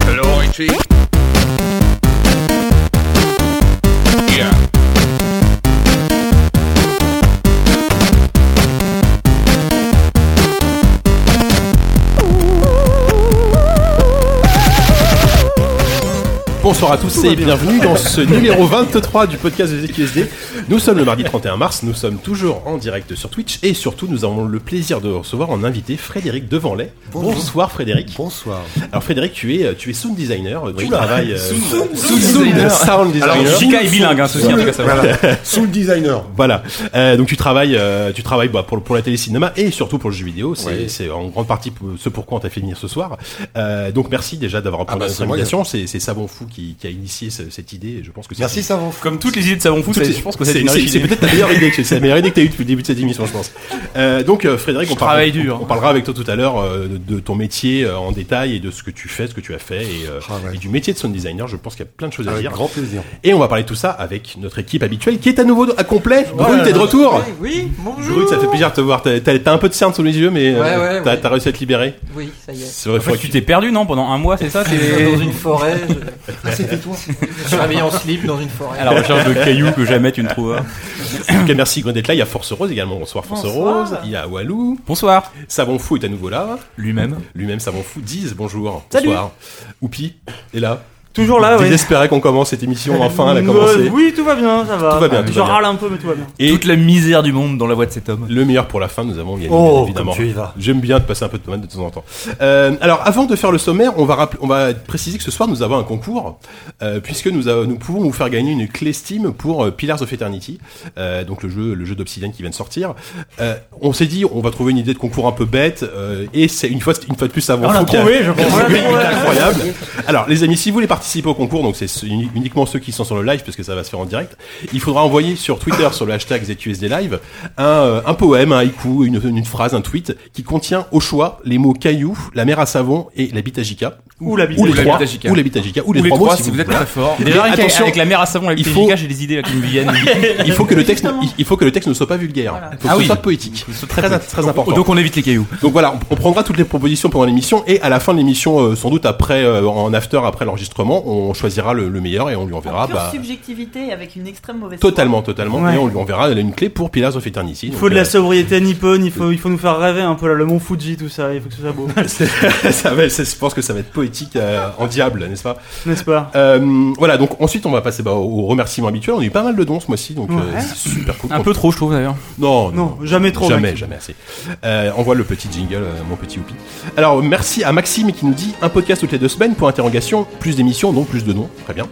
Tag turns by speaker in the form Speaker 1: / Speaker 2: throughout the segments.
Speaker 1: Murphy. Yeah.
Speaker 2: Bonsoir à tous et bienvenue dans ce numéro 23 du podcast de ZQSD. Nous sommes le mardi 31 mars, nous sommes toujours en direct sur Twitch et surtout nous avons le plaisir de recevoir en invité Frédéric Devanlay.
Speaker 3: Bonjour.
Speaker 2: Bonsoir Frédéric.
Speaker 3: Bonsoir.
Speaker 2: Alors Frédéric, tu es euh, tu es sound designer, tu travailles euh, sound,
Speaker 4: designer.
Speaker 2: sound designer.
Speaker 4: Alors, Jika est bilingue, hein, ceci, en tout cas, ça va.
Speaker 3: Soul designer.
Speaker 2: Voilà. Euh, donc tu travailles, euh, tu travailles bah, pour, pour la télé cinéma et surtout pour le jeu vidéo. C'est c'est en grande partie pour- ce pourquoi on t'a fait venir ce soir. Euh, donc merci déjà d'avoir
Speaker 4: Ah
Speaker 2: répondu
Speaker 3: bah,
Speaker 2: à
Speaker 3: c'est
Speaker 2: notre
Speaker 3: moi,
Speaker 2: invitation. C'est c'est Savon Fou qui, qui a initié ce- cette idée. et Je pense que c'est-
Speaker 3: Merci Savon.
Speaker 4: Comme toutes les idées de Savon Fou,
Speaker 2: Toutes
Speaker 4: c'est-
Speaker 2: les-
Speaker 4: je pense que c'est
Speaker 2: c'est-
Speaker 4: une
Speaker 2: c'est-
Speaker 4: riche
Speaker 2: c'est
Speaker 4: idée.
Speaker 2: peut-être la meilleure idée que c'est la meilleure idée que t'as eue depuis le début de cette émission, je pense. Euh, donc euh, Frédéric, on, parle-
Speaker 4: travaille dur. hein.
Speaker 2: on parlera avec toi tout à l'heure euh, de, de ton métier euh, en détail et de ce que tu fais, ce que tu as fait et, euh,
Speaker 3: Ah ouais.
Speaker 2: et du métier de sound designer. Je pense qu'il y a plein de choses à
Speaker 3: Avec
Speaker 2: dire.
Speaker 3: grand plaisir.
Speaker 2: Et on va parler de tout ça avec notre équipe habituelle qui est à nouveau à complet. Brut, t'es de retour.
Speaker 5: Oui, bonjour.
Speaker 2: Brut, ça fait plaisir de te voir. T'as- T'as t'as un peu de cerne sous les yeux, mais euh,
Speaker 5: Ouais, ouais,
Speaker 2: t'as
Speaker 5: ouais.
Speaker 2: t'as réussi à te libérer.
Speaker 5: Oui, ça y est.
Speaker 2: C'est vrai,
Speaker 4: En fait,
Speaker 2: faudrait que
Speaker 4: tu t'es perdu, non, pendant un mois, c'est ça
Speaker 5: Je suis
Speaker 4: t'es-
Speaker 5: Dans une forêt, je, Ah,
Speaker 3: C'était toi.
Speaker 5: je suis réveillé en slip dans une forêt.
Speaker 4: À la recherche de cailloux que jamais tu ne trouveras.
Speaker 2: En tout cas, merci Gwen d'être là. Il y a Force Rose également. Bonsoir Force
Speaker 5: Bonsoir.
Speaker 2: Rose. Il y a Walou.
Speaker 4: Bonsoir.
Speaker 2: Savon Fou est à nouveau là.
Speaker 4: Lui-même.
Speaker 2: Lui-même Savon Fou. Diz, bonjour.
Speaker 6: Salut.
Speaker 2: Bonsoir. Oupi est là.
Speaker 6: Toujours là,
Speaker 2: Désespéré
Speaker 6: ouais.
Speaker 2: qu'on commence cette émission. Enfin, elle a
Speaker 6: Euh,
Speaker 2: commencé.
Speaker 6: oui, tout va bien, ça va.
Speaker 2: Tout va bien, tout
Speaker 6: Je
Speaker 2: va bien.
Speaker 6: râle un peu, mais tout va bien.
Speaker 2: Et-
Speaker 4: Toute la misère du monde dans la voix de cet homme.
Speaker 2: Le meilleur pour la fin, nous avons gagné,
Speaker 6: Oh,
Speaker 2: bien évidemment.
Speaker 6: comme tu y vas.
Speaker 2: J'aime bien de passer un peu de tomate de temps en temps. Euh, alors, avant de faire le sommaire, on va, rappeler- on va préciser que ce soir, nous avons un concours, euh, puisque nous, avons- nous pouvons vous faire gagner une clé Steam pour euh, Pillars of Eternity, euh, donc le jeu, le jeu d'Obsidian qui vient de sortir. Euh, on s'est dit, on va trouver une idée de concours un peu bête, euh, et c'est une fois, une fois de plus, ça va
Speaker 6: On l'a trouvé, je pense.
Speaker 2: oui, oui, incroyable. Alors, les amis, si vous voulez participer au concours, donc c'est ce- uni- uniquement ceux qui sont sur le live, parce que ça va se faire en direct, il faudra envoyer sur Twitter, sur le hashtag ZQSDLive, un, euh, un poème, un haïku, une, une phrase, un tweet, qui contient au choix les mots caillou, la mer à savon et la bite à Jika. Ou
Speaker 6: la bite-
Speaker 2: ou les
Speaker 4: ou la
Speaker 2: trois,
Speaker 4: bite à Jika.
Speaker 2: ou la bite à Jika, ou les
Speaker 4: Ou les
Speaker 2: trois mots
Speaker 4: trois,
Speaker 2: si
Speaker 4: si
Speaker 2: vous
Speaker 4: vous êtes
Speaker 2: voulez.
Speaker 4: très fort.
Speaker 2: Mais
Speaker 4: Déjà, rien qu'avec
Speaker 2: attention,
Speaker 4: avec la mer à savon, avec
Speaker 2: il
Speaker 4: les
Speaker 2: faut-
Speaker 4: gigas, j'ai des idées là qui me viennent.
Speaker 2: Il faut que le texte, il- il faut que le texte ne soit pas vulgaire. Il faut que
Speaker 4: Ah
Speaker 2: ce
Speaker 4: oui.
Speaker 2: soit poétique.
Speaker 4: C'est
Speaker 2: Très, très important.
Speaker 4: Donc on évite les cailloux.
Speaker 2: Donc voilà, on, on prendra toutes les propositions pendant l'émission et à la fin de l'émission, euh, sans doute après, euh, en after, après l'enregistrement, on choisira le, le meilleur et on lui enverra.
Speaker 7: En pure
Speaker 2: bah,
Speaker 7: subjectivité avec une extrême mauvaise
Speaker 2: totalement, totalement.
Speaker 6: Ouais.
Speaker 2: Et on lui enverra une clé pour Pillars of Eternity.
Speaker 6: Il
Speaker 2: Donc,
Speaker 6: faut de la
Speaker 2: euh,
Speaker 6: sobriété nippone, il faut, il faut nous faire rêver un peu là, le Mont Fuji, tout ça, il faut que ce soit beau,
Speaker 2: c'est- euh, ça va, c'est- je pense que ça va être poétique euh, en diable, n'est-ce pas
Speaker 6: n'est-ce pas
Speaker 2: Euh, Voilà, donc ensuite on va passer bah, aux remerciements habituels. On a eu pas mal de dons ce mois-ci, donc euh,
Speaker 6: Ouais.
Speaker 2: c'est super cool.
Speaker 4: Un peu trop, je trouve d'ailleurs.
Speaker 2: Non,
Speaker 6: Non, jamais trop.
Speaker 2: Jamais,
Speaker 6: mec.
Speaker 2: jamais assez. Euh, envoie le petit jingle, euh, mon petit oupi. Alors, merci à Maxime qui nous dit un podcast toutes les deux semaines pour interrogation, plus d'émissions, donc plus de noms. Très bien.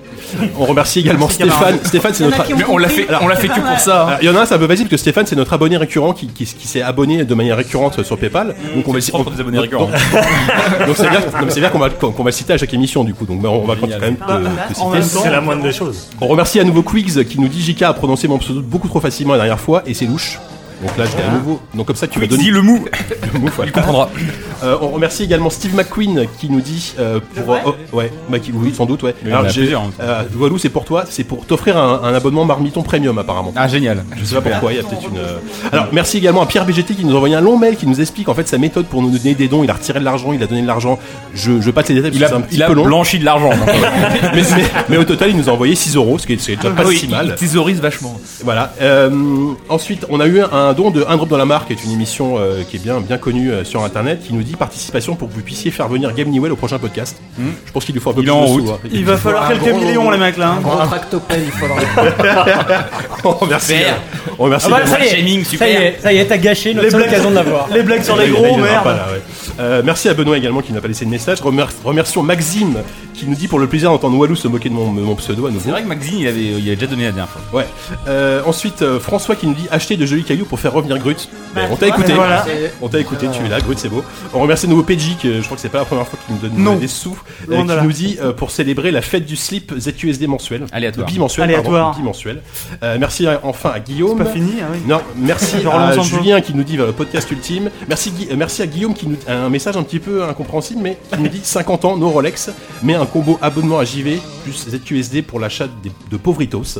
Speaker 2: On remercie également Stéphane. Stéphane, c'est
Speaker 7: Il y en a
Speaker 2: notre.
Speaker 7: qui ont
Speaker 2: Mais
Speaker 4: Mais on l'a fait, on l'a fait que pour ça. hein.
Speaker 2: Alors, Il y en a un, c'est un peu facile, parce que Stéphane, c'est notre abonné récurrent qui, qui, qui s'est abonné de manière récurrente sur PayPal.
Speaker 4: Mm.
Speaker 2: Donc, on va essayer.
Speaker 4: propre des abonnés récurrents.
Speaker 2: Donc, c'est bien, non, mais c'est bien qu'on va, qu'on qu'on va le citer à chaque émission, du coup. Donc, ben, on va quand même te,
Speaker 7: Bah,
Speaker 2: te citer.
Speaker 6: En même temps,
Speaker 8: C'est la moindre des choses.
Speaker 2: On remercie à nouveau Quigs qui nous dit JK a prononcé mon pseudo beaucoup trop facilement la dernière fois et c'est louche. Donc là, j'étais à nouveau. Donc comme ça, tu vas
Speaker 4: Quick, dis
Speaker 2: donner
Speaker 4: le mou,
Speaker 2: le mot. voilà.
Speaker 4: il comprendra.
Speaker 2: Euh, on remercie également Steve McQueen qui nous dit euh, pour
Speaker 7: vrai
Speaker 2: oh, ouais Maki- oui sans doute ouais.
Speaker 4: Mais il y en a
Speaker 2: j'ai-
Speaker 4: plusieurs, en même temps.
Speaker 2: euh, Walou c'est pour toi c'est pour t'offrir un, un abonnement Marmiton Premium apparemment.
Speaker 4: Ah, génial.
Speaker 2: Je sais pas pourquoi, il y a peut-être une. euh, Alors, merci également à Pierre BGT qui nous a envoyé un long mail qui nous explique en fait sa méthode pour nous donner des dons. Il a retiré de l'argent, il a donné de l'argent. Je, je passe les détails parce
Speaker 4: Il
Speaker 2: que c'est
Speaker 4: a,
Speaker 2: un petit
Speaker 4: il a
Speaker 2: peu long.
Speaker 4: blanchi de l'argent. donc, euh,
Speaker 2: Mais, mais- mais au total, il nous a envoyé 6 euros, ce qui est ce qui est déjà pas
Speaker 4: Ah oui,
Speaker 2: si
Speaker 4: il-
Speaker 2: mal.
Speaker 4: Il thésaurise vachement.
Speaker 2: Voilà. Euh, ensuite, on a eu un don de Un Drop dans la Marque, qui est une émission euh, qui est bien, bien connue euh, sur Internet, qui nous dit participation pour que vous puissiez faire venir Game Newell au prochain podcast. Je pense qu'il lui faut un peu
Speaker 4: Hmm. Il
Speaker 2: plus
Speaker 4: est en
Speaker 2: de
Speaker 4: route.
Speaker 2: sous, hein.
Speaker 6: Il va falloir
Speaker 5: un
Speaker 6: quelques
Speaker 5: gros-
Speaker 6: millions, les mecs là. hein.
Speaker 5: Un gros tractopelle, il faudra.
Speaker 3: Ah
Speaker 2: on remercie. hein. On remercie.
Speaker 4: Ah bah,
Speaker 2: également-
Speaker 4: ça y est, shaming, super. Ça y est,
Speaker 6: t'as gâché notre seule occasion de l'avoir. Les blagues sur les
Speaker 2: Il y en a- il y
Speaker 6: gros,
Speaker 2: en aura pas,
Speaker 6: merde.
Speaker 2: là, ouais. Euh, merci à Benoît également qui n'a pas laissé de message. Remer- remercions Maxime qui nous dit pour le plaisir d'entendre Walou se moquer de mon, mon pseudo à
Speaker 4: C'est
Speaker 2: nouveau.
Speaker 4: vrai que Maxine, il avait, il avait déjà donné la dernière fois.
Speaker 2: Ouais. Euh, ensuite, euh, François qui nous dit acheter de jolis cailloux pour faire revenir Grut. Ben, on t'a écouté.
Speaker 6: Bah, voilà.
Speaker 2: On t'a écouté, tu es là, Grut, c'est beau. On remercie de nouveau PJ, que je crois que c'est pas la première fois qu'il nous donne
Speaker 6: Non.
Speaker 2: des sous,
Speaker 6: Loin
Speaker 2: euh,
Speaker 6: de
Speaker 2: qui
Speaker 6: là.
Speaker 2: nous dit euh, pour célébrer la fête du slip ZQSD mensuel.
Speaker 4: Aléatoire.
Speaker 2: Euh, Bimensuel,
Speaker 6: Aléatoire.
Speaker 2: pardon, bimensuel. Euh, merci euh, enfin à Guillaume.
Speaker 6: Pas fini, ah oui.
Speaker 2: Non, merci
Speaker 6: Je relance un
Speaker 2: à
Speaker 6: peu.
Speaker 2: Julien qui nous dit vers le podcast ultime. Merci, Gui- euh, merci à Guillaume qui nous a un message un petit peu incompréhensible, mais qui nous dit 50 ans, no Rolex, mais un combo abonnement à JV plus ZQSD pour l'achat des- de Pauvritos.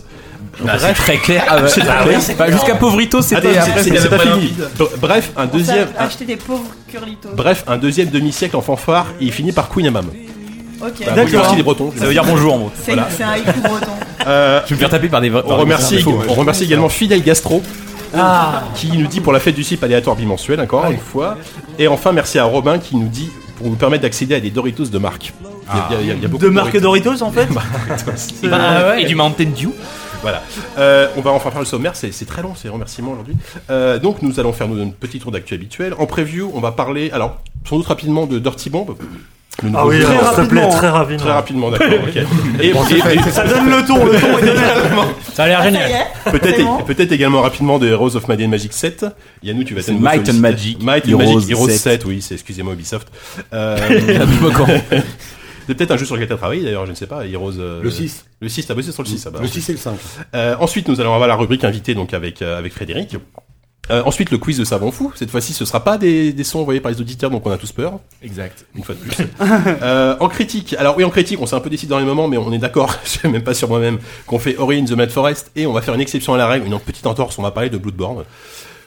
Speaker 4: Ah, c'est très clair. Ah, bah, bah, oui, c'est pas- Jusqu'à Povrito, c'était.
Speaker 2: Attends,
Speaker 4: après,
Speaker 2: c'est-
Speaker 4: c'était
Speaker 2: c'est pas
Speaker 4: pas
Speaker 2: fini. Bref, un deuxième. un-
Speaker 7: Acheter des pauvres curlitos.
Speaker 2: Bref, un deuxième demi-siècle en fanfare, et il finit par Queen Amam. Bah,
Speaker 7: Ok.
Speaker 2: Voilà,
Speaker 6: D'accord.
Speaker 2: bon, merci les Bretons.
Speaker 4: Ça veut dire bonjour en gros.
Speaker 7: C'est c'est un haïku breton.
Speaker 2: Euh,
Speaker 4: Je vais me faire taper par des vrais.
Speaker 2: on remercie, on remercie également Fidel Gastro
Speaker 6: Ah
Speaker 2: qui nous dit pour la fête du CIP aléatoire bimensuel encore une fois. Et enfin merci à Robin qui nous dit pour nous permettre d'accéder à des Doritos de marque. Il y a- il y a- il y a- il y a beaucoup Bah,
Speaker 6: De marque Doritos en fait euh,
Speaker 2: Doritos.
Speaker 6: Bah,
Speaker 4: Et du Mountain Dew.
Speaker 2: Voilà. Euh, on va enfin faire le sommaire. C'est c'est très long ces remerciements aujourd'hui. Euh, donc nous allons faire nos- notre petit tour d'actu habituel. En preview, on va parler, alors sans doute rapidement de Dirty Bomb. Le nouveau jeu.
Speaker 6: très
Speaker 3: s'il te plaît,
Speaker 6: rapidement,
Speaker 3: très
Speaker 2: Très
Speaker 3: rapidement.
Speaker 2: rapidement, d'accord. ok. Et, et-
Speaker 6: Ça donne le ton, le ton est donné.
Speaker 3: Ça a l'air
Speaker 7: Ah, Ça y
Speaker 3: génial.
Speaker 7: est.
Speaker 2: peut-être
Speaker 7: C'est bon
Speaker 2: peut-être également rapidement de Heroes of Might and Magic 7. Yannou, tu vas
Speaker 4: C'est
Speaker 2: tellement
Speaker 4: Might and
Speaker 2: solliciter.
Speaker 4: Magic
Speaker 2: Might and
Speaker 4: Heroes
Speaker 2: Magic Heroes 7.
Speaker 4: 7.
Speaker 2: oui, c'est excusez-moi Ubisoft. Euh, c'est peut-être un jeu sur lequel tu as travaillé d'ailleurs, je ne sais pas, Heroes euh,
Speaker 8: Le 6.
Speaker 2: Le 6, t'as bossé sur le 6 ah bah.
Speaker 8: Le 6 et le 5.
Speaker 2: Euh, ensuite, nous allons avoir la rubrique invité donc avec euh, avec Frédéric. Euh, ensuite, le quiz de savon fou. Cette fois-ci, ce sera pas des, des sons envoyés par les auditeurs, donc on a tous peur. Exact. Une fois de plus. Euh, en critique, alors oui, en critique, on s'est un peu décidé dans les moments, mais on est d'accord, je sais même pas sur moi-même, qu'on fait Ori in the Mad Forest et on va faire une exception à la règle, une petite entorse, on va parler de Bloodborne.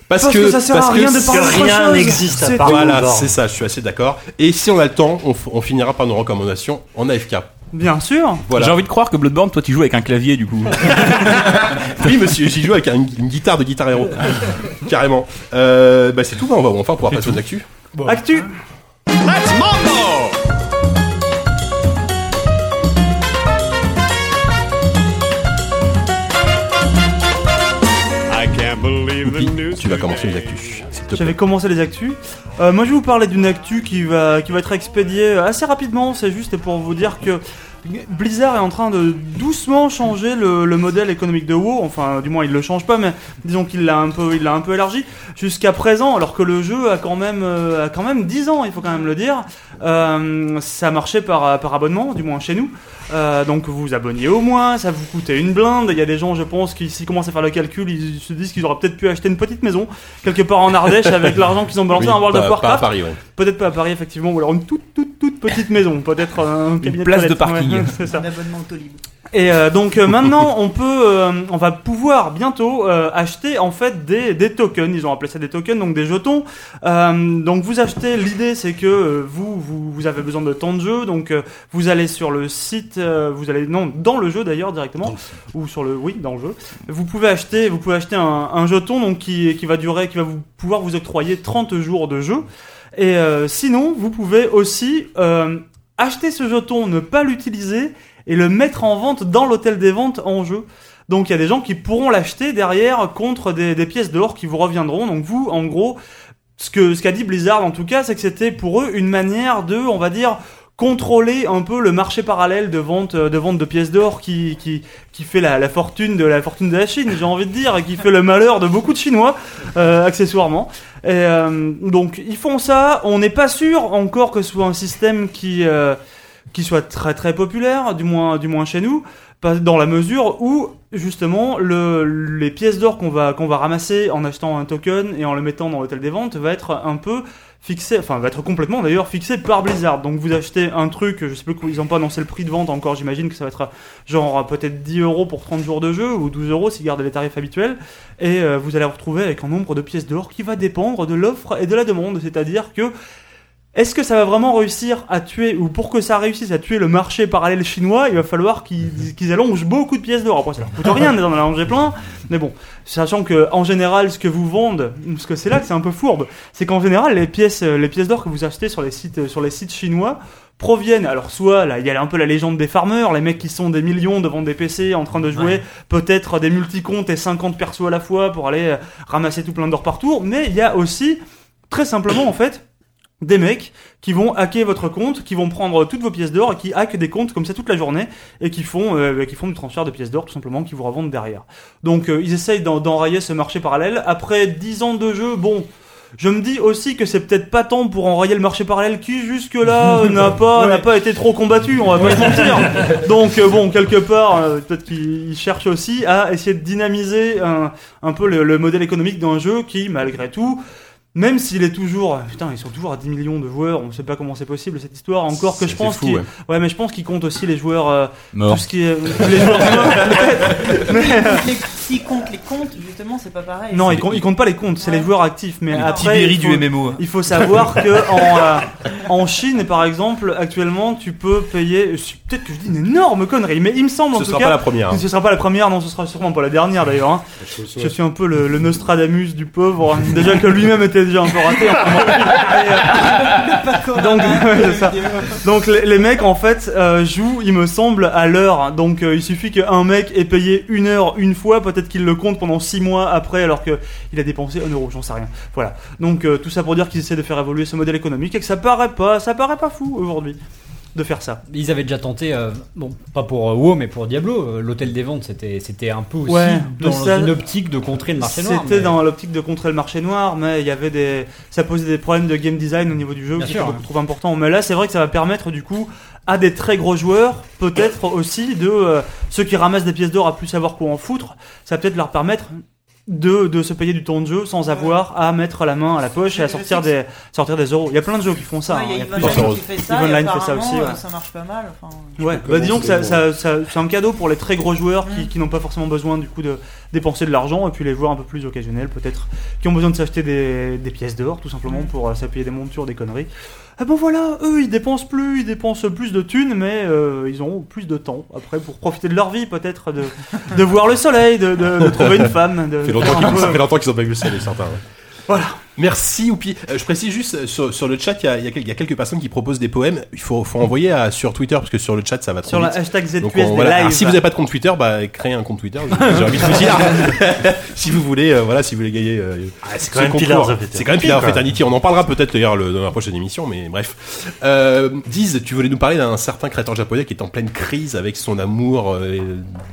Speaker 2: Parce,
Speaker 6: Parce que ça sert à
Speaker 2: parce
Speaker 6: rien de
Speaker 2: c'est-
Speaker 6: parler
Speaker 3: que
Speaker 6: d'autre
Speaker 3: rien
Speaker 6: chose.
Speaker 3: n'existe à
Speaker 6: C'est
Speaker 3: part
Speaker 6: tout.
Speaker 2: Voilà,
Speaker 3: Bloodborne.
Speaker 2: c'est ça, je suis assez d'accord. Et si on a le temps, on, f- on finira par nos recommandations en AFK.
Speaker 6: Bien sûr
Speaker 2: Voilà.
Speaker 4: J'ai envie de croire que Bloodborne, toi, tu joues avec un clavier du coup.
Speaker 2: Oui, monsieur, j'y joue avec un- une guitare de guitare héros. Carrément. Euh, bah, c'est tout, bah, on va enfin pouvoir passer aux actus.
Speaker 6: Actu
Speaker 2: Oupi, tu vas commencer les actus, s'il te plaît.
Speaker 6: J'avais commencé les actus. Euh, moi, je vais vous parler d'une actu qui va, qui va être expédiée euh, assez rapidement. C'est juste pour vous dire que Blizzard est en train de doucement changer le, le modèle économique de WoW. Enfin, du moins, il le change pas, mais disons qu'il l'a un peu, il l'a un peu élargi jusqu'à présent. Alors que le jeu a quand même, euh, a quand même 10 ans, il faut quand même le dire. Euh, ça marchait par, par abonnement, du moins chez nous. Euh, donc vous vous abonniez au moins, ça vous coûtait une blinde. Il y a des gens, je pense, qui s'ils commencent à faire le calcul, ils se disent qu'ils auraient peut-être pu acheter une petite maison quelque part en Ardèche avec l'argent qu'ils ont balancé
Speaker 2: Oui,
Speaker 6: dans World
Speaker 2: pas-
Speaker 6: of
Speaker 2: pas à
Speaker 6: Warcraft.
Speaker 2: Paris, ouais.
Speaker 6: Peut-être pas à Paris, effectivement, ou alors une toute, toute, toute petite maison, peut-être euh, un cabinet
Speaker 4: place de
Speaker 6: toilettes,
Speaker 4: parking.
Speaker 6: ouais, c'est ça.
Speaker 7: Un abonnement au Tolib.
Speaker 6: Et euh, donc euh, maintenant, on peut, euh, on va pouvoir bientôt euh, acheter en fait des, des tokens. Ils ont appelé ça des tokens, donc des jetons. Euh, donc vous achetez. L'idée, c'est que euh, vous, vous, vous avez besoin de temps de jeu, donc euh, vous allez sur le site, euh, vous allez non dans le jeu d'ailleurs directement, ou sur le oui dans le jeu. Vous pouvez acheter, vous pouvez acheter un, un jeton donc qui, qui va durer, qui va vous pouvoir vous octroyer 30 jours de jeu. Et euh, sinon, vous pouvez aussi euh, acheter ce jeton, ne pas l'utiliser et le mettre en vente dans l'hôtel des ventes en jeu. Donc il y a des gens qui pourront l'acheter derrière contre des, des pièces d'or qui vous reviendront. Donc vous, en gros, ce que ce qu'a dit Blizzard en tout cas, c'est que c'était pour eux une manière de, on va dire, contrôler un peu le marché parallèle de vente euh, de vente de pièces d'or qui qui qui fait la, la fortune de la fortune de la Chine, j'ai envie de dire, et qui fait le malheur de beaucoup de Chinois euh, accessoirement. Et, euh, donc ils font ça. On n'est pas sûr encore que ce soit un système qui euh, qui soit très très populaire, du moins, du moins chez nous, pas- dans la mesure où justement le, les pièces d'or qu'on va, qu'on va ramasser en achetant un token et en le mettant dans l'hôtel des ventes va être un peu fixé, enfin va être complètement d'ailleurs fixé par Blizzard. Donc vous achetez un truc, je sais plus, ils n'ont pas annoncé le prix de vente encore, j'imagine que ça va être genre peut-être 10 euros pour 30 jours de jeu ou 12 euros s'ils gardent les tarifs habituels, et euh, vous allez vous retrouver avec un nombre de pièces d'or qui va dépendre de l'offre et de la demande, c'est-à-dire que est-ce que ça va vraiment réussir à tuer, ou pour que ça réussisse à tuer le marché parallèle chinois, il va falloir qu'ils qu'ils allongent beaucoup de pièces d'or. Après, ça leur coûte rien d'en allonger plein, mais bon, sachant que en général, ce que vous vendent, parce que c'est là que c'est un peu fourbe, c'est qu'en général, les pièces, euh, les pièces d'or que vous achetez sur les sites, euh, sur les sites chinois proviennent, alors soit là, il y a un peu la légende des farmers, les mecs qui sont des millions devant des PC en train de jouer, peut-être des multi-comptes et 50 persos à la fois pour aller euh, ramasser tout plein d'or par tour, mais il y a aussi, très simplement en fait, des mecs qui vont hacker votre compte, qui vont prendre toutes vos pièces d'or et qui hackent des comptes comme ça toute la journée et qui font, euh, qui font du transfert de pièces d'or tout simplement, qui vous revendent derrière. Donc euh, ils essayent d'en- d'enrayer ce marché parallèle. Après 10 ans de jeu, bon, je me dis aussi que c'est peut-être pas temps pour enrayer le marché parallèle qui jusque-là euh, n'a pas, n'a pas été trop combattu, on va pas se mentir. Donc euh, bon, quelque part, euh, peut-être qu'ils cherchent aussi à essayer de dynamiser un, un peu le, le modèle économique d'un jeu qui, malgré tout, même s'il est toujours, putain, ils sont toujours à 10 millions de joueurs, on sait pas comment c'est possible cette histoire. Encore que je pense
Speaker 2: fou,
Speaker 6: qu'ils,
Speaker 2: ouais.
Speaker 6: ouais, mais je pense qu'ils comptent aussi les joueurs, euh, tout
Speaker 4: Mort.
Speaker 6: ce qui est, les joueurs morts, peut-être. mais, euh,
Speaker 7: S'ils comptent les comptes, justement, c'est pas pareil.
Speaker 6: Non,
Speaker 7: C'est-
Speaker 6: ils, com- ils comptent pas les comptes, c'est
Speaker 7: Ouais.
Speaker 6: les joueurs actifs. Mais
Speaker 4: Le
Speaker 6: après,
Speaker 4: Tibéri
Speaker 6: il faut,
Speaker 4: du MMO.
Speaker 6: il faut savoir que en, euh, en Chine, par exemple, actuellement, tu peux payer. Peut-être que je dis une énorme connerie, mais il me semble en
Speaker 2: Ce
Speaker 6: tout
Speaker 2: sera
Speaker 6: cas
Speaker 2: pas la première. hein.
Speaker 6: Ce sera pas la première, non, ce sera sûrement pas la dernière d'ailleurs. hein. Je suis un peu le, le Nostradamus du pauvre. hein. Déjà que lui-même était déjà un peu raté. en ce moment. Et, euh, donc, ouais, c'est ça. Donc, les, les mecs en fait euh, jouent, il me semble, à l'heure. Donc euh, il suffit qu'un mec ait payé une heure une fois, peut-être qu'il le compte pendant six mois après, alors que il a dépensé un euro, j'en sais rien. Voilà. Donc euh, tout ça pour dire qu'ils essaient de faire évoluer ce modèle économique et que ça paraît pas, ça paraît pas fou aujourd'hui de faire ça.
Speaker 3: Ils avaient déjà tenté, euh, bon, pas pour euh, WoW, mais pour Diablo, euh, l'hôtel des ventes, c'était c'était un peu aussi
Speaker 6: Ouais,
Speaker 3: dans
Speaker 6: mais ça-
Speaker 3: une optique de contrer le marché noir.
Speaker 6: C'était
Speaker 3: mais-
Speaker 6: dans l'optique de contrer le marché noir, mais il y avait des, ça posait des problèmes de game design au niveau du jeu
Speaker 3: Bien
Speaker 6: qui
Speaker 3: sûr,
Speaker 6: je
Speaker 3: ouais.
Speaker 6: trouve important. Mais là, c'est vrai que ça va permettre du coup à des très gros joueurs, peut-être aussi de euh, ceux qui ramassent des pièces d'or à plus savoir quoi en foutre, ça va peut-être leur permettre de, de se payer du temps de jeu sans avoir à mettre la main à la poche et à sortir des sortir des euros. Il y a plein de jeux qui font ça.
Speaker 7: Ouais,
Speaker 6: hein.
Speaker 7: Il y a
Speaker 6: Il y a
Speaker 7: Yvonne
Speaker 6: plusieurs-
Speaker 7: Line qui fait ça.
Speaker 6: Yvonne
Speaker 7: et
Speaker 6: Line fait ça
Speaker 7: apparemment,
Speaker 6: aussi, ouais.
Speaker 7: euh, Ça marche pas mal. enfin,
Speaker 6: Ouais, bah disons que ça, ça- ça- c'est un cadeau pour les très gros joueurs qui, qui n'ont pas forcément besoin du coup de dépenser de l'argent et puis les joueurs un peu plus occasionnels peut-être qui ont besoin de s'acheter des, des pièces d'or tout simplement pour euh, s'appuyer des montures, des conneries. Ah bon voilà, eux ils dépensent plus, ils dépensent plus de thunes mais euh, ils ont plus de temps après pour profiter de leur vie peut-être, de, de voir le soleil, de, de- de trouver une femme. De,
Speaker 2: Ça fait longtemps qu'ils- ça fait longtemps qu'ils ont pas vu le soleil, certains. ouais. Merci Oupi. Euh, je précise juste euh, sur, sur le chat, il y a- il y, a quel- il y a quelques personnes qui proposent des poèmes. Il faut, faut envoyer à- sur Twitter parce que sur le chat ça va trop
Speaker 6: Sur
Speaker 2: vite.
Speaker 6: la hashtag ZQSD
Speaker 2: Donc, on- voilà. Alors,
Speaker 6: live.
Speaker 2: si vous n'avez pas de compte Twitter, bah, créez un compte Twitter. J'ai j'ai envie de vous dire. si vous voulez, euh, voilà, si vous voulez gagner. euh,
Speaker 8: c'est
Speaker 2: ce concours. C'est quand même Pillars of Eternity. On en parlera peut-être d'ailleurs le- dans la prochaine émission, mais bref. Euh, Diz, tu voulais nous parler d'un certain créateur japonais qui est en pleine crise avec son amour euh,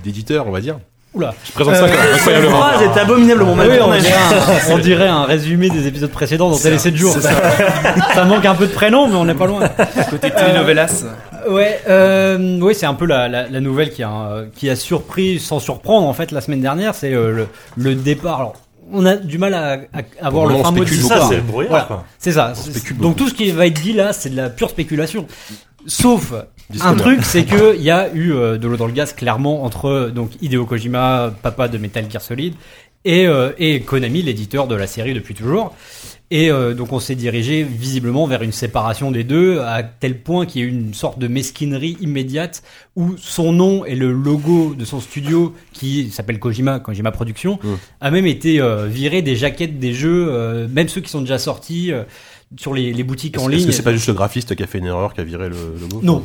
Speaker 2: d'éditeur, on va dire.
Speaker 3: Oula.
Speaker 2: Je présente ça comme
Speaker 6: Euh, Cette
Speaker 2: incroyablement.
Speaker 6: phrase est abominablement mal
Speaker 3: Oui, on,
Speaker 6: tournée.
Speaker 3: dirait un, on dirait un résumé des épisodes précédents dans télé 7 jours. Ça. manque un peu de prénom, mais on n'est pas loin.
Speaker 4: Côté telenovelas.
Speaker 3: Ouais, euh, ouais, c'est un peu la, la, la nouvelle qui a, euh, qui a surpris, sans surprendre en fait, la semaine dernière, c'est euh, le, le départ. Alors, on a du mal à, à, à voir
Speaker 2: le
Speaker 3: le
Speaker 2: moment,
Speaker 3: fin
Speaker 2: on
Speaker 3: mot de
Speaker 2: spécule
Speaker 3: l'histoire.
Speaker 8: Ça, c'est le brouillard,
Speaker 3: Voilà.
Speaker 8: quoi.
Speaker 3: C'est ça.
Speaker 2: spécule
Speaker 3: Donc tout ce qui va être dit là, c'est de la pure spéculation. Sauf un
Speaker 2: Disclaimer.
Speaker 3: truc, c'est que il y a eu euh, de l'eau dans le gaz clairement entre euh, donc Hideo Kojima, papa de Metal Gear Solid, et, euh, et Konami, l'éditeur de la série depuis toujours. Et euh, donc on s'est dirigé visiblement vers une séparation des deux, à tel point qu'il y a eu une sorte de mesquinerie immédiate où son nom et le logo de son studio, qui s'appelle Kojima, Kojima Productions,
Speaker 2: Mmh.
Speaker 3: a même été euh, viré des jaquettes des jeux, euh, même ceux qui sont déjà sortis euh, sur les, les boutiques en
Speaker 2: Est-ce est-ce
Speaker 3: ligne.
Speaker 2: que c'est pas juste le graphiste qui a fait une erreur, qui a viré le logo
Speaker 3: Non,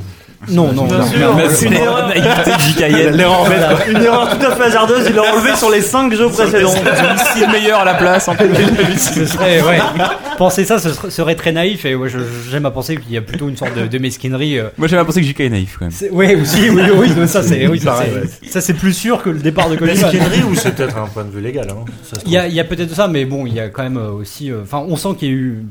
Speaker 3: non, non.
Speaker 6: Bien
Speaker 3: non.
Speaker 6: sûr,
Speaker 4: Merci.
Speaker 6: une erreur.
Speaker 4: L'erreur maître.
Speaker 6: euh, Une erreur tout à fait hasardeuse, il l'a enlevé sur les 5 jeux précédents. Eh,
Speaker 4: Si le meilleur à la place, en plus.
Speaker 3: ce serait, ouais. Penser ça, ce serait, serait très naïf et ouais, je- je- j'aime à penser qu'il y a plutôt une sorte de, de mesquinerie. euh.
Speaker 4: Moi, j'avais pensé que JK est naïf, quand même.
Speaker 3: C'est- Ouais, aussi, oui, oui, oui, ça c'est, oui, ça
Speaker 2: Pareil,
Speaker 3: c'est, ça, c'est plus sûr que le départ de Kojima.
Speaker 8: Mesquinerie ou c'est peut-être un point de vue légal hein, ça se
Speaker 3: Il y a, il y a peut-être ça, mais bon, il y a quand même euh, aussi. euh, Enfin, on sent qu'il y a eu.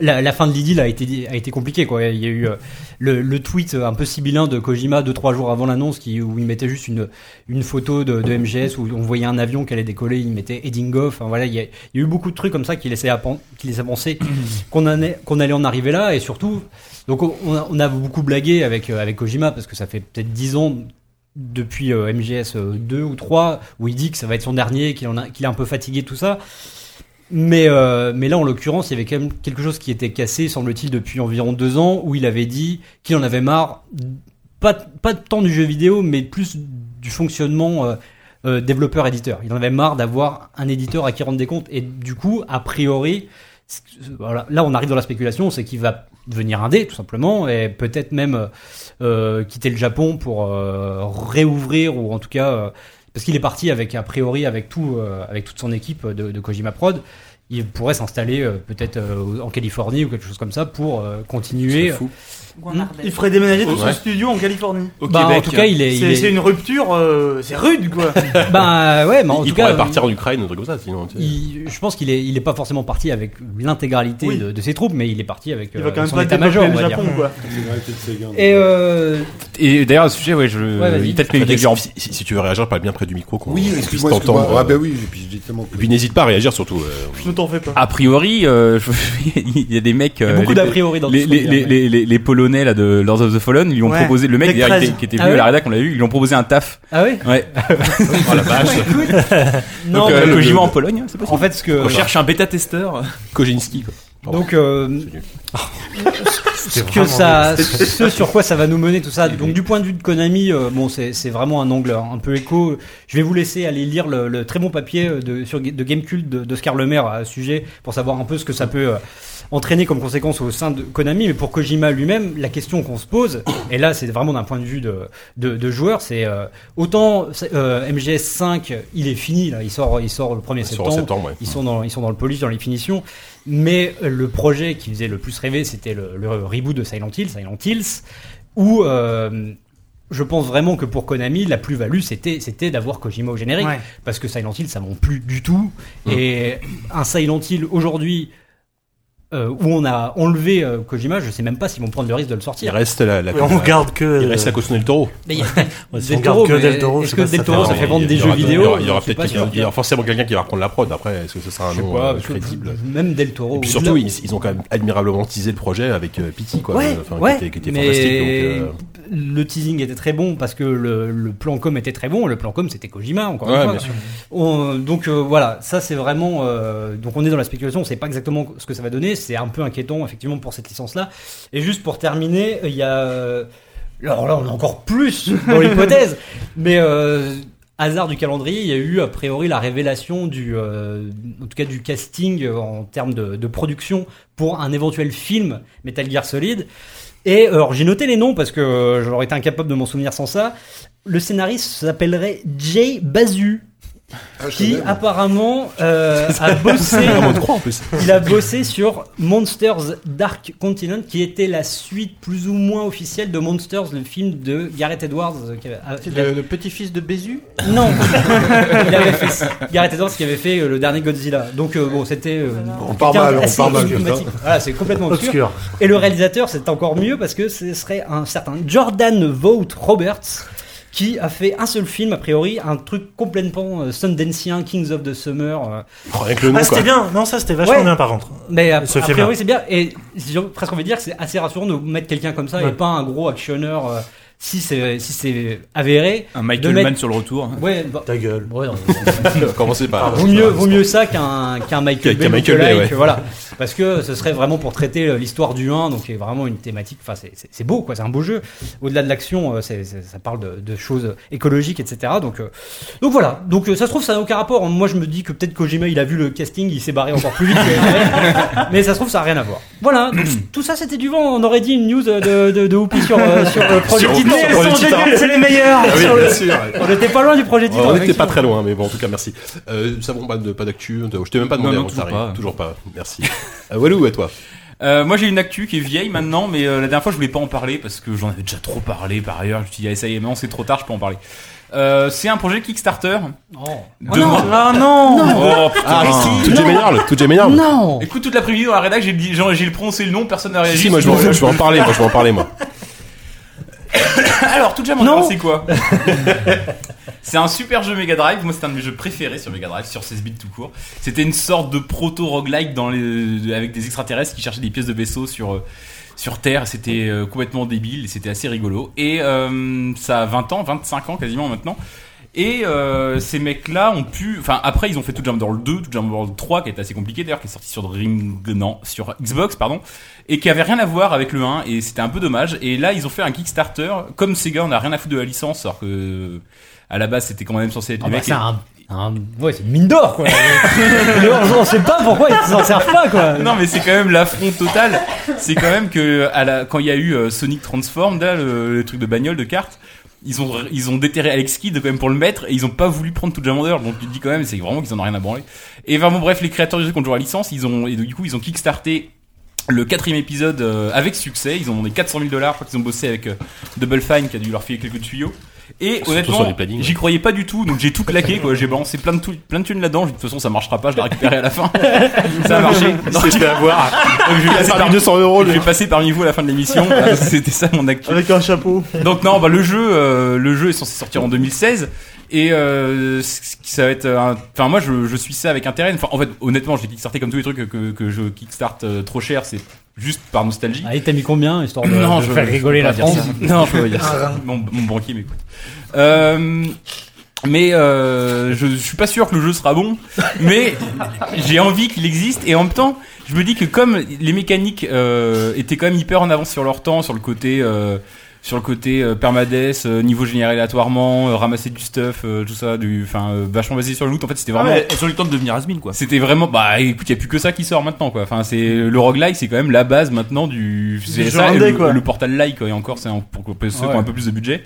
Speaker 3: La, la fin de l'idylle a été, a été compliquée, quoi. Il y a eu euh, le, le tweet un peu sibyllin de Kojima deux, trois jours avant l'annonce qui, où il mettait juste une, une photo de, de MGS où on voyait un avion qui allait décoller, il mettait Heading Off. Enfin, voilà, il y, a, il y a eu beaucoup de trucs comme ça qui laissaient, à pen- qui laissaient penser qu'on en est- qu'on allait en arriver là et surtout. Donc, on on a, on a beaucoup blagué avec, euh, avec Kojima parce que ça fait peut-être dix ans depuis euh, MGS 2 ou 3 où il dit que ça va être son dernier, qu'il en a, qu'il est un peu fatigué tout ça. Mais, euh, mais là, en l'occurrence, il y avait quand même quelque chose qui était cassé, semble-t-il, depuis environ deux ans, où il avait dit qu'il en avait marre, pas, pas tant du jeu vidéo, mais plus du fonctionnement euh, euh, développeur-éditeur. Il en avait marre d'avoir un éditeur à qui rendre des comptes. Et du coup, a priori, c- voilà, là, on arrive dans la spéculation, c'est qu'il va devenir indé, tout simplement, et peut-être même euh, euh, quitter le Japon pour euh, réouvrir, ou en tout cas... euh, parce qu'il est parti avec a priori avec tout euh, avec toute son équipe de, de Kojima Prod, il pourrait s'installer euh, peut-être euh, en Californie ou quelque chose comme ça pour euh, continuer. Hmm
Speaker 2: C'est fou.
Speaker 7: Ou en Ardèche.
Speaker 6: Il ferait déménager tout son
Speaker 2: Ouais.
Speaker 6: studio en Californie.
Speaker 4: Au
Speaker 3: Bah, en tout cas, il est, il
Speaker 6: C'est
Speaker 3: est-
Speaker 6: c'est une rupture, euh, c'est rude quoi.
Speaker 3: bah ouais, mais en
Speaker 2: il
Speaker 3: tout
Speaker 2: pourrait
Speaker 3: cas,
Speaker 2: partir en Ukraine ou un truc comme ça, sinon. tu sais.
Speaker 3: il- je pense qu'il est, il est pas forcément parti avec l'intégralité
Speaker 6: Oui.
Speaker 3: de, de ses troupes, mais il est parti avec,
Speaker 6: Il
Speaker 3: euh,
Speaker 6: va quand même
Speaker 3: son
Speaker 6: pas
Speaker 3: état-major,
Speaker 6: développer
Speaker 3: on
Speaker 6: le
Speaker 3: va dire.
Speaker 6: Japon quoi.
Speaker 3: Et euh,
Speaker 4: Et d'ailleurs, à ce sujet, ouais, je.
Speaker 3: Ouais, vas-y.
Speaker 4: il peut-être qu'il y a eu
Speaker 2: Frédéric,
Speaker 4: quelques gens.
Speaker 2: si, si- si tu veux réagir, parle bien près du micro qu'on
Speaker 9: Oui,
Speaker 2: qu'on puisse
Speaker 9: excuse-moi,
Speaker 2: t'entendre.
Speaker 9: excuse-moi. Ah bah oui, et puis je dis tellement
Speaker 2: Et
Speaker 9: que...
Speaker 2: puis n'hésite pas à réagir surtout. euh,
Speaker 6: Je ne t'en fais pas.
Speaker 4: A priori, euh, je- il y a des mecs.
Speaker 3: Il y
Speaker 4: euh,
Speaker 3: a beaucoup
Speaker 4: les-
Speaker 3: d'a priori dans
Speaker 4: les,
Speaker 3: tout ce
Speaker 4: les,
Speaker 3: qu'on
Speaker 4: les,
Speaker 3: dit, hein,
Speaker 4: les, les- les Polonais là, de Lords of the Fallen, ils lui ont
Speaker 6: Ouais.
Speaker 4: proposé, le mec
Speaker 6: Mec
Speaker 4: d'ailleurs, qui
Speaker 6: 13.
Speaker 4: était- qui était
Speaker 3: Ah
Speaker 4: venu à la
Speaker 3: ouais
Speaker 4: rédac, on l'a vu, ils lui ont proposé un taf.
Speaker 3: mais- Ah oui
Speaker 4: Ouais. Bah,
Speaker 2: Oh la vache.
Speaker 3: Non,
Speaker 4: Donc,
Speaker 3: mais-
Speaker 4: euh,
Speaker 2: le-
Speaker 4: Kojima en Pologne, c'est possible.
Speaker 3: en fait, ce que.
Speaker 4: On cherche un bêta-testeur.
Speaker 2: Kojinski. quoi. Pardon.
Speaker 3: Donc, euh,
Speaker 8: C'était
Speaker 3: que
Speaker 8: vraiment
Speaker 3: ça, ce sur quoi ça va nous mener tout ça. Donc du point de vue de Konami, euh, bon c'est c'est vraiment un angle hein, un peu écho. Je vais vous laisser aller lire le, le très bon papier euh, de, sur, de Gamecult de- d'Oscar Le Maire à ce sujet pour savoir un peu ce que ça peut euh, entraîner comme conséquence au sein de Konami. Mais pour Kojima lui-même, la question qu'on se pose, et là c'est vraiment d'un point de vue de, de, de joueur, c'est euh, autant c'est, euh, MGS 5, il est fini, là, il sort, il sort le 1er
Speaker 2: Il sort en
Speaker 3: septembre.
Speaker 2: septembre, ouais.
Speaker 3: Ils sont dans, ils sont dans le polish, dans les finitions. Mais euh, le projet qui faisait le plus rêver, c'était le, le reboot de Silent Hill, Silent Hills, où euh, je pense vraiment que pour Konami, la plus-value, c'était, c'était d'avoir Kojima au générique.
Speaker 6: Ouais.
Speaker 3: Parce que Silent Hill, ça monte plus du tout.
Speaker 2: Mmh.
Speaker 3: Et un Silent Hill aujourd'hui, euh, où on a enlevé euh, Kojima, je sais même pas s'ils vont prendre le risque de le
Speaker 2: Il
Speaker 3: sortir.
Speaker 2: reste la. la
Speaker 8: Mais on garde que.
Speaker 2: Il reste la caution del Toro.
Speaker 3: Mais il y a
Speaker 8: Ouais, si
Speaker 3: Del
Speaker 8: on garde
Speaker 3: Toro,
Speaker 8: que
Speaker 3: mais
Speaker 8: Del Toro, je sais
Speaker 3: est-ce que
Speaker 8: pas si
Speaker 3: Del
Speaker 8: ça
Speaker 3: Toro,
Speaker 8: fait
Speaker 3: ça
Speaker 8: un-
Speaker 3: fait vendre
Speaker 2: Il
Speaker 3: des
Speaker 2: y
Speaker 3: jeux
Speaker 2: aura- Il y
Speaker 3: vidéo
Speaker 2: aura, il y aura
Speaker 3: je sais
Speaker 2: peut-être
Speaker 3: pas
Speaker 2: quelqu'un-
Speaker 3: si on-
Speaker 2: il y aura forcément quelqu'un qui va reprendre la prod. Après, est-ce que ce sera un
Speaker 3: Je sais
Speaker 2: nom
Speaker 3: pas,
Speaker 2: euh,
Speaker 3: parce que
Speaker 2: crédible
Speaker 3: même Del Toro.
Speaker 2: Et puis
Speaker 3: au-delà-
Speaker 2: surtout, ils, ils ont quand même admirablement teasé le projet avec euh, Pity, quoi.
Speaker 3: Ouais,
Speaker 2: Enfin, qui
Speaker 3: ouais,
Speaker 2: était, qui était
Speaker 3: mais
Speaker 2: fantastique. Donc, euh,
Speaker 3: le teasing était très bon parce que le, le plan com était très bon. Le plan com c'était Kojima encore
Speaker 2: Ouais,
Speaker 3: une fois.
Speaker 2: bien
Speaker 3: On- donc euh, voilà, ça c'est vraiment. euh, donc on est dans la spéculation, on sait pas exactement ce que ça va donner. C'est un peu inquiétant effectivement pour cette licence là. Et juste pour terminer, il y a. euh, alors là on est encore plus dans l'hypothèse, mais. euh, Hasard du calendrier, il y a eu a priori la révélation du, euh, en tout cas du casting euh, en termes de, de production pour un éventuel film Metal Gear Solid. Et euh, alors j'ai noté les noms parce que euh, j'aurais été incapable de m'en souvenir sans ça. Le scénariste s'appellerait Jay Bazu,
Speaker 8: Ah,
Speaker 3: qui apparemment euh, a bossé.
Speaker 2: on te croit en plus.
Speaker 3: Il a bossé sur Monsters Dark Continent, qui était la suite plus ou moins officielle de Monsters, le film de Gareth Edwards. euh, qui avait- ah,
Speaker 5: C'est
Speaker 3: il a-
Speaker 5: le, le petit-fils de Bézu
Speaker 3: Non, il avait fait ça. Gareth Edwards qui avait fait euh, le dernier Godzilla. Donc euh, bon, c'était. euh,
Speaker 8: On part mal, on
Speaker 3: assez
Speaker 8: part mal.
Speaker 3: énigmatique. Voilà, c'est complètement obscur.
Speaker 8: Obscur.
Speaker 3: Et le réalisateur, c'est encore mieux parce que ce serait un certain Jordan Vogt Roberts qui a fait un seul film, a priori, un truc complètement euh, sundancien, Kings of the Summer. euh.
Speaker 4: Oh,
Speaker 2: Rien que le nom,
Speaker 8: Ah,
Speaker 2: quoi.
Speaker 8: c'était bien. Non, ça, c'était vachement
Speaker 3: Ouais.
Speaker 8: bien, par contre.
Speaker 3: Mais a,
Speaker 8: Ce
Speaker 3: a
Speaker 8: film-là.
Speaker 3: priori, c'est bien. Et j'ai presque envie de dire que c'est assez rassurant de mettre quelqu'un comme ça et
Speaker 8: Ouais.
Speaker 3: pas un gros actionneur euh, si c'est si c'est avéré.
Speaker 4: Un
Speaker 3: De
Speaker 4: Michael
Speaker 3: mettre-
Speaker 4: Mann sur le retour. hein.
Speaker 3: Ouais, bah,
Speaker 8: Ta gueule.
Speaker 3: ouais, non,
Speaker 2: Commencez par.
Speaker 3: Vaut mieux, vaut mieux ça qu'un qu'un Michael
Speaker 2: Qu'un
Speaker 3: Bay.
Speaker 2: Michael
Speaker 3: Michael
Speaker 2: Bay, ouais.
Speaker 3: voilà. Parce que ce serait vraiment pour traiter euh, l'histoire du 1, donc c'est vraiment une thématique. Enfin, c'est- c'est c'est beau, quoi. C'est un beau jeu. Au-delà de l'action, euh, c'est- c'est- ça parle de, de choses écologiques, etc. Donc, euh, donc voilà. Donc euh, ça se trouve, ça n'a aucun rapport. Moi, je me dis que peut-être Kojima, il a vu le casting, il s'est barré encore plus vite. que- mais ça se trouve, ça n'a rien à voir. Voilà. Donc, tout ça, c'était du vent. On aurait dit une news euh, de, de, de Whoopi sur, euh, sur le projet
Speaker 2: Sur-
Speaker 3: Titan.
Speaker 2: sur le Titan.
Speaker 6: C'est les meilleurs.
Speaker 2: Ah oui, bien sûr.
Speaker 3: On n'était pas loin du projet Titan.
Speaker 2: on n'était pas
Speaker 3: effectivement.
Speaker 2: très loin, mais bon, en tout cas, merci. Euh, ça bon, pas de- pas d'actu. Je t'ai même pas demandé
Speaker 4: Non, non,
Speaker 2: avant que
Speaker 4: toujours
Speaker 2: t'arrives.
Speaker 4: pas.
Speaker 2: Toujours pas. Merci. Euh, Walou, à toi.
Speaker 4: Euh, moi j'ai une actu qui est vieille maintenant, mais euh, la dernière fois je voulais pas en parler parce que j'en avais déjà trop parlé par ailleurs. Je me suis dit, ah, ça y est, maintenant c'est trop tard, je peux en parler. Euh, c'est un projet Kickstarter.
Speaker 3: Oh.
Speaker 4: de moi-
Speaker 6: Ah non Ah,
Speaker 4: Oh, putain.
Speaker 2: Ah, tout Jay Maynard, tout Jay Maynard.
Speaker 3: Non.
Speaker 4: Écoute, toute l'après-midi dans la rédac, j'ai dit- genre, j'ai prononcé le nom, personne n'a
Speaker 2: Si,
Speaker 4: réagi.
Speaker 2: si, moi je vais, je vais en parler, moi je vais en parler, moi.
Speaker 4: Alors, tout déjà,
Speaker 3: Non.
Speaker 4: mon c'est quoi C'est un super jeu Mega Drive. Moi, c'est un de mes jeux préférés sur Mega Drive, sur 16 bits tout court. C'était une sorte de proto roguelike dans les... avec des extraterrestres qui cherchaient des pièces de vaisseau sur euh, sur Terre. C'était euh, complètement débile et c'était assez rigolo. Et euh, ça a 20 ans, 25 ans quasiment maintenant. Et euh, ces mecs-là ont pu, enfin après ils ont fait Tout Jump World 2, Tout Jump World 3 qui était assez compliqué d'ailleurs, qui est sorti sur Dream, non, sur Xbox pardon, et qui avait rien à voir avec le 1 et c'était un peu dommage. Et là ils ont fait un Kickstarter, comme Sega on a rien à foutre de la licence, alors que à la base c'était quand même censé être
Speaker 3: Ah
Speaker 4: les
Speaker 3: bah,
Speaker 4: mecs.
Speaker 3: c'est un, un- Ouais, c'est une mine d'or, quoi. Mais on, on sait pas pourquoi ils s'en servent pas, quoi.
Speaker 4: Non mais c'est quand même l'affront total. C'est quand même que à la, quand il y a eu euh, Sonic Transform, là, le, le truc de bagnole de cartes, ils ont ils ont déterré Alex Kidd quand même pour le mettre et ils ont pas voulu prendre tout Jamander. Donc tu te dis quand même c'est vraiment qu'ils en ont rien à branler. Et vraiment bref, les créateurs du jeu qui ont joué à la licence, ils ont et du coup ils ont kickstarté le quatrième épisode euh, avec succès. Ils ont demandé 400 000 dollars. Je crois qu'ils ont bossé avec euh, Double Fine qui a dû leur filer quelques tuyaux. Et
Speaker 2: sur
Speaker 4: honnêtement,
Speaker 2: les plannings, ouais.
Speaker 4: j'y croyais pas du tout, donc j'ai tout claqué, quoi. J'ai balancé plein de, tou- plein de thunes là-dedans. J'ai dit, De toute façon, ça marchera pas, je l'ai récupéré à la fin. ça a marché. Donc,
Speaker 2: C'était à voir.
Speaker 4: je vais passer
Speaker 2: Ça a
Speaker 4: par-
Speaker 2: mis 200 euros.
Speaker 4: je vais passer parmi vous à la fin de l'émission. Voilà, C'était ça mon actu.
Speaker 6: Avec un chapeau.
Speaker 4: Donc non, bah, le jeu, euh, le jeu est censé sortir en 2016. Et euh, ce qui- ça va être, un- enfin moi je, je suis ça avec intérêt. Enfin en fait honnêtement j'ai kickstarté comme tous les trucs que, que je kickstart euh, trop cher, c'est juste par nostalgie.
Speaker 3: Allez, t'as Ah, mis combien histoire de,
Speaker 4: Non,
Speaker 3: de
Speaker 4: je
Speaker 3: faire
Speaker 4: je
Speaker 3: rigoler
Speaker 4: peux
Speaker 3: la
Speaker 4: pas dire
Speaker 3: France
Speaker 4: ça. Non, je peux pas dire ça. Mon, mon banquier m'écoute. Euh, mais euh, je, je suis pas sûr que le jeu sera bon, mais j'ai envie qu'il existe et en même temps, je me dis que comme les mécaniques euh, étaient quand même hyper en avance sur leur temps, sur le côté euh, sur le côté euh, permadeath, euh, niveau généré aléatoirement, euh, ramasser du stuff, euh, tout ça, du, enfin euh, vachement basé sur le loot. En fait, c'était vraiment
Speaker 9: elles ont eu le temps de devenir Asmin quoi.
Speaker 4: c'était vraiment bah écoute, il y a plus que ça qui sort maintenant quoi. Enfin, c'est le roguelike, c'est quand même la base maintenant du
Speaker 6: Du jeu
Speaker 4: et
Speaker 6: indé,
Speaker 4: le,
Speaker 6: quoi.
Speaker 4: le portal like et encore c'est un- pour pour ceux qui
Speaker 3: Ouais.
Speaker 4: ont un peu plus de budget.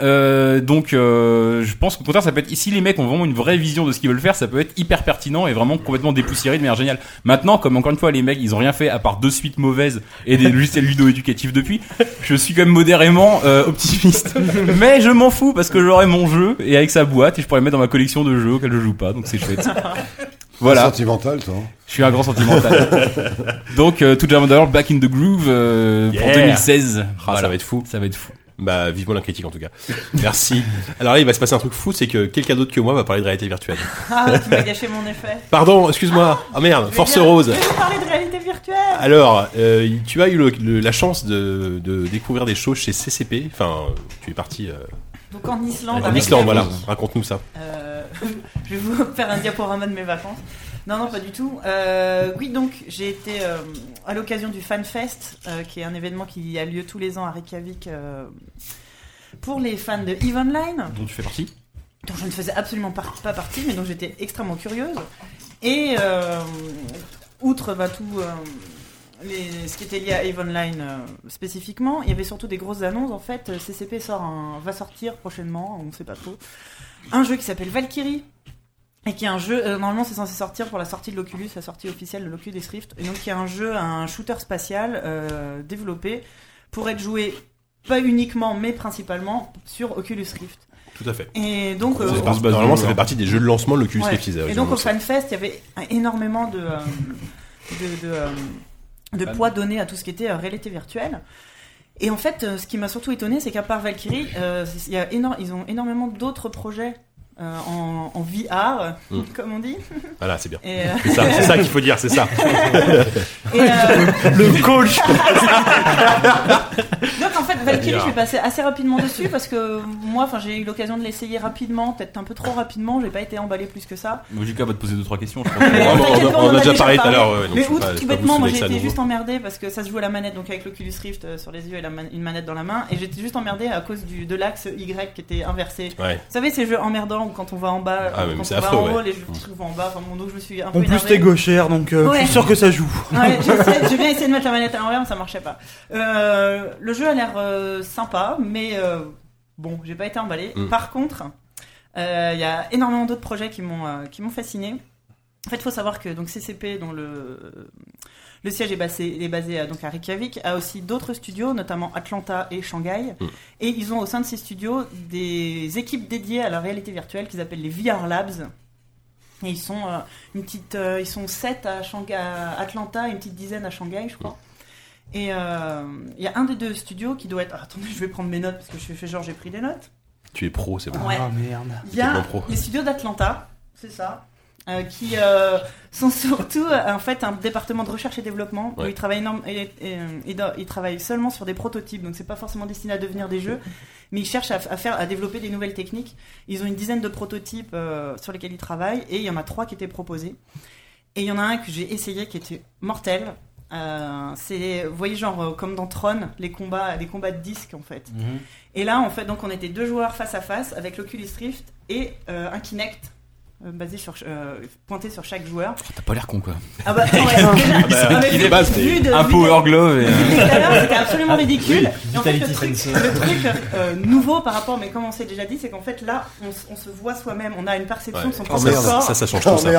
Speaker 4: Euh, donc euh, je pense qu'au contraire ça peut être si les mecs ont vraiment une vraie vision de ce qu'ils veulent faire, ça peut être hyper pertinent et vraiment complètement dépoussiéré de manière géniale. Maintenant comme encore une fois les mecs, ils ont rien fait à part deux suites mauvaises et des logiciels ludo éducatifs depuis, je suis quand même modérément euh, optimiste. Mais je m'en fous parce que j'aurai mon jeu et avec sa boîte et je pourrais le mettre dans ma collection de jeux auxquels je joue pas, donc c'est chouette. Voilà.
Speaker 10: Sentimental, toi. hein.
Speaker 4: Je suis un grand sentimental. Donc, euh, tout German Dollar, Back in the Groove euh, pour
Speaker 2: Yeah.
Speaker 4: 2016.
Speaker 2: Ah,
Speaker 4: Voilà.
Speaker 2: ça va être fou.
Speaker 4: Ça va être fou.
Speaker 2: Bah, vivement la critique en tout cas. Merci. Alors là, il va se passer un truc fou, c'est que quelqu'un d'autre que moi va parler de réalité virtuelle.
Speaker 7: Ah, tu m'as gâché mon effet.
Speaker 2: Pardon, excuse-moi. Ah merde,
Speaker 7: Je vais
Speaker 2: Force
Speaker 7: dire-
Speaker 2: Rose.
Speaker 7: Je vais parler de réalité virtuelle.
Speaker 2: Alors, euh, tu as eu le- le- la chance de, de découvrir des choses chez CCP. Enfin, tu es parti euh,
Speaker 7: Donc en Islande.
Speaker 2: en
Speaker 7: avec
Speaker 2: Islande,
Speaker 7: la-
Speaker 2: voilà. Raconte-nous ça.
Speaker 7: Euh, je vais vous faire un diaporama de mes vacances. Non, non, pas du tout. Euh, oui, donc, j'ai été euh, à l'occasion du FanFest, euh, qui est un événement qui a lieu tous les ans à Reykjavik euh, pour les fans de EVE Online,
Speaker 4: Dont tu fais partie.
Speaker 7: dont je ne faisais absolument par- pas partie, mais dont j'étais extrêmement curieuse. Et euh, outre bah, tout euh, les- ce qui était lié à EVE Online euh, spécifiquement, il y avait surtout des grosses annonces. En fait, euh, CCP sort un- va sortir prochainement, on ne sait pas trop, un jeu qui s'appelle Valkyrie. Et qui est un jeu, euh, normalement c'est censé sortir pour la sortie de l'Oculus, la sortie officielle de l'Oculus Rift. Et donc qui est un jeu, un shooter spatial euh, développé pour être joué pas uniquement mais principalement sur Oculus Rift.
Speaker 2: Tout à fait.
Speaker 7: Et donc euh,
Speaker 2: Par- Normalement, ça fait partie des jeux de lancement de l'Oculus
Speaker 7: Ouais.
Speaker 2: Rift. ils avaient
Speaker 7: Et donc au
Speaker 2: annoncé.
Speaker 7: FanFest, il y avait un- énormément de, euh, de, de, euh, de poids donné à tout ce qui était euh, réalité virtuelle. Et en fait, euh, ce qui m'a surtout étonné, c'est qu'à part Valkyrie, euh, c'est- il y a éno- ils ont énormément d'autres projets euh, en, en VR,
Speaker 2: Mm.
Speaker 7: comme on dit.
Speaker 2: Voilà, c'est bien.
Speaker 7: Et, euh,
Speaker 2: C'est ça, c'est ça qu'il faut dire, c'est ça.
Speaker 7: et, euh,
Speaker 6: Le coach
Speaker 7: donc en fait, Valkyrie,
Speaker 2: VR.
Speaker 7: je vais passer assez rapidement dessus parce que moi, enfin, j'ai eu l'occasion de l'essayer rapidement, peut-être un peu trop rapidement. J'ai pas été emballée plus que ça.
Speaker 4: Bon, Lucas va te poser deux trois questions. Je pense.
Speaker 7: Mais
Speaker 2: Vraiment,
Speaker 7: t'inquiète
Speaker 2: on a-
Speaker 7: pas,
Speaker 2: on a déjà parlé tout à l'heure, ouais, donc
Speaker 7: mais
Speaker 2: je peux pas-
Speaker 7: outre,
Speaker 2: je
Speaker 7: tout
Speaker 2: peux pas vous
Speaker 7: bêtement, moi
Speaker 2: soumettre
Speaker 7: j'ai
Speaker 2: ça à
Speaker 7: été
Speaker 2: nouveau.
Speaker 7: juste emmerdée parce que ça se joue à la manette, donc avec l'Oculus Rift euh, sur les yeux et la man- une manette dans la main. Et j'étais juste emmerdée à cause du, de l'axe Y qui était inversé.
Speaker 2: Ouais.
Speaker 7: Vous savez, ces jeux emmerdants où quand on va en bas,
Speaker 2: Ah,
Speaker 7: euh,
Speaker 2: mais
Speaker 7: quand
Speaker 2: c'est
Speaker 7: on va
Speaker 2: affreux,
Speaker 7: en haut,
Speaker 2: ouais.
Speaker 7: les jeux se trouvent en bas. Enfin bon, donc je me suis un peu
Speaker 6: En plus,
Speaker 7: énervée.
Speaker 6: t'es gauchère, donc euh, je
Speaker 7: Ouais.
Speaker 6: suis sûr que ça joue.
Speaker 7: Ouais, j'ai essayé- j'ai bien essayé de mettre la manette à l'envers, mais ça marchait pas. Euh, le jeu a l'air euh, sympa, mais euh, bon, j'ai pas été emballé.
Speaker 2: Mm.
Speaker 7: Par contre, euh, il y a énormément d'autres projets qui m'ont euh, qui m'ont fasciné. En fait, il faut savoir que donc CCP, dont le le siège est basé, est basé à, donc à Reykjavik, a aussi d'autres studios, notamment Atlanta et Shanghai.
Speaker 2: Mm.
Speaker 7: Et ils ont au sein de ces studios des équipes dédiées à la réalité virtuelle qu'ils appellent les VR Labs. Et ils sont euh, une petite, euh, ils sont 7 à, Shanghai, à Atlanta et une petite dizaine à Shanghai, je crois. Et euh, il y a un des deux studios qui doit être. ah, attendez, je vais prendre mes notes parce que je fais genre j'ai pris des notes.
Speaker 2: Tu es pro, c'est bon.
Speaker 7: Ouais.
Speaker 6: Ah merde.
Speaker 7: Il y a
Speaker 2: Complètement pro.
Speaker 7: les studios d'Atlanta, c'est ça, euh, qui euh, sont surtout euh, en fait un département de recherche et développement où
Speaker 2: Ouais.
Speaker 7: ils travaillent énorme- et- et, euh, ils do- ils travaillent seulement sur des prototypes, donc c'est pas forcément destiné à devenir des jeux, mais ils cherchent à, f- à faire à développer des nouvelles techniques. Ils ont une dizaine de prototypes euh, sur lesquels ils travaillent et il y en a trois qui étaient proposés. Et il y en a un que j'ai essayé qui était mortel. Euh, c'est, vous voyez, genre euh, comme dans Tron, les combats, les combats de disques en fait.
Speaker 6: Mhm.
Speaker 7: Mhm. Et là, en fait, donc on était deux joueurs face à face avec l'Oculus Rift et euh, un Kinect. euh, basé sur ch- euh, pointé sur chaque joueur
Speaker 4: T'as pas l'air con quoi.
Speaker 7: ah bah ouais, déjà,
Speaker 2: bah,
Speaker 7: non, mais
Speaker 2: il
Speaker 7: vu-
Speaker 2: est bas,
Speaker 7: vu
Speaker 2: c'est
Speaker 7: de-
Speaker 4: Un
Speaker 7: vu
Speaker 4: power glove. Et,
Speaker 7: de- vu tout à l'heure, c'était absolument
Speaker 3: Ah,
Speaker 7: ridicule
Speaker 3: oui,
Speaker 7: et en fait le
Speaker 3: Vitality
Speaker 7: truc,
Speaker 3: Sensor.
Speaker 7: le truc, euh, nouveau par rapport mais comme on s'est déjà dit c'est qu'en fait là on, s- on se voit soi-même on a une perception de son
Speaker 2: Ouais. Oh,
Speaker 7: propre
Speaker 2: ça, ça,
Speaker 7: corps
Speaker 2: ça, ça change tout ça.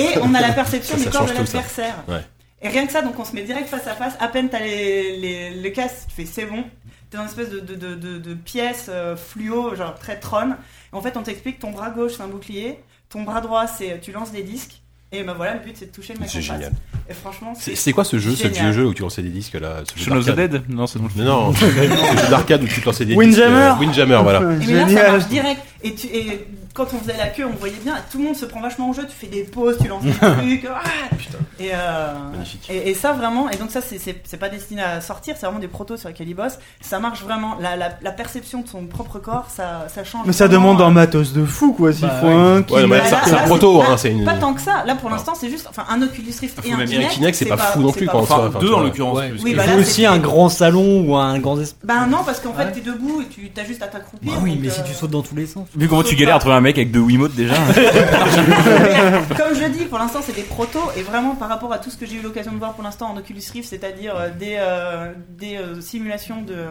Speaker 7: et on a la perception
Speaker 2: Ça,
Speaker 7: du
Speaker 2: ça
Speaker 7: corps de
Speaker 2: change tout, ça.
Speaker 7: l'adversaire.
Speaker 2: Ouais.
Speaker 7: Et rien que ça, donc on se met direct face à face. À peine t'as les, les, le casque, tu fais c'est bon. T'es dans une espèce de, de, de, de, de pièce euh, fluo, genre très trône. En fait, on t'explique ton bras gauche c'est un bouclier, ton bras droit c'est tu lances des disques. Et ben voilà, le but c'est de toucher le mec en
Speaker 2: C'est
Speaker 7: face.
Speaker 2: génial.
Speaker 7: Et franchement,
Speaker 2: C'est c'est quoi ce jeu, ce
Speaker 7: Génial.
Speaker 2: vieux jeu où tu lançais des disques là ce jeu
Speaker 4: Shaun of the
Speaker 2: d'arcade
Speaker 4: Dead Non, c'est bon.
Speaker 2: Non, non, ce jeu d'arcade où tu te lançais des
Speaker 6: Windjammer
Speaker 2: disques. euh, Windjammer, voilà.
Speaker 7: Et mais là, ça marche direct. Et, tu, et quand on faisait la queue, on voyait bien, tout le monde se prend vachement en jeu, tu fais des pauses, tu lances des trucs. ah et, euh, et, et ça vraiment, et donc ça c'est- c'est c'est pas destiné à sortir, c'est vraiment des protos sur lesquels ils bossent. Ça marche vraiment, la, la, la perception de son propre corps, ça, ça change.
Speaker 6: Mais ça
Speaker 7: vraiment,
Speaker 6: demande un
Speaker 7: euh,
Speaker 6: matos de fou, quoi. S'il faut un qui.
Speaker 2: Ouais, mais
Speaker 7: Bah,
Speaker 2: ça-
Speaker 7: là-
Speaker 2: c'est
Speaker 7: là,
Speaker 2: un proto, hein,
Speaker 7: pas-
Speaker 2: c'est une.
Speaker 7: Pas tant que ça, là pour
Speaker 2: Voilà.
Speaker 7: l'instant c'est juste enfin, un Oculus Rift
Speaker 4: Faut
Speaker 7: et un
Speaker 4: même dire,
Speaker 7: Kinect.
Speaker 2: un Kinect, c'est pas fou non plus,
Speaker 7: pas
Speaker 2: quand on
Speaker 7: fou.
Speaker 2: soit-
Speaker 4: Enfin,
Speaker 2: enfin,
Speaker 4: deux
Speaker 2: tu
Speaker 4: en
Speaker 2: vois.
Speaker 4: l'occurrence.
Speaker 3: Ouais.
Speaker 4: parce
Speaker 7: Oui,
Speaker 4: que-
Speaker 7: bah
Speaker 3: Il
Speaker 7: là,
Speaker 3: faut
Speaker 7: c'est-
Speaker 3: aussi un grand salon ou un grand espace.
Speaker 7: Ben non, parce qu'en fait
Speaker 3: Ouais.
Speaker 7: t'es debout et tu t'as juste à t'accroupir.
Speaker 3: Bah oui,
Speaker 7: donc,
Speaker 3: mais
Speaker 7: euh,
Speaker 3: si tu sautes dans tous les sens.
Speaker 4: Vu comment tu galères à trouver un mec avec deux Wiimote déjà.
Speaker 7: Comme je le dis, pour l'instant, c'est des protos et vraiment par rapport à tout ce que j'ai eu l'occasion de voir pour l'instant en Oculus Rift, c'est-à-dire euh, des, euh, des euh, simulations de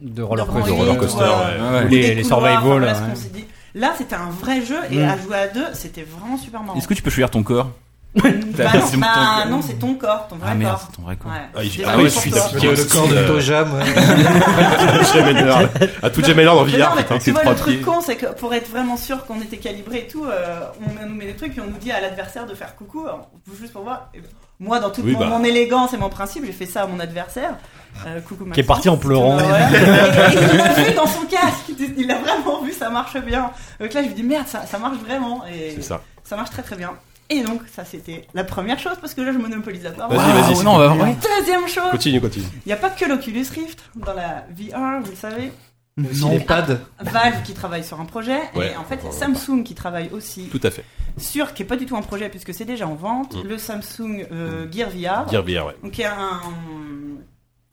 Speaker 3: De roller
Speaker 7: de
Speaker 3: coaster.
Speaker 2: De roller coaster,
Speaker 7: ou, euh,
Speaker 2: ouais.
Speaker 7: ou
Speaker 3: Les-
Speaker 7: des
Speaker 3: les
Speaker 7: couloirs, enfin,
Speaker 3: survival,
Speaker 7: voilà ce
Speaker 3: ouais.
Speaker 7: qu'on s'est dit. Là, c'était un vrai jeu et
Speaker 3: Mm.
Speaker 7: à jouer à deux, c'était vraiment super marrant.
Speaker 4: Est-ce que tu peux choisir ton corps
Speaker 7: Bah
Speaker 4: T'as-
Speaker 7: non,
Speaker 4: c'est mon
Speaker 7: bah
Speaker 4: ton-
Speaker 7: non, c'est ton corps, ton vrai
Speaker 4: Ah merde,
Speaker 7: corps.
Speaker 4: c'est ton vrai corps.
Speaker 7: Ouais.
Speaker 2: Ah, il-
Speaker 7: Désolé
Speaker 2: ah ouais,
Speaker 7: pour
Speaker 2: je suis
Speaker 7: toi.
Speaker 2: d'accord. euh,
Speaker 5: Le corps de Toja, moi.
Speaker 2: À toute jamais l'heure
Speaker 7: Mais
Speaker 2: dans
Speaker 7: non,
Speaker 2: Villard,
Speaker 7: mais
Speaker 2: ah, putain,
Speaker 7: tu
Speaker 2: c'est
Speaker 7: vois,
Speaker 2: trois
Speaker 7: le truc
Speaker 2: pieds.
Speaker 7: con, c'est que pour être vraiment sûr qu'on était calibré et tout, euh, on nous met des trucs et on nous dit à l'adversaire de faire coucou, alors, juste pour voir. Et Moi, dans toute
Speaker 2: Oui,
Speaker 7: mon,
Speaker 2: bah.
Speaker 7: mon élégance et mon principe, j'ai fait ça à mon adversaire. Euh, coucou
Speaker 3: Qui est
Speaker 7: Maxence.
Speaker 3: parti en pleurant.
Speaker 7: Euh, voilà. Et- et il l'a fait dans son casque, il il l'a vraiment vu, ça marche bien. Donc là, je me dis merde, ça, ça marche vraiment. Et
Speaker 2: C'est ça.
Speaker 7: ça marche très très bien. Et donc, ça c'était la première chose, parce que là, je monopolise la parole.
Speaker 2: Vas-y,
Speaker 3: Ah,
Speaker 2: vas-y.
Speaker 4: non, on va
Speaker 3: bah,
Speaker 4: voir.
Speaker 7: Deuxième chose,
Speaker 2: Continue, continue.
Speaker 7: il n'y a pas que l'Oculus Rift dans la VR, vous le savez.
Speaker 6: Mhm.
Speaker 5: Aussi les pads.
Speaker 7: Valve qui travaille sur un projet
Speaker 2: Ouais,
Speaker 7: et en fait
Speaker 2: on va
Speaker 7: Samsung qui travaille aussi
Speaker 2: Tout à fait.
Speaker 7: sur qui est pas du tout un projet puisque c'est déjà en vente
Speaker 2: Mm.
Speaker 7: le Samsung euh, Gear VR
Speaker 2: Gear VR, ouais.
Speaker 7: donc qui est un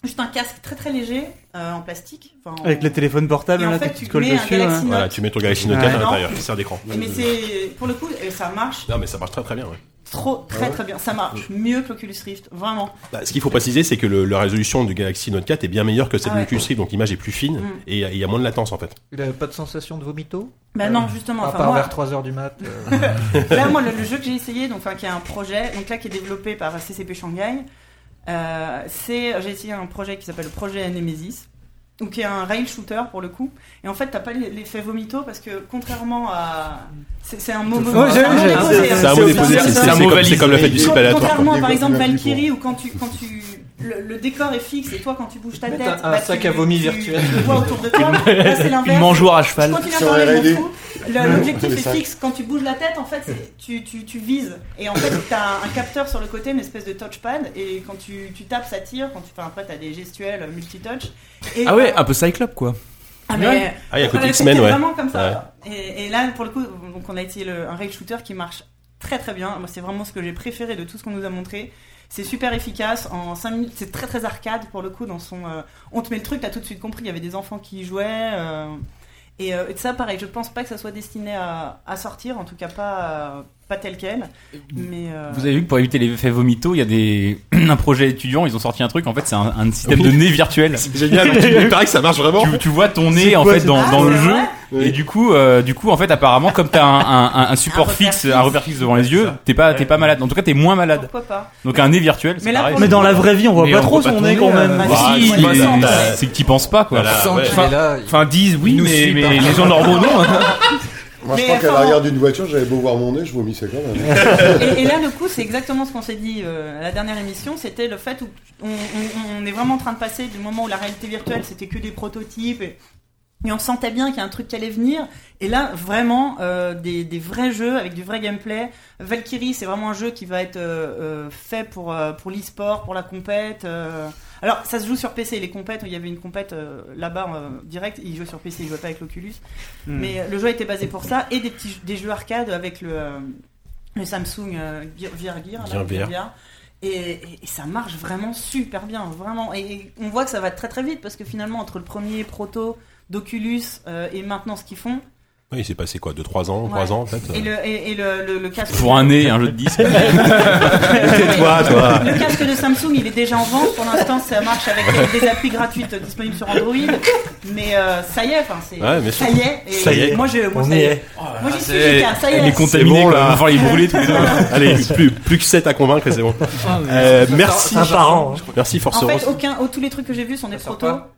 Speaker 7: juste un casque très très léger euh, en plastique enfin, en-
Speaker 6: Avec les téléphones portables,
Speaker 7: Et en
Speaker 6: là,
Speaker 7: fait,
Speaker 6: tu
Speaker 7: tu
Speaker 6: te colles
Speaker 7: mets un
Speaker 6: dessus.
Speaker 7: Galaxy
Speaker 6: hein.
Speaker 7: Note.
Speaker 2: Voilà, tu mets ton Galaxy Note 4 à
Speaker 7: Ouais.
Speaker 2: l'intérieur, qui sert d'écran.
Speaker 7: mais c'est pour le coup euh, ça marche
Speaker 2: Non, mais ça marche très très bien, Ah ouais.
Speaker 7: trop très très bien ça marche mieux que l'Oculus Rift vraiment
Speaker 2: Bah, ce qu'il faut préciser, c'est que le- la résolution du Galaxy Note 4 est bien meilleure que celle
Speaker 7: Ah ouais.
Speaker 2: du Oculus Rift, donc l'image est plus fine
Speaker 7: Mm.
Speaker 2: et il y a moins de latence en fait.
Speaker 5: Il avait pas de sensation de vomito
Speaker 7: bah
Speaker 5: Euh,
Speaker 7: non justement
Speaker 5: À
Speaker 7: enfin,
Speaker 5: part
Speaker 7: moi,
Speaker 5: vers 3h du mat. euh,
Speaker 7: Là, moi, le, le jeu que j'ai essayé, donc, enfin, qui est un projet, donc là, qui est développé par CCP Shanghai, euh, c'est, j'ai essayé un projet qui s'appelle le projet Nemesis, donc qui est un rail shooter pour le coup. Et en fait, t'as pas l'effet vomito parce que contrairement à, c'est c'est un mot.
Speaker 5: Ouais,
Speaker 7: mot-
Speaker 5: j'ai-
Speaker 7: c'est un mot
Speaker 5: j'ai-
Speaker 7: déposé,
Speaker 5: c'est-
Speaker 7: hein.
Speaker 2: C'est un mot
Speaker 7: C'est-
Speaker 2: déposé,
Speaker 7: c'est-
Speaker 2: c'est-
Speaker 7: c'est-
Speaker 2: c'est
Speaker 4: un
Speaker 2: comme-
Speaker 4: mot
Speaker 2: c'est comme le fait du
Speaker 7: c'est-
Speaker 2: slip aléatoire.
Speaker 7: Contrairement à, par
Speaker 9: Développé
Speaker 7: exemple
Speaker 9: plus
Speaker 7: Valkyrie où quand tu quand tu le, le décor est fixe et toi quand tu bouges ta
Speaker 5: Mais
Speaker 7: tête,
Speaker 5: t'as un
Speaker 7: bah,
Speaker 5: sac
Speaker 7: tu-
Speaker 5: à vomi
Speaker 7: tu-
Speaker 5: virtuel.
Speaker 7: Tu vois autour de toi. Là c'est l'inverse.
Speaker 4: Une mangeoire à
Speaker 7: Je
Speaker 4: cheval.
Speaker 7: continue à
Speaker 9: Sur
Speaker 7: parler,
Speaker 9: R&D.
Speaker 7: mon fou. Le- L'objectif
Speaker 9: Les
Speaker 7: est
Speaker 9: sacs.
Speaker 7: fixe. Quand tu bouges la tête, en fait, c'est- tu, tu, tu vises. Et en fait, t'as un capteur sur le côté, une espèce de touchpad. Et quand tu, tu tapes, ça tire. Quand tu, enfin, après, t'as des gestuelles euh, multitouch. Et-
Speaker 4: Ah ouais, un peu Cyclope quoi.
Speaker 7: Ah, mais-
Speaker 4: ouais.
Speaker 2: Ah, il y a un côté
Speaker 7: Ouais,
Speaker 2: X-Men,
Speaker 7: c'était
Speaker 2: ouais.
Speaker 7: vraiment comme ça. Et, et là, pour le coup, donc on a essayé le- un rail shooter qui marche très très bien. Moi, c'est vraiment ce que j'ai préféré de tout ce qu'on nous a montré. C'est super efficace. En 5 minutes, c'est très très arcade pour le coup. Dans son, euh, on te met le truc, t'as tout de suite compris. Il y avait des enfants qui y jouaient. euh, et, euh, et ça, pareil, je pense pas que ça soit destiné à, à sortir, en tout cas pas, euh, pas tel quel. Mais euh,
Speaker 4: Vous avez vu que pour éviter l'effet vomito, il y a des un projet étudiant, ils ont sorti un truc. En fait, c'est un, un système de nez virtuel.
Speaker 2: Génial, il paraît que ça marche vraiment.
Speaker 4: Tu, tu vois ton nez en
Speaker 6: quoi,
Speaker 4: fait
Speaker 6: c'est-
Speaker 4: dans,
Speaker 7: Ah,
Speaker 4: dans le
Speaker 7: c'est
Speaker 4: jeu
Speaker 7: vrai
Speaker 4: et du coup euh, du coup en fait apparemment comme t'as un, un, un- un support
Speaker 7: Un repère
Speaker 4: fixe
Speaker 7: fixe.
Speaker 4: un repère fixe devant les yeux t'es pas t'es pas malade en tout cas t'es moins malade
Speaker 7: pourquoi pas
Speaker 4: donc un nez virtuel c'est
Speaker 7: Mais euh, là,
Speaker 4: pareil.
Speaker 7: pour
Speaker 6: Mais
Speaker 7: le
Speaker 6: dans la vraie vie, on voit
Speaker 4: Mais
Speaker 6: pas
Speaker 4: on
Speaker 6: trop
Speaker 4: voit pas
Speaker 6: son
Speaker 4: ton
Speaker 6: nez quand
Speaker 5: euh,
Speaker 6: même.
Speaker 7: bah,
Speaker 6: Ah,
Speaker 4: Bah,
Speaker 7: si,
Speaker 4: si,
Speaker 7: il
Speaker 4: mais
Speaker 7: est centre.
Speaker 4: c'est- c'est que t'y penses pas quoi
Speaker 2: Voilà. Ah,
Speaker 5: Sans
Speaker 2: ouais.
Speaker 5: qu'il est là. il-
Speaker 4: enfin disent oui
Speaker 5: Il nous
Speaker 4: mais,
Speaker 5: suit
Speaker 4: mais
Speaker 5: par
Speaker 4: les
Speaker 5: contre.
Speaker 4: gens normaux non hein.
Speaker 9: Moi, hein. je
Speaker 7: Mais
Speaker 9: crois qu'à
Speaker 7: enfin-
Speaker 9: l'arrière d'une voiture, j'avais beau voir mon nez, je vomissais quand même.
Speaker 7: et, et là, le coup, c'est exactement ce qu'on s'est dit euh, à la dernière émission. C'était le fait où on, on- on est vraiment en train de passer du moment où la réalité virtuelle, c'était que des prototypes. Et, et on sentait bien qu'il y a un truc qui allait venir. Et là, vraiment, euh, des, des vrais jeux avec du vrai gameplay. Valkyrie, c'est vraiment un jeu qui va être euh, euh, fait pour, euh, pour l'e-sport, pour la compète. euh. Alors, ça se joue sur PC. Les compètes, il y avait une compète euh, là-bas euh, direct. Ils jouaient sur PC, ils jouaient pas avec l'Oculus.
Speaker 6: Hmm.
Speaker 7: Mais euh, le jeu était basé pour ça et des petits des jeux arcade avec le, euh, le Samsung euh, Gear, Gear Gear, là,
Speaker 2: Gear
Speaker 7: Gear
Speaker 2: VR.
Speaker 7: VR. Et, et- et ça marche vraiment super bien, vraiment. Et, et on voit que ça va très très vite parce que finalement entre le premier proto d'Oculus euh, et maintenant ce qu'ils font
Speaker 2: Oui, il s'est passé quoi, 2-3 ans, 3
Speaker 7: Ouais.
Speaker 2: ans en fait. euh.
Speaker 7: et le et, et le, le, le casque
Speaker 4: pour un nez un jeu de disque
Speaker 2: Toi, toi.
Speaker 7: Le casque de Samsung, il est déjà en vente. Pour l'instant, ça marche avec des, des applis gratuites disponibles sur Android. Mais euh, ça y est, enfin, c'est
Speaker 2: Ouais, bien sûr.
Speaker 7: ça y est. Et
Speaker 2: Ça y est.
Speaker 7: Moi, je, moi,
Speaker 5: On
Speaker 7: ça
Speaker 5: y
Speaker 7: y
Speaker 5: est.
Speaker 7: Moi, j'y suis,
Speaker 4: C'est-
Speaker 7: j'étais à ça y
Speaker 4: elle
Speaker 7: est.
Speaker 4: est contaminée
Speaker 2: C'est bon, là.
Speaker 4: quoi. on va pouvoir les brûler tous les deux
Speaker 2: Allez, plus, plus que 7 à convaincre et c'est bon. Euh, merci,
Speaker 5: Un par an. hein.
Speaker 2: merci Force
Speaker 7: En fait,
Speaker 2: Rose.
Speaker 7: aucun, oh, tous les trucs que j'ai vus sont des
Speaker 5: Ça sort
Speaker 7: protos.
Speaker 5: pas.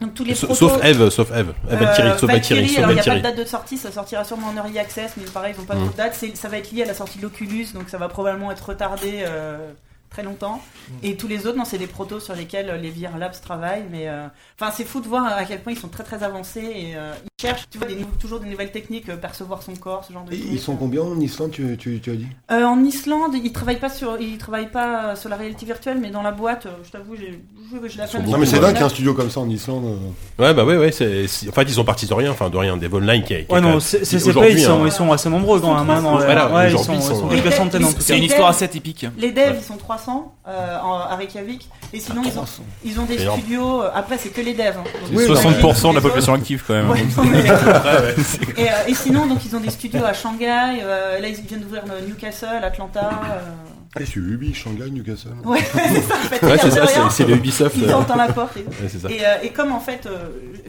Speaker 7: Donc tous les
Speaker 2: Sa-
Speaker 7: protos.
Speaker 2: Sauf Eve, sauf Eve.
Speaker 7: euh,
Speaker 2: Eve Valkyrie, sauf Valkyrie, sauf
Speaker 7: alors il n'y a pas de
Speaker 2: Valkyrie.
Speaker 7: date de sortie, ça sortira sûrement en early access, mais pareil, ils n'ont pas
Speaker 2: Mm.
Speaker 7: trop de date. C'est- Ça va être lié à la sortie de l'Oculus, donc ça va probablement être retardé euh, très longtemps.
Speaker 5: Mm.
Speaker 7: Et tous les autres, non, c'est des protos sur lesquels euh, les VR Labs travaillent, mais euh, enfin c'est fou de voir à quel point ils sont très très avancés et euh, cherchent tu vois, des nou- toujours des nouvelles techniques, euh, percevoir son corps, ce genre de
Speaker 9: Et
Speaker 7: trucs.
Speaker 9: Ils sont combien en Islande, tu, tu, tu as dit
Speaker 7: Euh, en Islande, ils travaillent pas sur, ils travaillent pas sur la réalité virtuelle, mais dans la boîte, euh, je t'avoue, j'ai, je, je la fais.
Speaker 9: Non, mais c'est dingue qu'un studio comme ça en Islande. euh,
Speaker 2: Ouais, bah ouais, ouais. c'est- c'est- En fait, ils sont partis de rien, enfin de rien, des Online qui. qui est
Speaker 6: Ouais,
Speaker 2: quand
Speaker 6: non,
Speaker 2: même-
Speaker 6: c'est
Speaker 2: qui-
Speaker 6: c'est pas,
Speaker 2: aujourd'hui,
Speaker 6: ils sont,
Speaker 2: hein.
Speaker 6: ils sont assez nombreux quand même. hein, dans les-
Speaker 2: Voilà,
Speaker 6: ouais, ils sont,
Speaker 2: aujourd'hui,
Speaker 6: ils
Speaker 2: ils
Speaker 6: sont
Speaker 2: sont-
Speaker 6: quelques centaines en tout cas.
Speaker 4: C'est une histoire assez atypique.
Speaker 7: Les devs,
Speaker 2: Ouais.
Speaker 7: ils sont 300 euh, en- à Reykjavik, et
Speaker 6: Ah,
Speaker 7: sinon ils ont,
Speaker 9: 300.
Speaker 7: ils ont des
Speaker 2: C'est énorme.
Speaker 7: studios. euh, Après, c'est que les devs. hein. Donc,
Speaker 9: Oui,
Speaker 7: ils sont
Speaker 4: 60% de la
Speaker 7: les autres.
Speaker 4: population active quand même.
Speaker 7: Ouais,
Speaker 4: Donc,
Speaker 7: non, mais- euh,
Speaker 4: ouais, ouais.
Speaker 7: et, euh, et sinon, donc ils ont des studios à Shanghai. euh, là, ils viennent d'ouvrir euh, Newcastle, Atlanta. euh.
Speaker 9: Eh, c'est Ubi, Shanghai, Newcastle.
Speaker 7: Ouais, c'est ça. En fait,
Speaker 2: Ouais,
Speaker 7: ils
Speaker 2: c'est ça,
Speaker 7: regardent
Speaker 2: c'est-
Speaker 7: rien.
Speaker 2: c'est le Ubisoft.
Speaker 7: Ils
Speaker 2: euh,
Speaker 7: entendent la porte. Et,
Speaker 2: ouais, c'est ça.
Speaker 7: et, euh, et comme en fait, euh,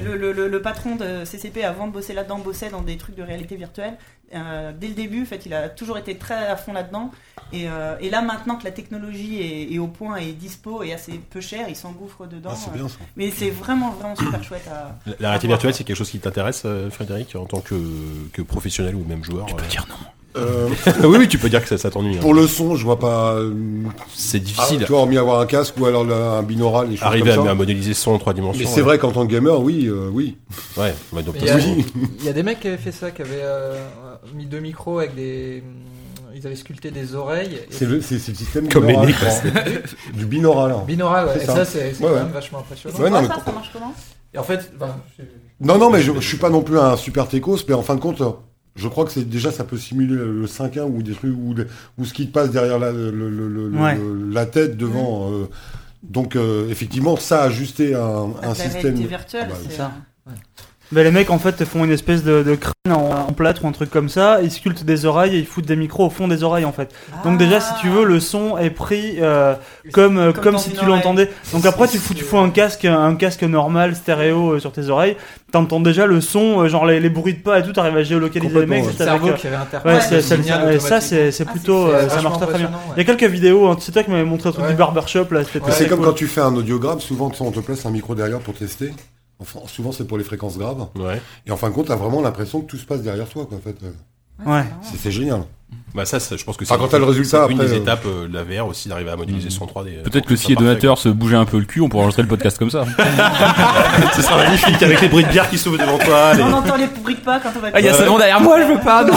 Speaker 7: le, le- le- le patron de CCP, avant de bosser là-dedans, bossait dans des trucs de réalité virtuelle. euh, dès le début, en fait, il a toujours été très à fond là-dedans. Et, euh, et là, maintenant que la technologie est, est au point et est dispo et assez peu chère, il s'engouffre dedans.
Speaker 9: Ah, c'est
Speaker 7: euh.
Speaker 9: bien ça.
Speaker 7: Mais c'est vraiment, vraiment super chouette à.
Speaker 2: La- La réalité virtuelle, c'est quelque chose qui t'intéresse, euh, Frédéric, en tant que, que professionnel ou même joueur. Tu peux dire
Speaker 9: Euh,
Speaker 2: non. oui, oui, tu peux dire que ça, ça t'ennuie. hein.
Speaker 9: pour le son, je vois pas. euh,
Speaker 2: C'est
Speaker 9: ah,
Speaker 2: difficile.
Speaker 9: tu vois, hormis avoir un casque ou alors là, un binaural, les choses
Speaker 2: Arriver
Speaker 9: comme
Speaker 2: à,
Speaker 9: ça.
Speaker 2: à modéliser son en trois dimensions.
Speaker 9: Mais c'est vrai qu'en tant que gamer, oui, euh, oui.
Speaker 2: Ouais, Ouais, ouais, donc,
Speaker 5: Mais
Speaker 2: t'as-
Speaker 5: il y a-
Speaker 2: oui.
Speaker 5: Il y a des mecs qui avaient fait ça, qui avaient euh, mis deux micros avec des. Ils avaient sculpté des oreilles. et-
Speaker 9: C'est le, c'est- c'est le système
Speaker 2: Comme
Speaker 9: binaural,
Speaker 2: Enix.
Speaker 9: je crois. du binaural. hein.
Speaker 5: Binaural, ouais.
Speaker 9: C'est
Speaker 5: Et
Speaker 9: ça.
Speaker 5: ça, c'est c'est
Speaker 9: Ouais,
Speaker 5: quand
Speaker 9: ouais.
Speaker 5: même vachement impressionnant.
Speaker 9: Ouais, non,
Speaker 7: Ah,
Speaker 9: mais
Speaker 7: ça,
Speaker 9: co-
Speaker 7: ça marche comment
Speaker 5: Et en fait, ben,
Speaker 9: Non, non, mais je, je suis pas non plus un super techos, mais en fin de compte, je crois que c'est déjà ça peut simuler le 5-1 ou des trucs ou, le- ou ce qui te passe derrière la, le- le- le- le-
Speaker 6: Ouais. Mm.
Speaker 9: la tête devant. euh, donc euh, effectivement, ça ajuster un, un
Speaker 7: La
Speaker 9: système.
Speaker 7: réalité virtuelle,
Speaker 9: Ah bah,
Speaker 7: c'est.
Speaker 5: ça.
Speaker 6: Bah, les mecs en fait font une espèce de, de crâne en, en plâtre ou un truc comme ça, ils sculptent des oreilles et ils foutent des micros au fond des oreilles en fait. Donc déjà si tu veux le son est pris euh, comme euh,
Speaker 7: Comme
Speaker 6: comme
Speaker 7: dans
Speaker 6: si
Speaker 7: une
Speaker 6: tu l'entendais. Donc après tu fous tu fous un casque un casque normal stéréo euh, sur tes oreilles, t'entends déjà le son euh, genre les, les bruits de pas et tout, t'arrives à géolocaliser les
Speaker 9: Complètement,
Speaker 6: mecs
Speaker 9: ouais.
Speaker 5: le
Speaker 6: juste avec,
Speaker 5: cerveau
Speaker 6: euh,
Speaker 5: qui avait interprété.
Speaker 6: Ouais,
Speaker 7: Ouais,
Speaker 6: c'est-
Speaker 7: le
Speaker 6: c'est le-
Speaker 5: signal
Speaker 6: euh, ça
Speaker 5: automatique.
Speaker 6: c'est c'est
Speaker 7: Ah,
Speaker 6: plutôt
Speaker 7: c'est-
Speaker 6: euh,
Speaker 7: c'est
Speaker 6: ça
Speaker 5: vachement
Speaker 6: marche très très bien.
Speaker 5: impressionnant, ouais.
Speaker 6: Il y a quelques vidéos, hein, c'est toi qui m'avais montré le truc
Speaker 5: Ouais.
Speaker 6: du barbershop là, c'était
Speaker 9: Mais
Speaker 6: très
Speaker 9: c'est comme
Speaker 6: cool.
Speaker 9: quand tu fais un audiogramme, souvent tu sais, on te place un micro derrière pour tester. Enfin, souvent c'est pour les fréquences graves.
Speaker 2: Ouais.
Speaker 9: Et en fin de compte, t'as vraiment l'impression que tout se passe derrière toi. Quoi, en fait.
Speaker 6: Ouais.
Speaker 9: C'est c'est génial.
Speaker 2: Bah ça, ça, je pense que c'est
Speaker 9: Enfin, quand t'as le résultat,
Speaker 2: une
Speaker 9: après,
Speaker 2: des
Speaker 9: euh,
Speaker 2: étapes euh, de la VR aussi d'arriver à modéliser son 3D. euh,
Speaker 4: Peut-être
Speaker 2: pour
Speaker 4: que
Speaker 2: ça
Speaker 4: si les
Speaker 2: parfait.
Speaker 4: donateurs se bougeaient un peu le cul, on pourrait enregistrer le podcast comme ça.
Speaker 2: ce sera Ah, magnifique avec les bruits de bière qui s'ouvrent devant toi. les-
Speaker 7: On entend les bruits de pas quand on va.
Speaker 4: Ah, il y a Salon derrière moi, je veux pas. non.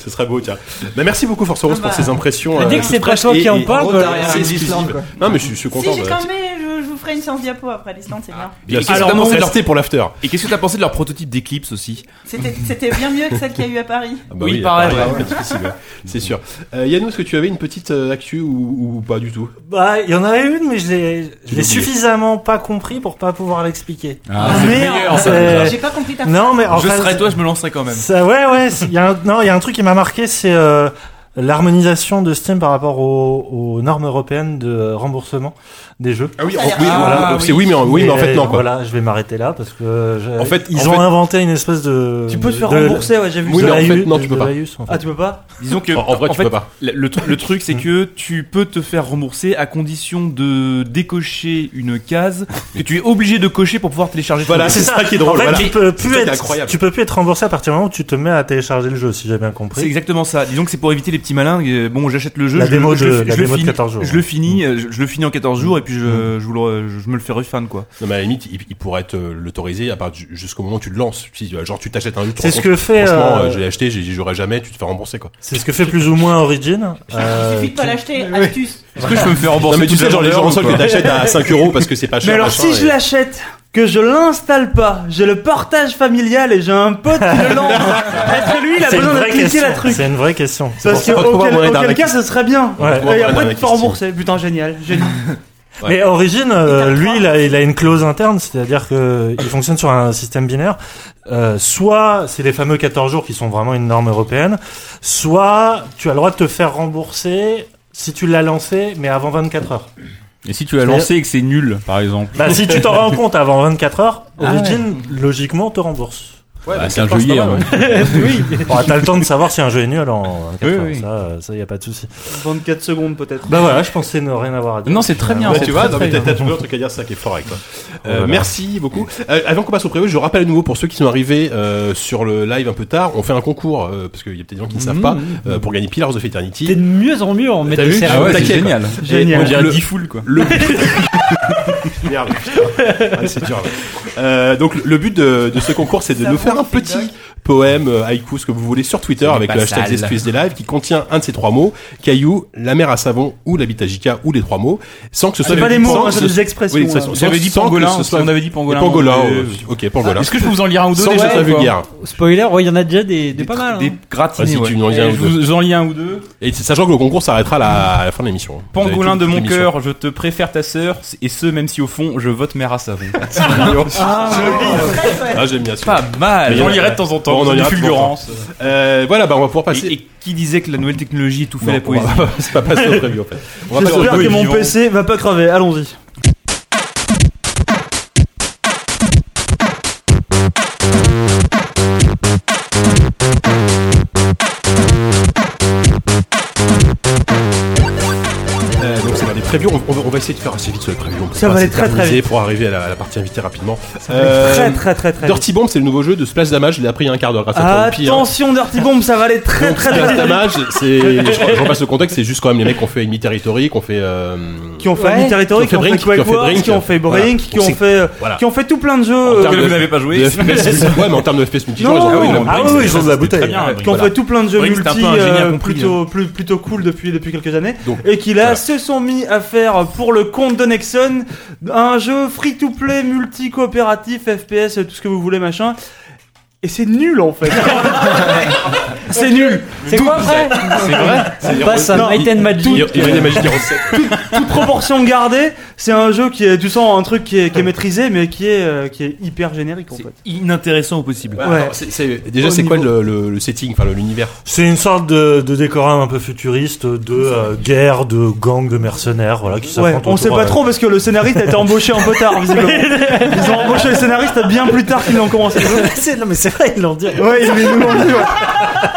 Speaker 2: Ce serait beau, tiens. Bah, merci beaucoup Force Rose
Speaker 7: Ah bah.
Speaker 2: pour ces impressions.
Speaker 3: Mais dès que c'est
Speaker 2: toutes
Speaker 3: pas
Speaker 2: fraîches
Speaker 3: toi
Speaker 2: et-
Speaker 3: qui en
Speaker 2: et-
Speaker 3: parle,
Speaker 2: Oh,
Speaker 3: quoi.
Speaker 2: t'as rien,
Speaker 5: C'est
Speaker 2: c'est
Speaker 5: l'Islande,
Speaker 2: exclusif.
Speaker 5: quoi.
Speaker 2: Non mais je, je suis
Speaker 7: Si,
Speaker 2: content.
Speaker 7: j'ai
Speaker 2: de-
Speaker 7: quand même, je, je vous ferai une séance diapo après l'Islande, c'est bien.
Speaker 2: Bien
Speaker 4: Et
Speaker 2: sûr,
Speaker 4: qu'est-ce que
Speaker 2: on
Speaker 4: t'as pensé de leur-
Speaker 2: resté pour l'after.
Speaker 4: Et qu'est-ce que t'as pensé de leur prototype d'Eclipse aussi
Speaker 7: C'était- C'était bien mieux que celle qu'il y a eu à Paris.
Speaker 2: Ah bah
Speaker 4: Oui, pareil,
Speaker 2: pareil, pas de souci, ouais. C'est sûr. Euh, Yannou, est-ce que tu avais une petite euh, actu ou, ou pas du tout
Speaker 8: Bah, il y en avait une, mais je l'ai, je l'ai
Speaker 2: l'as oublié.
Speaker 8: suffisamment pas compris pour pas pouvoir l'expliquer.
Speaker 4: Ah, c'est
Speaker 8: Merde,
Speaker 4: meilleur, ça,
Speaker 8: c'est-
Speaker 7: J'ai pas compris ta
Speaker 8: Non, mais en
Speaker 4: Je
Speaker 8: fait,
Speaker 4: serais toi, je me lancerais quand même.
Speaker 8: ça, ouais, ouais. c'est- il Y a un, non, il y a un truc qui m'a marqué, c'est euh, l'harmonisation de Steam par rapport aux, aux normes européennes de remboursement des jeux.
Speaker 2: Ah oui,
Speaker 7: Ça a
Speaker 2: en-
Speaker 7: l'air-
Speaker 2: oui,
Speaker 7: Ah,
Speaker 2: voilà. Donc
Speaker 8: oui.
Speaker 2: c'est oui, mais en, oui, mais en
Speaker 8: Et
Speaker 2: fait non quoi.
Speaker 8: Voilà, je vais m'arrêter là parce que euh, je-
Speaker 2: En fait-
Speaker 8: ils ont
Speaker 2: en fait-
Speaker 8: inventé une espèce de.
Speaker 6: Tu peux te faire
Speaker 8: de-
Speaker 6: rembourser, ouais, j'ai vu
Speaker 2: Oui,
Speaker 8: de
Speaker 6: ça.
Speaker 2: mais en fait,
Speaker 8: laïus-
Speaker 2: non,
Speaker 8: de-
Speaker 2: tu peux
Speaker 8: de
Speaker 2: pas.
Speaker 8: laïus, en fait.
Speaker 6: Ah, tu peux pas
Speaker 4: Disons que
Speaker 2: En, en vrai, tu
Speaker 4: fait,
Speaker 2: peux pas.
Speaker 4: Le, le tru- le truc, c'est que tu peux te faire rembourser à condition de décocher une case que tu es obligé de cocher pour pouvoir télécharger. ton
Speaker 2: Voilà,
Speaker 4: jeu.
Speaker 2: c'est ça qui est drôle.
Speaker 8: En fait,
Speaker 2: voilà.
Speaker 8: tu peux
Speaker 2: C'est
Speaker 8: plus
Speaker 2: ça qui est
Speaker 8: être,
Speaker 2: incroyable.
Speaker 8: tu peux plus être remboursé à partir du moment où tu te mets à télécharger le jeu, si j'ai bien
Speaker 4: C'est
Speaker 8: compris.
Speaker 4: exactement ça. Disons que c'est pour éviter les petits malins. euh, Bon, j'achète le jeu.
Speaker 8: La
Speaker 4: je,
Speaker 8: démo
Speaker 4: je-
Speaker 8: de-
Speaker 4: je-
Speaker 8: la
Speaker 4: je le
Speaker 8: démo de
Speaker 4: finis-
Speaker 8: 14 jours.
Speaker 4: Je le finis, euh, je, je le finis en 14 jours et puis je, je, vous le re- je me le fais refund quoi.
Speaker 2: Mm. Non, mais à la limite, il, il pourrait être euh, l'autoriser à part ju- jusqu'au moment où tu le lances. Si, euh, genre, tu t'achètes un jeu. tu te
Speaker 8: C'est
Speaker 2: rends
Speaker 8: ce
Speaker 2: compte,
Speaker 8: que fait,
Speaker 2: Franchement,
Speaker 8: euh,
Speaker 2: euh, je l'ai acheté, j'ai- j'y jouerai jamais, tu te fais rembourser quoi.
Speaker 8: C'est ce que fait plus ou moins Origin.
Speaker 7: Il
Speaker 8: Euh,
Speaker 7: suffit de pas l'acheter, astuce.
Speaker 4: Est-ce que je peux me faire rembourser
Speaker 2: Non, mais tu
Speaker 4: toute la
Speaker 2: sais, genre, les
Speaker 4: valeur
Speaker 2: gens
Speaker 4: ou
Speaker 2: en sol
Speaker 4: pas
Speaker 2: que t'achètes à 5 euros parce que c'est pas cher.
Speaker 6: Mais alors
Speaker 2: machin,
Speaker 6: si je
Speaker 2: et-
Speaker 6: l'achète, que je l'installe pas, j'ai le portage familial et j'ai un pote qui le lance. Est-ce que lui il a
Speaker 8: c'est une
Speaker 6: besoin
Speaker 8: vraie
Speaker 6: d'appliquer la
Speaker 8: question.
Speaker 6: truc
Speaker 8: C'est une vraie question.
Speaker 6: Parce que
Speaker 2: On va trouver un
Speaker 6: auquel,
Speaker 2: moyen
Speaker 6: auquel
Speaker 2: d'arnaquer.
Speaker 6: cas ce serait bien.
Speaker 8: Ouais.
Speaker 2: On va
Speaker 6: Et
Speaker 2: prendre un
Speaker 6: après tu te
Speaker 2: Christian.
Speaker 6: fais rembourser. Putain génial. génial.
Speaker 2: Ouais.
Speaker 8: Mais Origin, euh,
Speaker 7: Et t'as
Speaker 8: lui,
Speaker 7: trois.
Speaker 8: il a, il a une clause interne, c'est-à-dire que il fonctionne sur un système binaire. Euh, soit c'est les fameux 14 jours qui sont vraiment une norme européenne, soit tu as le droit de te faire rembourser si tu l'as lancé, mais avant 24 heures.
Speaker 4: Et si tu l'as lancé et que c'est nul, par exemple
Speaker 7: Ah
Speaker 8: Bah, si tu t'en rends compte avant 24 heures, Origin, logiquement, te rembourse.
Speaker 2: Ah Ouais,
Speaker 4: Bah,
Speaker 2: donc
Speaker 4: c'est un
Speaker 2: ça
Speaker 4: jeu
Speaker 2: passe pas
Speaker 4: hier,
Speaker 2: mal,
Speaker 4: hein.
Speaker 6: oui,
Speaker 8: Bon, T'as le temps de savoir si un jeu est nul en 24
Speaker 4: Oui,
Speaker 8: heures.
Speaker 4: oui.
Speaker 8: Ça, euh, ça y a pas de souci.
Speaker 6: 24 secondes peut-être.
Speaker 8: Bah voilà, je pensais ne rien avoir à dire.
Speaker 4: Non, c'est très bien.
Speaker 2: Ouais,
Speaker 4: c'est
Speaker 2: tu vois,
Speaker 4: très,
Speaker 2: non,
Speaker 4: très
Speaker 2: mais t'as
Speaker 4: bien.
Speaker 2: t'as toujours un truc à dire, c'est ça qui est fort avec toi. Euh,
Speaker 8: Voilà.
Speaker 2: Merci beaucoup. Euh, avant qu'on passe au prévu, je rappelle à nouveau pour ceux qui sont arrivés euh, sur le live un peu tard, on fait un concours euh, parce qu'il y a peut-être des gens qui ne savent pas euh, pour gagner Pillars of
Speaker 3: T'es
Speaker 2: Eternity.
Speaker 3: de mieux en mieux en mettant
Speaker 2: vu
Speaker 3: des
Speaker 4: Ah
Speaker 3: cerveaux.
Speaker 4: ouais, c'est
Speaker 2: Taquet,
Speaker 4: génial.
Speaker 6: Génial.
Speaker 4: On dirait
Speaker 2: Le-
Speaker 4: 10 foules quoi.
Speaker 2: Le Merde, putain. Ah, c'est dur. Euh, donc le- le but de, de ce concours, c'est de
Speaker 7: Ça
Speaker 2: nous
Speaker 7: vaut
Speaker 2: faire un
Speaker 7: le feedback.
Speaker 2: petit poème euh, haïku, ce que vous voulez, sur Twitter
Speaker 4: C'est
Speaker 2: avec
Speaker 4: pas
Speaker 2: le hashtag
Speaker 4: sale.
Speaker 2: Excuse des lives qui contient un de ces trois mots caillou, la mer à savon ou la bitajika ou les trois mots, sans
Speaker 4: Ah,
Speaker 2: que ce soit
Speaker 6: C'est pas des
Speaker 2: sans
Speaker 6: mots,
Speaker 2: que
Speaker 6: hein, c'est
Speaker 2: ce-
Speaker 6: des expressions.
Speaker 2: oui, ça-
Speaker 6: hein.
Speaker 2: sans-
Speaker 4: J'avais dit
Speaker 2: sans que
Speaker 4: pangolin.
Speaker 2: ce soit-
Speaker 4: On avait dit pangolin.
Speaker 2: Pangolin,
Speaker 4: euh,
Speaker 2: euh, ok, pangolin.
Speaker 4: Est-ce que je peux vous en lire un ou deux
Speaker 2: Sans que
Speaker 4: déjà
Speaker 2: ce soit
Speaker 4: ou pas
Speaker 2: vulgaire.
Speaker 3: Spoiler, ouais, il y en a déjà des, des pas mal. hein.
Speaker 4: Des
Speaker 2: Vas-y,
Speaker 4: gratinés.
Speaker 2: tu
Speaker 4: ouais.
Speaker 2: nous en lis un
Speaker 4: Et Je
Speaker 2: ou deux.
Speaker 4: vous en lis un ou deux.
Speaker 2: Et sachant que le concours s'arrêtera à la, à la fin de l'émission. Vous avez
Speaker 4: Pangolin
Speaker 2: toute
Speaker 4: de mon
Speaker 2: l'émission.
Speaker 4: cœur, je te préfère ta sœur, et ce même si au fond je vote mère à savon.
Speaker 2: Ah, j'aime bien sûr.
Speaker 4: Pas mal.
Speaker 2: Mais
Speaker 4: J'en
Speaker 2: il y a-
Speaker 4: lirai de temps en
Speaker 2: Bon, on
Speaker 4: temps.
Speaker 2: en
Speaker 4: c'est des
Speaker 2: lira de temps en temps.
Speaker 4: fulgurances.
Speaker 2: Euh, voilà, bah on va pouvoir passer.
Speaker 4: Et, et qui disait que la nouvelle technologie étouffait
Speaker 2: Non,
Speaker 4: la
Speaker 2: on va-
Speaker 4: poésie
Speaker 2: c'est pas passer au preview en fait. On va passer au
Speaker 6: J'espère
Speaker 2: preview.
Speaker 6: que mon
Speaker 4: vivant.
Speaker 6: PC va pas crever. Allons-y.
Speaker 2: Euh, donc ça va les previews. On, on va- on va essayer de faire assez vite sur les previews. On peut
Speaker 6: Ça
Speaker 2: pas
Speaker 6: va aller très, très
Speaker 2: s'éterniser
Speaker 6: vite.
Speaker 2: Pour arriver à la, à la partie invitée rapidement. Euh,
Speaker 6: Très très très très. vite.
Speaker 2: Dirty Bomb, c'est le nouveau jeu de Splash Damage. Je l'ai appris il y a un quart d'heure grâce à toi.
Speaker 6: Attention, Dirty Bomb, ça va aller très très
Speaker 2: Splash
Speaker 6: très vite.
Speaker 2: Damage, c'est. Je je repasse le contexte, c'est juste quand même les mecs qui ont fait Enemy Territory, qui ont fait. euh,
Speaker 6: Qui ont fait
Speaker 3: Ouais.
Speaker 6: Ami Territory,
Speaker 2: Qui
Speaker 6: qui ont
Speaker 2: ont fait
Speaker 6: fait
Speaker 2: Brink, qui
Speaker 6: Quake
Speaker 2: ont fait
Speaker 6: Wars,
Speaker 2: Brink.
Speaker 6: qui ont fait
Speaker 2: Voilà.
Speaker 6: Brink, qui
Speaker 2: On
Speaker 6: ont
Speaker 2: sait-
Speaker 6: fait euh,
Speaker 2: Voilà.
Speaker 6: qui ont fait tout plein de
Speaker 2: En
Speaker 6: jeux.
Speaker 2: termes
Speaker 6: euh,
Speaker 4: Auquel
Speaker 2: de-
Speaker 4: vous n'avez pas joué.
Speaker 2: de FPS multi- ouais, mais en termes de FPS multijoueur,
Speaker 6: Non,
Speaker 2: ils ont-
Speaker 6: non,
Speaker 2: ils ont-
Speaker 6: ah
Speaker 2: ils ont-
Speaker 6: oui,
Speaker 2: ils ont de la bouteille.
Speaker 4: Très bien,
Speaker 2: Voilà.
Speaker 4: Brink.
Speaker 6: qui ont fait tout plein de jeux
Speaker 4: Brink, c'était un
Speaker 6: multi
Speaker 4: peu un génie
Speaker 6: euh,
Speaker 4: accompli,
Speaker 6: plutôt, plus- plutôt cool depuis, depuis quelques années
Speaker 2: hein. Donc,
Speaker 6: et qui là
Speaker 2: voilà.
Speaker 6: se sont mis à faire euh, pour le compte de Nexon un jeu free to play multi coopératif FPS tout ce que vous voulez machin et c'est nul en fait c'est nul
Speaker 3: C'est quoi après
Speaker 2: C'est vrai.
Speaker 3: On passe à
Speaker 6: Non,
Speaker 3: Might and Magic.
Speaker 2: Il il y a des magiques qui restent.
Speaker 6: toute proportion gardée c'est un jeu qui est tu sens un truc qui est, qui est maîtrisé mais qui est euh, qui est hyper générique en fait
Speaker 4: Inintéressant au possible.
Speaker 2: Ouais,
Speaker 6: Ouais.
Speaker 2: alors, c'est- c'est- déjà,
Speaker 6: Au
Speaker 2: c'est quoi
Speaker 6: niveau-
Speaker 2: le, le- le setting, enfin le- l'univers
Speaker 8: C'est une sorte de, de décorum un peu futuriste, de euh, guerre, de gang de mercenaires, voilà, qui
Speaker 6: Ouais,
Speaker 8: s'affrontent
Speaker 6: on
Speaker 8: autour,
Speaker 6: sait pas
Speaker 8: euh,
Speaker 6: trop parce que le scénariste a été embauché un peu tard visiblement. Ils ont embauché le scénariste bien plus tard qu'ils l'ont commencé.
Speaker 8: C'est- non mais c'est vrai, ils l'ont dit.
Speaker 6: Ouais, ils nous l'ont dit. ouais.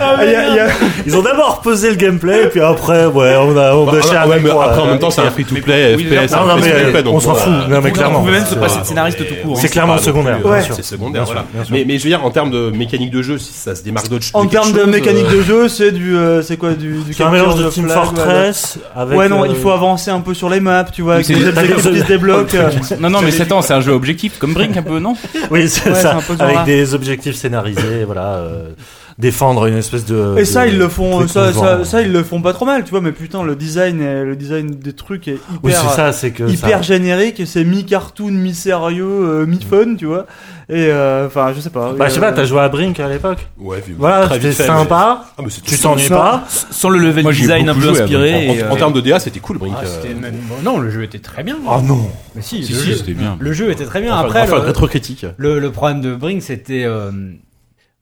Speaker 6: Ah, il y a- il y a-
Speaker 8: Ils ont d'abord posé le gameplay, et puis après, ouais, on a, on a
Speaker 2: Bah,
Speaker 8: cherché
Speaker 2: ah,
Speaker 8: un
Speaker 2: ouais,
Speaker 8: mec
Speaker 2: mais
Speaker 8: pour,
Speaker 2: après, en
Speaker 8: euh,
Speaker 2: même temps, c'est un free-to-play,
Speaker 4: oui,
Speaker 2: FPS.
Speaker 8: Non, non, mais
Speaker 2: free-to-play,
Speaker 8: euh,
Speaker 2: donc,
Speaker 8: on s'en
Speaker 2: bon,
Speaker 8: fout.
Speaker 2: euh,
Speaker 8: Non, mais
Speaker 4: pouvait- on
Speaker 8: clairement.
Speaker 4: pouvait même se
Speaker 8: c'est-
Speaker 4: passer de scénariste tout court, hein,
Speaker 8: C'est clairement secondaire.
Speaker 2: euh,
Speaker 8: bien sûr.
Speaker 2: C'est secondaire,
Speaker 8: Bien
Speaker 2: voilà.
Speaker 8: sûr, bien sûr.
Speaker 2: Mais, mais je veux dire, en termes de mécanique de jeu, si ça se démarque d'autres
Speaker 6: En
Speaker 2: quelque
Speaker 6: termes de
Speaker 2: chose,
Speaker 6: mécanique
Speaker 2: euh,
Speaker 6: de jeu, c'est du, euh, c'est quoi du, du
Speaker 8: C'est un
Speaker 6: capture
Speaker 8: mélange de Team
Speaker 6: flag, voilà.
Speaker 8: Fortress avec.
Speaker 6: Ouais, non,
Speaker 8: euh,
Speaker 6: il faut avancer un peu sur les maps, tu vois, avec
Speaker 4: c'est
Speaker 6: les
Speaker 4: des-
Speaker 6: objectifs qui se débloquent. euh.
Speaker 4: Non, non, mais attends, c'est un jeu objectif, comme Brink un peu, non
Speaker 8: Oui, c'est
Speaker 6: Ouais, c'est
Speaker 8: ça.
Speaker 6: un peu ce
Speaker 4: hein.
Speaker 6: genre-là.
Speaker 8: Avec des objectifs scénarisés, voilà. euh, Défendre une espèce de.
Speaker 6: Et ça,
Speaker 8: de-
Speaker 6: ils le font, euh,
Speaker 8: truc
Speaker 6: ça,
Speaker 8: qu'on
Speaker 6: ça,
Speaker 8: vend.
Speaker 6: ça, ils le font pas trop mal, tu vois. Mais putain, le design, est- le design des trucs est
Speaker 8: Oui, c'est
Speaker 6: hyper,
Speaker 8: ça, c'est que. ça-
Speaker 6: hyper générique, c'est mi-cartoon, mi-sérieux, euh, mi-fun, tu vois. Et euh, enfin, je sais pas.
Speaker 8: Bah, je sais pas,
Speaker 6: Euh,
Speaker 8: t'as joué à Brink à l'époque.
Speaker 2: Ouais, vu-
Speaker 8: Voilà,
Speaker 2: très
Speaker 8: c'était
Speaker 2: vite fait,
Speaker 8: sympa.
Speaker 2: mais- Ah, mais c'est
Speaker 8: Tu
Speaker 2: tout-
Speaker 8: t'ennuies
Speaker 6: Non.
Speaker 8: pas.
Speaker 4: Sans le level
Speaker 2: Moi, j'y ai
Speaker 4: design un
Speaker 2: beaucoup
Speaker 4: peu
Speaker 2: joué,
Speaker 4: inspiré.
Speaker 2: En-
Speaker 4: et,
Speaker 2: En
Speaker 4: euh,
Speaker 2: en termes de DA, c'était cool, Brink.
Speaker 3: Ah,
Speaker 2: euh, Ah,
Speaker 3: c'était même- Non, le jeu était très bien.
Speaker 8: Oh non.
Speaker 3: Mais si,
Speaker 4: Si,
Speaker 3: le,
Speaker 4: si,
Speaker 3: jeu,
Speaker 4: c'était bien.
Speaker 3: le jeu était très bien.
Speaker 2: enfin,
Speaker 3: Après,
Speaker 2: enfin,
Speaker 3: le,
Speaker 2: rétro-critique.
Speaker 3: le- le problème de Brink, c'était. euh,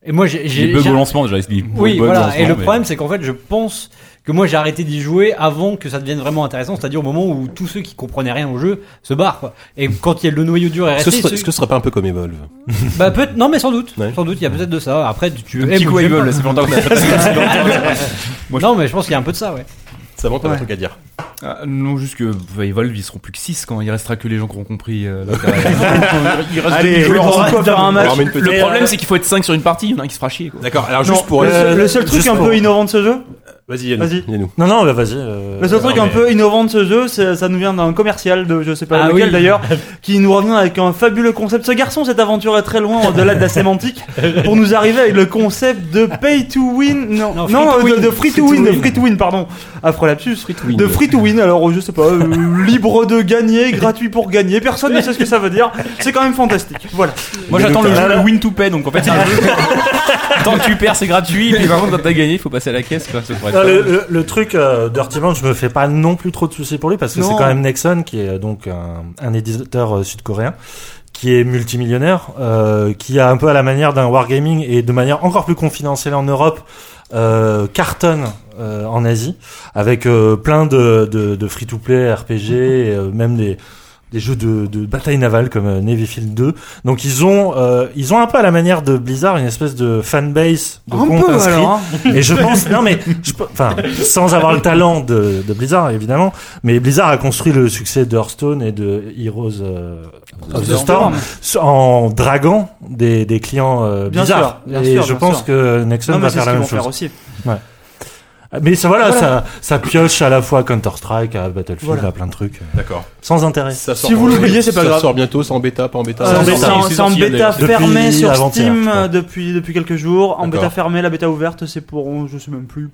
Speaker 3: Et moi, j'ai.
Speaker 4: Les
Speaker 3: j'ai-
Speaker 4: bugs
Speaker 3: j'ai-
Speaker 4: au lancement, déjà. ils disent
Speaker 3: Oui,
Speaker 4: bugs au
Speaker 3: voilà.
Speaker 4: lancement,
Speaker 3: Et le
Speaker 4: mais-
Speaker 3: problème, c'est qu'en fait, je pense que moi, j'ai arrêté d'y jouer avant que ça devienne vraiment intéressant, c'est-à-dire au moment où tous ceux qui comprenaient rien au jeu se barrent. quoi. Et quand il y a le noyau dur
Speaker 2: Est-ce
Speaker 3: est
Speaker 2: que
Speaker 3: resté,
Speaker 2: ce serait-
Speaker 3: ceux-
Speaker 2: est-ce que ce serait pas un peu comme Evolve
Speaker 3: bah peut non mais sans doute,
Speaker 2: Ouais.
Speaker 3: sans doute, il y a peut-être de ça. Après, tu- tu
Speaker 4: Un
Speaker 3: aimes
Speaker 4: petit
Speaker 3: ou
Speaker 4: coup
Speaker 3: tu
Speaker 4: à
Speaker 3: aimes
Speaker 4: Evolve,
Speaker 3: pas.
Speaker 4: là, ça fait longtemps qu'on a
Speaker 3: Non, mais je pense qu'il y a un peu de ça, ouais.
Speaker 2: Ça manque t'as un
Speaker 6: Ouais.
Speaker 2: truc à dire.
Speaker 4: Ah, non, juste que bah, Evolve, ils seront plus que 6 quand il restera que les gens qui auront compris. euh, l'intérêt. il reste
Speaker 6: Allez,
Speaker 4: des
Speaker 6: on
Speaker 4: joueurs en
Speaker 6: va
Speaker 4: squad.
Speaker 6: faire un match.
Speaker 2: On ramène une petite-
Speaker 4: Le problème, c'est qu'il faut être 5 sur une partie, il y en a un qui se fera chier. Quoi.
Speaker 2: D'accord, alors
Speaker 6: Non,
Speaker 2: juste pour.
Speaker 6: le,
Speaker 2: euh,
Speaker 6: seul- le seul truc
Speaker 8: juste
Speaker 6: un
Speaker 8: pour-
Speaker 6: peu innovant de ce jeu,
Speaker 2: Vas-y,
Speaker 6: Vas-y.
Speaker 2: Yannou. Yannou.
Speaker 8: Non, non, bah vas-y. euh,
Speaker 6: le seul truc
Speaker 2: non,
Speaker 6: un
Speaker 2: mais-
Speaker 6: peu innovant de ce jeu, c'est- ça nous vient d'un commercial de je sais pas
Speaker 3: Ah
Speaker 6: lequel
Speaker 3: oui.
Speaker 6: d'ailleurs, qui nous revient avec un fabuleux concept. Ce garçon, cette aventure est très loin au-delà de la sémantique pour nous arriver avec le concept de pay to win. Non,
Speaker 3: Non,
Speaker 6: non,
Speaker 3: free to
Speaker 6: euh, de-
Speaker 3: win.
Speaker 6: de, free to
Speaker 3: Free to
Speaker 6: win, de
Speaker 3: win.
Speaker 6: free to win, pardon. Afrolapsus.
Speaker 2: Free to win.
Speaker 6: De free to win, alors je sais pas, euh, libre de gagner, gratuit pour gagner, personne ne sait ce que ça veut dire, c'est quand même fantastique. Voilà.
Speaker 4: Moi, j'attends le jeu Win to Pay, donc en fait, c'est un jeu. Tant que tu perds, c'est gratuit. Et puis, par contre, quand t'as gagné, il faut passer à la caisse. Quoi, ça pourrait
Speaker 8: Non,
Speaker 4: être pas
Speaker 8: Ah, le,
Speaker 4: mal.
Speaker 8: le- le truc euh, Dirty Bomb, je me fais pas non plus trop de soucis pour lui parce que c'est
Speaker 6: Non.
Speaker 8: quand même Nexon qui est euh, donc un, un éditeur euh, sud-coréen qui est multimillionnaire, euh, qui a un peu à la manière d'un wargaming et de manière encore plus confidentielle en Europe euh, cartonne euh, en Asie avec euh, plein de, de, de free-to-play, RPG, et, euh, même des des jeux de, de bataille navale comme euh, Navy Field 2. Donc ils ont, euh, ils ont un peu à la manière de Blizzard une espèce de fanbase de
Speaker 6: Un
Speaker 8: comptes
Speaker 6: peu,
Speaker 8: inscrits.
Speaker 6: alors, hein.
Speaker 8: Et je pense, non mais, je pe- enfin, sans avoir le talent de, de Blizzard évidemment, mais Blizzard a construit le succès de Hearthstone et de Heroes euh, of the Storm en draguant des, des clients euh,
Speaker 6: Bien
Speaker 8: Blizzard.
Speaker 6: sûr, bien
Speaker 8: et
Speaker 6: sûr,
Speaker 8: je
Speaker 6: bien
Speaker 8: pense
Speaker 6: sûr.
Speaker 8: que Nexon
Speaker 6: Non, mais
Speaker 8: va
Speaker 6: c'est
Speaker 8: faire
Speaker 6: ce
Speaker 8: la
Speaker 6: qu'ils
Speaker 8: même
Speaker 6: vont
Speaker 8: chose.
Speaker 6: faire aussi.
Speaker 8: Ouais. Mais ça, voilà,
Speaker 6: Voilà.
Speaker 8: Ça, ça pioche à la fois à Counter-Strike, à Battlefield,
Speaker 6: Voilà.
Speaker 8: à plein de trucs.
Speaker 2: D'accord.
Speaker 8: Sans intérêt.
Speaker 2: Ça sort
Speaker 6: Si vous
Speaker 2: quand
Speaker 6: l'oubliez, c'est pas
Speaker 2: Ça
Speaker 6: grave.
Speaker 2: sort bientôt, c'est en bêta, pas en bêta.
Speaker 6: Euh,
Speaker 8: en
Speaker 6: c'est
Speaker 8: bêta.
Speaker 6: en-
Speaker 2: C'est
Speaker 6: c'est en
Speaker 2: sorti,
Speaker 6: bêta
Speaker 2: d'ailleurs.
Speaker 8: Depuis
Speaker 6: fermée sur
Speaker 8: avant-hier, je
Speaker 6: Steam
Speaker 8: crois.
Speaker 6: euh, depuis, depuis quelques jours. En
Speaker 2: D'accord.
Speaker 6: bêta fermée, la bêta ouverte, c'est pour. euh, Je sais même plus.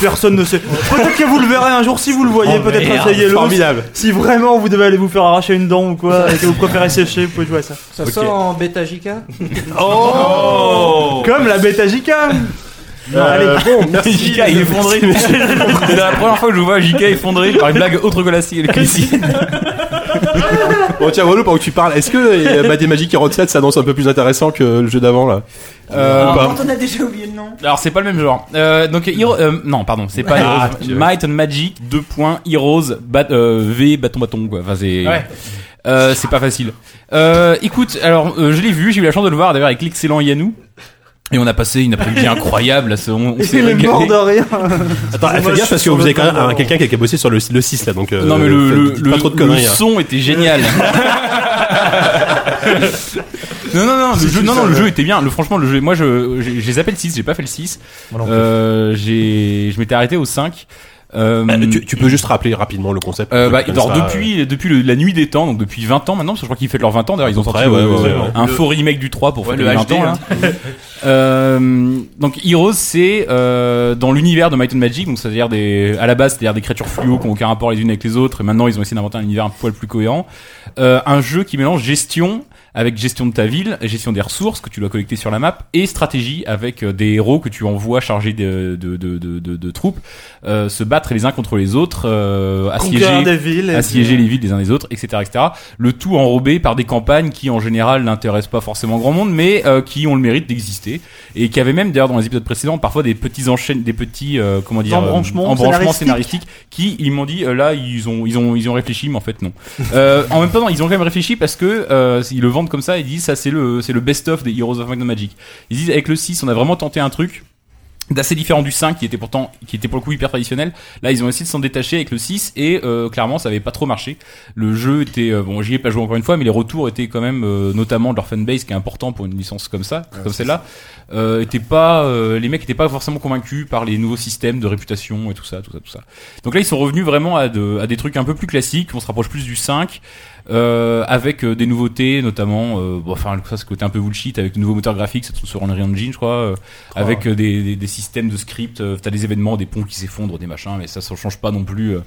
Speaker 6: Personne ne sait. Peut-être que vous le verrez un jour si vous le voyez,
Speaker 4: Oh,
Speaker 6: peut-être
Speaker 4: merde,
Speaker 6: essayez-le.
Speaker 2: Formidable.
Speaker 6: Si vraiment vous devez aller vous faire arracher une dent ou quoi, et que vous préférez sécher, vous pouvez jouer à ça.
Speaker 5: Ça sort en bêta JK
Speaker 4: Oh
Speaker 6: Comme la bêta JK
Speaker 2: Euh, bon, merci.
Speaker 4: JK est effondré. C'est la première fois que je vois JK effondré par une blague autre que la sienne.
Speaker 2: Bon, Oh, tiens, Wallo, pendant que tu parles, est-ce que euh, bah, des Magic Hero 7 s'annonce un peu plus intéressant que le jeu d'avant, là euh,
Speaker 7: Ah,
Speaker 2: bah,
Speaker 7: Quand on a déjà oublié le nom.
Speaker 4: Alors c'est pas le même genre. Euh, donc Hero, euh, non pardon, c'est pas
Speaker 2: Ah,
Speaker 4: Heroes.
Speaker 2: tu-
Speaker 4: Might and Magic 2. points, Heroes bat- euh, V bâton bâton quoi. Enfin c'est
Speaker 6: Ouais.
Speaker 4: Euh, c'est pas facile. Euh, écoute, alors euh, je l'ai vu, j'ai eu la chance de le voir d'ailleurs avec l'excellent Yanou. Et on a passé une après-midi incroyable, là, ce- on, on s'est
Speaker 6: Il est
Speaker 4: régalé.
Speaker 6: mort de rien.
Speaker 2: Attends, fais
Speaker 6: Dommage
Speaker 2: gaffe parce que
Speaker 6: sur
Speaker 2: vous
Speaker 6: le
Speaker 2: avez quand même
Speaker 6: temps
Speaker 2: un-
Speaker 6: d'avant.
Speaker 2: quelqu'un qui a qui a bossé sur le, le 6 là, donc euh,
Speaker 4: non mais le, le,
Speaker 2: dites
Speaker 4: le-
Speaker 2: pas trop de
Speaker 4: le
Speaker 2: conneries. hein.
Speaker 4: son était génial. non non non, le jeu, non, non, le jeu était bien. Le franchement le jeu, moi je j'ai- j'ai zappé le 6, j'ai pas fait le 6.
Speaker 8: Moi non plus.
Speaker 4: Euh, j'ai je m'étais arrêté au 5. Euh,
Speaker 2: Bah, tu, tu peux juste rappeler rapidement le concept.
Speaker 4: Euh, bah,
Speaker 2: Comme
Speaker 4: alors,
Speaker 2: ça, euh,
Speaker 4: depuis, depuis le- la nuit des temps, donc depuis 20 ans maintenant, parce que je crois qu'ils fêtent leurs 20 ans d'ailleurs, ils ont
Speaker 2: peu
Speaker 4: sorti
Speaker 2: près,
Speaker 4: le-
Speaker 2: ouais, ouais, ouais.
Speaker 4: un faux remake du 3 pour
Speaker 1: Ouais,
Speaker 4: fêter
Speaker 1: le hein.
Speaker 4: les
Speaker 1: HD,
Speaker 4: 20 ans. hein. Là. Euh, donc Heroes, c'est euh, dans l'univers de Might and Magic, donc c'est-à-dire des, à la base, c'est-à-dire des créatures fluo qui n'ont aucun rapport les unes avec les autres, et maintenant ils ont essayé d'inventer un univers un poil plus cohérent. Euh, un jeu qui mélange gestion avec gestion de ta ville, gestion des ressources que tu dois collecter sur la map, et stratégie avec euh, des héros que tu envoies chargés de, de, de, de, de- de troupes, euh, se battre les uns contre les autres, euh, assiéger
Speaker 6: Conquérir des villes. et
Speaker 4: assiéger
Speaker 6: puis,
Speaker 4: les villes les uns des autres, etc., etc. Le tout enrobé par des campagnes qui, en général, n'intéressent pas forcément grand monde, mais euh, qui ont le mérite d'exister et qui avaient même, d'ailleurs, dans les épisodes précédents, parfois des petits enchaînes, des petits euh, comment dire, euh,
Speaker 6: Embranchements
Speaker 4: embranchements
Speaker 6: scénaristiques.
Speaker 4: scénaristiques, qui, ils m'ont dit, euh, là, ils ont, ils ont, ils ont réfléchi, mais en fait non. Euh, en même temps, non, ils ont quand même réfléchi parce que euh, ils le vendent comme ça et disent, ça c'est le, c'est le best-of des Heroes of Might and Magic. Ils disent, avec le 6, on a vraiment tenté un truc d'assez différent du 5 qui était pourtant qui était pour le coup hyper traditionnel là ils ont essayé de s'en détacher avec le 6 et euh, clairement ça avait pas trop marché le jeu était euh, bon j'y ai pas joué encore une fois mais les retours étaient quand même euh, notamment de leur fanbase qui est important pour une licence comme ça comme celle-là euh, étaient pas euh, les mecs étaient pas forcément convaincus par les nouveaux systèmes de réputation et tout ça tout ça tout ça donc là ils sont revenus vraiment à, de- à des trucs un peu plus classiques on se rapproche plus du 5 euh, avec euh, des nouveautés notamment euh, bon, enfin ça ce côté un peu bullshit avec le nouveau moteur graphique ça se trouve sur Unreal Engine je crois euh, avec euh, des, des, des systèmes de script euh, t'as des événements des ponts qui s'effondrent des machins mais ça ça change pas non plus euh.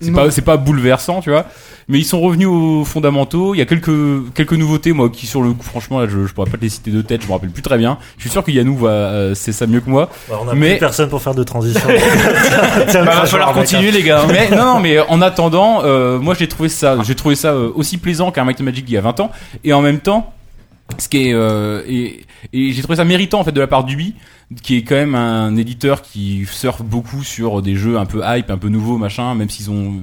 Speaker 4: c'est
Speaker 6: Non.
Speaker 4: pas c'est pas bouleversant tu vois mais ils sont revenus aux fondamentaux il y a quelques quelques nouveautés moi qui sur le coup franchement là, je, je pourrais pas te les citer de tête je me rappelle plus très bien je suis sûr que Yannou va euh, c'est ça mieux que moi
Speaker 8: Bah, on a
Speaker 4: mais-
Speaker 8: plus personne pour faire de transition. Ça
Speaker 4: bah, va
Speaker 8: crachoir,
Speaker 4: falloir
Speaker 8: mec, hein.
Speaker 4: continuer les gars. Mais non, non, mais en attendant, euh, moi j'ai trouvé ça, j'ai trouvé ça euh, aussi plaisant qu'un Might and Magic il y a 20 ans, et en même temps, ce qui est euh, et, et j'ai trouvé ça méritant en fait de la part d'Ubi, qui est quand même un éditeur qui surfe beaucoup sur des jeux un peu hype, un peu nouveaux machin, même s'ils ont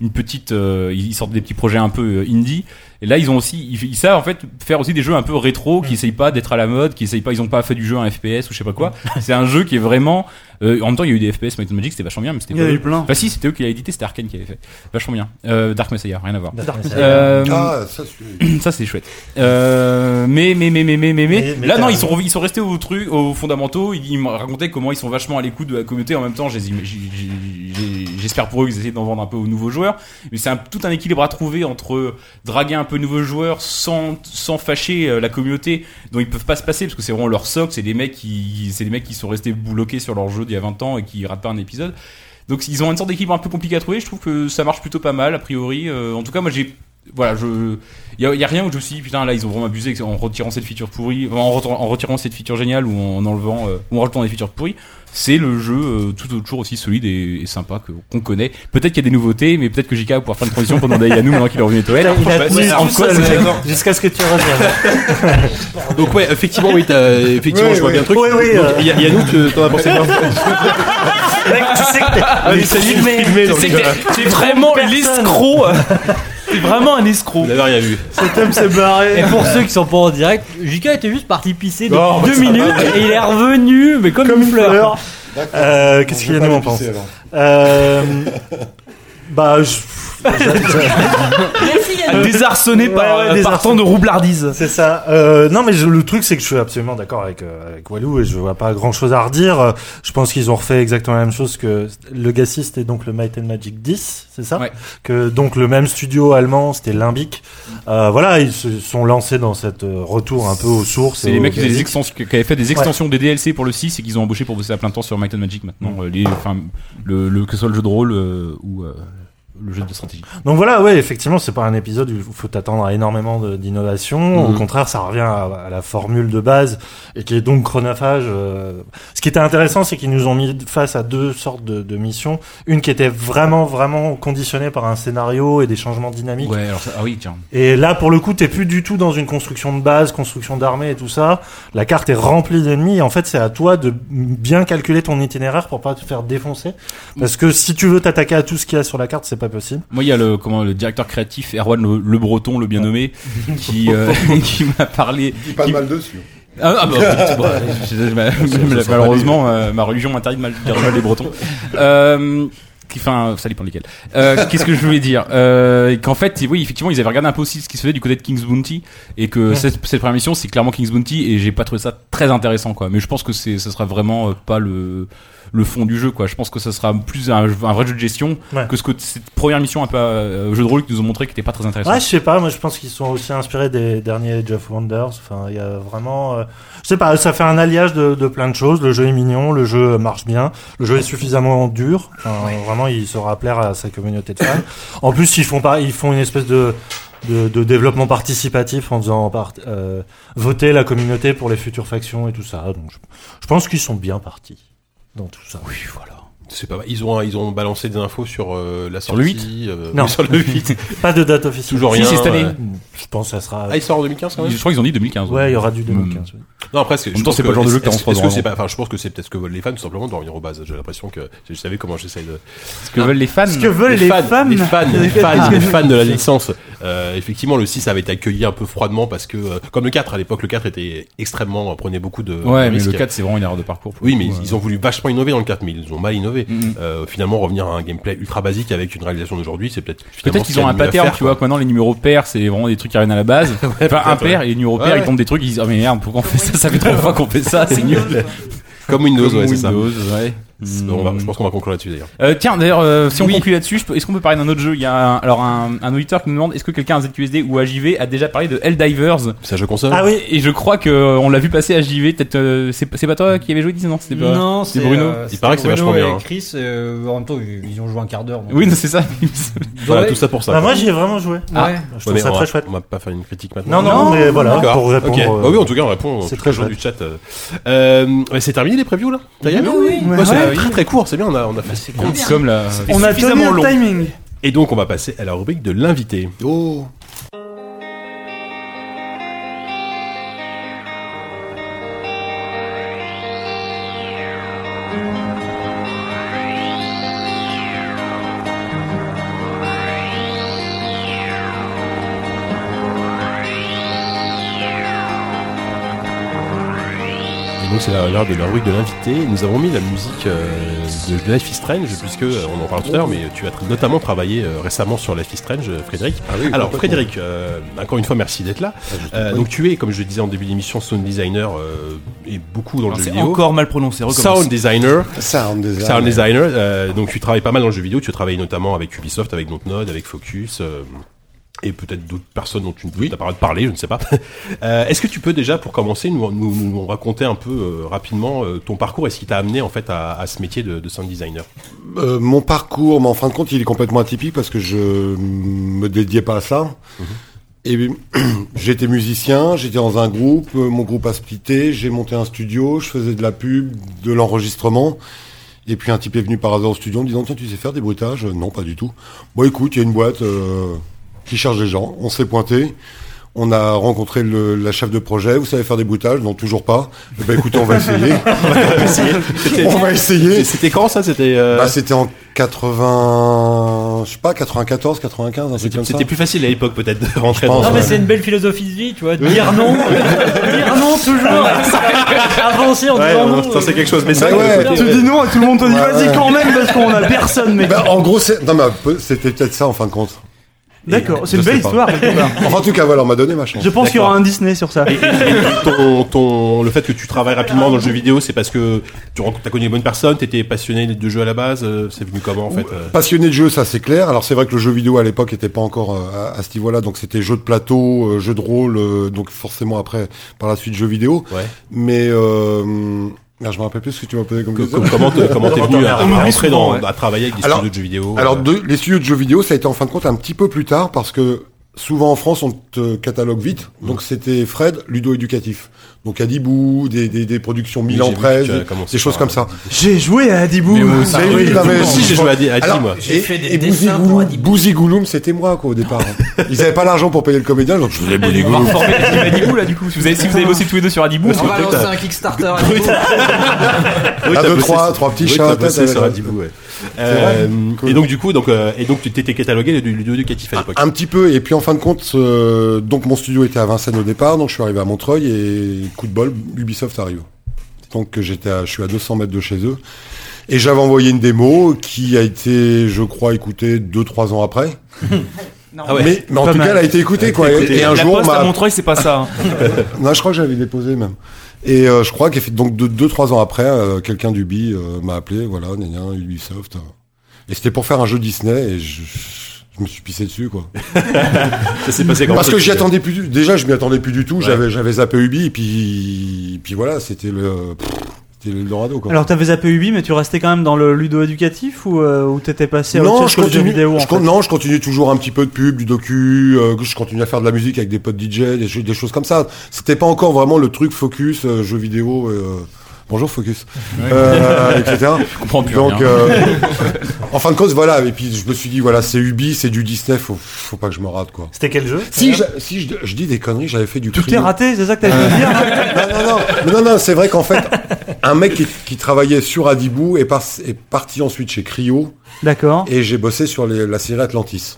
Speaker 4: une petite, euh, ils sortent des petits projets un peu euh, indie. Et là, ils ont aussi, ils, ils savent en fait faire aussi des jeux un peu
Speaker 6: Mm.
Speaker 4: rétro, qui essayent pas d'être à la mode, qui essayent pas, ils ont pas fait du jeu un FPS ou je sais pas quoi. C'est un jeu qui est vraiment. euh, en même temps, il y a eu des FPS Might and Magic, c'était vachement bien, mais c'était
Speaker 6: Il y en
Speaker 4: pas
Speaker 6: a
Speaker 4: eux.
Speaker 6: eu plein.
Speaker 4: Enfin Bah, si, c'était eux qui l'avaient édité, c'était Arkane qui l'avait fait. Vachement bien. Euh, Dark Messiah, rien à voir. Euh,
Speaker 9: Ah, ça, c'est.
Speaker 4: ça c'est chouette. Euh, mais mais mais mais mais mais mais,
Speaker 8: Mais- mais
Speaker 4: là non
Speaker 8: t'as-
Speaker 4: ils sont ils sont restés aux trucs aux fondamentaux. Ils, ils me racontaient comment ils sont vachement à l'écoute de la communauté. En même temps j'ai- j'ai- j'ai- j'espère pour eux qu'ils essaient d'en vendre un peu aux nouveaux joueurs. Mais c'est un- tout un équilibre à trouver entre draguer un peu de nouveaux joueurs sans sans fâcher euh, la communauté dont ils peuvent pas se passer parce que c'est vraiment leur socle. C'est des mecs qui c'est des mecs qui sont restés bloqués sur leur jeu d'il y a 20 ans et qui ratent pas un épisode. Donc ils ont une sorte d'équilibre un peu compliqué à trouver. Je trouve que ça marche plutôt pas mal a priori. Euh, en tout cas moi j'ai voilà, je, il y a, y a rien où je me suis dit putain là ils ont vraiment abusé en retirant cette feature pourrie, enfin, en, retirant, en retirant cette feature géniale ou en enlevant euh, ou en rajoutant des features pourries. C'est le jeu euh, tout toujours aussi solide et, et sympa que- qu'on connaît. Peut-être qu'il y a des nouveautés, mais peut-être que JK va pouvoir faire une transition pendant Day à nous maintenant qu'il est revenu
Speaker 8: Il
Speaker 4: à
Speaker 8: a, il
Speaker 4: Toel.
Speaker 8: a
Speaker 1: Bah,
Speaker 8: tenu
Speaker 1: ouais, en
Speaker 8: tout
Speaker 1: quoi,
Speaker 8: seul,
Speaker 1: c'est-
Speaker 8: mec, jusqu'à ce que tu reviennes.
Speaker 2: Donc ouais, effectivement, oui, t'as- effectivement,
Speaker 9: Oui,
Speaker 2: je vois
Speaker 9: oui.
Speaker 2: bien le truc.
Speaker 8: Oui, oui,
Speaker 2: Donc,
Speaker 8: euh.
Speaker 2: Y- Yannou, tu- t'en as pensé quoi
Speaker 8: Mec, tu sais que t'es-
Speaker 2: Ah, il s'agit de filmer, donc,
Speaker 1: C'est
Speaker 2: euh,
Speaker 1: c'est vraiment l'escroc.
Speaker 6: C'est vraiment un escroc.
Speaker 2: Vous n'avez rien vu.
Speaker 6: Cet homme s'est barré.
Speaker 3: Et pour ceux qui sont pas en direct, Jika était juste parti pisser depuis
Speaker 6: bah,
Speaker 2: Non,
Speaker 3: deux
Speaker 2: ça
Speaker 3: minutes et il est revenu, mais comme, une fleur.
Speaker 6: Alors,
Speaker 9: D'accord.
Speaker 8: Euh, Qu'est-ce qu'il y a de mon pense Euh, Bah, je-
Speaker 7: Merci Yannick.
Speaker 4: Désarçonné par, euh,
Speaker 8: Ouais, ouais, désarçonné.
Speaker 4: par tant de roublardise.
Speaker 8: c'est ça. Euh, non, mais je- le truc, c'est que je suis absolument d'accord avec, euh, avec Walou et je vois pas grand chose à redire. Euh, Je pense qu'ils ont refait exactement la même chose que Legacy, c'était donc le Might and Magic 10, c'est ça
Speaker 4: Ouais.
Speaker 8: Que donc le même studio allemand, c'était Limbic. Euh, voilà, ils se sont lancés dans cette euh, retour un peu aux sources.
Speaker 4: C'est
Speaker 8: et
Speaker 4: les
Speaker 8: aux
Speaker 4: mecs qui, faisaient des
Speaker 8: basiques.
Speaker 4: extensions- qui avaient fait des extensions des DLC pour le 6 et qu'ils ont embauché pour bosser à plein temps sur Might and Magic
Speaker 9: Mm.
Speaker 4: maintenant. Euh, les- enfin, le, le- que ce soit le jeu de rôle euh, ou euh, le jeu de stratégie.
Speaker 8: Donc voilà, ouais, effectivement, c'est pas un épisode où il faut t'attendre à énormément de- d'innovation. Au
Speaker 4: Mhm.
Speaker 8: contraire, ça revient à, à la formule de base et qui est donc chronophage. euh. Ce qui était intéressant, c'est qu'ils nous ont mis face à deux sortes de, de missions. Une qui était vraiment, vraiment conditionnée par un scénario et des changements dynamiques.
Speaker 4: Ouais, alors ça- ah oui, tiens.
Speaker 8: Et là, pour le coup, t'es plus du tout dans une construction de base, construction d'armée et tout ça. La carte est remplie d'ennemis. Et en fait, c'est à toi de bien calculer ton itinéraire pour pas te faire défoncer. Parce que si tu veux t'attaquer à tout ce qu'il y a sur la carte, c'est pas possible.
Speaker 4: Moi, il y a le, comment, le directeur créatif Erwan Le, Le Breton, le bien nommé, qui, euh, qui m'a parlé.
Speaker 9: Dis pas de
Speaker 4: qui-
Speaker 9: mal dessus.
Speaker 4: Ah, ah, bah, écoute, bon, je- je- je- ma-
Speaker 9: ça sera
Speaker 4: malheureusement, euh, ma religion m'interdit de mal dire mal les Bretons. Euh, qui- Enfin, ça dépend lesquels. Euh, Qu'est-ce que je voulais dire euh, Qu'en fait, oui, effectivement, ils avaient regardé un peu aussi ce qui se faisait du côté de King's Bounty, et que cette, cette première mission, c'est clairement King's Bounty, et j'ai pas trouvé ça très intéressant, quoi. Mais je pense que c'est, ça sera vraiment euh, pas le le fond du jeu, quoi. Je pense que ça sera plus un, un vrai jeu de gestion
Speaker 8: Ouais.
Speaker 4: que ce que cette première mission un peu euh, jeu de rôle qu'ils nous ont montré qui était pas très intéressant.
Speaker 8: Ouais, je sais pas, moi je pense qu'ils sont aussi inspirés des derniers Age of Wonders. Enfin, il y a vraiment. euh, je sais pas, ça fait un alliage de, de plein de choses. Le jeu est mignon, le jeu marche bien, le jeu est suffisamment dur. Enfin, Vraiment, il saura plaire à sa communauté de fans. en plus, ils font, pas, ils font une espèce de. De, de développement participatif en faisant part- euh, voter la communauté pour les futures factions et tout ça. Donc, je, je pense qu'ils sont bien partis dans tout ça.
Speaker 4: Oui, voilà.
Speaker 2: C'est pas mal. Ils ont, ils ont balancé des infos sur euh, la
Speaker 4: le
Speaker 2: sortie. euh,
Speaker 8: Non.
Speaker 2: oui, sur le 8.
Speaker 8: Pas de date officielle.
Speaker 2: Toujours
Speaker 4: Si,
Speaker 2: rien.
Speaker 4: c'est cette année.
Speaker 2: ouais.
Speaker 8: Je pense que ça sera.
Speaker 2: Ah, il sort en 2015 quand même
Speaker 4: Je crois qu'ils ont dit 2015.
Speaker 8: Ouais, il y aura du 2015. oui.
Speaker 2: Non, après, c'est,
Speaker 4: même temps, c'est pas le genre de jeu que t'as Hmm. en hein.
Speaker 2: est-ce-
Speaker 4: trois
Speaker 2: est-ce que
Speaker 4: ans
Speaker 2: c'est
Speaker 4: avant.
Speaker 2: pas, enfin, je pense que c'est peut-être ce que veulent les fans, tout simplement, de revenir aux bases. J'ai l'impression que, je savais comment j'essaye de,
Speaker 4: Ce que veulent les fans.
Speaker 6: ce que veulent les,
Speaker 2: fans,
Speaker 6: femmes.
Speaker 2: les fans, les fans, les fans de la licence. Euh, effectivement, le 6 avait été accueilli un peu froidement parce que, euh, comme le 4, à l'époque, le 4 était extrêmement, euh, prenait beaucoup de,
Speaker 4: Ouais,
Speaker 2: de
Speaker 4: mais le
Speaker 2: risques.
Speaker 4: 4, c'est vraiment une erreur de parcours. pour
Speaker 2: Oui,
Speaker 4: le
Speaker 2: mais
Speaker 4: coup, euh.
Speaker 2: ils ont voulu vachement innover dans le 4, mais ils ont mal innové.
Speaker 4: Mhm.
Speaker 2: Euh, finalement, revenir à un gameplay ultra basique avec une réalisation d'aujourd'hui, c'est peut-être finalement
Speaker 4: Peut-être
Speaker 2: ce
Speaker 4: qu'ils
Speaker 2: qu'il y
Speaker 4: ont
Speaker 2: a
Speaker 4: un
Speaker 2: de mieux à
Speaker 4: pattern,
Speaker 2: faire,
Speaker 4: tu vois, que maintenant les numéros pairs, c'est vraiment des trucs qui reviennent à la base. enfin, un pair et les numéros pairs,
Speaker 2: Ouais,
Speaker 4: ils tombent des trucs, ils disent, ah mais merde, pourquoi on fait ça? Ça fait trois fois qu'on fait ça, c'est nul.
Speaker 2: Comme Windows,
Speaker 4: Comme
Speaker 2: ouais, c'est ça.
Speaker 4: Windows, ouais. Mm.
Speaker 2: C'est- on va- je pense qu'on va conclure là-dessus d'ailleurs.
Speaker 4: Euh, tiens, d'ailleurs, euh, si on conclut là-dessus, je peux- est-ce qu'on peut parler d'un autre jeu? Il y a un, alors un, un auditeur qui nous demande, est-ce que quelqu'un à ZQSD ou à JV a déjà parlé de Helldivers?
Speaker 2: Ça, je console.
Speaker 8: Ah oui,
Speaker 4: Et je crois que euh, on l'a vu passer à JV, peut-être, euh, c'est c'est pas toi qui avais joué, dis non, c'était pas.
Speaker 3: Non, c'est
Speaker 4: c'est Bruno.
Speaker 3: euh,
Speaker 2: Il
Speaker 3: c'était
Speaker 2: paraît que c'est
Speaker 3: Bruno
Speaker 2: vachement bien,
Speaker 3: Et
Speaker 2: hein.
Speaker 3: Chris, euh, en même temps, ils ils ont joué un quart d'heure. donc-
Speaker 4: Oui, non, c'est ça. Ah.
Speaker 2: Voilà,
Speaker 3: Ouais.
Speaker 2: tout ça pour ça.
Speaker 8: bah,
Speaker 2: quoi.
Speaker 8: moi j'y ai vraiment joué.
Speaker 3: Ouais.
Speaker 8: Je
Speaker 2: Ouais,
Speaker 8: trouve
Speaker 2: mais
Speaker 8: ça
Speaker 2: on va-
Speaker 8: très chouette.
Speaker 2: On va pas faire une critique maintenant.
Speaker 8: Non, non, mais voilà,
Speaker 2: D'accord.
Speaker 8: pour répondre.
Speaker 2: Ok.
Speaker 8: euh,
Speaker 2: Bah oui, en tout cas, on répond.
Speaker 8: c'est
Speaker 2: C'est
Speaker 8: très
Speaker 2: très gens
Speaker 8: chouette.
Speaker 2: du chat. euh. Euh, ouais, c'est terminé les previews là. Ça y est
Speaker 7: Oui, oui.
Speaker 2: Ouais, c'est
Speaker 6: Ouais.
Speaker 2: très très court. C'est bien. On a, on a fait. c'est court.
Speaker 7: bien.
Speaker 4: Comme la.
Speaker 6: On a tenu le timing.
Speaker 2: Et donc, on va passer à la rubrique de l'invité.
Speaker 9: Oh,
Speaker 2: Et donc, c'est la, l'heure de la rubrique de l'invité. Nous avons mis la musique euh, de Life is Strange puisque euh, on en parle tout à l'heure, mais tu as tr- notamment travaillé euh, récemment sur Life is Strange, euh, Frédéric.
Speaker 9: Ah oui,
Speaker 2: Alors,
Speaker 9: complètement.
Speaker 2: Frédéric, euh, encore une fois, merci d'être là.
Speaker 9: Ah, je t'en
Speaker 2: Euh,
Speaker 9: prie.
Speaker 2: donc, tu es, comme je le disais en début d'émission, sound designer euh, et beaucoup dans le jeu
Speaker 4: C'est
Speaker 2: vidéo.
Speaker 4: encore mal prononcé, recommence.
Speaker 2: Sound designer.
Speaker 9: Sound design.
Speaker 2: Sound designer, euh, donc tu travailles pas mal dans le jeu vidéo, tu travailles notamment avec Ubisoft, avec Dontnod, avec Focus, euh, et peut-être d'autres personnes dont tu ne t'as pas parlé, je ne sais pas. Euh, Est-ce que tu peux déjà, pour commencer, nous, nous, nous raconter un peu euh, rapidement euh, ton parcours et ce qui t'a amené en fait à, à ce métier de, de sound designer
Speaker 9: Euh, mon parcours, mais en fin de compte, il est complètement atypique parce que je me dédiais pas à ça. Et j'étais musicien, j'étais dans un groupe, euh, mon groupe a splitté, j'ai monté un studio, je faisais de la pub, de l'enregistrement. Et puis un type est venu par hasard au studio en me disant Tiens, tu sais faire des bruitages Non, pas du tout. Bon, écoute, il y a une boîte euh, qui charge des gens. On s'est pointé. On a rencontré le- la chef de projet. Vous savez faire des bruitages Non, toujours pas. Eh Ben écoutez, on va essayer.
Speaker 2: C'était
Speaker 9: on va essayer.
Speaker 2: c'était quand ça C'était. euh,
Speaker 9: Bah, c'était en 80... 80, je sais pas, 94, 95, un truc comme ça.
Speaker 2: C'était plus facile à l'époque peut-être de rentrer
Speaker 9: pense,
Speaker 2: dans
Speaker 3: Non, mais
Speaker 9: ouais.
Speaker 3: c'est une belle philosophie de vie, tu vois. Dire non, dire non toujours. Avancer en
Speaker 2: Ouais,
Speaker 3: disant
Speaker 2: on-
Speaker 3: non. euh,
Speaker 2: ça, c'est quelque chose, mais
Speaker 9: Bah
Speaker 2: ça, d'un
Speaker 9: ouais,
Speaker 2: côté,
Speaker 6: Tu dis non et tout le monde te dit vas-y quand même parce qu'on a personne, mec.
Speaker 9: Ben, en gros, c'est- non, mais peu- c'était peut-être ça en fin de compte.
Speaker 6: D'accord, c'est
Speaker 9: je
Speaker 6: une belle
Speaker 9: sais pas.
Speaker 6: histoire. quelque part.
Speaker 9: Enfin, en tout cas, voilà, on m'a donné ma chance.
Speaker 6: Je pense qu'il y aura un Disney sur ça.
Speaker 2: ton, ton- le fait que tu travailles rapidement dans le jeu vidéo, c'est parce que tu as connu les bonnes personnes, t'étais passionné de jeu à la base, euh, c'est venu comment en fait euh
Speaker 9: Passionné de jeu, ça c'est clair. Alors c'est vrai que le jeu vidéo à l'époque était pas encore euh, à, à ce niveau-là, donc c'était jeu de plateau, euh, jeu de rôle, euh, donc forcément après par la suite jeu vidéo.
Speaker 2: Ouais.
Speaker 9: Mais euh, merde, je me rappelle plus ce que tu m'as posé comme
Speaker 2: Que-
Speaker 9: question.
Speaker 2: que- Comment t'es comment t'es venu à, à rentrer dans,
Speaker 6: ouais.
Speaker 2: à travailler avec des
Speaker 9: Alors-
Speaker 2: studios de jeux vidéo
Speaker 9: Alors
Speaker 2: euh,
Speaker 9: de- les studios de jeux vidéo, ça a été en fin de compte un petit peu plus tard parce que souvent en France on te catalogue vite.
Speaker 2: Mmh.
Speaker 9: Donc c'était Fred, Ludo éducatif. Donc Adibou, des, des, des productions
Speaker 2: j'ai
Speaker 9: mille en
Speaker 2: vu que
Speaker 9: presse,
Speaker 2: tu as
Speaker 9: des,
Speaker 2: commencé
Speaker 9: des choses
Speaker 2: par- euh,
Speaker 9: comme ça.
Speaker 6: J'ai joué à Adibou.
Speaker 9: Vous
Speaker 2: Ah
Speaker 9: avez
Speaker 2: oui,
Speaker 9: vu, non, mais-
Speaker 2: si j'ai joué à, D- à D, moi.
Speaker 9: et,
Speaker 5: fait des
Speaker 9: et
Speaker 5: dessins
Speaker 9: Bouzigouloum-
Speaker 5: pour Adibou.
Speaker 9: Bouzigouloum, c'était moi quoi au départ. Ils avaient pas l'argent pour payer le comédien, donc je faisais Bouzigouloum.
Speaker 4: Formé la team Adibou là du coup. Si vous avez, si vous avez bossé tous les deux sur Adibou,
Speaker 5: On va
Speaker 2: peut-être,
Speaker 5: lancer
Speaker 2: euh,
Speaker 5: un Kickstarter. à
Speaker 2: Brut.
Speaker 5: nouveau.
Speaker 2: Oui,
Speaker 9: Un,
Speaker 2: t'as
Speaker 9: deux,
Speaker 2: bossé
Speaker 9: trois,
Speaker 2: sur-
Speaker 9: trois petits
Speaker 2: oui,
Speaker 9: chats,
Speaker 2: t'as bossé
Speaker 9: t'as-
Speaker 2: sur
Speaker 9: t'as-
Speaker 2: Adibou, ouais.
Speaker 9: vrai
Speaker 2: Euh,
Speaker 9: Cool.
Speaker 2: Et donc du coup, donc euh, et donc tu t'étais catalogué du du- du éducatif à l'époque.
Speaker 9: Un petit peu, et puis en fin de compte, euh, donc mon studio était à Vincennes au départ, donc je suis arrivé à Montreuil et coup de bol, Ubisoft arrive. Donc euh, j'étais, à- je suis à 200 mètres de chez eux, et j'avais envoyé une démo qui a été, je crois, écoutée deux trois ans après.
Speaker 7: Non.
Speaker 2: Ah ouais.
Speaker 9: Mais, mais en
Speaker 6: Pas
Speaker 9: tout
Speaker 6: mal.
Speaker 9: cas, elle a été écoutée quoi. Et- Et, un
Speaker 4: la
Speaker 9: jour,
Speaker 4: poste
Speaker 9: ma-
Speaker 4: à Montreuil, c'est pas ça. hein.
Speaker 9: non, je crois que j'avais déposé même. Et euh, je crois que donc deux deux trois ans après, euh, quelqu'un d'Ubi euh, m'a appelé, voilà, gna gna, Ubisoft. euh. Et c'était pour faire un jeu Disney, et je, je me suis pissé dessus quoi.
Speaker 2: Ça s'est passé comment
Speaker 9: Parce que j'y
Speaker 2: j'y
Speaker 9: attendais plus. du- Déjà, je m'y attendais plus du tout. J'avais, j'avais zappé Ubi et puis, puis voilà, c'était le, pff, c'était le Dorado quoi.
Speaker 6: Alors t'avais zappé Ubi, mais tu restais quand même dans le ludo éducatif ou euh, ou t'étais passé à autre
Speaker 9: non,
Speaker 6: chose
Speaker 9: je
Speaker 6: que le jeu
Speaker 9: continue.
Speaker 6: vidéo en
Speaker 9: je,
Speaker 6: fait
Speaker 9: con- non, je continue toujours un petit peu de pub, du docu. euh, je continue à faire de la musique avec des potes DJ, des, jeux- des choses comme ça. C'était pas encore vraiment le truc focus euh, jeux vidéo. euh, Bonjour Focus, euh, etc.
Speaker 4: Je comprends plus.
Speaker 9: Donc,
Speaker 4: rien.
Speaker 9: euh, en fin de cause, voilà. Et puis, je me suis dit, voilà, c'est Ubi, c'est du Disney. Faut, faut pas que je me rate, quoi.
Speaker 8: C'était quel jeu
Speaker 9: Si, je, si je, je dis des conneries, j'avais fait du.
Speaker 6: Tout est
Speaker 9: Crino.
Speaker 6: raté, c'est ça que t'as voulu dire hein
Speaker 9: non, non, non, Mais non, non, c'est vrai qu'en fait, un mec qui, qui travaillait sur Adibou est, par- est parti ensuite chez Cryo
Speaker 6: D'accord.
Speaker 9: et j'ai bossé sur les- la série Atlantis.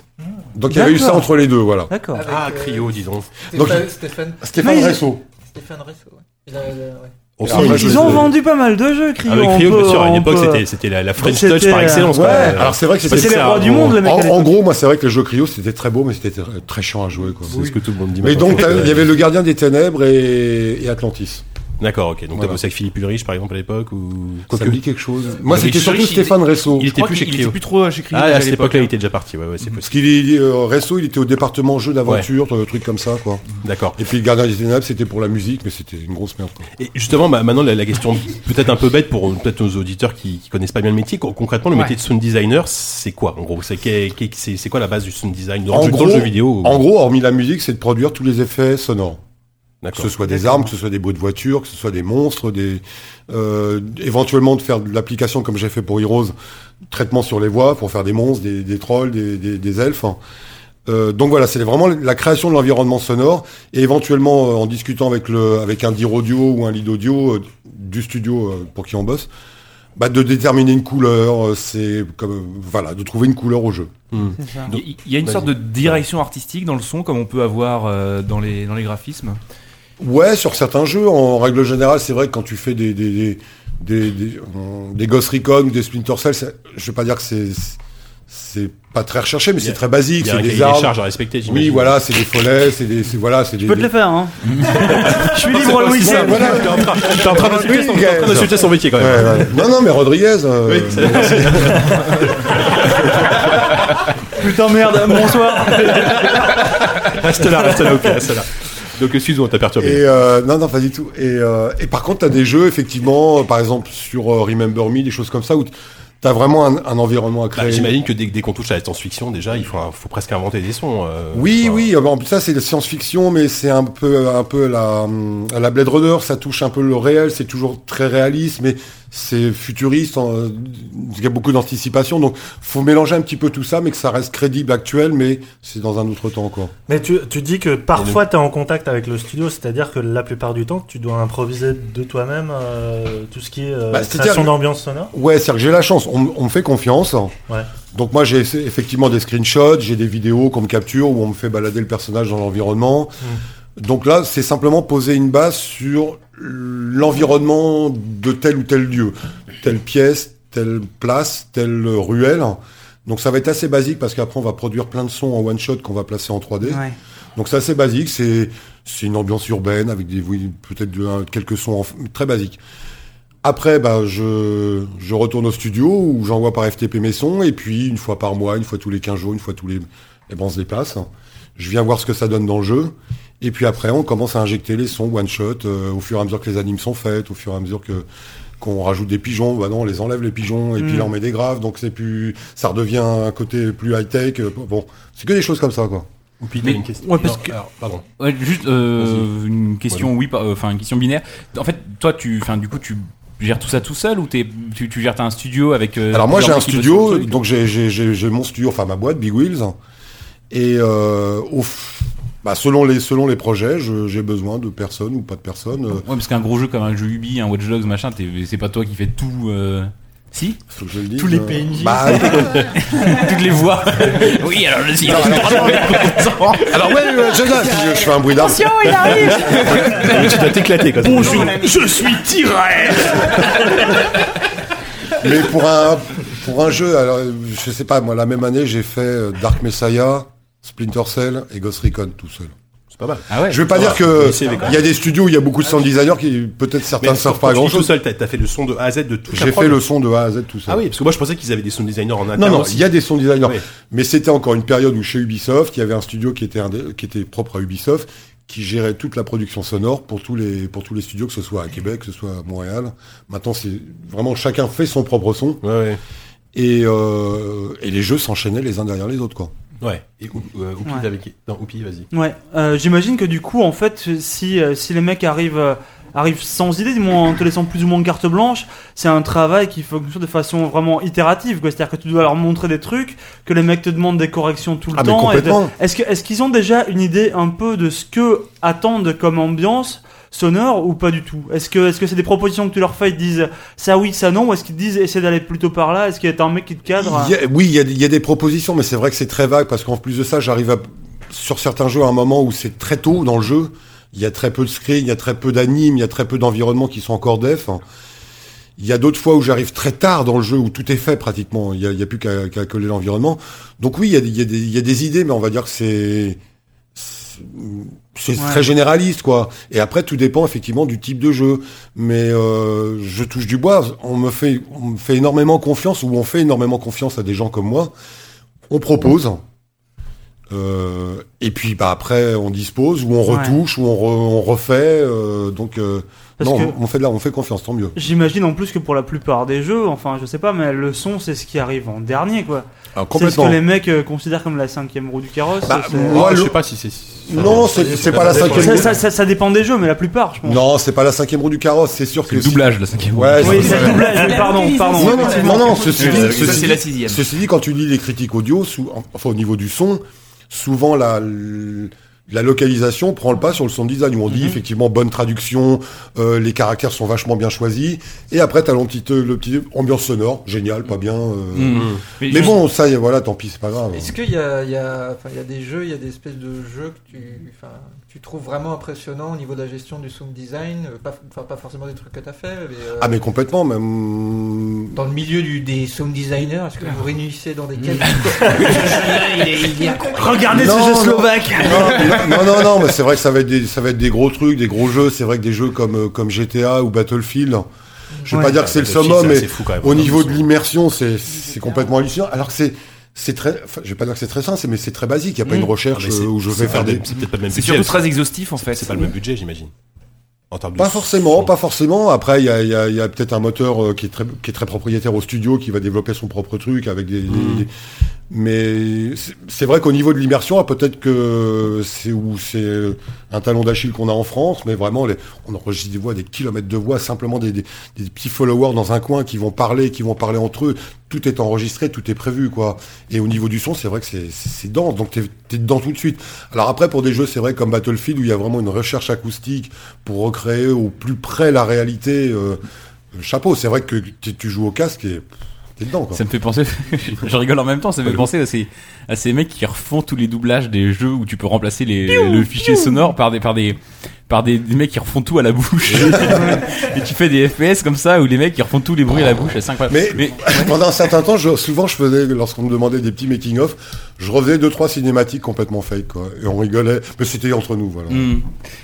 Speaker 9: Donc il y avait eu
Speaker 6: D'accord.
Speaker 9: ça entre les deux, voilà.
Speaker 6: D'accord.
Speaker 5: Avec,
Speaker 2: Ah,
Speaker 5: euh,
Speaker 2: Cryo, dis donc.
Speaker 9: Donc,
Speaker 5: Stéphane, Stéphane,
Speaker 9: Stéphane
Speaker 6: Mais ils-
Speaker 9: Resso.
Speaker 5: Stéphane Resso, ouais. Il a- euh, ouais.
Speaker 9: On
Speaker 2: Alors,
Speaker 9: sent
Speaker 2: moi,
Speaker 9: une-
Speaker 2: je
Speaker 6: Ils ont vendu pas mal de jeux, Cryo.
Speaker 2: Avec
Speaker 6: on
Speaker 2: Cryo, bien
Speaker 6: peut-
Speaker 2: sûr, à
Speaker 6: on
Speaker 2: une époque,
Speaker 6: peut-
Speaker 2: c'était c'était la, la French
Speaker 6: C'était,
Speaker 2: Touch par
Speaker 6: euh,
Speaker 2: excellence.
Speaker 9: Ouais,
Speaker 2: quoi.
Speaker 9: alors c'est vrai que
Speaker 2: Parce
Speaker 9: c'était.
Speaker 6: C'est les
Speaker 2: ça,
Speaker 6: rois
Speaker 2: en
Speaker 6: du monde,
Speaker 2: gros.
Speaker 6: le
Speaker 9: En,
Speaker 6: mec. à l'époque.
Speaker 9: en gros, moi, c'est vrai que les jeux Cryo, c'était très beau, mais c'était très, très chiant à jouer, quoi.
Speaker 2: C'est ce que euh, tout le monde dit.
Speaker 9: Mais
Speaker 2: maintenant.
Speaker 9: donc, t'as- il y avait le Gardien des Ténèbres et, et Atlantis.
Speaker 2: D'accord, ok. Donc t'as
Speaker 9: Voilà.
Speaker 2: bossé avec Philippe Ulrich, par exemple, à l'époque ou
Speaker 9: ça
Speaker 2: Quoique-
Speaker 9: me dit quelque chose. Moi,
Speaker 2: Mais
Speaker 9: c'était
Speaker 2: Ulrich,
Speaker 9: surtout
Speaker 4: il-
Speaker 9: Stéphane Resso.
Speaker 2: Il
Speaker 4: Je
Speaker 2: était
Speaker 4: crois
Speaker 2: plus chez
Speaker 4: qu'il était
Speaker 2: Cryo.
Speaker 4: plus trop chez Cryo.
Speaker 2: Ah,
Speaker 4: à
Speaker 2: à cette époque-là, il
Speaker 4: l'époque.
Speaker 2: était déjà parti. Ouais, ouais,
Speaker 4: Mm.
Speaker 2: c'est
Speaker 9: Parce
Speaker 2: possible.
Speaker 9: qu'il est, euh, Resso, il était au département jeux d'aventure, euh, truc comme ça, quoi.
Speaker 2: D'accord.
Speaker 9: Et puis le gardien des ténèbres, c'était pour la musique, mais c'était une grosse merde. Quoi.
Speaker 2: Et justement, bah, maintenant, la, la question peut-être un peu bête pour euh, peut-être nos auditeurs qui, qui connaissent pas bien le métier. Con- Concrètement, le
Speaker 5: Ouais.
Speaker 2: métier de sound designer, c'est quoi en gros C'est qu'est- qu'est- c'est c'est quoi la base du sound design dans,
Speaker 9: En
Speaker 2: le jeu- dans
Speaker 9: gros-
Speaker 2: le jeu vidéo
Speaker 9: En gros, hormis la musique, c'est de produire tous les effets sonores. Que
Speaker 2: D'accord.
Speaker 9: ce soit des armes, que ce soit des bruits de voiture, que ce soit des monstres, des euh, éventuellement de faire de l'application comme j'ai fait pour Heroes, traitement sur les voix pour faire des monstres, des, des trolls, des, des- des elfes. Euh, donc voilà, c'est vraiment la création de l'environnement sonore et éventuellement euh, en discutant avec le avec un dire audio ou un lead audio euh, du studio euh, pour qui on bosse, bah de déterminer une couleur, euh, c'est comme euh, voilà, de trouver une couleur au jeu.
Speaker 4: Il y- il y a une
Speaker 2: Vas-y.
Speaker 4: sorte de direction artistique dans le son, comme on peut avoir euh, dans les dans les graphismes.
Speaker 9: Ouais, sur certains jeux, en règle générale, c'est vrai que quand tu fais des des des des, des, euh, des Ghost Recon ou des Splinter Cell, c'est- je vais pas dire que c'est c'est pas très recherché, mais
Speaker 2: Il y a-
Speaker 9: c'est très basique,
Speaker 2: Il y
Speaker 9: c'est
Speaker 2: a un cahier
Speaker 9: des
Speaker 2: des
Speaker 9: armes.
Speaker 2: charges à respecter,
Speaker 9: oui,
Speaker 2: j'imagine.
Speaker 9: voilà, c'est des follets, c'est des c'est- voilà, c'est des.
Speaker 6: Je peux te
Speaker 9: des-
Speaker 6: les faire, hein. Je suis libre le
Speaker 9: Ouais,
Speaker 6: week-end.
Speaker 9: voilà.
Speaker 2: T'es en train d'insulter son- t'es en train d'insulter son métier quand
Speaker 9: Ouais,
Speaker 2: même.
Speaker 9: ouais. Non, non, mais Rodriguez. euh,
Speaker 2: Oui, c'est-
Speaker 6: Putain, merde, bonsoir.
Speaker 2: Reste là, reste là, ok, reste là. Donc, excuse-moi, on t'a perturbé.
Speaker 9: Et euh, non, non, pas du tout. Et, euh, et par contre, t'as des jeux, effectivement, euh, par exemple sur euh, Remember Me, des choses comme ça, où t'as vraiment un, un environnement à
Speaker 2: Bah,
Speaker 9: créer.
Speaker 2: J'imagine que dès, dès qu'on touche à la science-fiction, déjà, il faut, faut presque inventer des sons. euh,
Speaker 9: oui,
Speaker 2: enfin,
Speaker 9: oui. euh, En plus, ça, c'est de la science-fiction, mais c'est un euh, peu, un peu la, hum, à la Blade Runner. Ça touche un peu le réel. C'est toujours très réaliste, mais c'est futuriste, en- euh, il y a beaucoup d'anticipation. Donc, faut mélanger un petit peu tout ça, mais que ça reste crédible, actuel, mais c'est dans un autre temps, quoi.
Speaker 8: Mais tu, tu dis que parfois tu es en contact avec le studio, c'est-à-dire que la plupart du temps tu dois improviser de toi-même euh, tout ce qui est euh,
Speaker 9: Bah, c'est-à-dire
Speaker 8: création
Speaker 9: que-
Speaker 8: d'ambiance sonore.
Speaker 9: Ouais, c'est-à-dire que j'ai la chance, on, on me fait confiance.
Speaker 8: Ouais.
Speaker 9: Donc moi j'ai essa- effectivement des screenshots, j'ai des vidéos qu'on me capture où on me fait balader le personnage dans l'environnement.
Speaker 8: Mm.
Speaker 9: Donc là, c'est simplement poser une base sur l'environnement de tel ou tel lieu, telle pièce, telle place, telle ruelle. Donc ça va être assez basique parce qu'après on va produire plein de sons en one shot qu'on va placer en 3D.
Speaker 7: Ouais.
Speaker 9: Donc c'est assez basique, c'est c'est une ambiance urbaine avec des oui, peut-être de- un- quelques sons en- très basiques. Après, bah, je, je retourne au studio où j'envoie par FTP mes sons et puis une fois par mois, une fois tous les 15 jours, une fois tous les... Et ben on se déplace. Je viens voir ce que ça donne dans le jeu. Et puis après, on commence à injecter les sons one-shot euh, au fur et à mesure que les animes sont faites, au fur et à mesure que qu'on rajoute des pigeons, bah non, on les enlève les pigeons et puis
Speaker 6: Mm.
Speaker 9: là on met des graves, donc c'est plus, ça redevient un côté plus high tech. Bon, c'est que des choses comme ça, quoi.
Speaker 2: Ou puis
Speaker 4: Mais-
Speaker 2: une question.
Speaker 4: ouais, parce
Speaker 2: Non,
Speaker 4: que-
Speaker 2: alors, euh, pardon.
Speaker 4: Ouais, juste euh, une question, oui, pas- euh, enfin une question binaire. En fait, toi, tu, enfin, du coup, tu gères tout ça tout seul ou t'es- tu, tu gères t'as un studio avec. euh,
Speaker 9: Alors moi j'ai
Speaker 4: plusieurs
Speaker 9: un
Speaker 4: mecs qui bossent sur
Speaker 9: studio,
Speaker 4: le truc
Speaker 9: donc j'ai- j'ai j'ai- j'ai mon studio, enfin ma boîte Big Wheels, et euh, au f- bah, selon les selon les projets, je- j'ai besoin de personnes ou pas de personnes. euh,
Speaker 4: Ouais, parce qu'un gros jeu comme un jeu Ubi, un Watch Dogs, machin, t'es- c'est pas toi qui fais tout. euh, Si
Speaker 9: faut que je le dise.
Speaker 3: Tous les
Speaker 9: euh,
Speaker 3: PNJ.
Speaker 9: bah,
Speaker 4: Toutes les voix. oui, alors je suis.
Speaker 9: alors ouais, ouais, je, je- je fais un bruit d'arbre.
Speaker 7: Attention, il arrive
Speaker 2: tu dois t'éclater comme ça.
Speaker 4: je suis tiré.
Speaker 9: Mais pour un pour un jeu, alors euh, je sais pas, moi la même année j'ai fait euh, Dark Messiah, Splinter Cell et Ghost Recon tout seul.
Speaker 2: C'est pas mal.
Speaker 4: Ah ouais.
Speaker 9: Je veux pas dire
Speaker 2: va,
Speaker 9: que
Speaker 2: le CV, quoi.
Speaker 9: il y a des studios, où il y a beaucoup de sound designers qui peut-être certains ne savent pas
Speaker 2: quand tu dis
Speaker 9: grand
Speaker 2: Tout
Speaker 9: chose.
Speaker 2: seul, t'as t'as fait le son de A à Z de tout
Speaker 9: J'ai fait le son de A à Z tout seul.
Speaker 2: Ah oui, parce que moi je pensais qu'ils avaient des sound designers en interne.
Speaker 9: Non, non,
Speaker 2: aussi.
Speaker 9: il y a des sound designers.
Speaker 2: Oui.
Speaker 9: Mais c'était encore une période où chez Ubisoft, il y avait un studio qui était, indé- qui était propre à Ubisoft, qui gérait toute la production sonore pour tous, les, pour tous les studios, que ce soit à Québec, que ce soit à Montréal. Maintenant, c'est vraiment chacun fait son propre son.
Speaker 2: Ouais, ouais.
Speaker 9: Et, euh, et les jeux s'enchaînaient les uns derrière les autres, quoi.
Speaker 2: Ouais. Et Ou- euh, Oupi,
Speaker 6: Ouais.
Speaker 2: t'avais qui Non, Oupi, vas-y.
Speaker 6: Ouais, euh, j'imagine que du coup, en fait, si, euh, si les mecs arrivent, euh, arrivent sans idée, du moins en te laissant plus ou moins de carte blanche, c'est un travail qui fonctionne de façon vraiment itérative. quoi. C'est-à-dire que tu dois leur montrer des trucs, que les mecs te demandent des corrections tout le
Speaker 9: Ah, mais
Speaker 6: temps. et de-
Speaker 9: complètement.
Speaker 6: Est-ce que- est-ce qu'ils ont déjà une idée un peu de ce que attendent comme ambiance sonore ou pas du tout Est-ce que est-ce que c'est des propositions que tu leur fais Ils te disent ça oui, ça non Ou est-ce qu'ils te disent essaie d'aller plutôt par là Est-ce qu'il y a un mec qui te cadre
Speaker 9: Il y a- oui, il y, a, il y a des propositions, mais c'est vrai que c'est très vague parce qu'en plus de ça, j'arrive à, sur certains jeux à un moment où c'est très tôt dans le jeu. Il y a très peu de screens, il y a très peu d'animes, il y a très peu d'environnements qui sont encore def. Il y a d'autres fois où j'arrive très tard dans le jeu où tout est fait pratiquement. Il y a, il y a plus qu'à qu'à coller l'environnement. Donc oui, il y, a, des- il y a des- il y a des idées, mais on va dire que c'est c'est- c'est
Speaker 6: Ouais.
Speaker 9: très généraliste quoi. Et après, tout dépend effectivement du type de jeu. Mais euh, je touche du bois. On me fait, on me fait énormément confiance ou on fait énormément confiance à des gens comme moi. On propose. Euh, et puis bah après on dispose ou on
Speaker 6: Ouais.
Speaker 9: retouche ou on, re- on refait euh, donc euh,
Speaker 6: Parce
Speaker 9: non
Speaker 6: que-
Speaker 9: on on fait de là on fait confiance tant mieux
Speaker 6: J'imagine en plus que pour la plupart des jeux, enfin je sais pas, mais le son c'est ce qui arrive en dernier quoi.
Speaker 9: Alors,
Speaker 6: C'est ce que
Speaker 9: complètement
Speaker 6: les mecs euh, considèrent comme la cinquième roue du carrosse.
Speaker 9: Bah,
Speaker 6: c'est-
Speaker 9: moi,
Speaker 2: Ah, je
Speaker 9: le-
Speaker 2: sais pas si c'est. si-
Speaker 9: non c'est c'est pas la
Speaker 8: Ça,
Speaker 9: cinquième
Speaker 6: ça,
Speaker 9: roue.
Speaker 6: ça, ça- ça dépend des jeux, mais la plupart, je pense.
Speaker 9: non c'est pas la cinquième roue du carrosse c'est sûr que
Speaker 4: Le
Speaker 9: si-
Speaker 4: doublage, la cinquième.
Speaker 9: ouais
Speaker 6: Oui,
Speaker 9: c'est-
Speaker 6: c'est le doublage, mais pardon, pardon.
Speaker 9: non, non, non, non, ceci dit,
Speaker 4: Ça,
Speaker 9: ceci
Speaker 4: c'est
Speaker 9: dit-
Speaker 4: la sixième.
Speaker 9: Ceci dit, quand tu lis les critiques audio, sous- enfin au niveau du son, souvent la, l- la localisation prend le pas sur le sound design, où on dit
Speaker 6: Mhm.
Speaker 9: effectivement bonne traduction, euh, les caractères sont vachement bien choisis, et après t'as le petit, le petit ambiance sonore, génial, pas bien. euh,
Speaker 6: Mhm.
Speaker 4: Mm.
Speaker 9: Mais bon, ça, y est, voilà, tant pis, c'est pas grave.
Speaker 5: Est-ce qu'il y a, il y, a, enfin, il y a des jeux, il y a des espèces de jeux que tu, enfin, que tu trouves vraiment impressionnants au niveau de la gestion du sound design euh, pas, enfin, pas forcément des trucs que t'as fait, mais, euh,
Speaker 9: Ah mais complètement, même.
Speaker 5: dans le milieu du, des sound designers, est-ce que vous réunissez dans des cadres
Speaker 6: Regardez
Speaker 9: Non,
Speaker 6: ce jeu
Speaker 9: non.
Speaker 6: slovaque
Speaker 9: non, non, non, non, mais c'est vrai que ça va être des, ça va être des gros trucs, des gros jeux. C'est vrai que des jeux comme, euh, comme GTA ou Battlefield, je vais
Speaker 6: Ouais.
Speaker 9: pas dire que c'est le
Speaker 2: Ah, Battlefield,
Speaker 9: summum,
Speaker 2: c'est
Speaker 9: mais
Speaker 2: assez fou, quand même.
Speaker 9: au niveau de l'immersion, c'est, c'est complètement hallucinant. Alors que c'est, c'est très, enfin, je vais pas dire que c'est très simple, c'est- mais c'est très basique. Il y a pas
Speaker 4: Mm.
Speaker 9: une
Speaker 2: Ah,
Speaker 9: recherche
Speaker 2: mais c'est-
Speaker 9: euh, où je vais
Speaker 2: c'est
Speaker 9: faire
Speaker 2: pas le
Speaker 9: des,
Speaker 2: même- C'est peut-être pas le même
Speaker 4: C'est
Speaker 2: budget.
Speaker 4: surtout très exhaustif en fait.
Speaker 2: C'est pas le même budget, j'imagine. En termes de.
Speaker 9: Pas forcément,
Speaker 2: son.
Speaker 9: pas forcément. Après, il y a, il y a- il y a peut-être un moteur euh, qui est, très, qui est très propriétaire au studio, qui va développer son propre truc avec des, des- des- Mais c'est- c'est vrai qu'au niveau de l'immersion, ah, peut-être que c'est où c'est un talon d'Achille qu'on a en France, mais vraiment, les- on enregistre des voix, des kilomètres de voix, simplement des, des- des petits followers dans un coin qui vont parler, qui vont parler entre eux. Tout est enregistré, tout est prévu, quoi. Et au niveau du son, c'est vrai que c'est- c'est dense, donc t'es t'es dedans tout de suite. Alors après, pour des jeux, c'est vrai, comme Battlefield, où il y a vraiment une recherche acoustique pour recréer au plus près la réalité, euh, chapeau, c'est vrai que tu tu joues au casque et pff, t'es dedans, quoi.
Speaker 4: Ça me fait penser, je rigole en même temps, ça me fait penser à ces, à ces mecs qui refont tous les doublages des jeux où tu peux remplacer les, le fichier sonore par des, par des, par des, des mecs qui refont tout à la bouche. et tu fais des FPS comme ça où les mecs qui refont tous les bruits à la bouche à 5 fois.
Speaker 9: Mais-
Speaker 4: mais
Speaker 9: Pendant un certain temps, je- souvent, je faisais, lorsqu'on me demandait des petits making-of, je revenais deux, trois cinématiques complètement fake, quoi. Et on rigolait. Mais c'était entre nous, voilà.
Speaker 4: Hmm.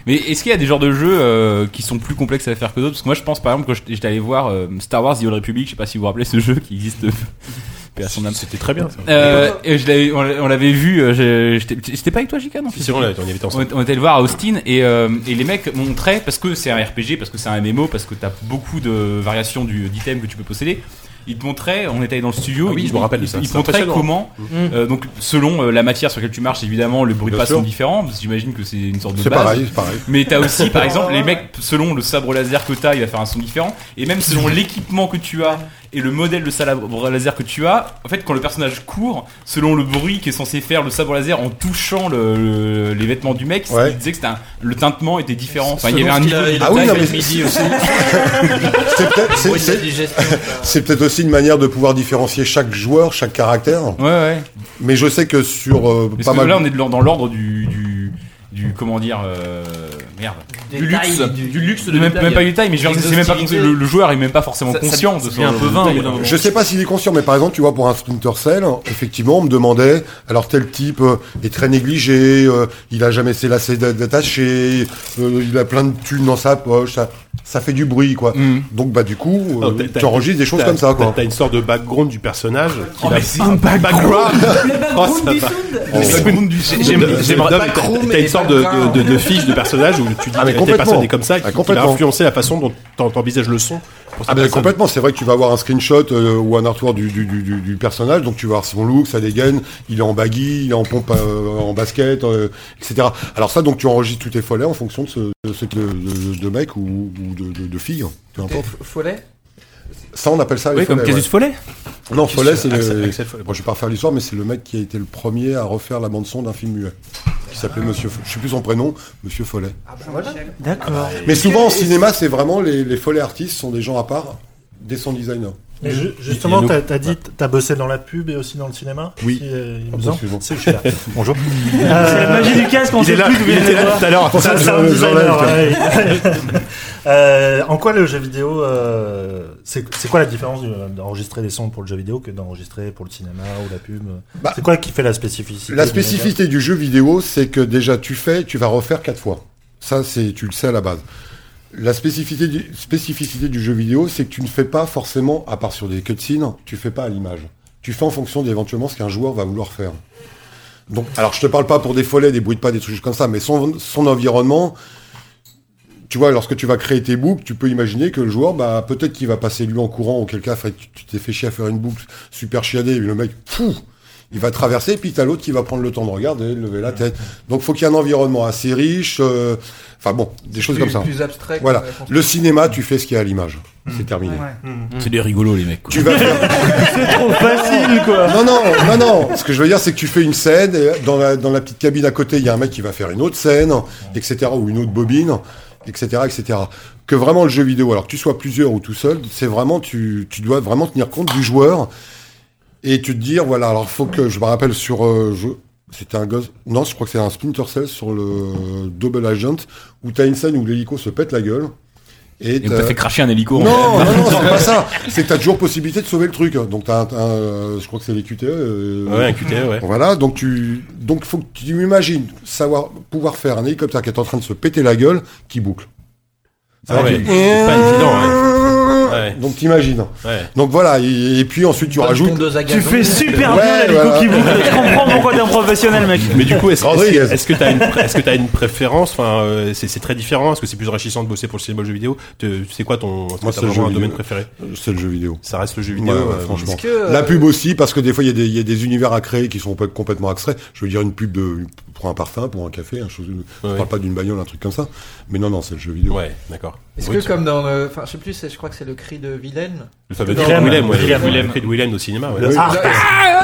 Speaker 4: Mais est-ce qu'il y a des genres de jeux euh, qui sont plus complexes à faire que d'autres Parce que moi je pense par exemple quand j'étais- j'étais allé voir euh, Star Wars The Old Republic, je sais pas si vous vous rappelez ce jeu qui existe. Paix à son âme.
Speaker 2: C'était très bien ça.
Speaker 4: Euh, et je l'avais- on l'a- on l'avait vu, euh, j'ai- j'étais j'étais pas avec toi Jika non
Speaker 2: Si, si, on l'avait- on y était
Speaker 4: on
Speaker 2: ensemble.
Speaker 4: est- on était le voir à Austin et, euh, et les mecs montraient parce que c'est un RPG, parce que c'est un MMO, parce que t'as beaucoup de variations du- d'items que tu peux posséder. Ils te montraient, on était allé dans le studio,
Speaker 2: Ah oui,
Speaker 4: ils-
Speaker 2: je me rappelle de
Speaker 4: ils,
Speaker 2: ça,
Speaker 4: ils
Speaker 2: c'est
Speaker 4: te montraient
Speaker 2: impressionnant.
Speaker 4: comment, euh, donc selon euh, la matière sur laquelle tu marches, évidemment, le bruit de
Speaker 9: Bien
Speaker 4: pas sont
Speaker 9: sûr.
Speaker 4: différents, parce que j'imagine que c'est une sorte de
Speaker 9: C'est
Speaker 4: base.
Speaker 9: pareil, c'est pareil.
Speaker 4: Mais t'as aussi, par exemple, les mecs, selon le sabre laser que t'as, il va faire un son différent. Et même selon l'équipement que tu as et le modèle de sabre laser que tu as, en fait, quand le personnage court, selon le bruit qu'est censé faire le sabre laser en touchant le- le- les vêtements du mec,
Speaker 9: Ouais.
Speaker 4: il disait que c'était un- le tintement était différent. Enfin, il y
Speaker 5: Selon
Speaker 4: avait un
Speaker 5: ce qu'il
Speaker 4: niveau
Speaker 5: a-
Speaker 4: de
Speaker 5: il a
Speaker 9: Ah oui,
Speaker 4: détail.
Speaker 9: non,
Speaker 5: fait
Speaker 9: mais
Speaker 5: le midi aussi.
Speaker 9: C'est peut-être, c'est-
Speaker 5: Pour une
Speaker 9: c'est-
Speaker 5: digestion, ça.
Speaker 9: c'est peut-être aussi une manière de pouvoir différencier chaque joueur, chaque caractère.
Speaker 4: Ouais, ouais.
Speaker 9: Mais je sais que sur euh,
Speaker 4: Parce
Speaker 9: pas
Speaker 4: que
Speaker 9: mal.
Speaker 4: là, on est de l'or- dans l'ordre du, du, du- comment dire, euh, merde.
Speaker 10: Du luxe. Du luxe de
Speaker 4: même,
Speaker 10: détail.
Speaker 4: même pas du time, mais je veux dire, c'est même pas
Speaker 10: L'exhaustivité.
Speaker 4: le, le joueur est même pas forcément
Speaker 10: Ça- ça
Speaker 4: conscient de
Speaker 10: devient un peu vain, au bout d'un moment.
Speaker 9: Je sais pas s'il est conscient, mais par exemple, tu vois, pour un Splinter Cell, effectivement, on me demandait, alors tel type euh, est très négligé, euh, il a jamais ses lacets d'a- d'attaché, euh, il a plein de thunes dans sa poche, ça, ça fait du bruit, quoi.
Speaker 4: Hmm.
Speaker 9: Donc, bah, du coup, euh,
Speaker 10: Oh,
Speaker 2: Non, Oh, t'as- t'as-
Speaker 9: tu enregistres des choses
Speaker 2: T'as-
Speaker 9: comme ça,
Speaker 2: t'as-
Speaker 9: quoi.
Speaker 2: T'as une sorte de background du personnage. qui
Speaker 4: Oh,
Speaker 2: va-
Speaker 4: mais c'est un
Speaker 2: background.
Speaker 7: Le
Speaker 2: Oh,
Speaker 7: background
Speaker 2: ça
Speaker 7: du
Speaker 2: va.
Speaker 7: sound.
Speaker 9: Oh.
Speaker 2: De- de-
Speaker 10: j'aimerais
Speaker 2: de-
Speaker 10: pas Chrome,
Speaker 2: t'as-
Speaker 10: mais
Speaker 2: T'as une
Speaker 10: les
Speaker 2: sorte de,
Speaker 10: backgrounds.
Speaker 2: de, de fiche de personnage où tu dis
Speaker 9: Ah, mais
Speaker 2: que telle
Speaker 9: complètement.
Speaker 2: personne est comme ça, et qui,
Speaker 9: Ah,
Speaker 2: qui va
Speaker 9: complètement.
Speaker 2: influencer la façon dont t'en- t'envisages le son. Pour
Speaker 9: Ah
Speaker 2: cette
Speaker 9: ben
Speaker 2: personne.
Speaker 9: complètement, c'est vrai que tu vas avoir un screenshot euh, ou un artwork du, du, du, du- du personnage, donc tu vas voir son look, sa dégaine, il est en baggy, il est en pompe euh, en basket, euh, etc. Alors ça, donc tu enregistres tous tes follets en fonction de ce, de, ce- de- de- de mec ou, ou de, de, de fille, peu
Speaker 5: T'es
Speaker 9: importe.
Speaker 5: f- follet
Speaker 9: Ça, on appelle ça les
Speaker 10: Oui, comme
Speaker 9: follets,
Speaker 10: Casus Follet.
Speaker 9: ouais. Non, follet, c'est
Speaker 2: Axel-
Speaker 9: le...
Speaker 2: Axel Follet.
Speaker 9: Bon, je vais pas refaire l'histoire, mais c'est le mec qui a été le premier à refaire la bande son d'un film muet, qui s'appelait Monsieur... Fo- Je sais plus son prénom, Monsieur Follet.
Speaker 6: D'accord.
Speaker 9: Mais souvent, en cinéma, c'est vraiment... Les, les follets artistes sont des gens à part, des sound designers.
Speaker 8: Mais ju- justement,
Speaker 2: Il y a
Speaker 8: t'as as dit, t'as bossé dans la pub et aussi dans le cinéma.
Speaker 9: Oui.
Speaker 8: Si, euh, il me
Speaker 9: Ah bon,
Speaker 8: semble.
Speaker 9: c'est bon.
Speaker 8: C'est- je suis là. Bonjour.
Speaker 6: Euh, C'est la magie du casque, on
Speaker 8: Il est
Speaker 6: sait
Speaker 8: là,
Speaker 6: plus d'où
Speaker 8: il
Speaker 6: vient
Speaker 8: était
Speaker 6: la
Speaker 8: là
Speaker 6: voix.
Speaker 8: tout à l'heure.
Speaker 9: pour ça
Speaker 8: Ça,
Speaker 9: que
Speaker 8: ça
Speaker 9: je-
Speaker 8: me
Speaker 9: j'enlève,
Speaker 8: disait, ouais. Euh, en quoi le jeu vidéo, euh, c'est c'est quoi la différence de- d'enregistrer des sons pour le jeu vidéo que d'enregistrer pour le cinéma ou la pub
Speaker 9: Bah,
Speaker 8: C'est quoi qui fait la spécificité
Speaker 9: La
Speaker 8: du média
Speaker 9: spécificité du jeu vidéo, c'est que déjà tu fais, tu vas refaire quatre fois. Ça, c'est tu le sais à la base. La spécificité du, spécificité du jeu vidéo, c'est que tu ne fais pas forcément, à part sur des cutscenes, tu fais pas à l'image. Tu fais en fonction d'éventuellement ce qu'un joueur va vouloir faire. Donc, alors je te parle pas pour des follets, des bruits de pas, des trucs comme ça, mais son, son environnement, tu vois, lorsque tu vas créer tes boucles, tu peux imaginer que le joueur, bah, peut-être qu'il va passer lui en courant, auquel cas, fait, tu tu t'es fait chier à faire une boucle super chiadée, et le mec, fou, il va traverser, puis t'as l'autre qui va prendre le temps de regarder, de lever la tête. Donc, faut qu'il y ait un environnement assez riche, euh, enfin bon, des choses
Speaker 5: Plus-
Speaker 9: comme ça.
Speaker 5: Plus abstrait. que
Speaker 9: Voilà.
Speaker 5: la construction. Mmh.
Speaker 9: Le cinéma, tu fais ce qu'il y a à l'image. C'est terminé.
Speaker 4: Mmh. C'est des rigolos les mecs. quoi.
Speaker 9: Tu vas faire-
Speaker 6: Trop facile, quoi.
Speaker 9: Non, non, non, non. Ce que je veux dire, c'est que tu fais une scène, et dans la, dans la petite cabine à côté, il y a un mec qui va faire une autre scène, etc., ou une autre bobine, etc., etc. Que vraiment le jeu vidéo, alors que tu sois plusieurs ou tout seul, c'est vraiment, tu, tu dois vraiment tenir compte du joueur et tu te dire, voilà, alors faut que, je me rappelle sur, euh, je- c'était un gosse, non, je crois que c'est un Splinter Cell sur le Double Agent, où t'as une scène où l'hélico se pète la gueule.
Speaker 4: Et
Speaker 9: t'as-
Speaker 4: t'as fait cracher un hélico. en-
Speaker 9: non, non, non, c'est pas ça. C'est que t'as toujours possibilité de sauver le truc. hein. Donc t'as, un- un, euh, je crois que c'est les QTE. euh,
Speaker 2: Ouais, un QTE, ouais.
Speaker 9: Voilà, donc tu, donc faut que tu imagines savoir pouvoir faire un hélicoptère qui est en train de se péter la gueule, qui boucle.
Speaker 2: Ah ouais, c'est pas évident, ouais. Ouais.
Speaker 9: euh, Donc t'imagines.
Speaker 2: Ouais.
Speaker 9: Donc voilà, et, et puis ensuite tu
Speaker 5: Bonne
Speaker 9: rajoutes.
Speaker 5: tondeuse à
Speaker 6: Tu
Speaker 5: gazon.
Speaker 6: fais super
Speaker 9: Ouais,
Speaker 6: bien l'hélico
Speaker 9: voilà.
Speaker 6: qui boucle. Je comprends pourquoi un professionnel, mec.
Speaker 2: Mais du coup, est-ce
Speaker 9: Rodriguez.
Speaker 2: est-ce que tu as, une préférence enfin, euh, C'est c'est très différent. Est-ce que c'est plus enrichissant de bosser pour le cinéma ou le jeu vidéo Te- C'est quoi ton est-ce que
Speaker 9: Moi,
Speaker 2: t'as
Speaker 9: c'est le
Speaker 2: vraiment
Speaker 9: jeu
Speaker 2: un domaine
Speaker 9: vidéo.
Speaker 2: préféré
Speaker 9: C'est le jeu vidéo.
Speaker 2: Ça reste le jeu
Speaker 9: Ouais,
Speaker 2: vidéo,
Speaker 9: ouais,
Speaker 2: euh,
Speaker 9: franchement.
Speaker 5: Est-ce que, euh,
Speaker 9: La pub aussi, parce que des fois, il y, a des- il y a des univers à créer qui sont pas- complètement abstraits. Je veux dire, une pub de, pour un parfum, pour un café, un chose,
Speaker 2: Ouais.
Speaker 9: je parle pas d'une bagnole, un truc comme ça. Mais non, non, c'est le jeu vidéo.
Speaker 2: Ouais, d'accord.
Speaker 5: Est-ce
Speaker 2: Oui,
Speaker 5: que
Speaker 2: tu-
Speaker 5: comme dans le... Enfin, je sais plus, c'est- je crois que c'est le cri de Vilaine.
Speaker 2: le fameux
Speaker 9: Willem,
Speaker 2: Willem, Willem, ouais,
Speaker 8: Willem.
Speaker 2: le prix de Willem au cinéma. ouais. Ah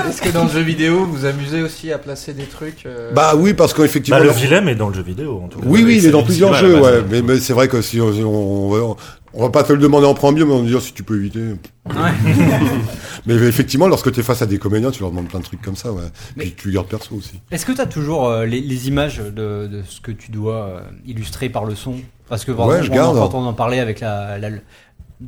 Speaker 9: Oui.
Speaker 5: Est-ce que dans le jeu vidéo, vous vous amusez aussi à placer des trucs euh,
Speaker 9: Bah oui, parce qu'effectivement.
Speaker 8: Bah, le
Speaker 9: leur-
Speaker 8: Willem est dans le jeu vidéo, en tout cas.
Speaker 9: Oui, oui, il est dans
Speaker 2: c'est
Speaker 9: plusieurs
Speaker 2: du
Speaker 9: jeux,
Speaker 2: cinéma, à la
Speaker 9: ouais.
Speaker 2: base.
Speaker 9: Mais, mais c'est vrai que si on, on va, on va pas te le demander en premier, mais on va dire si tu peux éviter. mais effectivement, lorsque tu es face à des comédiens, tu leur demandes plein de trucs comme ça, ouais. Puis tu gardes perso aussi.
Speaker 3: Est-ce que tu as toujours euh, les, les images de, de ce que tu dois euh, illustrer par le son Parce que par
Speaker 9: Ouais,
Speaker 3: exemple,
Speaker 9: je garde.
Speaker 3: quand on en parlait avec la, la-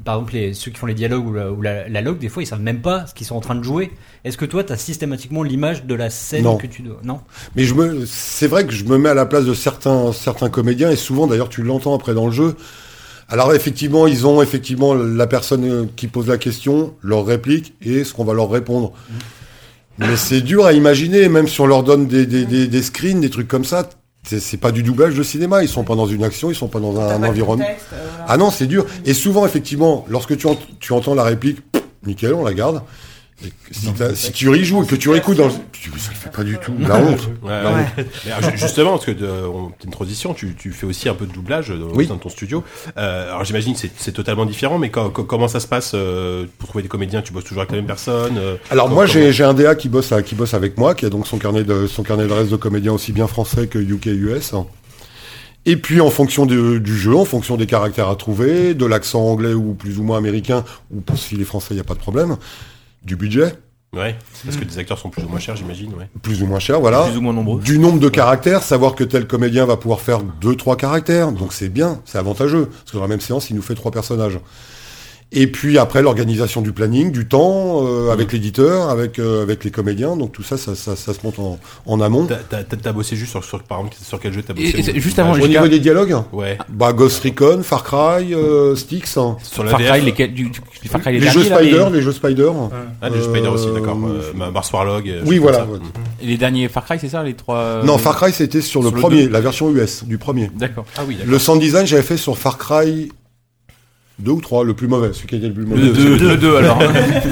Speaker 3: par exemple les, ceux qui font les dialogues ou la, ou la- la log, des fois ils savent même pas ce qu'ils sont en train de jouer. Est-ce que toi tu as systématiquement l'image de la scène
Speaker 9: Non.
Speaker 3: que tu dois Non.
Speaker 9: Mais je me, c'est vrai que je me mets à la place de certains, certains comédiens et souvent d'ailleurs tu l'entends après dans le jeu. Alors effectivement, ils ont effectivement la personne euh, qui pose la question, leur réplique et ce qu'on va leur répondre.
Speaker 7: Mm.
Speaker 9: Mais c'est dur à imaginer, même si on leur donne des, des, des, des screens, des trucs comme ça, c'est c'est pas du doublage de cinéma. Ils sont pas dans une action, ils sont pas dans
Speaker 7: T'as
Speaker 9: un
Speaker 7: pas le
Speaker 9: environnement.
Speaker 7: contexte, euh, voilà.
Speaker 9: Ah non, c'est dur. Et souvent, effectivement, lorsque tu, ent- tu entends la réplique, pff, nickel, on la garde. Et que si, t'as- si tu rijoues et que tu réécoutes dans le... Tu dis, ça le fait pas du tout, la honte.
Speaker 2: Ouais, ouais. Mais alors, ju- justement, parce que de- on- c'est une transition, tu, tu fais aussi un peu de doublage dans,
Speaker 9: Oui.
Speaker 2: dans ton studio. Euh, alors j'imagine que c'est- c'est totalement différent, mais co- co- comment ça se passe euh, pour trouver des comédiens Tu bosses toujours avec la même personne euh,
Speaker 9: Alors
Speaker 2: co-
Speaker 9: moi,
Speaker 2: comment-
Speaker 9: j'ai j'ai un DA qui bosse, à- qui bosse avec moi, qui a donc son carnet de, son carnet de reste de comédiens aussi bien français que UK US. Et puis en fonction de- du jeu, en fonction des caractères à trouver, de l'accent anglais ou plus ou moins américain, ou pour s'il est français, il n'y a pas de problème, du budget,
Speaker 2: Ouais, parce que des acteurs sont plus ou moins chers, j'imagine. Ouais.
Speaker 9: plus ou moins cher, voilà.
Speaker 10: Plus ou moins nombreux.
Speaker 9: du nombre de caractères, savoir que tel comédien va pouvoir faire deux, trois caractères. Donc c'est bien, c'est avantageux. Parce que dans la même séance, il nous fait trois personnages. Et puis après, l'organisation du planning, du temps, euh,
Speaker 2: Mm.
Speaker 9: avec l'éditeur, avec, euh, avec les comédiens. Donc tout ça, ça, ça, ça se monte en, en amont.
Speaker 2: T'as- T'as t'as- t'as bossé juste sur, sur, par exemple, sur quel jeu t'as
Speaker 10: Et-
Speaker 2: bossé
Speaker 10: et c'est-
Speaker 2: ou-
Speaker 10: juste avant,
Speaker 9: Au
Speaker 10: j'ai-
Speaker 9: niveau des dialogues
Speaker 2: Ouais.
Speaker 9: bah, Ghost Recon, Far Cry, euh, Styx, hein.
Speaker 2: Sur la
Speaker 10: Far Cry,
Speaker 2: VF.
Speaker 10: lesquels- du- du- du- Far Cry,
Speaker 9: les,
Speaker 10: les
Speaker 9: jeux
Speaker 10: derniers, là,
Speaker 9: Spider, les jeux Spider.
Speaker 2: Ah, les jeux Spider aussi,
Speaker 9: Euh,
Speaker 2: d'accord. Euh, Ma- Mars Warlog. euh,
Speaker 9: Oui,
Speaker 2: choses
Speaker 9: voilà.
Speaker 2: comme ça. Mm.
Speaker 10: les- les derniers Far Cry, c'est ça, les
Speaker 4: Euh,
Speaker 10: trois. euh,
Speaker 9: Non, Far Cry, c'était sur le
Speaker 10: sur le
Speaker 9: premier,
Speaker 10: deux.
Speaker 9: la version US du premier.
Speaker 10: D'accord.
Speaker 2: Ah oui, d'accord.
Speaker 9: Le sound design, j'avais fait sur Far Cry 2 ou 3, le plus mauvais, celui qui était le plus mauvais.
Speaker 10: Le 2, le 2 alors.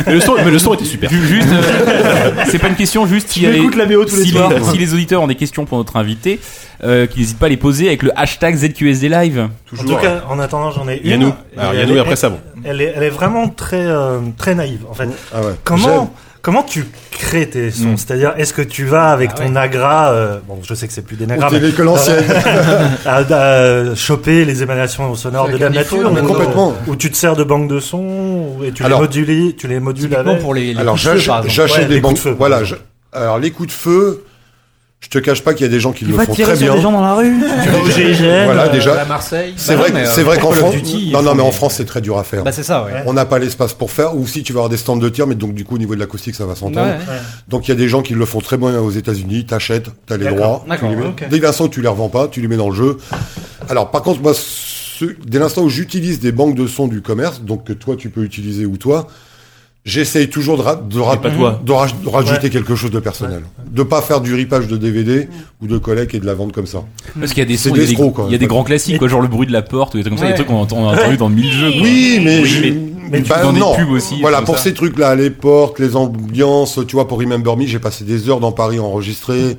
Speaker 2: Mais le son, mais le son était super.
Speaker 10: Ju- Juste, euh, c'est pas une question, juste s'il y a les-
Speaker 6: J'écoute la BO tous les
Speaker 10: si,
Speaker 6: soirs.
Speaker 10: les, si les auditeurs ont des questions pour notre invité, euh, qu'ils n'hésitent pas à les poser avec le hashtag ZQSD Live.
Speaker 8: En tout cas, en attendant, j'en ai une.
Speaker 2: Yannou.
Speaker 8: Et
Speaker 2: Alors,
Speaker 8: elle
Speaker 2: Yannou
Speaker 8: est-
Speaker 2: et après ça, bon.
Speaker 8: Elle est, elle est vraiment très, euh, très naïve, en fait.
Speaker 9: Ah ouais. Hmm.
Speaker 8: Comment, comment tu crées tes sons C'est-à-dire, est-ce que tu vas avec
Speaker 3: Ah
Speaker 8: ton agra, euh, bon, je sais que c'est plus des
Speaker 9: J'aime.
Speaker 8: nagras,
Speaker 9: Au télé que l'ancienne.
Speaker 8: à, à choper les émanations sonores de
Speaker 5: Avec
Speaker 8: la
Speaker 5: un iPhone,
Speaker 8: nature,
Speaker 5: mais
Speaker 8: ou-
Speaker 9: complètement.
Speaker 8: Ou tu te sers de banques de sons, ou- et tu
Speaker 9: Alors-
Speaker 8: les modules, tu les modules
Speaker 3: Typiquement
Speaker 8: avec.
Speaker 3: pour les, les
Speaker 9: Alors
Speaker 3: coups de feu,
Speaker 9: j'ach-
Speaker 3: par exemple.
Speaker 9: j'achète
Speaker 8: Ouais, les
Speaker 9: des
Speaker 8: coups
Speaker 9: banques.
Speaker 8: de feu, par
Speaker 9: voilà.
Speaker 8: exemple.
Speaker 9: je- Alors les coups de feu, je te cache pas qu'il y a des gens qui
Speaker 6: Il
Speaker 9: le
Speaker 6: va
Speaker 9: font
Speaker 6: tirer
Speaker 9: très
Speaker 6: sur
Speaker 9: bien.
Speaker 6: les gens dans la rue.
Speaker 8: Tu vas au GIGN,
Speaker 9: Voilà
Speaker 8: euh,
Speaker 9: déjà.
Speaker 5: à Marseille
Speaker 9: C'est
Speaker 3: Bah
Speaker 9: vrai,
Speaker 3: non, mais,
Speaker 9: que-
Speaker 3: euh,
Speaker 9: c'est vrai qu'en
Speaker 3: Call of
Speaker 9: France,
Speaker 3: Duty,
Speaker 9: non
Speaker 3: ils
Speaker 9: non
Speaker 3: font
Speaker 9: mais en
Speaker 3: des-
Speaker 9: France c'est très dur à faire.
Speaker 3: Bah c'est ça, ouais.
Speaker 9: On n'a pas l'espace pour faire, ou si tu vas avoir des stands de tir, mais donc du coup au niveau de l'acoustique ça va s'entendre.
Speaker 3: Ouais, ouais.
Speaker 9: Donc il y a des gens qui le font très bien aux États-Unis, t'achètes, t'as les droits,
Speaker 8: D'accord,
Speaker 9: tu
Speaker 3: d'accord,
Speaker 9: les mets.
Speaker 8: ok.
Speaker 9: Dès l'instant où tu les revends pas, tu les mets dans le jeu. Alors par contre, moi, ce- dès l'instant où j'utilise des banques de sons du commerce, donc que toi tu peux utiliser ou toi, j'essaye toujours de, ra- de, ra-
Speaker 10: pas toi.
Speaker 9: de raj- de rajouter
Speaker 8: Ouais.
Speaker 9: quelque chose de personnel, de pas faire du ripage de DVD ou de collecte et de la vente comme ça.
Speaker 10: Parce qu'il y a des
Speaker 9: C'est
Speaker 10: sons, il
Speaker 9: des
Speaker 10: y a des,
Speaker 9: escrocs, quoi.
Speaker 10: il y a des grands classiques, quoi, genre le bruit de la porte, ou des trucs comme ça, des
Speaker 3: Ouais.
Speaker 10: trucs qu'on entend- on a entendu dans mille jeux. quoi.
Speaker 9: Oui, mais, je-
Speaker 10: mais tu-
Speaker 9: bah,
Speaker 10: dans des
Speaker 9: non.
Speaker 10: pubs aussi,
Speaker 9: Voilà,
Speaker 10: comme
Speaker 9: pour
Speaker 10: ça.
Speaker 9: ces trucs-là, les portes, les ambiances, tu vois, pour Remember Me, j'ai passé des heures dans Paris enregistré.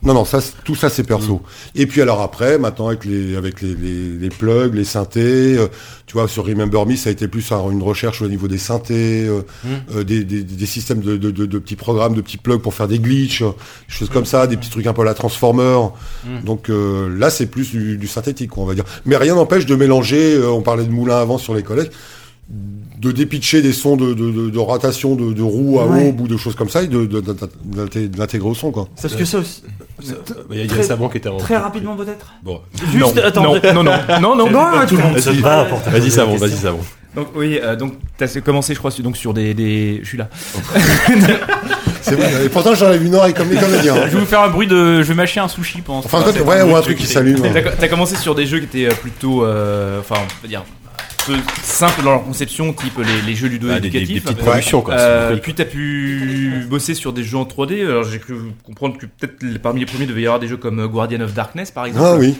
Speaker 9: Non, non, ça, c'est- tout ça, c'est perso.
Speaker 10: Mm.
Speaker 9: Et puis alors après, maintenant avec les avec les, les, les plugs, les synthés, euh, tu vois, sur Remember Me, ça a été plus un- une recherche au niveau des synthés, euh,
Speaker 10: Mm.
Speaker 9: euh, des, des, des systèmes de, de, de, de petits programmes, de petits plugs pour faire des glitches, euh, des choses comme ça, des petits trucs un peu à la Transformer.
Speaker 11: Mm.
Speaker 9: Donc euh, là, c'est plus du, du synthétique, quoi, on va dire. Mais rien n'empêche de mélanger. euh, on parlait de moulin avant sur les collègues de dépitcher des sons de, de, de, de rotation de, de roues à
Speaker 6: Ouais.
Speaker 9: aube ou de choses comme ça et de, de, de- d'inté- de l'intégrer au son quoi.
Speaker 6: Parce que ça aussi.
Speaker 2: Il y a- il y a
Speaker 6: Très-
Speaker 2: Saban qui était en.
Speaker 6: Très rapidement, peut-être.
Speaker 2: Bon,
Speaker 6: Juste,
Speaker 10: non,
Speaker 6: attends,
Speaker 10: non, non, non, non, non, non,
Speaker 8: Tout le monde se
Speaker 2: Vas-y.
Speaker 8: bat pour
Speaker 2: vas-y Saban, vas-y Saban.
Speaker 10: Donc oui, euh, donc t'as commencé, je crois, sur- donc sur des, des... je suis là.
Speaker 9: C'est vrai. Et pourtant j'en ai vu une oreille comme les comédiens. hein.
Speaker 10: Je vais vous faire un bruit de, je vais mâcher un sushi pendant. ce
Speaker 9: Enfin,
Speaker 10: temps-là,
Speaker 9: quand-
Speaker 10: c'est
Speaker 9: ouais,
Speaker 10: bon,
Speaker 9: ou un
Speaker 10: je-
Speaker 9: truc qui
Speaker 10: je-
Speaker 9: s'allume.
Speaker 10: T'as t'as commencé sur des jeux qui étaient euh, plutôt, euh, enfin, on peut dire
Speaker 11: peu simples dans leur conception, type les, les jeux ludo
Speaker 2: Ah, des- des-
Speaker 11: éducatifs.
Speaker 2: des petites productions, quoi, c'est
Speaker 11: Euh,
Speaker 2: magnifique.
Speaker 11: puis t'as pu bosser sur des jeux en 3D. Alors j'ai cru comprendre que peut-être les- parmi les premiers devait y avoir des jeux comme euh, Guardian of Darkness, par exemple.
Speaker 9: Ah oui.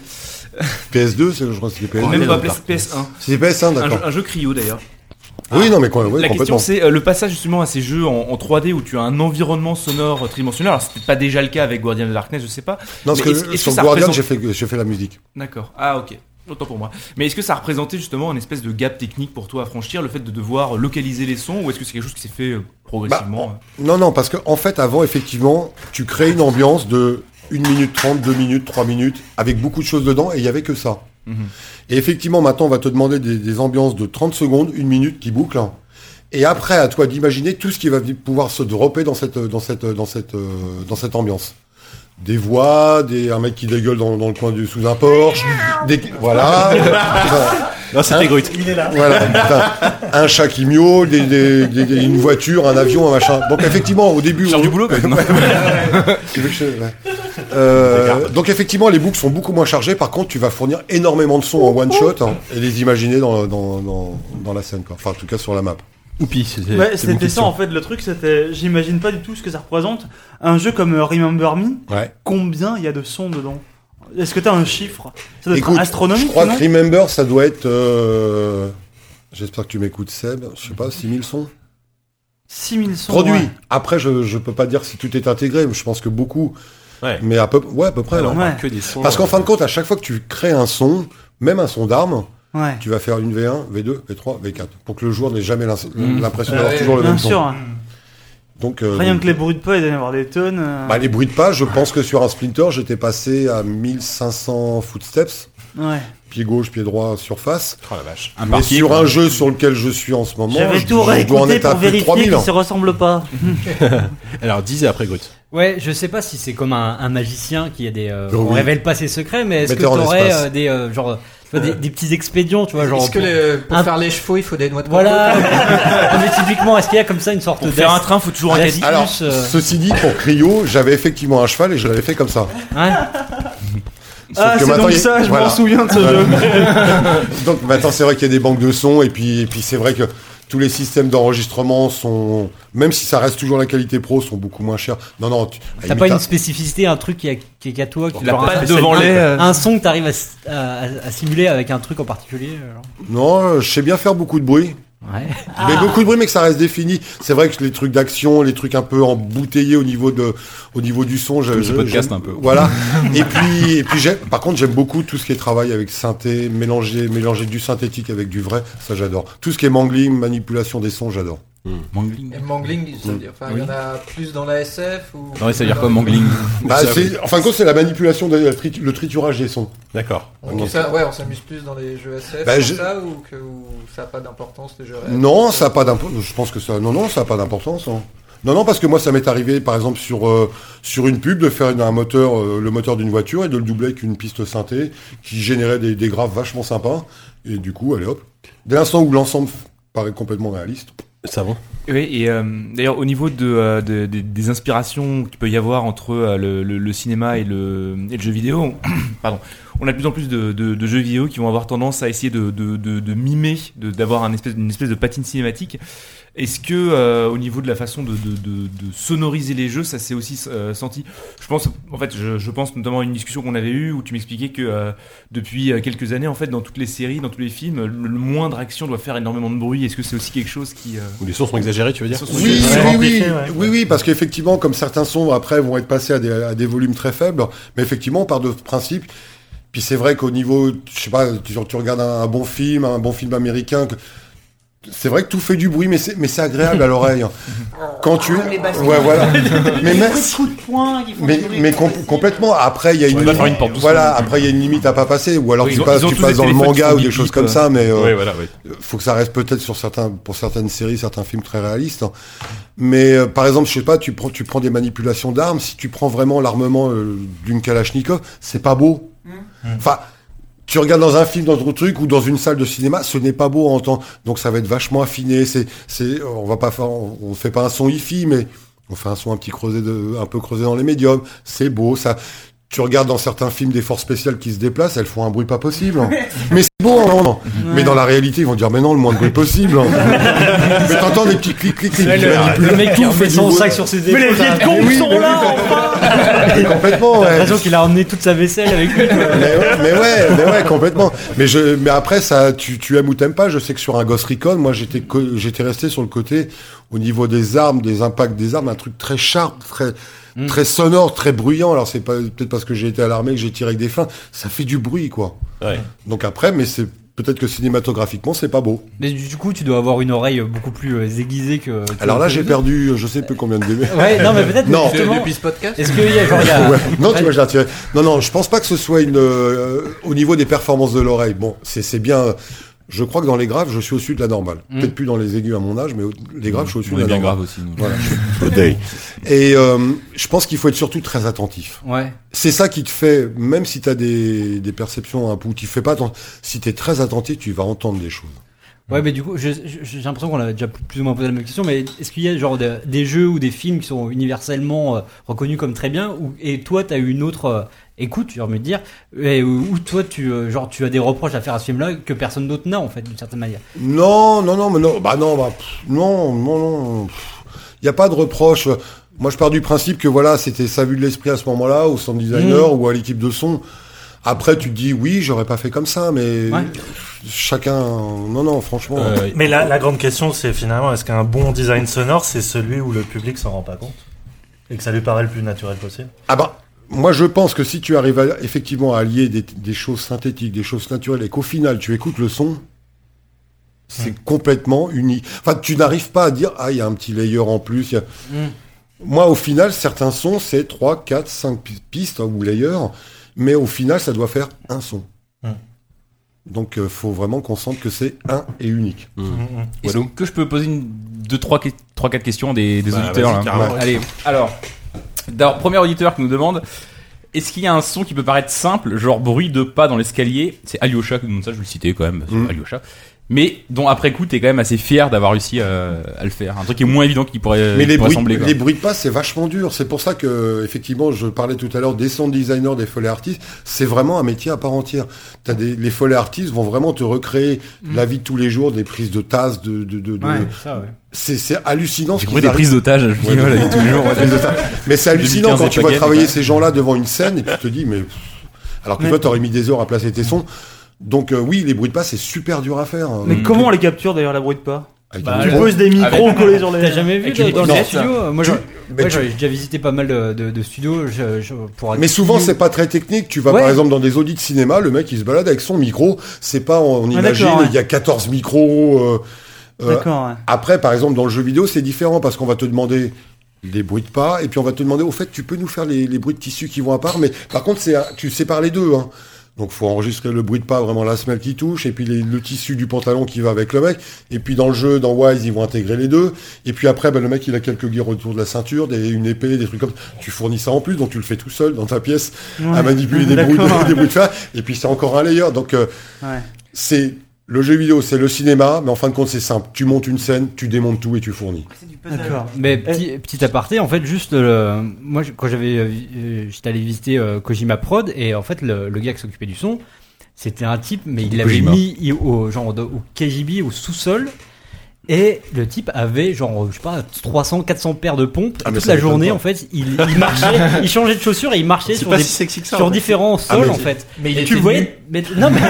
Speaker 9: PS2, c'est- je crois que c'était PS2.
Speaker 11: Même pas PS1.
Speaker 9: C'est PS1,
Speaker 11: Un
Speaker 9: d'accord.
Speaker 11: jeu- Un, jeu cryo d'ailleurs.
Speaker 9: Oui, non, mais quoi, oui,
Speaker 11: La question
Speaker 9: complètement.
Speaker 11: c'est euh, le passage justement à ces jeux en, en 3D où tu as un environnement sonore euh, tridimensionnel. Alors c'était pas déjà le cas avec Guardian of Darkness, je sais pas.
Speaker 9: Non, parce
Speaker 11: Mais est-ce-
Speaker 9: que
Speaker 11: est-ce que
Speaker 9: sur
Speaker 11: ça
Speaker 9: Guardian,
Speaker 11: représente-
Speaker 9: j'ai fait, j'ai fait la musique.
Speaker 11: D'accord. Ah ok. Autant pour moi. Mais est-ce que ça représentait justement un espèce de gap technique pour toi à franchir, le fait de devoir localiser les sons, ou est-ce que c'est quelque chose qui s'est fait euh, progressivement
Speaker 9: Non, non, parce que en fait, avant, effectivement, tu crées une ambiance de 1 minute 30, 2 minutes, 3 minutes, avec beaucoup de choses dedans, et il n'y avait que ça.
Speaker 11: Mhm.
Speaker 9: Et effectivement, maintenant, on va te demander des, des ambiances de 30 secondes, 1 minute qui bouclent. Et après, à toi d'imaginer tout ce qui va pouvoir se dropper dans cette, dans cette, dans cette, euh, dans cette ambiance. Des voix, des, un mec qui dégueule dans, dans le coin du, sous un Porsche, des, voilà. Hein
Speaker 2: Non, c'était Grut.
Speaker 12: Il est là.
Speaker 9: Voilà, putain. un chat qui miaule, des- des- des- des- une voiture, un avion, un machin. Donc effectivement, au début, on-
Speaker 11: du boulot
Speaker 2: hein.
Speaker 11: peut-être, non
Speaker 9: Tu veux que je- ouais. Euh, donc effectivement, les boucles sont beaucoup moins chargées. Par contre, tu vas fournir énormément de sons en one shot hein, et les imaginer dans, dans, dans, dans la scène, quoi. Enfin, en tout cas sur la map.
Speaker 2: Oupi, c'était
Speaker 6: Ouais,
Speaker 2: c'est
Speaker 6: c'était
Speaker 2: une
Speaker 6: ça
Speaker 2: question.
Speaker 6: en fait le truc, c'était j'imagine pas du tout ce que ça représente. Un jeu comme euh, Remember Me,
Speaker 9: Ouais.
Speaker 6: combien il y a de sons dedans Est-ce que t'as un chiffre Ça doit être
Speaker 9: Écoute,
Speaker 6: astronomique,
Speaker 9: je crois
Speaker 6: non
Speaker 9: que Remember, ça doit être. euh, J'espère que tu m'écoutes, Seb. Je sais pas, 6000 sons.
Speaker 6: 6000 sons.
Speaker 9: Produit.
Speaker 6: ouais.
Speaker 9: Après, je, je peux pas dire si tout est intégré. mais Je pense que beaucoup.
Speaker 2: Ouais.
Speaker 9: Mais à peu, ouais, à peu près.
Speaker 2: Alors,
Speaker 9: ouais.
Speaker 2: on parle
Speaker 6: Ouais.
Speaker 2: que des sons.
Speaker 9: Parce qu'en
Speaker 2: euh,
Speaker 9: fin de compte, à chaque fois que tu crées un son, même un son d'arme,
Speaker 6: Ouais.
Speaker 9: tu vas faire une V1, V2, V3, V4, pour que le joueur n'ait jamais l'ins-
Speaker 11: Mm.
Speaker 9: l'impression
Speaker 5: Ah
Speaker 9: d'avoir
Speaker 5: ouais,
Speaker 9: toujours le
Speaker 6: Bien
Speaker 9: même son.
Speaker 6: sûr.
Speaker 9: Donc, euh,
Speaker 6: Rien
Speaker 9: donc-
Speaker 6: que les bruits de pas, il doit y en avoir des tonnes. euh,
Speaker 9: bah, les bruits de pas, je pense que sur un Splinter, j'étais passé à 1500 footsteps,
Speaker 6: ouais.
Speaker 9: pied gauche, pied droit, surface.
Speaker 2: Oh la vache.
Speaker 4: Un
Speaker 9: Mais
Speaker 4: parquet,
Speaker 9: sur
Speaker 4: quoi.
Speaker 9: un jeu sur lequel je suis en ce moment,
Speaker 6: J'avais
Speaker 9: je,
Speaker 6: tout
Speaker 9: je dois en
Speaker 6: réécouté
Speaker 9: être à
Speaker 6: pour
Speaker 9: plus de
Speaker 6: vérifier
Speaker 9: 3000.
Speaker 6: qu'ils se ressemblent pas.
Speaker 2: Alors, disais après Grut.
Speaker 3: Ouais, je sais pas si c'est comme un, un magicien qui a des. euh,
Speaker 9: Oh
Speaker 3: on
Speaker 9: oui.
Speaker 3: révèle pas ses secrets, mais est-ce que
Speaker 9: Metteur en
Speaker 3: t'aurais
Speaker 9: espace.
Speaker 3: euh, des euh, genre tu vois, des, des petits expédients, tu vois, genre.
Speaker 5: Est-ce que
Speaker 3: pour-
Speaker 5: les- pour
Speaker 3: Un-
Speaker 5: faire les chevaux, il faut des noix de
Speaker 3: Voilà. Non, mais typiquement, est-ce qu'il y a comme ça une sorte de
Speaker 11: Pour faire un train, faut toujours un caddie.
Speaker 3: Reste-
Speaker 9: Alors,
Speaker 3: plus, euh,
Speaker 9: ceci dit, pour Cryo, j'avais effectivement un cheval et je l'avais fait comme ça.
Speaker 3: hein
Speaker 9: Sauf
Speaker 6: Ah,
Speaker 9: que
Speaker 6: c'est
Speaker 9: maintenant,
Speaker 6: donc
Speaker 9: il-
Speaker 6: ça, je
Speaker 9: voilà.
Speaker 6: m'en souviens de ce jeu.
Speaker 9: Donc maintenant, c'est vrai qu'il y a des banques de sons et puis, et puis c'est vrai que tous les systèmes d'enregistrement sont, même si ça reste toujours la qualité pro, sont beaucoup moins chers. Non, non, tu- à
Speaker 3: T'as
Speaker 9: la
Speaker 3: pas
Speaker 9: limite,
Speaker 3: une spécificité, un truc qui est qui est qu'à toi, qui
Speaker 11: La
Speaker 3: genre un-
Speaker 11: patte devant
Speaker 3: un-
Speaker 11: les, euh,
Speaker 3: Un son que t'arrives à, s- à, à simuler avec un truc en particulier. euh, genre.
Speaker 9: Non, je sais bien faire beaucoup de bruit.
Speaker 3: Ouais.
Speaker 9: Mais beaucoup de bruit, mais que ça reste défini. C'est vrai que les trucs d'action, les trucs un peu embouteillés au niveau de, au niveau du son, je,
Speaker 4: Comme ce
Speaker 9: je-
Speaker 4: podcast,
Speaker 9: j'aime-
Speaker 4: un peu.
Speaker 9: Voilà. et puis, et puis j'aime, par contre, j'aime beaucoup tout ce qui est travail avec synthé, mélanger, mélanger du synthétique avec du vrai. Ça, j'adore. Tout ce qui est mangling, manipulation des sons, j'adore.
Speaker 4: Hmm. Mangling.
Speaker 5: Et mangling, ça veut dire. Enfin, il y en a plus dans la SF ou.
Speaker 4: Non, mais ça veut dire quoi, mangling
Speaker 9: Bah,
Speaker 2: Ça,
Speaker 9: c'est, en fin de compte, c'est la manipulation, de, la trit- le triturage des sons.
Speaker 2: D'accord.
Speaker 5: On
Speaker 9: Ok.
Speaker 5: s'am- ouais, on s'amuse plus dans les jeux SF
Speaker 9: Bah,
Speaker 5: comme
Speaker 9: je-
Speaker 5: ça ou que ou ça n'a pas d'importance les jeux
Speaker 9: Non, ça n'a pas d'importance. Je pense que ça. Non, non, ça n'a pas d'importance. hein. Non, non, parce que moi, ça m'est arrivé, par exemple, sur euh, sur une pub, de faire une- un moteur, euh, le moteur d'une voiture, et de le doubler avec une piste synthé qui générait des, des graves vachement sympas. Et du coup, allez hop. Dès l'instant où l'ensemble paraît complètement réaliste.
Speaker 2: Ça va.
Speaker 11: Oui, et euh, d'ailleurs, au niveau de, euh, de- des- des inspirations qu'il peut y avoir entre euh, le, le- le cinéma et le, et le jeu vidéo, on- pardon, on a de plus en plus de, de- de jeux vidéo qui vont avoir tendance à essayer de, de- de- de mimer, de- d'avoir un espèce, une espèce de patine cinématique. Est-ce que, euh, au niveau de la façon de, de- de- de sonoriser les jeux, ça s'est aussi euh, senti Je pense, en fait, je, je pense notamment à une discussion qu'on avait eue où tu m'expliquais que euh, depuis euh, quelques années, en fait, dans toutes les séries, dans tous les films, le, le moindre action doit faire énormément de bruit. Est-ce que c'est aussi quelque chose qui euh,
Speaker 2: Ou les sons sont exagérés, tu veux dire
Speaker 11: Les sons sont
Speaker 9: Oui,
Speaker 6: Ouais.
Speaker 9: oui, oui,
Speaker 6: Amplifié, ouais.
Speaker 9: oui, oui, parce qu'effectivement, comme certains sons après vont être passés à des, à des volumes très faibles, mais effectivement, on part de principe. Puis c'est vrai qu'au niveau, je sais pas, tu, tu regardes un, un bon film, un bon film américain, que- c'est vrai que tout fait du bruit, mais c'est, mais c'est agréable à l'oreille. Quand tu,
Speaker 7: Les bassines.
Speaker 9: ouais, voilà. mais
Speaker 7: Les
Speaker 9: même,
Speaker 7: bruits de coups de poing qui font
Speaker 9: mais,
Speaker 7: tourner
Speaker 9: mais
Speaker 7: les
Speaker 9: com-
Speaker 7: bassines.
Speaker 9: complètement. Après, il y a une,
Speaker 4: va faire une porte
Speaker 9: limite,
Speaker 4: douce,
Speaker 9: voilà, après il y a une limite à pas passer, ou alors
Speaker 11: Oui,
Speaker 9: tu
Speaker 11: ils ont-
Speaker 9: passes,
Speaker 11: ils ont
Speaker 9: tu
Speaker 11: tous
Speaker 9: passes
Speaker 11: des
Speaker 9: dans le
Speaker 11: téléphones qui
Speaker 9: manga
Speaker 11: font
Speaker 9: ou des
Speaker 11: bip,
Speaker 9: choses
Speaker 11: bip,
Speaker 9: comme
Speaker 11: euh.
Speaker 9: ça, mais euh,
Speaker 2: Ouais, voilà, ouais.
Speaker 9: faut que ça reste peut-être sur certains, pour certaines séries, certains films très réalistes. hein. Mais euh, par exemple, je sais pas, tu prends, tu prends des manipulations d'armes. Si tu prends vraiment l'armement euh, d'une Kalachnikov, c'est pas beau.
Speaker 7: Hmm.
Speaker 9: Enfin, tu regardes dans un film, dans un truc ou dans une salle de cinéma, ce n'est pas beau à entendre. Donc ça va être vachement affiné. C'est, c'est, on va pas faire, on, on fait pas un son hi-fi, mais on fait un son un petit creusé de, un peu creusé dans les médiums. C'est beau, ça. Tu- Tu regardes dans certains films des forces spéciales qui se déplacent, elles font un bruit pas possible. hein. mais c'est bon, non, non. Mais dans la réalité, ils vont dire, mais non, le moins de bruit possible. hein. mais t'entends des petits clics, clics, clics.
Speaker 3: Ouais,
Speaker 9: tu manipules
Speaker 3: le, le mec qui
Speaker 9: tout,
Speaker 3: fait
Speaker 9: du
Speaker 3: son
Speaker 9: bruit.
Speaker 3: sac sur ses
Speaker 6: Mais
Speaker 3: épaules.
Speaker 6: les
Speaker 3: t'as-
Speaker 6: Vietcong sont là
Speaker 9: Complètement,
Speaker 3: T'as
Speaker 9: ouais.
Speaker 3: l'impression qu'il a emmené toute sa vaisselle avec lui. quoi.
Speaker 9: mais ouais, mais ouais, mais ouais, complètement. Mais je, mais après ça, tu, tu aimes ou t'aimes pas. Je sais que sur un Ghost Recon, moi j'étais, co- j'étais resté sur le côté au niveau des armes, des impacts des armes, un truc très sharp, très, très sonore, très bruyant. Alors c'est pas peut-être parce que j'ai été à l'armée que j'ai tiré avec des fins. Ça fait du bruit, quoi.
Speaker 2: Ouais.
Speaker 9: Donc après, mais c'est peut-être que cinématographiquement c'est pas beau.
Speaker 3: Mais du du coup, tu dois avoir une oreille beaucoup plus euh, aiguisée que. que-
Speaker 9: Alors là
Speaker 3: que
Speaker 9: j'ai
Speaker 3: nous.
Speaker 9: perdu, euh, je sais plus combien de débats.
Speaker 3: Ouais, non, mais peut-être.
Speaker 9: Non.
Speaker 3: mais justement,
Speaker 5: Depuis ce podcast
Speaker 3: Est-ce qu'il y a. genre, il y a-
Speaker 9: Ouais. Non, tu vois, je l'ai retiré. Non, non, je pense pas que ce soit une. euh, au niveau des performances de l'oreille. Bon, c'est c'est bien. euh, Je crois que dans les graves, je suis au-dessus de la normale. Peut-être plus dans les aigus à mon âge, mais au- les graves, je suis au-dessus
Speaker 10: Hmm. On
Speaker 9: de
Speaker 10: est
Speaker 9: la
Speaker 10: bien grave
Speaker 9: normale.
Speaker 10: aussi. nous.
Speaker 9: Voilà. Et euh, je pense qu'il faut être surtout très attentif.
Speaker 3: Ouais.
Speaker 9: C'est ça qui te fait, même si t'as des, des perceptions un peu, tu fais pas attention. Si t'es très attentif, tu vas entendre des choses.
Speaker 3: Ouais, mais du coup, je- je- j'ai l'impression qu'on a déjà plus ou moins posé la même question, mais est-ce qu'il y a genre de- des jeux ou des films qui sont universellement euh, reconnus comme très bien, ou, et toi, t'as eu une autre euh, écoute, tu vas me dire, et, ou ou toi, tu, euh, genre, tu as des reproches à faire à ce film-là que personne d'autre n'a, en fait, d'une certaine manière.
Speaker 9: Non, non, non, mais non, bah non, bah, pff, non, non, non. Il n'y a pas de reproche. Moi, je pars du principe que voilà, c'était sa vue de l'esprit à ce moment-là, au sound designer ou à l'équipe de son. Après, tu te dis, oui, j'aurais pas fait comme ça, mais
Speaker 3: Ouais.
Speaker 9: chacun. Non, non, franchement.
Speaker 2: Euh,
Speaker 8: Mais la, la grande question, c'est finalement, est-ce qu'un bon design sonore, c'est celui où le public s'en rend pas compte et que ça lui paraît le plus naturel possible
Speaker 9: Ah bah, moi, je pense que si tu arrives à- effectivement à allier des, des choses synthétiques, des choses naturelles, et qu'au final, tu écoutes le son. C'est complètement uni. Enfin, tu n'arrives pas à dire, ah, il y a un petit layer en plus. il y a- Moi, au final, certains sons, c'est 3, 4, 5 pistes hein, ou layers, mais au final, ça doit faire un son.
Speaker 8: Mm.
Speaker 9: Donc, il faut vraiment qu'on sente que c'est un et unique.
Speaker 10: Est-ce Mm. que je peux poser une, deux, trois, que- trois, quatre questions des, des
Speaker 2: Bah,
Speaker 10: auditeurs
Speaker 2: vas-y,
Speaker 10: là
Speaker 2: carrément.
Speaker 10: Ouais. Allez, alors, d'abord, premier auditeur qui nous demande est-ce qu'il y a un son qui peut paraître simple, genre bruit de pas dans l'escalier C'est Alyosha qui nous demande ça, je vais le citer quand même, parce que
Speaker 9: Mm.
Speaker 10: Alyosha. Mais dont après coup, t'es quand même assez fier d'avoir réussi euh, à le faire. Un truc qui est moins évident qu'il pourrait,
Speaker 9: Mais
Speaker 10: qu'il
Speaker 9: les
Speaker 10: pourrait
Speaker 9: bruits,
Speaker 10: sembler. Euh, quoi.
Speaker 9: les bruits de pas, c'est vachement dur. C'est pour ça que, effectivement, je parlais tout à l'heure des sound designers, des foley artistes. C'est vraiment un métier à part entière. T'as des, les foley artistes vont vraiment te recréer
Speaker 6: Mm.
Speaker 9: la vie de tous les jours, des prises de tasses, de, de, de, de-
Speaker 3: ça, ouais.
Speaker 9: c'est, c'est hallucinant. ce
Speaker 10: J'ai
Speaker 9: qu'ils
Speaker 10: compris des prises d'otages, je me dis, voilà, tous les jours. ouais.
Speaker 9: Mais c'est hallucinant
Speaker 10: 2015
Speaker 9: quand tu vois
Speaker 10: Pagan,
Speaker 9: travailler
Speaker 10: ouais.
Speaker 9: ces gens-là devant une scène et tu te dis, mais. Alors que toi, t'aurais mis des heures à placer tes sons. Donc, euh, oui, les bruits de pas, c'est super dur à faire.
Speaker 6: Mais
Speaker 10: Mm.
Speaker 9: Euh,
Speaker 6: comment on les capture d'ailleurs la bruit de pas
Speaker 9: avec
Speaker 4: Bah,
Speaker 9: un
Speaker 6: Tu
Speaker 9: micro.
Speaker 6: poses des micros collés sur les.
Speaker 3: T'as jamais vu
Speaker 4: Avec
Speaker 3: dans,
Speaker 4: une
Speaker 3: dans les
Speaker 9: non.
Speaker 3: studios Moi,
Speaker 9: Tu-
Speaker 3: j'ai
Speaker 9: mais
Speaker 3: ouais,
Speaker 9: tu-
Speaker 3: j'ai- j'ai visité pas mal de, de- de studios je- je- pour
Speaker 9: Mais souvent, c'est pas très technique. Tu vas,
Speaker 3: Ouais.
Speaker 9: par exemple, dans des audits de cinéma, le mec, il se balade avec son micro. C'est pas, on, on
Speaker 6: Ah,
Speaker 9: imagine,
Speaker 6: d'accord, ouais.
Speaker 9: il y a 14 micros. euh, euh,
Speaker 6: D'accord, ouais.
Speaker 9: après, par exemple, dans le jeu vidéo, c'est différent parce qu'on va te demander des bruits de pas et puis on va te demander, au fait, tu peux nous faire les, les bruits de tissu qui vont à part. Mais par contre, c'est, un- tu sépares les deux. Hein. Donc, faut enregistrer le bruit de pas, vraiment la semelle qui touche, et puis les- le tissu du pantalon qui va avec le mec. Et puis dans le jeu, dans Wise, ils vont intégrer les deux. Et puis après, ben, le mec, il a quelques gears autour de la ceinture, des, une épée, des trucs comme ça. Tu fournis ça en plus, donc tu le fais tout seul dans ta pièce à manipuler des bruits,
Speaker 6: D'accord.
Speaker 9: de, des bruits de fer. Et puis c'est encore un layer. Donc euh,
Speaker 6: Ouais.
Speaker 9: c'est le jeu vidéo, c'est le cinéma, mais en fin de compte c'est simple. Tu montes une scène, tu démontes tout et tu fournis.
Speaker 7: C'est du puzzle.
Speaker 6: D'accord.
Speaker 3: Mais petit, petit aparté, en fait, juste le- moi, je- quand j'avais, euh, vi- euh, j'étais allé visiter euh, Kojima Prod et en fait, le, le gars qui s'occupait du son, c'était un type, mais il l'avait
Speaker 10: Kojima.
Speaker 3: mis i- au genre de- au KGB, au sous-sol. Et le type avait genre, je sais pas, 300, 400 paires de pompes.
Speaker 9: Ah, mais
Speaker 3: Toute
Speaker 9: ça
Speaker 3: la
Speaker 9: m'étonne
Speaker 3: journée,
Speaker 9: pas.
Speaker 3: en fait, il, il marchait, il changeait de chaussures et il marchait sur, des-
Speaker 2: sexy que
Speaker 3: sur
Speaker 2: en fait.
Speaker 3: différents
Speaker 9: Ah,
Speaker 3: sols,
Speaker 9: mais-
Speaker 3: en fait.
Speaker 4: Mais
Speaker 3: Et tu le voyais, mais, non, mais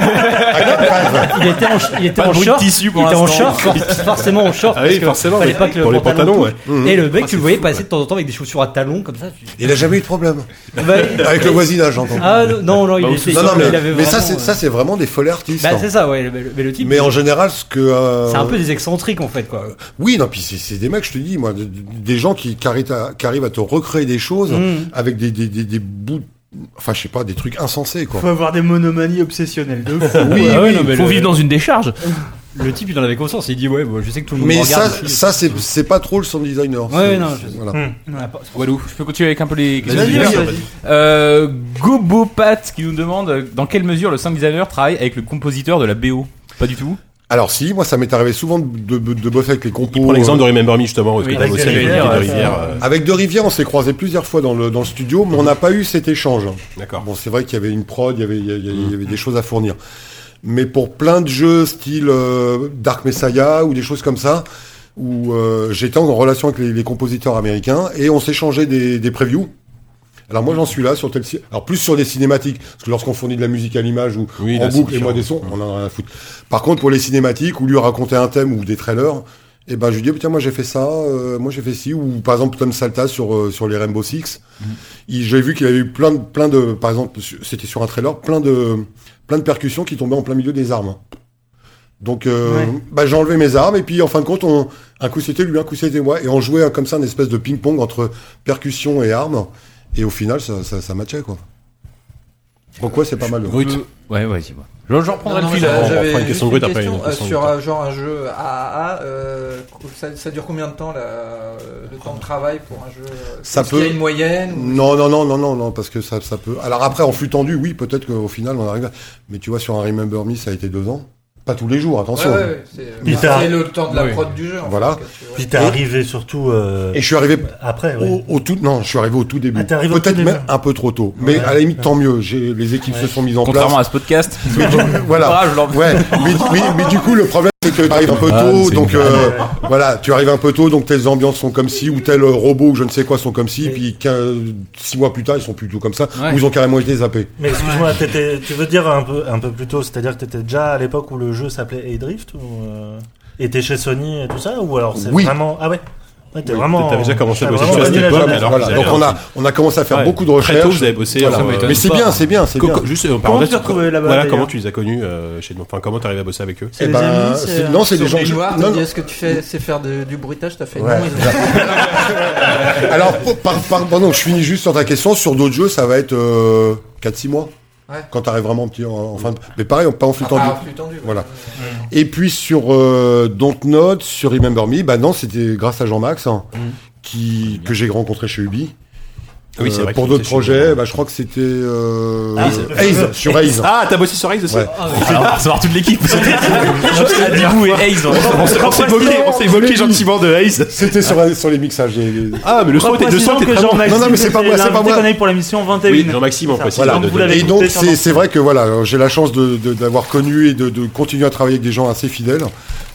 Speaker 3: il était en, il était
Speaker 10: Pas
Speaker 3: en
Speaker 10: de bruit de
Speaker 3: short.
Speaker 10: tissu
Speaker 3: Il
Speaker 10: pour
Speaker 3: était en
Speaker 10: l'instant.
Speaker 3: short, for- forcément en short.
Speaker 2: Ah oui,
Speaker 3: parce que
Speaker 2: forcément,
Speaker 3: fallait
Speaker 2: oui.
Speaker 3: pas que le
Speaker 2: Pour les
Speaker 3: pantalon
Speaker 2: pantalon, ouais.
Speaker 3: touche. Et le
Speaker 2: Ah,
Speaker 3: mec, tu
Speaker 2: c'est
Speaker 3: le voyais
Speaker 2: fou,
Speaker 3: passer
Speaker 2: ouais.
Speaker 3: de temps en temps avec des chaussures à talons comme ça. tu-
Speaker 9: Il a jamais eu de problème
Speaker 3: Bah,
Speaker 9: avec le voisinage, j'entends.
Speaker 3: Ah non, non, il
Speaker 2: Bah,
Speaker 3: était.
Speaker 9: non, non, mais,
Speaker 3: il avait
Speaker 9: mais ça
Speaker 3: vraiment,
Speaker 9: c'est
Speaker 3: euh,
Speaker 9: ça c'est vraiment des folles artistes.
Speaker 3: Bah,
Speaker 9: hein.
Speaker 3: c'est ça, ouais. Mais le, mais le type.
Speaker 9: Mais en général, ce que euh,
Speaker 3: C'est un peu des excentriques en fait, quoi.
Speaker 9: oui, non, puis c'est- c'est des mecs, je te dis, moi, de- de- des gens qui, qui arrivent à, qui arrivent à te recréer des choses
Speaker 3: Mm.
Speaker 9: avec des, des, des, des bouts, enfin, je sais pas, des trucs insensés, quoi.
Speaker 6: Faut avoir des monomanies obsessionnelles de fou.
Speaker 9: Oui,
Speaker 10: Ah ouais, non, mais
Speaker 3: mais
Speaker 10: Faut
Speaker 3: le-
Speaker 10: vivre dans une décharge.
Speaker 3: Le type, il en avait conscience. Il dit, ouais, bon, je sais que tout le monde
Speaker 9: Mais
Speaker 3: me
Speaker 9: ça,
Speaker 3: regarde. aussi.
Speaker 9: ça c'est c'est pas trop le sound designer.
Speaker 3: Ouais,
Speaker 9: C'est-
Speaker 3: non,
Speaker 9: c'est-
Speaker 3: je-
Speaker 9: voilà.
Speaker 4: Mmh.
Speaker 10: Walou, je peux continuer avec un peu les questions
Speaker 9: Vas-y,
Speaker 10: du
Speaker 9: vas-y.
Speaker 10: Euh, Gobopat qui nous demande euh, dans quelle mesure le sound designer travaille avec le compositeur de la BO. Pas du tout.
Speaker 9: Alors si, moi ça m'est arrivé souvent de, de- de bosser avec les compos.
Speaker 2: Il prend l'exemple de
Speaker 9: euh,
Speaker 2: Remember Me justement, parce
Speaker 9: Oui,
Speaker 2: que t'as
Speaker 9: avec
Speaker 2: bossé
Speaker 9: les
Speaker 2: avec
Speaker 9: rivières,
Speaker 2: Olivier de
Speaker 9: ouais,
Speaker 2: Rivière.
Speaker 9: ça-
Speaker 2: euh,
Speaker 9: Avec De Rivière, on s'est croisé plusieurs fois dans le, dans le studio, mais on n'a pas eu cet échange.
Speaker 2: D'accord. Mmh.
Speaker 9: Bon, c'est vrai qu'il y avait une prod, il y avait, il y avait- il y avait des choses à fournir. Mais pour plein de jeux style euh, Dark Messiah ou des choses comme ça, où euh, j'étais en relation avec les, les compositeurs américains et on s'échangeait des, des previews. Alors moi j'en suis là sur tel ci- alors plus sur les cinématiques parce que lorsqu'on fournit de la musique à l'image ou
Speaker 2: Oui, là,
Speaker 9: en
Speaker 2: c'est
Speaker 9: boucle et moi
Speaker 2: différent.
Speaker 9: des sons, on en a rien à foutre. Par contre pour les cinématiques ou lui raconter un thème ou des trailers, et ben je lui dis putain moi j'ai fait ça, euh, moi j'ai fait ci ou par exemple Tom Salta sur euh, sur les Rainbow Six, il- j'ai vu qu'il avait eu plein de plein de par exemple su- c'était sur un trailer plein de plein de percussions qui tombaient en plein milieu des armes. Donc euh,
Speaker 6: Ouais.
Speaker 9: bah, j'ai enlevé mes armes et puis en fin de compte on un coup c'était lui un coup c'était moi et on jouait euh, comme ça une espèce de ping pong entre percussion et armes et au final ça ça, ça matchait quoi. Donc ouais c'est pas mal.
Speaker 2: Brut.
Speaker 10: Ouais, ouais, dis-moi. Je, je reprendrai
Speaker 5: Non, non,
Speaker 10: le fil.
Speaker 5: j'a-
Speaker 2: on
Speaker 10: avant.
Speaker 2: va
Speaker 5: J'avais
Speaker 2: prendre une
Speaker 5: juste
Speaker 2: question
Speaker 5: une
Speaker 2: brute, après,
Speaker 5: question
Speaker 2: une
Speaker 5: euh,
Speaker 2: question
Speaker 5: sur
Speaker 2: brute.
Speaker 5: euh, genre un jeu AAA. euh, ça, ça dure combien de temps là, le temps de travail pour un jeu euh,
Speaker 9: Ça
Speaker 5: Est-ce qu'il y
Speaker 9: peut-
Speaker 5: a une moyenne ou-
Speaker 9: Non, non, non, non, non, non, parce que ça, ça peut. Alors après, en flux tendu, oui, peut-être qu'au final, on arrive. à- Mais tu vois, sur un Remember Me, ça a été deux ans. Pas tous les jours,
Speaker 5: Ouais,
Speaker 9: attention.
Speaker 5: ouais, ouais, c'est
Speaker 8: Il
Speaker 5: bah,
Speaker 8: t'a-
Speaker 5: c'est le temps de la
Speaker 10: Oui.
Speaker 5: prod du jeu. en
Speaker 9: Voilà.
Speaker 5: fait, que tu- ouais.
Speaker 8: Puis t'es arrivé surtout euh,
Speaker 9: Et je suis arrivé
Speaker 8: après, ouais.
Speaker 9: au, au tout. Non, je suis arrivé au tout début.
Speaker 8: Ah, t'es arrivé au
Speaker 9: peut-être
Speaker 8: tout
Speaker 9: même
Speaker 8: début.
Speaker 9: un peu trop tôt. Mais
Speaker 8: Ouais.
Speaker 9: à la limite, tant mieux. J'ai- Les équipes se sont mises en place.
Speaker 10: Contrairement à ce podcast,
Speaker 9: voilà.
Speaker 10: Ah, je l'en-
Speaker 9: Ouais, mais, mais- mais du coup, le problème, c'est que tu arrives un peu
Speaker 10: Ah,
Speaker 9: tôt,
Speaker 10: c'est
Speaker 9: donc
Speaker 10: une
Speaker 9: euh, voilà, tu arrives un peu tôt, donc telles ambiances sont comme ci, ou tel euh, robot, ou je ne sais quoi, sont comme ci,
Speaker 8: Et-
Speaker 9: puis 15 six mois plus tard, ils sont plutôt comme ça,
Speaker 10: Ouais.
Speaker 9: ou ils ont carrément été zappés.
Speaker 8: Mais excuse-moi, t'étais- tu veux dire un peu, un peu plus tôt, c'est-à-dire que t'étais déjà à l'époque où le jeu s'appelait Adrift ou euh, et t'es chez Sony et tout ça ou alors c'est
Speaker 9: Oui.
Speaker 8: vraiment ah ouais, ouais t'es
Speaker 2: Oui,
Speaker 8: vraiment
Speaker 2: t'avais déjà commencé à
Speaker 8: t'as
Speaker 2: bosser
Speaker 8: vraiment
Speaker 2: dessus à
Speaker 8: gagné
Speaker 2: cette
Speaker 8: la
Speaker 2: époque,
Speaker 8: jeunesse.
Speaker 2: alors.
Speaker 9: Voilà,
Speaker 2: vous avez
Speaker 9: donc on a, on a commencé à faire
Speaker 2: Ouais.
Speaker 9: beaucoup de
Speaker 2: Très tôt,
Speaker 9: recherches.
Speaker 2: vous avez bossé.
Speaker 9: Voilà.
Speaker 2: alors, euh,
Speaker 9: mais c'est
Speaker 2: pas.
Speaker 9: bien, c'est bien, c'est
Speaker 2: Co-
Speaker 9: bien.
Speaker 2: co- juste, euh,
Speaker 6: Comment
Speaker 2: parenthèse,
Speaker 6: tu les as retrouvés là-bas,
Speaker 2: Voilà,
Speaker 6: d'ailleurs
Speaker 2: comment tu les as connus euh, chez nous Enfin, comment t'arrives à bosser avec eux
Speaker 6: C'est
Speaker 9: Eh
Speaker 6: les
Speaker 9: ben,
Speaker 6: amis,
Speaker 9: c'est-
Speaker 6: c'est
Speaker 9: non, c'est
Speaker 5: Sur
Speaker 9: des gens. que je-
Speaker 5: Noir,
Speaker 9: non,
Speaker 5: t'as dit
Speaker 9: non.
Speaker 5: est-ce que tu fais, c'est faire de- du bruitage, t'as fait
Speaker 9: Ouais.
Speaker 5: non. ils-
Speaker 9: Alors, pour- par- par- pardon, je finis juste sur ta question. Sur d'autres jeux, ça va être euh, 4-6 mois.
Speaker 5: Ouais.
Speaker 9: Quand t'arrives vraiment en, petit- en, en fin de- Mais pareil, pas en flux
Speaker 5: Ah,
Speaker 9: tendu.
Speaker 5: ah, flux tendu, ouais.
Speaker 9: Voilà. Et puis sur euh, Dontnod, sur Remember Me, bah non, c'était grâce à Jean-Max hein,
Speaker 5: Mm.
Speaker 9: qui que j'ai rencontré chez Ubi.
Speaker 2: Oui, c'est
Speaker 9: Euh,
Speaker 2: vrai
Speaker 9: pour
Speaker 2: qu'il
Speaker 9: d'autres
Speaker 2: était chez
Speaker 9: projets,
Speaker 2: Ubi.
Speaker 9: bah, je crois que c'était euh,
Speaker 8: Ah,
Speaker 9: Haze, sur Haze.
Speaker 2: Ah, t'as bossé sur Axe aussi
Speaker 10: on Ah, va recevoir toute l'équipe. Adibou et Hayes. hein.
Speaker 9: hein.
Speaker 10: on va recevoir-
Speaker 2: On s'est on s'est moqué, on s'est moqué gentiment de Ace.
Speaker 9: C'était sur, sur les mixages. les- les-
Speaker 2: Ah, mais le son était, le son
Speaker 6: Précisons
Speaker 2: était
Speaker 6: que
Speaker 2: très bon.
Speaker 6: Jean-Maxime
Speaker 9: Non, non, mais c'est pas moi, c'est pas
Speaker 6: l'invité
Speaker 9: moi.
Speaker 6: qu'on a eu pour la mission 21.
Speaker 2: Oui, Jean-Maxime, on
Speaker 6: Ça,
Speaker 2: précise.
Speaker 9: voilà.
Speaker 2: de-
Speaker 6: Donc, vous l'avez
Speaker 9: Et donc
Speaker 6: écouté sur
Speaker 9: c'est
Speaker 6: notre-
Speaker 9: c'est vrai que voilà, euh, j'ai la chance de de- d'avoir connu et de, de continuer à travailler avec des gens assez fidèles.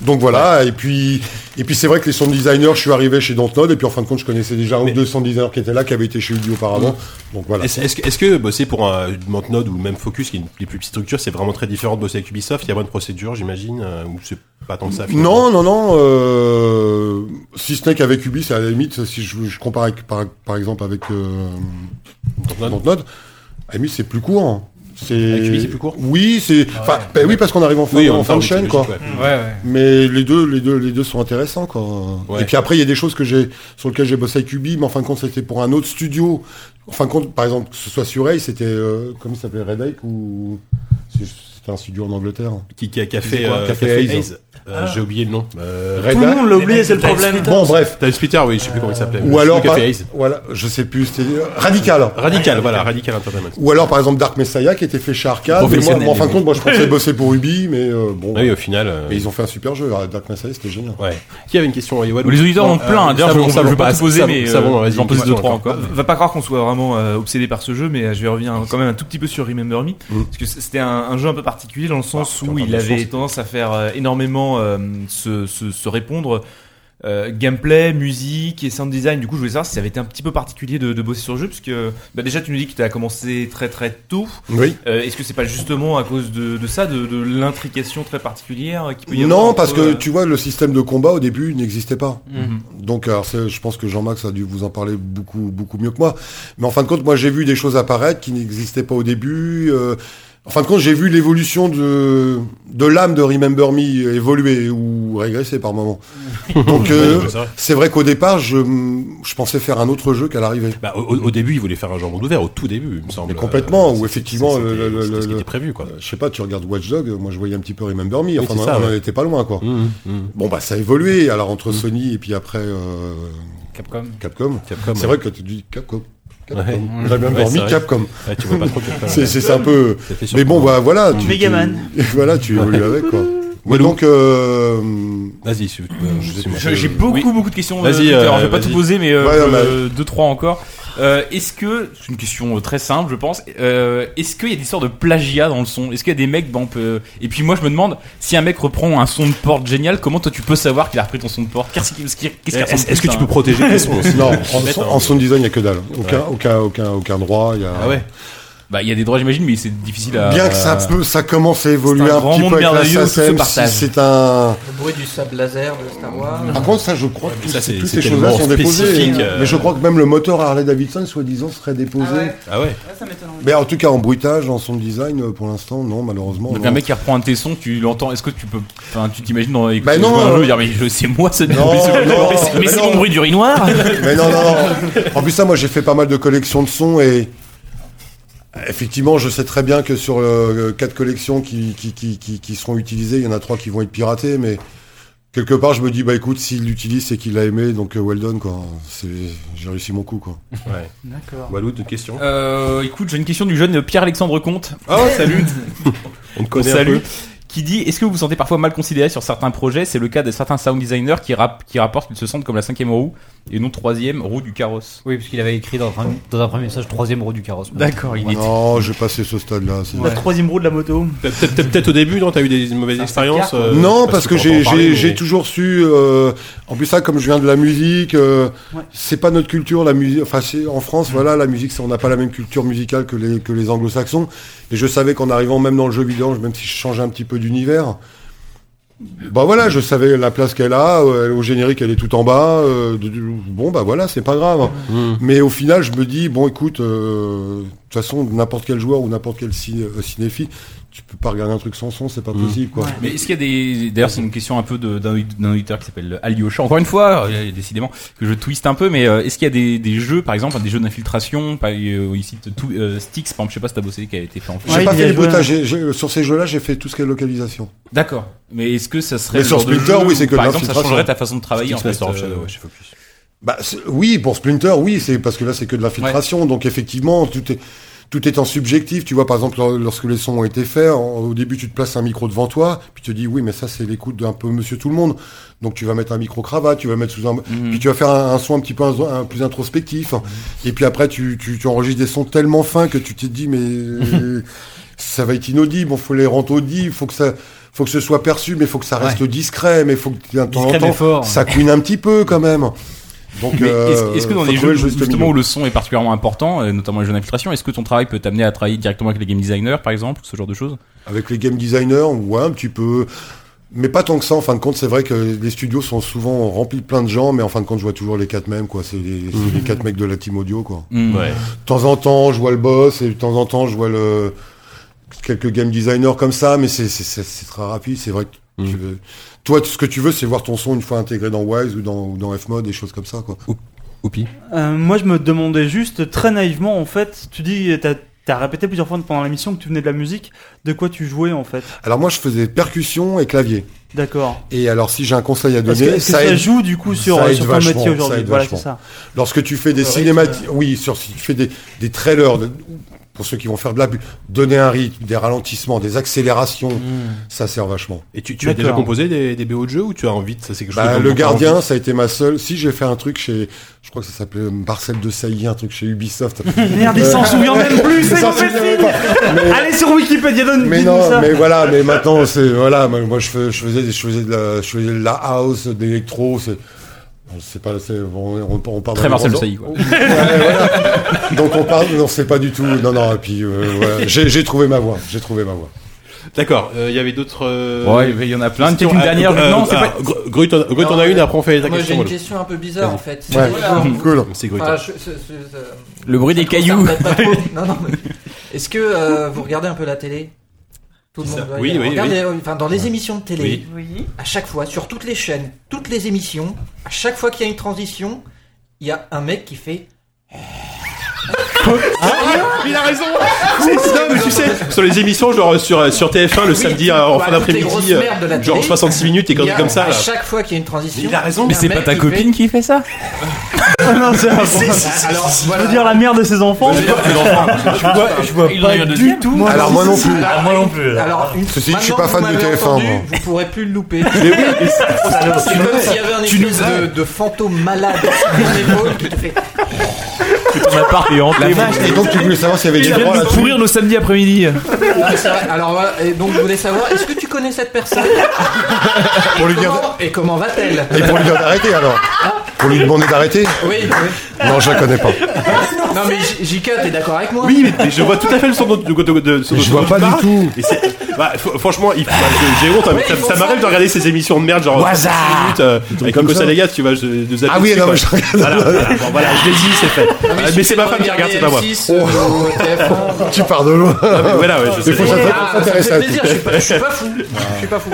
Speaker 9: Donc voilà, et puis et puis c'est vrai que les sound designers, je suis arrivé chez Dontnod et puis en fin de compte, je connaissais déjà un ou deux sound designers qui étaient là, qui avaient été chez Ubi auparavant.
Speaker 2: Mm.
Speaker 9: Donc voilà.
Speaker 2: Est-ce est-ce que, est-ce que bosser pour un Mantnode ou même Focus, qui est une des plus petites structures, c'est vraiment très différent de bosser avec Ubisoft Il y a moins de procédures, j'imagine, euh, ou c'est pas tant que ça finalement
Speaker 9: Non, non, non. euh, si ce n'est qu'avec Ubi, c'est à la limite, si je, je compare avec, par, par exemple avec euh,
Speaker 2: Dontnod.
Speaker 9: Dontnod, à la limite, c'est plus court.
Speaker 2: Avec Ubi, c'est plus court
Speaker 9: Oui, c'est. Enfin, ben oui, parce qu'on arrive en fin,
Speaker 2: Oui,
Speaker 9: en
Speaker 2: même
Speaker 9: fin
Speaker 2: temps,
Speaker 9: de chaîne,
Speaker 2: logique,
Speaker 9: quoi.
Speaker 2: ouais.
Speaker 3: Ouais, ouais.
Speaker 9: Mais les deux, les deux, les deux sont intéressants, quoi.
Speaker 2: Ouais.
Speaker 9: Et puis après, il y a des choses que j'ai, sur lesquelles j'ai bossé avec Ubi, mais en fin de compte, c'était pour un autre studio. En fin de compte, par exemple, que ce soit sur Ray, c'était, euh, comment ça s'appelait, Red Lake ou c'est- c'était un studio en Angleterre.
Speaker 2: Qui, qui a qui a
Speaker 9: C'est
Speaker 2: fait,
Speaker 9: quoi
Speaker 2: euh,
Speaker 9: Café
Speaker 2: qui a fait
Speaker 9: Haze.
Speaker 2: Haze. Euh, J'ai oublié le nom. Euh,
Speaker 9: Red
Speaker 6: Tout le
Speaker 9: Hat.
Speaker 6: monde l'a oublié, c'est le problème.
Speaker 9: Bon, bref.
Speaker 2: Time Splitter, oui, je sais plus comment il s'appelait.
Speaker 9: Ou alors,
Speaker 2: Café
Speaker 9: par-
Speaker 2: Haze.
Speaker 9: voilà, je sais plus, c'était euh, radical.
Speaker 2: Radical, voilà, Radical Entertainment.
Speaker 9: Ou alors, par exemple, Dark Messiah qui était fait chez Arcade. Mais moi,
Speaker 2: Professionnel,
Speaker 9: moi, en fin de
Speaker 2: oui.
Speaker 9: compte, moi, je pensais bosser pour Ubi, mais euh, bon.
Speaker 2: Ah oui, au final. euh,
Speaker 9: Mais ils ont fait un super jeu. alors, Dark Messiah, c'était génial.
Speaker 2: Ouais. Qui avait une question à Yoann
Speaker 10: Les auditeurs
Speaker 2: Non,
Speaker 10: ont plein.
Speaker 2: euh,
Speaker 10: D'ailleurs, je je
Speaker 2: savon,
Speaker 10: vais
Speaker 2: savon,
Speaker 10: pas tout poser,
Speaker 2: savon,
Speaker 10: mais
Speaker 2: savon,
Speaker 10: euh,
Speaker 2: vas-y,
Speaker 10: j'en
Speaker 2: une
Speaker 10: pose deux
Speaker 2: question
Speaker 10: trois
Speaker 2: encore.
Speaker 10: encore.
Speaker 11: Va pas croire qu'on soit vraiment euh, obsédé par ce jeu, mais euh, je vais revenir quand même un tout petit peu sur Remember Me, parce que c'était un, un jeu un peu particulier dans le sens
Speaker 2: Mm. Ah,
Speaker 11: où
Speaker 2: t'as
Speaker 11: il
Speaker 2: de la
Speaker 11: avait
Speaker 2: chance.
Speaker 11: tendance à faire euh, énormément euh, se, se- se répondre euh, gameplay, musique et sound design. Du coup, je voulais savoir si ça avait été un petit peu particulier de, de bosser sur le jeu, puisque bah, déjà tu nous dis que tu as commencé très très tôt.
Speaker 9: Oui.
Speaker 11: Euh, Est-ce que c'est pas justement à cause de, de ça, de, de l'intrication très particulière qui peut y avoir
Speaker 9: Non,
Speaker 11: entre,
Speaker 9: parce que
Speaker 11: euh,
Speaker 9: tu vois, le système de combat au début n'existait pas.
Speaker 11: Mhm.
Speaker 9: Donc, alors, c'est- je pense que Jean-Max a dû vous en parler beaucoup, beaucoup mieux que moi. Mais en fin de compte, moi, j'ai vu des choses apparaître qui n'existaient pas au début. euh, en fin de compte, j'ai vu l'évolution de, de l'âme de Remember Me évoluer ou régresser par moments. Donc, euh,
Speaker 2: Ouais, c'est vrai.
Speaker 9: c'est vrai qu'au départ, je, je pensais faire un autre jeu qu'à l'arrivée.
Speaker 2: Bah, au, au début, ils voulaient faire un jambon d'ouvert, au tout début, il me semble.
Speaker 9: Mais complètement,
Speaker 2: Euh,
Speaker 9: ou
Speaker 2: c'est-
Speaker 9: effectivement,
Speaker 2: c'est- c'était-
Speaker 9: le- le-
Speaker 2: c'était ce
Speaker 9: le-
Speaker 2: qui
Speaker 9: le-
Speaker 2: était prévu, quoi.
Speaker 9: Euh, Je sais pas, tu regardes Watch Dog, moi je voyais un petit peu Remember Me, enfin
Speaker 2: c'est
Speaker 9: on,
Speaker 2: ça,
Speaker 9: on en
Speaker 2: ouais.
Speaker 9: était pas loin quoi.
Speaker 2: Mmh, mmh.
Speaker 9: Bon bah ça a évolué, alors entre
Speaker 2: Mm.
Speaker 9: Sony et puis après euh,
Speaker 3: Capcom.
Speaker 9: Capcom.
Speaker 2: Capcom.
Speaker 9: C'est vrai que tu dis Capcom. Capcom.
Speaker 2: Ouais.
Speaker 9: Remember
Speaker 2: Ouais, c'est
Speaker 9: Me,
Speaker 2: vrai.
Speaker 9: Capcom.
Speaker 2: Ouais, tu vois pas trop Capcom.
Speaker 9: C'est- C'est c'est un peu...
Speaker 2: C'était
Speaker 9: Mais bon,
Speaker 2: surprenant.
Speaker 9: bah voilà.
Speaker 2: Mm.
Speaker 9: Tu,
Speaker 6: Megaman.
Speaker 9: tu- voilà, tu évolues avec quoi. Ouais, donc, euh, Mm.
Speaker 2: Vas-y, si- euh, excuse-moi.
Speaker 9: Je-
Speaker 4: J'ai beaucoup, beaucoup de questions.
Speaker 2: Vas-y,
Speaker 4: euh, Twitter.
Speaker 2: euh,
Speaker 4: je vais pas
Speaker 2: vas-y.
Speaker 4: tout poser, mais
Speaker 2: Ouais, non, mais-
Speaker 4: 2-3 encore. Euh, est-ce que, c'est une question euh, très simple, je pense, euh, est-ce qu'il y a des histoires de plagiat dans le son Est-ce qu'il y a des mecs, bon, on peut- et puis moi je me demande, si un mec reprend un son de porte génial, comment toi tu peux savoir qu'il a repris ton son de porte Qu'est-ce qu'il qu'est-ce qu'il- qu'est-ce
Speaker 10: Eh,
Speaker 4: qu'il ressemble plus, hein
Speaker 9: Non, en, son- en sound design, il n'y a que dalle. Aucun, aucun, aucun, aucun droit. il Y a...
Speaker 4: Ah ouais Bah il y a des droits, j'imagine, mais c'est difficile à.
Speaker 9: Bien que ça,
Speaker 4: à-
Speaker 9: peut, ça commence à évoluer
Speaker 4: C'est un
Speaker 9: un,
Speaker 4: grand
Speaker 9: petit
Speaker 4: monde
Speaker 9: peu avec
Speaker 4: merveilleux
Speaker 9: la
Speaker 4: où tout se
Speaker 9: SACEM, si
Speaker 4: partage.
Speaker 9: c'est un...
Speaker 5: Le bruit du sable laser de Star Wars.
Speaker 9: Par contre, ça, je crois que
Speaker 2: mais ça,
Speaker 9: tous-
Speaker 2: c'est-
Speaker 9: toutes
Speaker 2: c'est
Speaker 9: ces choses-là
Speaker 2: tellement
Speaker 9: sont déposées.
Speaker 2: spécifique, euh.
Speaker 9: Mais je crois que même le moteur Harley Davidson, soi-disant, serait déposé.
Speaker 2: Ah ouais.
Speaker 7: ça m'étonnerait.
Speaker 9: Mais en tout cas, en bruitage, en sound design, euh, pour l'instant, non, malheureusement.
Speaker 4: Donc
Speaker 9: non.
Speaker 4: un mec qui reprend un de tes sons, tu l'entends, est-ce que tu peux. Enfin, tu t'imagines dans écouter
Speaker 9: Bah non,
Speaker 4: un
Speaker 9: euh,
Speaker 4: jeu, dire, mais je- c'est moi ce
Speaker 9: Non, non,
Speaker 4: mais c'est- mais
Speaker 9: bah
Speaker 4: c'est
Speaker 9: non.
Speaker 4: mon bruit d'urinoir
Speaker 9: Mais non, non, non. En plus, ça, moi, j'ai fait pas mal de collections de sons et. Effectivement, je sais très bien que sur euh, quatre collections qui, qui, qui, qui, qui seront utilisées, il y en a trois qui vont être piratées, mais quelque part, je me dis, bah écoute, s'il l'utilise, c'est qu'il l'a aimé, donc euh, well done, quoi. C'est- J'ai réussi mon coup, quoi.
Speaker 2: Ouais.
Speaker 6: D'accord.
Speaker 2: Walou, une question
Speaker 4: Euh, écoute, j'ai une question du jeune Pierre-Alexandre Comte.
Speaker 2: Ah ouais, salut. On te connaît un
Speaker 4: salue.
Speaker 2: peu.
Speaker 4: Qui dit Est-ce que vous vous sentez parfois mal considéré sur certains projets C'est le cas de certains sound designers qui, rap- qui rapportent qu'ils se sentent comme la cinquième roue et non troisième roue du carrosse.
Speaker 3: Oui, parce qu'il avait écrit dans un, dans un premier message troisième roue du carrosse.
Speaker 4: D'accord, il est.
Speaker 9: Non, j'ai passé ce stade-là. c'est-
Speaker 6: La troisième roue de la moto.
Speaker 2: Peut-être peut-être au début, non T'as eu des mauvaises expériences euh,
Speaker 9: non, parce que
Speaker 2: qu'on
Speaker 9: j'ai
Speaker 2: peut en parler,
Speaker 9: j'ai-
Speaker 2: mais-
Speaker 9: j'ai toujours su. euh, en plus, ça, comme je viens de la musique, euh,
Speaker 6: Ouais.
Speaker 9: c'est pas notre culture, la musique. Enfin, c'est- en France, voilà, la musique, c'est- on n'a pas la même culture musicale que les, que les anglo-saxons. Et je savais qu'en arrivant même dans le jeu vidéo, même si je changeais un petit peu d'univers, bah voilà, je savais la place qu'elle a. euh, elle- au générique, elle est tout en bas. euh, de- de- bon, bah voilà, c'est pas grave. Mais au final, je me dis, bon, écoute, euh, de toute façon, n'importe quel joueur ou n'importe quel ci- euh, cinéphile, tu peux pas regarder un truc sans son, c'est pas possible, quoi.
Speaker 4: Mm. Mmh. Mais est-ce qu'il y a des. D'ailleurs, c'est une question un peu de- d'un d'un auditeur qui s'appelle Aliosha. Encore une fois, euh, décidément, que je twiste un peu, mais euh, est-ce qu'il y a des, des jeux, par exemple, des jeux d'infiltration par- euh, Ici, tout, euh, Styx, par exemple, je sais pas si t'as bossé, qui a été fait en
Speaker 9: J'ai
Speaker 6: Ouais,
Speaker 9: pas
Speaker 6: il y
Speaker 9: fait
Speaker 6: a
Speaker 9: les
Speaker 6: joué,
Speaker 9: bruitages. j'ai- j'ai- Sur ces jeux-là, j'ai fait tout ce qui est localisation.
Speaker 4: D'accord. Mais est-ce que ça serait.
Speaker 9: Mais
Speaker 4: le
Speaker 9: sur
Speaker 4: genre de
Speaker 9: Splinter,
Speaker 4: jeu
Speaker 9: oui,
Speaker 4: où,
Speaker 9: c'est que
Speaker 4: Par
Speaker 9: de
Speaker 4: exemple, ça
Speaker 9: l'infiltration.
Speaker 4: changerait ta façon de travailler en fait.
Speaker 2: Master of
Speaker 4: euh,
Speaker 2: Shadow, ouais, je fais plus.
Speaker 9: Bah, c'est- oui, pour Splinter, oui, c'est parce que là, c'est que de l'infiltration. Donc, effectivement, tout est, tout est en subjectif. Tu vois, par exemple, lor- lorsque les sons ont été faits, en- au début, tu te places un micro devant toi, puis tu te dis, oui, mais ça, c'est l'écoute d'un peu monsieur tout le monde. Donc, tu vas mettre un micro-cravate, tu vas mettre sous un,
Speaker 3: Mhm.
Speaker 9: puis tu vas faire un, un son un petit peu un- un plus introspectif. Et puis après, tu, tu, tu enregistres des sons tellement fins que tu te dis, mais ça va être inaudible. Bon, faut les rendre audibles, faut que ça, faut que ce soit perçu, mais faut que ça reste discret, mais faut que tu
Speaker 3: Discret, mais fort.
Speaker 9: ça couine un petit peu quand même. Donc,
Speaker 4: Mais
Speaker 9: euh,
Speaker 4: est-ce est-ce que dans
Speaker 9: faut
Speaker 4: des
Speaker 9: trouver
Speaker 4: jeux
Speaker 9: le juste
Speaker 4: justement
Speaker 9: milieu.
Speaker 4: où le son est particulièrement important, euh, notamment les jeux d'infiltration, est-ce que ton travail peut t'amener à travailler directement avec les game designers par exemple, ce genre de choses
Speaker 9: avec les game designers, ouais, un petit peu, mais pas tant que ça. En fin de compte, c'est vrai que les studios sont souvent remplis de plein de gens, mais en fin de compte, je vois toujours les quatre mêmes, quoi. C'est les, c'est les quatre mecs de la team audio, quoi.
Speaker 4: Hmm.
Speaker 2: Ouais.
Speaker 9: De temps en temps, je vois le boss, et de temps en temps, je vois le quelques game designers comme ça, mais c'est c'est- c'est- c'est très rapide. C'est vrai que tu veux- toi, ce que tu veux, c'est voir ton son une fois intégré dans Wise ou dans, ou dans F-Mode, des choses comme ça, quoi.
Speaker 2: Oupi.
Speaker 6: Euh, moi, je me demandais juste très naïvement, en fait, tu dis, t'as as répété plusieurs fois pendant la mission que tu venais de la musique, de quoi tu jouais en fait
Speaker 9: Alors moi, je faisais percussion et clavier.
Speaker 6: D'accord.
Speaker 9: Et alors, si j'ai un conseil à
Speaker 6: Est-ce
Speaker 9: donner,
Speaker 6: que, est-ce que ça,
Speaker 9: aide-
Speaker 6: joue du coup sur,
Speaker 9: ça aide
Speaker 6: sur ton
Speaker 9: vachement,
Speaker 6: métier
Speaker 9: ça
Speaker 6: aujourd'hui
Speaker 9: aide
Speaker 6: Voilà, c'est
Speaker 9: vachement.
Speaker 6: ça. Euh,
Speaker 9: Lorsque tu fais des
Speaker 5: Le rythme.
Speaker 9: cinématiques, oui, sur, si tu fais des, des trailers, de- pour ceux qui vont faire de la bu- donner un rythme, des ralentissements, des accélérations, ça sert vachement.
Speaker 2: Et tu, tu as déjà
Speaker 6: Hmm. D'accord.
Speaker 2: composé des, des BO de jeux ou tu as envie de ça c'est quelque chose
Speaker 9: Bah,
Speaker 2: dont
Speaker 9: le
Speaker 2: t'as
Speaker 9: gardien,
Speaker 2: envie
Speaker 9: ça a été ma seule. Si j'ai fait un truc chez, je crois que ça s'appelait Marcel de Sailly, un truc chez Ubisoft. Euh,
Speaker 6: Merde, il s'en souvient même plus,
Speaker 9: Ça
Speaker 6: c'est
Speaker 9: s'en
Speaker 6: mauvais
Speaker 9: souvient même
Speaker 6: signe.
Speaker 9: pas. Mais-
Speaker 6: Allez sur Wikipédia, donne
Speaker 9: Mais
Speaker 6: dis-nous
Speaker 9: non,
Speaker 6: ça.
Speaker 9: mais voilà, mais maintenant c'est voilà, moi moi, je fais- je faisais des- je faisais de la je faisais de la house, de l'électro, c'est on sait pas c'est- on, on, on parle
Speaker 4: Très
Speaker 9: dans-
Speaker 4: Marcel
Speaker 9: dans-
Speaker 4: Sailly, quoi.
Speaker 9: Ouais, voilà. Donc on parle non, c'est pas du tout. Non non, et puis euh, voilà. j'ai j'ai trouvé ma voix, j'ai trouvé ma voix.
Speaker 2: D'accord, euh, il y avait d'autres. euh,
Speaker 4: Ouais, il y en a plein. Peut-être
Speaker 2: questions.
Speaker 4: une
Speaker 2: Ah,
Speaker 4: dernière.
Speaker 2: euh,
Speaker 4: non, c'est
Speaker 2: ah,
Speaker 4: pas.
Speaker 2: Gr- Grut, t'en- Grut, t'en as une, après on fait ta
Speaker 5: Moi, j'ai
Speaker 2: question.
Speaker 5: une
Speaker 2: voilà.
Speaker 5: question un peu bizarre en fait. C'est
Speaker 9: Ouais.
Speaker 5: voilà.
Speaker 9: Cool.
Speaker 2: C'est Grut.
Speaker 5: Enfin, je- ce- ce- ce-
Speaker 4: Le bruit des
Speaker 5: ça me
Speaker 4: cailloux.
Speaker 5: concerne pas trop. non, non, mais- Est-ce que euh, vous regardez un peu la télé Tout le monde. doit
Speaker 2: Oui,
Speaker 5: regarder.
Speaker 2: oui,
Speaker 5: Regardez, euh, Enfin, dans les émissions de télé,
Speaker 2: Oui.
Speaker 7: Oui.
Speaker 5: à chaque fois, sur toutes les chaînes, toutes les émissions, à chaque fois qu'il y a une transition, il y a un mec qui fait.
Speaker 2: Hein Il a raison C'est ça, mais tu sais, sur les émissions, genre sur, euh, sur TF1 le samedi euh, en
Speaker 5: Bah,
Speaker 2: fin
Speaker 5: toutes les grosses
Speaker 2: d'après-midi, euh,
Speaker 5: merdes de la
Speaker 2: genre
Speaker 5: télé,
Speaker 2: 66 minutes et
Speaker 5: il y
Speaker 2: comme,
Speaker 5: a-
Speaker 2: comme ça.
Speaker 5: À
Speaker 2: là.
Speaker 5: chaque fois qu'il y a une transition.
Speaker 2: Mais il a raison.
Speaker 5: il y a un mec qui fait- Ah
Speaker 10: qui fait ça
Speaker 6: Ah non, c'est
Speaker 5: Mais si, si, si,
Speaker 6: Alors,
Speaker 5: si, si.
Speaker 6: Je veux dire la merde de ses enfants.
Speaker 5: Je veux dire
Speaker 9: ses enfants.
Speaker 6: Je vois, je vois
Speaker 9: Il en a eu un
Speaker 6: pas
Speaker 9: deuxième
Speaker 6: du tout.
Speaker 9: Moi, Alors, moi non
Speaker 6: si, si,
Speaker 9: plus.
Speaker 6: si. Ah,
Speaker 9: Alors, moi non plus.
Speaker 5: Alors, une...
Speaker 9: Ceci dit, je suis
Speaker 5: maintenant
Speaker 9: pas
Speaker 5: que
Speaker 9: fan
Speaker 5: vous
Speaker 9: de
Speaker 5: m'avez
Speaker 9: TF1,
Speaker 5: entendu,
Speaker 9: moi.
Speaker 5: Vous pourrez plus le louper.
Speaker 9: Mais oui, mais c'est-
Speaker 5: c'est comme s'il y avait un
Speaker 9: Tu nous
Speaker 5: espèce
Speaker 9: as-
Speaker 5: de, de fantôme malade sur ton épaule qui te fait.
Speaker 11: Ton appart est hanté.
Speaker 9: La vache, et donc tu voulais savoir s'il y avait des
Speaker 11: Il vient
Speaker 9: droits
Speaker 11: de
Speaker 9: là-dessus.
Speaker 11: pourrir nos samedis après-midi.
Speaker 5: Non, mais c'est vrai. Alors, voilà. et donc je voulais savoir, est-ce que tu connais cette personne
Speaker 9: Pour lui dire.
Speaker 5: Comment- Et comment va-t-elle
Speaker 9: Et pour lui dire d'arrêter alors Pour lui demander d'arrêter
Speaker 5: Oui, oui.
Speaker 9: Non, je la connais pas.
Speaker 5: Non, mais J- JK, t'es d'accord avec moi
Speaker 2: Oui, mais je vois tout à fait le son dont de, de, de- ce
Speaker 9: Je
Speaker 2: dont
Speaker 9: vois
Speaker 2: tu
Speaker 9: pas du
Speaker 2: parles.
Speaker 9: tout.
Speaker 2: Et c'est- bah, f- franchement, il- bah, je- j'ai honte, hein, mais
Speaker 5: Ouais,
Speaker 2: ça,
Speaker 5: ils font
Speaker 2: ça
Speaker 5: ça.
Speaker 2: m'arrive de regarder ces émissions de merde, genre
Speaker 9: Waza
Speaker 2: 35 minutes euh, avec
Speaker 9: comme
Speaker 2: Nico
Speaker 9: ça.
Speaker 2: Salagat, tu vois, je, de zapper
Speaker 9: Ah oui,
Speaker 2: dessus,
Speaker 9: non,
Speaker 2: quoi.
Speaker 9: mais je regarde.
Speaker 2: Voilà, voilà, bon, voilà, je l'ai dit, c'est fait. Euh, Mais, c'est ma femme qui regarde, c'est pas moi.
Speaker 5: euh,
Speaker 9: Tu pars de loin.
Speaker 2: Ah, mais voilà, ouais, je sais.
Speaker 9: Il faut s'intéresser-
Speaker 5: Ah, ça me
Speaker 9: s'intéresser
Speaker 5: fait
Speaker 9: à
Speaker 5: plaisir,
Speaker 9: tout.
Speaker 5: je suis pas- je suis pas fou. Je suis pas fou.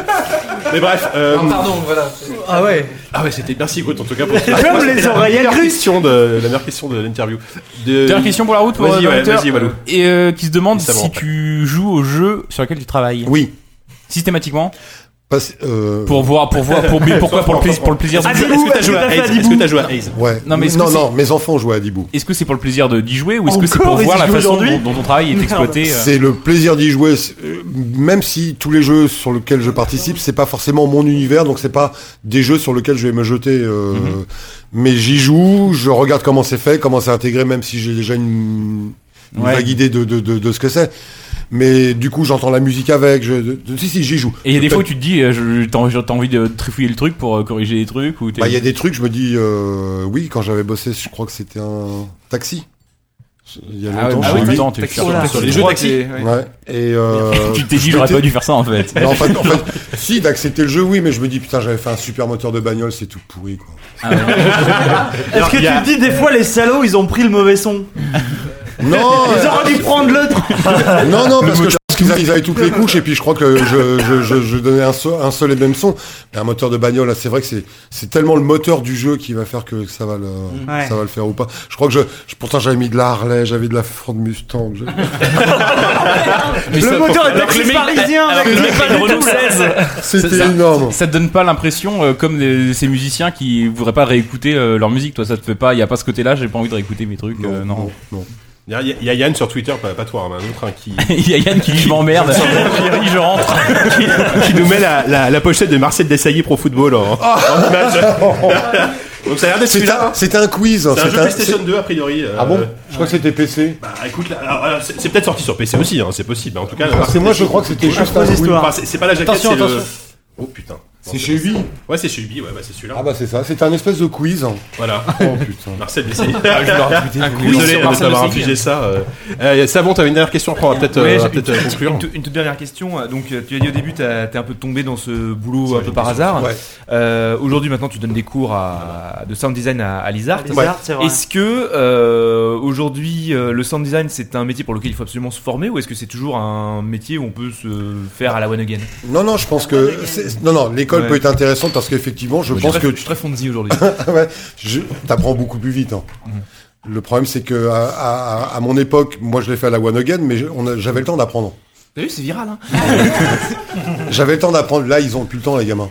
Speaker 2: Mais bref, euh,
Speaker 5: Non, pardon, voilà.
Speaker 6: Ah ouais.
Speaker 2: ah ouais, c'était merci Gaut en tout cas pour
Speaker 6: Comme les oreillettes
Speaker 2: La meilleure
Speaker 6: russes.
Speaker 2: question de la meilleure question de l'interview. De...
Speaker 10: Dernière question pour la route pour
Speaker 2: Vas-y,
Speaker 10: euh,
Speaker 2: ouais,
Speaker 10: Walter.
Speaker 2: vas-y, Walou.
Speaker 10: Et euh, qui se demande
Speaker 2: Ça me
Speaker 10: si
Speaker 2: rappelle.
Speaker 10: tu joues au jeu sur lequel tu travailles
Speaker 9: Oui.
Speaker 10: systématiquement
Speaker 9: Parce- euh,
Speaker 10: pour voir pour voir pour mais pourquoi pour le plaisir pour le plaisir
Speaker 6: Ah,
Speaker 10: du jeu
Speaker 6: dis-nous,
Speaker 2: Est-ce que t'as joué à Haze Est-ce que t'as joué à Haze
Speaker 9: Ouais.
Speaker 10: Non, mais est-ce
Speaker 9: non,
Speaker 10: que
Speaker 9: non, mes enfants jouent à Dibou.
Speaker 10: Est-ce que c'est pour le plaisir de d'y jouer ou est-ce que c'est
Speaker 6: Encore,
Speaker 10: pour
Speaker 6: ils y
Speaker 10: voir la
Speaker 6: jouent
Speaker 10: façon
Speaker 6: aujourd'hui
Speaker 10: dont, dont ton travail est exploité euh,
Speaker 9: C'est le plaisir d'y jouer, c'est- euh, même si tous les jeux sur lesquels je participe, c'est pas forcément mon univers, donc c'est pas des jeux sur lesquels je vais me jeter. euh,
Speaker 10: Mm-hmm.
Speaker 9: Mais j'y joue, je regarde comment c'est fait, comment c'est intégré, même si j'ai déjà une, une
Speaker 10: Ouais.
Speaker 9: vague idée de, de, de, de ce que c'est. Mais du coup, j'entends la musique avec. Je, de- de- si, si, j'y joue.
Speaker 10: Et il y a des
Speaker 9: Peut-être-
Speaker 10: fois où tu te dis euh, je- t'as envie t'as envie de trifouiller le truc pour euh, corriger les trucs ou t'es-
Speaker 9: Bah, il y a des trucs, je me dis, euh, oui, quand j'avais bossé, je crois que c'était un taxi. Il y a
Speaker 10: Ah ouais,
Speaker 9: longtemps,
Speaker 10: ah
Speaker 9: j'ai
Speaker 10: ouais,
Speaker 9: eu-
Speaker 10: attends, t'es
Speaker 11: Taxi,
Speaker 10: sûr.
Speaker 11: sur-
Speaker 2: sur
Speaker 11: sur
Speaker 2: les
Speaker 11: les
Speaker 2: jeux
Speaker 11: jeux
Speaker 2: taxi.
Speaker 9: Ouais. Et euh,
Speaker 10: Tu t'es dit j'aurais pas dû faire ça en fait.
Speaker 9: Non, en fait, en fait, si, d'accepter le jeu, oui, mais je me dis, putain, j'avais fait un super moteur de bagnole, c'est tout pourri, quoi.
Speaker 10: Ah
Speaker 6: Est-ce que tu te dis des fois les salauds ils ont pris le mauvais son
Speaker 9: Non,
Speaker 6: Ils
Speaker 9: euh,
Speaker 6: auraient dû prendre le.
Speaker 9: non, non, parce que je pense qu'ils avaient- ils avaient toutes les couches, et puis je crois que je, je, je, je donnais un seul, un seul et même son. Mais un moteur de bagnole, là, c'est vrai que c'est, c'est tellement le moteur du jeu qui va faire que ça va le,
Speaker 6: Ouais.
Speaker 9: ça va le faire ou pas. Je crois que je, je- pourtant, j'avais mis de la Harley, j'avais de la Ford Mustang. j'avais-
Speaker 6: Le moteur est
Speaker 10: alors que les
Speaker 6: taxi
Speaker 10: mecs-
Speaker 6: parisien.
Speaker 10: alors que le mec a une Renault 16
Speaker 9: C'était
Speaker 10: ça-
Speaker 9: énorme.
Speaker 10: Ça te donne pas l'impression euh, comme les- ces musiciens qui voudraient pas réécouter euh, leur musique, toi ça te fait pas, il y a pas ce côté-là, j'ai pas envie de réécouter mes trucs, euh, non.
Speaker 9: non.
Speaker 2: Il y a- il y a Yann sur Twitter, pas, pas toi, hein, mais un autre hein, qui,
Speaker 10: Il y a Yann qui dit je m'emmerde, il rit, je rentre.
Speaker 2: qui nous met la, la, la pochette de Marcel Desailly Pro Football hein. en,
Speaker 9: Ah,
Speaker 2: en image. Donc ça a l'air d'être
Speaker 9: C'était,
Speaker 2: celui-là.
Speaker 9: un, c'était un quiz. hein,
Speaker 2: C'est un jeu
Speaker 9: c'était un-
Speaker 2: PlayStation 2 a priori. euh,
Speaker 9: Ah bon? Je crois que c'était PC.
Speaker 2: Bah écoute, là, alors, alors, c'est c'est peut-être sorti sur PC aussi, hein, c'est possible. mais En tout cas,
Speaker 9: Parce que moi, je crois que c'était juste un quiz.
Speaker 2: Enfin, c'est c'est pas la jaquette,
Speaker 3: Attention,
Speaker 2: c'est le.
Speaker 3: attention.
Speaker 2: Oh putain.
Speaker 9: C'est chez lui.
Speaker 2: Ouais, c'est chez Ubi, ouais, bah c'est celui-là.
Speaker 9: Ah bah, c'est ça. C'était un espèce de quiz.
Speaker 2: Voilà.
Speaker 9: Oh putain. Ah,
Speaker 2: Marcel Desailly.
Speaker 10: Un quiz sur
Speaker 2: Désolé de
Speaker 10: Marcel
Speaker 2: t'avoir
Speaker 10: Desailly.
Speaker 2: infligé ça. euh. Euh, Savon, t'avais une dernière question, on va peut-être euh,
Speaker 11: Ouais,
Speaker 2: on
Speaker 11: j'ai
Speaker 2: va peut-être, euh, conclure.
Speaker 11: Une, une toute dernière question. Donc, euh, tu as dit au début, t'as- t'es un peu tombé dans ce boulot un peu par hasard.
Speaker 9: Ouais.
Speaker 11: Euh, Aujourd'hui, maintenant, tu donnes des cours à, de sound design à, à Lizard.
Speaker 6: Les arts, c'est vrai.
Speaker 11: Est-ce que euh, aujourd'hui euh, le sound design c'est un métier pour lequel il faut absolument se former ou est-ce que c'est toujours un métier où on peut se faire à la one again
Speaker 9: Non, non, je pense que c'est- non, non, l'école
Speaker 11: Ouais.
Speaker 9: peut être intéressante parce qu'effectivement, je
Speaker 11: Moi,
Speaker 9: pense
Speaker 11: suis très-
Speaker 9: que
Speaker 11: je suis très fonzi aujourd'hui.
Speaker 9: ouais, je- t'apprends beaucoup plus vite. hein.
Speaker 11: Mhm.
Speaker 9: Le problème, c'est que à, à- à mon époque, moi, je l'ai fait à la One Again, mais je- on a- j'avais le temps d'apprendre.
Speaker 11: T'as vu, c'est viral. Hein
Speaker 9: J'avais le temps d'apprendre. Là, ils ont plus le temps, les gamins.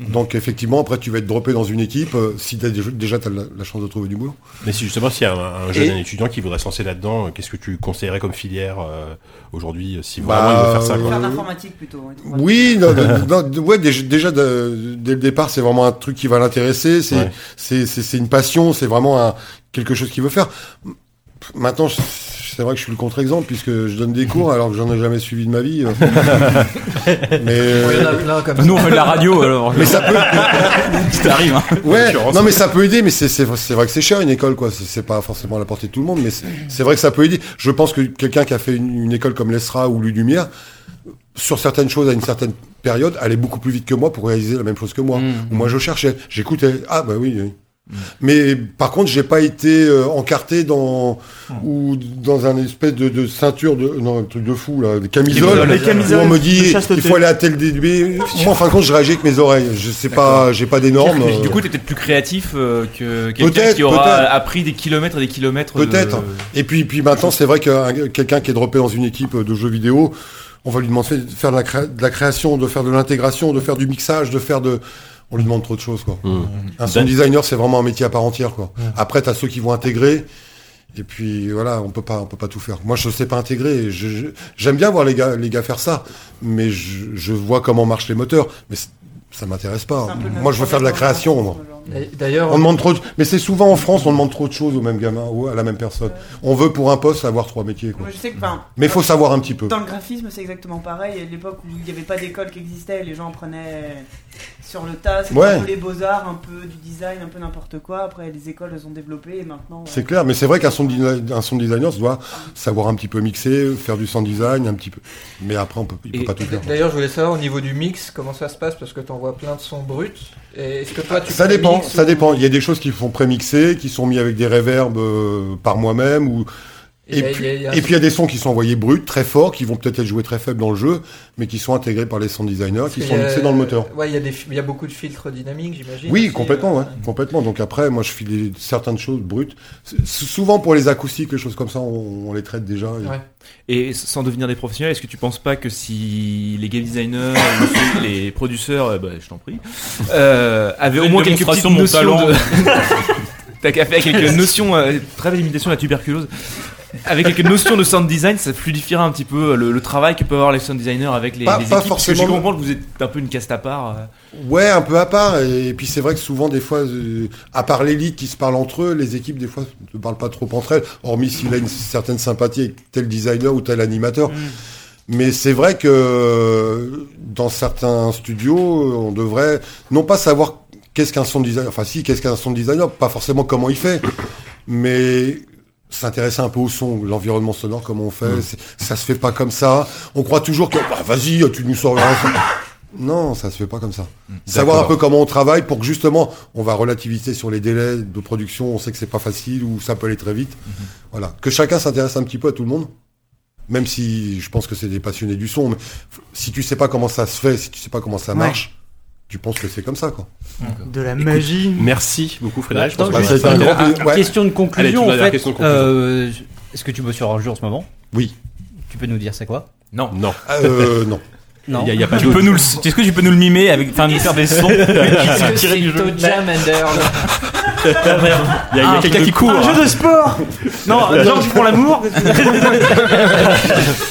Speaker 9: Donc, effectivement, après, tu vas être droppé dans une équipe. euh, si t'as des- déjà, t'as la, la chance de trouver du boulot.
Speaker 2: Mais si justement, s'il y a un, un jeune
Speaker 9: Et-
Speaker 2: étudiant qui voudrait se lancer là-dedans, euh, qu'est-ce que tu conseillerais comme filière euh, aujourd'hui si
Speaker 9: Bah,
Speaker 2: vraiment il veut faire ça quoi. Mmh.
Speaker 7: Faire
Speaker 9: Euh,
Speaker 7: d'informatique plutôt. et tout.
Speaker 9: Oui, non, non, non, de- ouais, déjà, déjà, de- dès le départ, c'est vraiment un truc qui va l'intéresser. C'est
Speaker 2: Ouais.
Speaker 9: c'est c'est- c'est une passion, c'est vraiment un, quelque chose qu'il veut faire. Maintenant, je- c'est vrai que je suis le contre-exemple puisque je donne des cours alors que j'en ai jamais suivi de ma vie. mais
Speaker 5: Il y en a plein comme ça.
Speaker 10: Nous on fait de la radio alors.
Speaker 9: mais ça peut,
Speaker 10: ça t'arrive. Hein.
Speaker 9: ouais,
Speaker 2: l'occurrence.
Speaker 9: non mais ça peut aider, mais c'est c'est c'est vrai que c'est cher une école quoi. C'est- C'est pas forcément à la portée de tout le monde, mais c'est- c'est vrai que ça peut aider. Je pense que quelqu'un qui a fait une, une école comme l'ESRA ou l'ULumière sur certaines choses à une certaine
Speaker 11: Mm.
Speaker 9: période allait beaucoup plus vite que moi pour réaliser la même chose que moi. Ou moi je cherchais, j'écoutais. Ah bah oui, oui. Mais par contre, j'ai pas été euh, encarté dans
Speaker 11: Mm.
Speaker 9: ou dans un espèce de, de ceinture de non un truc de fou là, de camisole.
Speaker 6: Camisole, les camisoles
Speaker 9: où on me
Speaker 6: de
Speaker 9: dit
Speaker 6: chasteté.
Speaker 9: il faut aller à tel DB. Moi, en fin de compte, je réagis avec mes oreilles. Je sais pas, j'ai pas des normes.
Speaker 11: Mais Du coup,
Speaker 9: euh,
Speaker 11: t'es peut-être plus créatif euh, que quelqu'un
Speaker 9: Peut-être,
Speaker 11: qui aura
Speaker 9: peut-être.
Speaker 11: appris des kilomètres et des kilomètres. de-
Speaker 9: Peut-être. Et puis, puis maintenant, c'est vrai que euh, quelqu'un qui est droppé dans une équipe euh, de jeux vidéo, on va lui demander de faire de la, créa- de la création, de faire de l'intégration, de faire du mixage, de faire de. On lui demande trop de choses, quoi. Un sound designer, c'est vraiment un métier à part entière, quoi. Après, t'as ceux qui vont intégrer. Et puis voilà, on peut pas, on peut pas tout faire. Moi, je sais pas intégrer. Je- je- J'aime bien voir les gars, les gars faire ça, mais je, je vois comment marchent les moteurs, mais c- ça m'intéresse pas.
Speaker 5: C'est un peu le
Speaker 9: Moi, je veux
Speaker 5: même
Speaker 9: faire de la
Speaker 5: problème
Speaker 9: création. moi.
Speaker 5: Et D'ailleurs,
Speaker 9: On demande trop de- Mais c'est souvent en France, on demande trop de choses au même gamin ou à la même personne. On veut pour un poste avoir trois métiers. Quoi.
Speaker 7: Moi, je sais que, ben,
Speaker 9: Mais faut savoir un petit peu.
Speaker 7: Dans le graphisme, c'est exactement pareil. À l'époque où il n'y avait pas d'école qui existait, les gens prenaient sur le tas. C'était
Speaker 9: Ouais.
Speaker 7: un peu les beaux-arts, un peu du design, un peu n'importe quoi. Après, les écoles elles ont développé et maintenant. euh,
Speaker 9: C'est clair, mais c'est vrai qu'un son, un sound designer se doit savoir un petit peu mixer, faire du sound design, un petit peu. Mais après, on peut, il peut pas tout faire.
Speaker 5: d'ailleurs, je voulais savoir au niveau du mix, comment ça se passe parce que t'envoies plein de sons bruts. Et est-ce que toi, tu
Speaker 9: Ça
Speaker 5: fais le
Speaker 9: dépend,
Speaker 5: mix
Speaker 9: ça
Speaker 5: ou-
Speaker 9: dépend. Il y a des choses qui font prémixer, qui sont mis avec des réverbes euh, par moi-même ou
Speaker 5: Et
Speaker 9: et,
Speaker 5: il y a-
Speaker 9: puis,
Speaker 5: il y a-
Speaker 9: et puis il y a des sons qui sont envoyés bruts, très forts, qui vont peut-être être joués très faibles dans le jeu, mais qui sont intégrés par les sound designers, qui sont
Speaker 5: Parce qu'il y a-
Speaker 9: mixés dans le moteur.
Speaker 5: Ouais, il y a des, fi- il y a beaucoup de filtres dynamiques, j'imagine.
Speaker 9: Oui,
Speaker 5: aussi,
Speaker 9: complètement,
Speaker 5: euh,
Speaker 9: ouais, complètement. Donc après, moi, je file des- certaines choses brutes. S- Souvent pour les acoustiques, les choses comme ça, on, on les traite déjà. Et-
Speaker 5: Ouais.
Speaker 11: Et sans devenir des professionnels, est-ce que tu penses pas que si les game designers, ou ceux- les producteurs, euh, bah, je t'en prie, euh, avaient au
Speaker 10: Une
Speaker 11: moins quelques petites
Speaker 10: démonstration de mon
Speaker 11: notions
Speaker 10: talent.
Speaker 11: de... T'as qu'à faire quelques notions, euh, très belle imitation de la tuberculose. Avec quelques notions de sound design, ça fluidifiera un petit peu le, le travail que peuvent avoir les sound designers avec les,
Speaker 9: Pas-
Speaker 11: les
Speaker 9: pas
Speaker 11: équipes. Parce que je
Speaker 9: forcément.
Speaker 11: comprends que vous êtes un peu une caste à part. euh.
Speaker 9: Ouais, un peu à part. Et, puis c'est vrai que souvent, des fois, euh, à part l'élite qui se parle entre eux, les équipes, des fois, ne parlent pas trop entre elles, hormis s'il a une certaine sympathie avec tel designer ou tel animateur.
Speaker 5: Mm.
Speaker 9: Mais c'est vrai que euh, dans certains studios, euh, on devrait non pas savoir qu'est-ce qu'un sound designer, enfin si, qu'est-ce qu'un sound designer, pas forcément comment il fait, mais s'intéresser un peu au son, l'environnement sonore, comment on fait,
Speaker 2: Mm.
Speaker 9: c'est- ça se fait pas comme ça. On croit toujours que, bah, vas-y, tu nous sors un son. Non, ça se fait pas comme ça.
Speaker 2: Mm.
Speaker 9: Savoir un peu comment on travaille pour que justement, on va relativiser sur les délais de production, on sait que c'est pas facile ou ça peut aller très vite.
Speaker 2: Mm-hmm.
Speaker 9: Voilà. Que chacun s'intéresse un petit peu à tout le monde. Même si je pense que c'est des passionnés du son, mais f- si tu sais pas comment ça se fait, si tu sais pas comment ça
Speaker 6: Ouais.
Speaker 9: marche, tu penses que c'est comme ça, quoi.
Speaker 6: De la magie.
Speaker 2: Merci beaucoup, Frédéric. Je pense
Speaker 3: Attends,
Speaker 2: qu'on va
Speaker 3: juste
Speaker 9: ça a été un
Speaker 3: une-
Speaker 9: grand
Speaker 3: une
Speaker 9: plaisir. Ouais.
Speaker 3: Question de
Speaker 2: Allez, tu
Speaker 3: conclusion,
Speaker 2: dois
Speaker 3: en
Speaker 2: dire
Speaker 3: fait.
Speaker 2: question de conclusion.
Speaker 3: Euh, Est-ce que tu bosses sur un jeu en ce moment
Speaker 9: Oui.
Speaker 3: Tu peux nous dire c'est quoi
Speaker 11: Non.
Speaker 2: Non,
Speaker 9: Euh, non.
Speaker 3: Non.
Speaker 2: il y a- il y a pas
Speaker 4: Tu peux nous le, est-ce que tu peux nous le mimer avec, enfin, nous faire des sons
Speaker 5: Est-ce que c'est Toe Jam and Earl
Speaker 2: Il y
Speaker 5: Ah.
Speaker 2: a, il y a quelqu'un qui court.
Speaker 6: Un jeu de sport Non, Georges pour l'amour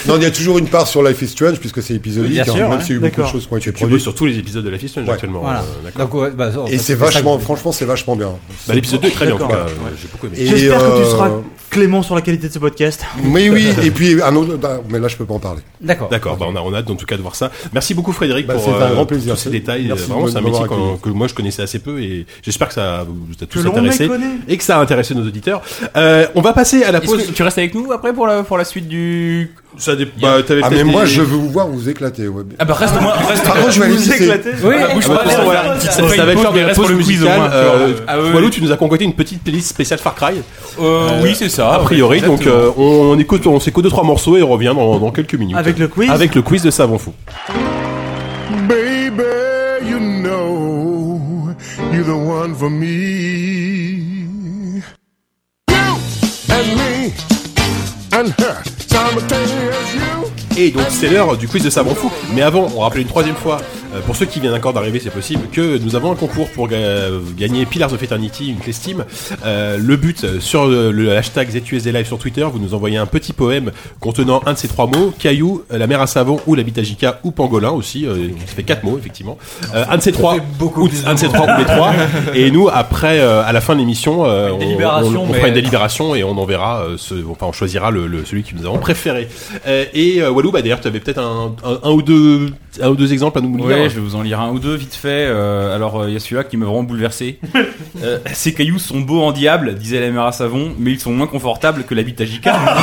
Speaker 9: Non, il y a toujours une part sur Life is Strange, puisque c'est épisodique,
Speaker 3: Bien
Speaker 9: hein,
Speaker 3: sûr,
Speaker 9: même
Speaker 3: ouais.
Speaker 9: s'il y a eu beaucoup de
Speaker 6: D'accord.
Speaker 9: choses qui ont été
Speaker 2: Tu bosses
Speaker 9: produites.
Speaker 2: sur tous les épisodes de la Fistone
Speaker 9: Ouais.
Speaker 2: actuellement.
Speaker 3: Voilà.
Speaker 2: euh, D'accord.
Speaker 3: Donc, ouais, bah, en fait,
Speaker 9: Et c'est
Speaker 3: ça que-
Speaker 9: vachement, franchement, c'est vachement bien.
Speaker 2: Bah, l'épisode 2 est très bien en tout cas.
Speaker 6: D'accord.
Speaker 2: euh, J'ai beaucoup aimé.
Speaker 9: Et,
Speaker 6: J'espère que tu
Speaker 9: euh,
Speaker 6: seras clément sur la qualité de ce podcast.
Speaker 9: Mais oui, et puis un autre, bah, mais là je peux pas en parler.
Speaker 3: D'accord.
Speaker 2: D'accord, bah on, a, on a hâte en tout cas de voir ça. Merci beaucoup Frédéric
Speaker 9: Bah,
Speaker 2: pour
Speaker 9: c'était un
Speaker 2: euh,
Speaker 9: grand
Speaker 2: pour
Speaker 9: plaisir.
Speaker 2: tous ces détails.
Speaker 9: Merci
Speaker 2: Euh, Vraiment,
Speaker 9: de
Speaker 2: c'est un
Speaker 9: m'avoir
Speaker 2: métier qu'on-
Speaker 9: accueilli.
Speaker 2: que moi je connaissais assez peu et j'espère que ça vous a tous
Speaker 6: l'on
Speaker 2: intéressé
Speaker 6: méconnaît.
Speaker 2: et que ça a intéressé nos auditeurs. Euh, on va passer à la
Speaker 4: Est-ce
Speaker 2: pause.
Speaker 4: que tu restes avec nous après pour la, pour la suite du.
Speaker 2: Ça dé- bah, t'avais
Speaker 9: Ah mais
Speaker 2: peut-être
Speaker 9: moi
Speaker 2: des-
Speaker 9: je veux vous voir vous éclater. Ouais.
Speaker 4: Ah bah reste au moins, reste
Speaker 9: Par contre je vais aller pisser.
Speaker 6: éclaté.
Speaker 3: Oui,
Speaker 4: bouge
Speaker 2: Ah bah,
Speaker 4: pas,
Speaker 2: de toute façon,
Speaker 4: laisse-
Speaker 2: voilà,
Speaker 4: laisse-
Speaker 2: ça
Speaker 4: laisse-
Speaker 2: va être
Speaker 4: laisse-
Speaker 2: l'heure des
Speaker 4: laisse-
Speaker 2: pauses
Speaker 4: laisse-
Speaker 2: musicales.
Speaker 4: laisse-
Speaker 2: Euh,
Speaker 4: Ah ouais, ouais.
Speaker 2: Walou, tu nous as concocté une petite playlist spéciale Far Cry.
Speaker 4: Euh, oui, c'est ça.
Speaker 2: A priori,
Speaker 4: ouais,
Speaker 2: donc euh, on, on écoute, on s'écoute deux trois morceaux et on revient dans, dans quelques minutes.
Speaker 6: Avec le quiz.
Speaker 2: Avec le quiz de Savon Fou.
Speaker 1: Baby, you know you're the one for me. You and me and her simultaneous you.
Speaker 2: Et donc c'est l'heure du quiz de Savon Fou. Mais avant, on rappelle une troisième fois, euh, pour ceux qui viennent encore d'arriver, c'est possible, que nous avons un concours pour ga- euh, gagner Pillars of Eternity, une clé Steam. Euh, le but, euh, sur le, le hashtag ZQSD Live sur Twitter, vous nous envoyez un petit poème contenant un de ces trois mots, caillou, euh, la mer à savon ou la bitagica ou pangolin aussi, euh, ça fait quatre mots effectivement. Euh, un de ces trois, ou, un de ces trois ou les trois. Et nous, après, euh, à la fin de l'émission, euh, on, on,
Speaker 4: délibération,
Speaker 2: on
Speaker 4: mais-
Speaker 2: fera une délibération et on enverra, euh, ce, enfin on choisira le, le- celui que nous avons préféré. Euh, et euh, Walou, bah, d'ailleurs, tu avais peut-être un, un- un ou deux, un ou deux exemples à nous lire
Speaker 13: ouais.
Speaker 4: je vais vous en lire un ou deux vite fait. Euh, alors, euh, il y a celui-là qui m'a vraiment bouleversé. Euh, ces cailloux sont beaux en diable, disait la mère à savon, mais ils sont moins confortables que la bite à Jicard.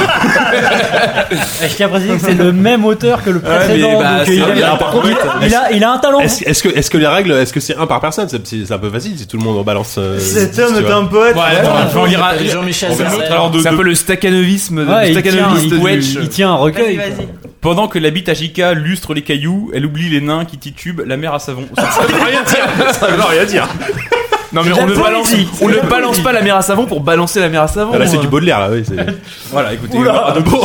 Speaker 3: Eh, Je tiens à préciser que c'est le même auteur que le
Speaker 4: Ouais, mais
Speaker 3: précédent.
Speaker 4: bah,
Speaker 3: donc,
Speaker 4: c'est
Speaker 3: il
Speaker 4: vrai,
Speaker 3: a-
Speaker 4: alors, par contre,
Speaker 3: il a- il a un talent.
Speaker 2: Est-ce est-ce que, est que les règles, est-ce que c'est un par personne C'est- C'est c'est un peu facile si tout le monde en balance. euh,
Speaker 6: Cet
Speaker 2: dix,
Speaker 6: homme
Speaker 2: tu
Speaker 6: est
Speaker 2: vois.
Speaker 6: un poète.
Speaker 4: Ouais, attends, je vais en lire un.
Speaker 13: Jean-Michel
Speaker 4: on fait un autre,
Speaker 13: Sarcelles.
Speaker 4: alors, de-
Speaker 11: C'est un
Speaker 4: de-
Speaker 11: peu le staccanovisme de-
Speaker 3: Ouais,
Speaker 11: le
Speaker 3: il tient,
Speaker 11: staccanoviste
Speaker 3: il
Speaker 11: du
Speaker 3: wedge,
Speaker 11: Wedge.
Speaker 3: il tient un
Speaker 7: Vas-y,
Speaker 3: recueil. quoi.
Speaker 7: vas-y.
Speaker 4: Pendant que la bite à Jicard lustre les cailloux, elle oublie les nains qui titubent la mère à savon.
Speaker 11: Non mais
Speaker 3: C'est
Speaker 11: on
Speaker 3: de
Speaker 11: ne
Speaker 3: la
Speaker 11: balance,
Speaker 3: poésie, c'est
Speaker 11: on
Speaker 3: de
Speaker 11: ne
Speaker 3: la
Speaker 11: balance
Speaker 3: poésie.
Speaker 11: pas la mer à savon pour balancer la mer à savon. hein.
Speaker 2: Ah, Là, c'est du Baudelaire, là, oui. c'est-
Speaker 4: voilà, écoutez, il y en aura de beaux.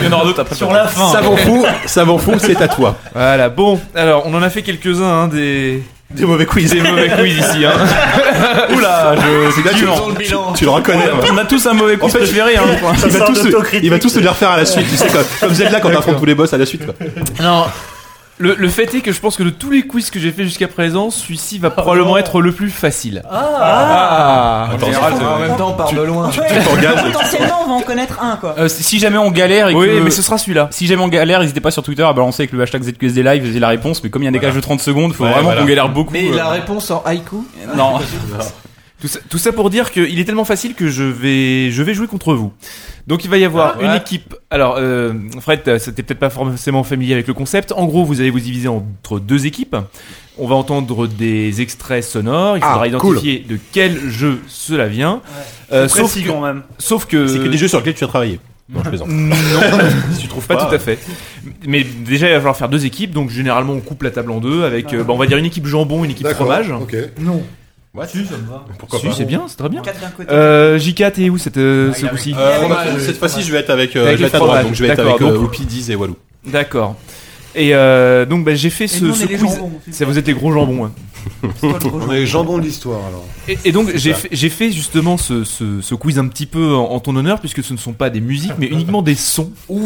Speaker 4: Il y en aura d'autres après.
Speaker 3: Sur la fin.
Speaker 2: Savon fou, savon fou, c'est à toi.
Speaker 11: Voilà, bon, alors on en a fait quelques-uns hein, des...
Speaker 2: Des mauvais quiz.
Speaker 11: des mauvais quiz ici. Hein. Oula, je... c'est
Speaker 2: tu,
Speaker 11: dur.
Speaker 2: tu- tu le reconnais. ouais.
Speaker 4: On a tous un mauvais coup,
Speaker 2: En fait,
Speaker 4: préféré. Hein.
Speaker 2: Il va, tous, il va tous se les refaire à la suite, tu sais, comme, comme Zelda quand t'affrontes tous les boss à la suite. Quoi.
Speaker 11: Non. Le, le fait est que je pense que de tous les quiz que j'ai fait jusqu'à présent, celui-ci va
Speaker 5: Ah,
Speaker 11: probablement être le plus facile. Ah,
Speaker 2: Attends,
Speaker 11: En général,
Speaker 5: En même temps, on part de loin.
Speaker 7: Ouais,
Speaker 2: t'engages.
Speaker 7: Potentiellement, on va en connaître un, quoi.
Speaker 4: Euh, si jamais on galère et
Speaker 11: Oui,
Speaker 4: que...
Speaker 11: mais ce sera celui-là.
Speaker 4: Si jamais on galère, n'hésitez pas sur Twitter à balancer avec le hashtag ZQSD Live, j'ai la réponse, mais comme il y a un décalage de 30 secondes, faut
Speaker 2: Ouais,
Speaker 4: vraiment
Speaker 2: voilà.
Speaker 4: qu'on galère beaucoup.
Speaker 5: Mais
Speaker 4: euh,
Speaker 5: la réponse en haïku,
Speaker 4: Non.
Speaker 11: Tout ça, tout ça pour dire qu'il est tellement facile que je vais, je vais jouer contre vous. Donc il va y avoir
Speaker 6: Ah,
Speaker 11: une équipe. Alors euh, Fred, t'as- t'es peut-être pas forcément familier avec le concept. En gros, vous allez vous diviser entre deux équipes. On va entendre des extraits sonores. Il
Speaker 2: Ah,
Speaker 11: faudra identifier de quel jeu cela vient. Euh, sauf,
Speaker 6: Précis
Speaker 11: que,
Speaker 6: quand même.
Speaker 11: sauf que,
Speaker 2: C'est que des jeux sur lesquels tu as travaillé. Non, je plaisante.
Speaker 11: non, tu trouves pas,
Speaker 2: pas,
Speaker 11: tout à fait. Mais déjà, il va falloir faire deux équipes. Donc généralement, on coupe la table en deux
Speaker 6: Ah.
Speaker 11: avec, euh, bah, on va dire une équipe jambon, une équipe
Speaker 9: D'accord,
Speaker 11: fromage.
Speaker 9: Ok.
Speaker 2: Pourquoi
Speaker 11: Si,
Speaker 2: pas
Speaker 11: c'est bien, c'est très bien.
Speaker 7: Quatre d'un côté. Ah,
Speaker 11: Euh, J4 et où cette, euh, ce coup-ci
Speaker 2: Euh,
Speaker 5: Fromage,
Speaker 2: cette
Speaker 5: oui,
Speaker 2: fois-ci, je vais être avec, euh,
Speaker 11: Avec
Speaker 2: je vais
Speaker 11: les
Speaker 2: être à droite,
Speaker 11: fromages.
Speaker 2: donc je vais être
Speaker 11: D'accord,
Speaker 2: avec euh,
Speaker 11: donc-
Speaker 2: Whoopi, Diz et Walou.
Speaker 11: D'accord. Et euh, donc bah, j'ai fait
Speaker 7: Et
Speaker 11: ce,
Speaker 7: nous, on
Speaker 11: ce
Speaker 7: est les
Speaker 11: quiz.
Speaker 7: jambons.
Speaker 11: Ça vous êtes les gros jambons. hein.
Speaker 9: On est jambon de l'histoire alors.
Speaker 11: Et, et donc j'ai fait, j'ai fait justement ce, ce- ce quiz un petit peu en, en ton honneur puisque ce ne sont pas des musiques mais uniquement des sons.
Speaker 9: Oh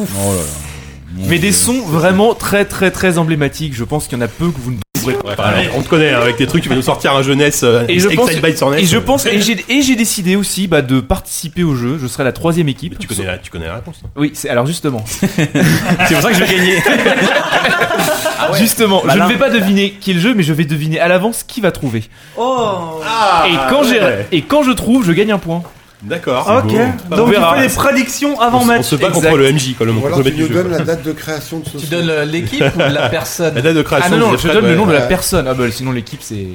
Speaker 11: Mais des sons vraiment très très très emblématiques. Je pense qu'il y en a peu que vous ne trouverez pas.
Speaker 2: on te connaît hein, avec tes trucs, tu vas nous sortir un jeunesse euh,
Speaker 11: Et je pense-
Speaker 2: Excite Bite Sornet.
Speaker 11: Et je pense et j'ai et j'ai décidé aussi bah, de participer au jeu. Je serai la troisième équipe.
Speaker 2: Tu connais, la, tu connais la réponse. hein.
Speaker 11: Oui, c'est alors justement. c'est pour ça que je vais gagner.
Speaker 2: Ah
Speaker 11: Justement,
Speaker 2: Bah,
Speaker 11: je ne vais pas deviner qui est le jeu, mais je vais deviner à l'avance qui va trouver.
Speaker 7: Oh
Speaker 11: et quand j'ai
Speaker 2: Ah, ouais.
Speaker 11: et quand je trouve, je gagne un point.
Speaker 2: D'accord.
Speaker 6: Ah, Ok.
Speaker 11: Bah, on
Speaker 6: Donc tu
Speaker 11: verra.
Speaker 6: fais des prédictions
Speaker 2: On,
Speaker 6: avant
Speaker 2: s- on
Speaker 6: match.
Speaker 2: se bat contre
Speaker 11: Exact.
Speaker 2: le MJ, quand le
Speaker 9: Ou
Speaker 2: contre
Speaker 9: alors
Speaker 2: le
Speaker 9: tu
Speaker 2: maître du
Speaker 9: nous
Speaker 2: jeu,
Speaker 9: donnes
Speaker 2: quoi.
Speaker 9: la date de création de ce
Speaker 5: tu
Speaker 9: son.
Speaker 5: donnes euh, l'équipe ou la
Speaker 2: La
Speaker 5: personne
Speaker 2: date de
Speaker 11: Ah
Speaker 2: création.
Speaker 11: non non,
Speaker 2: des
Speaker 11: je
Speaker 2: Fred,
Speaker 11: donne le
Speaker 2: ouais.
Speaker 11: nom de la personne. Ah bah sinon l'équipe c'est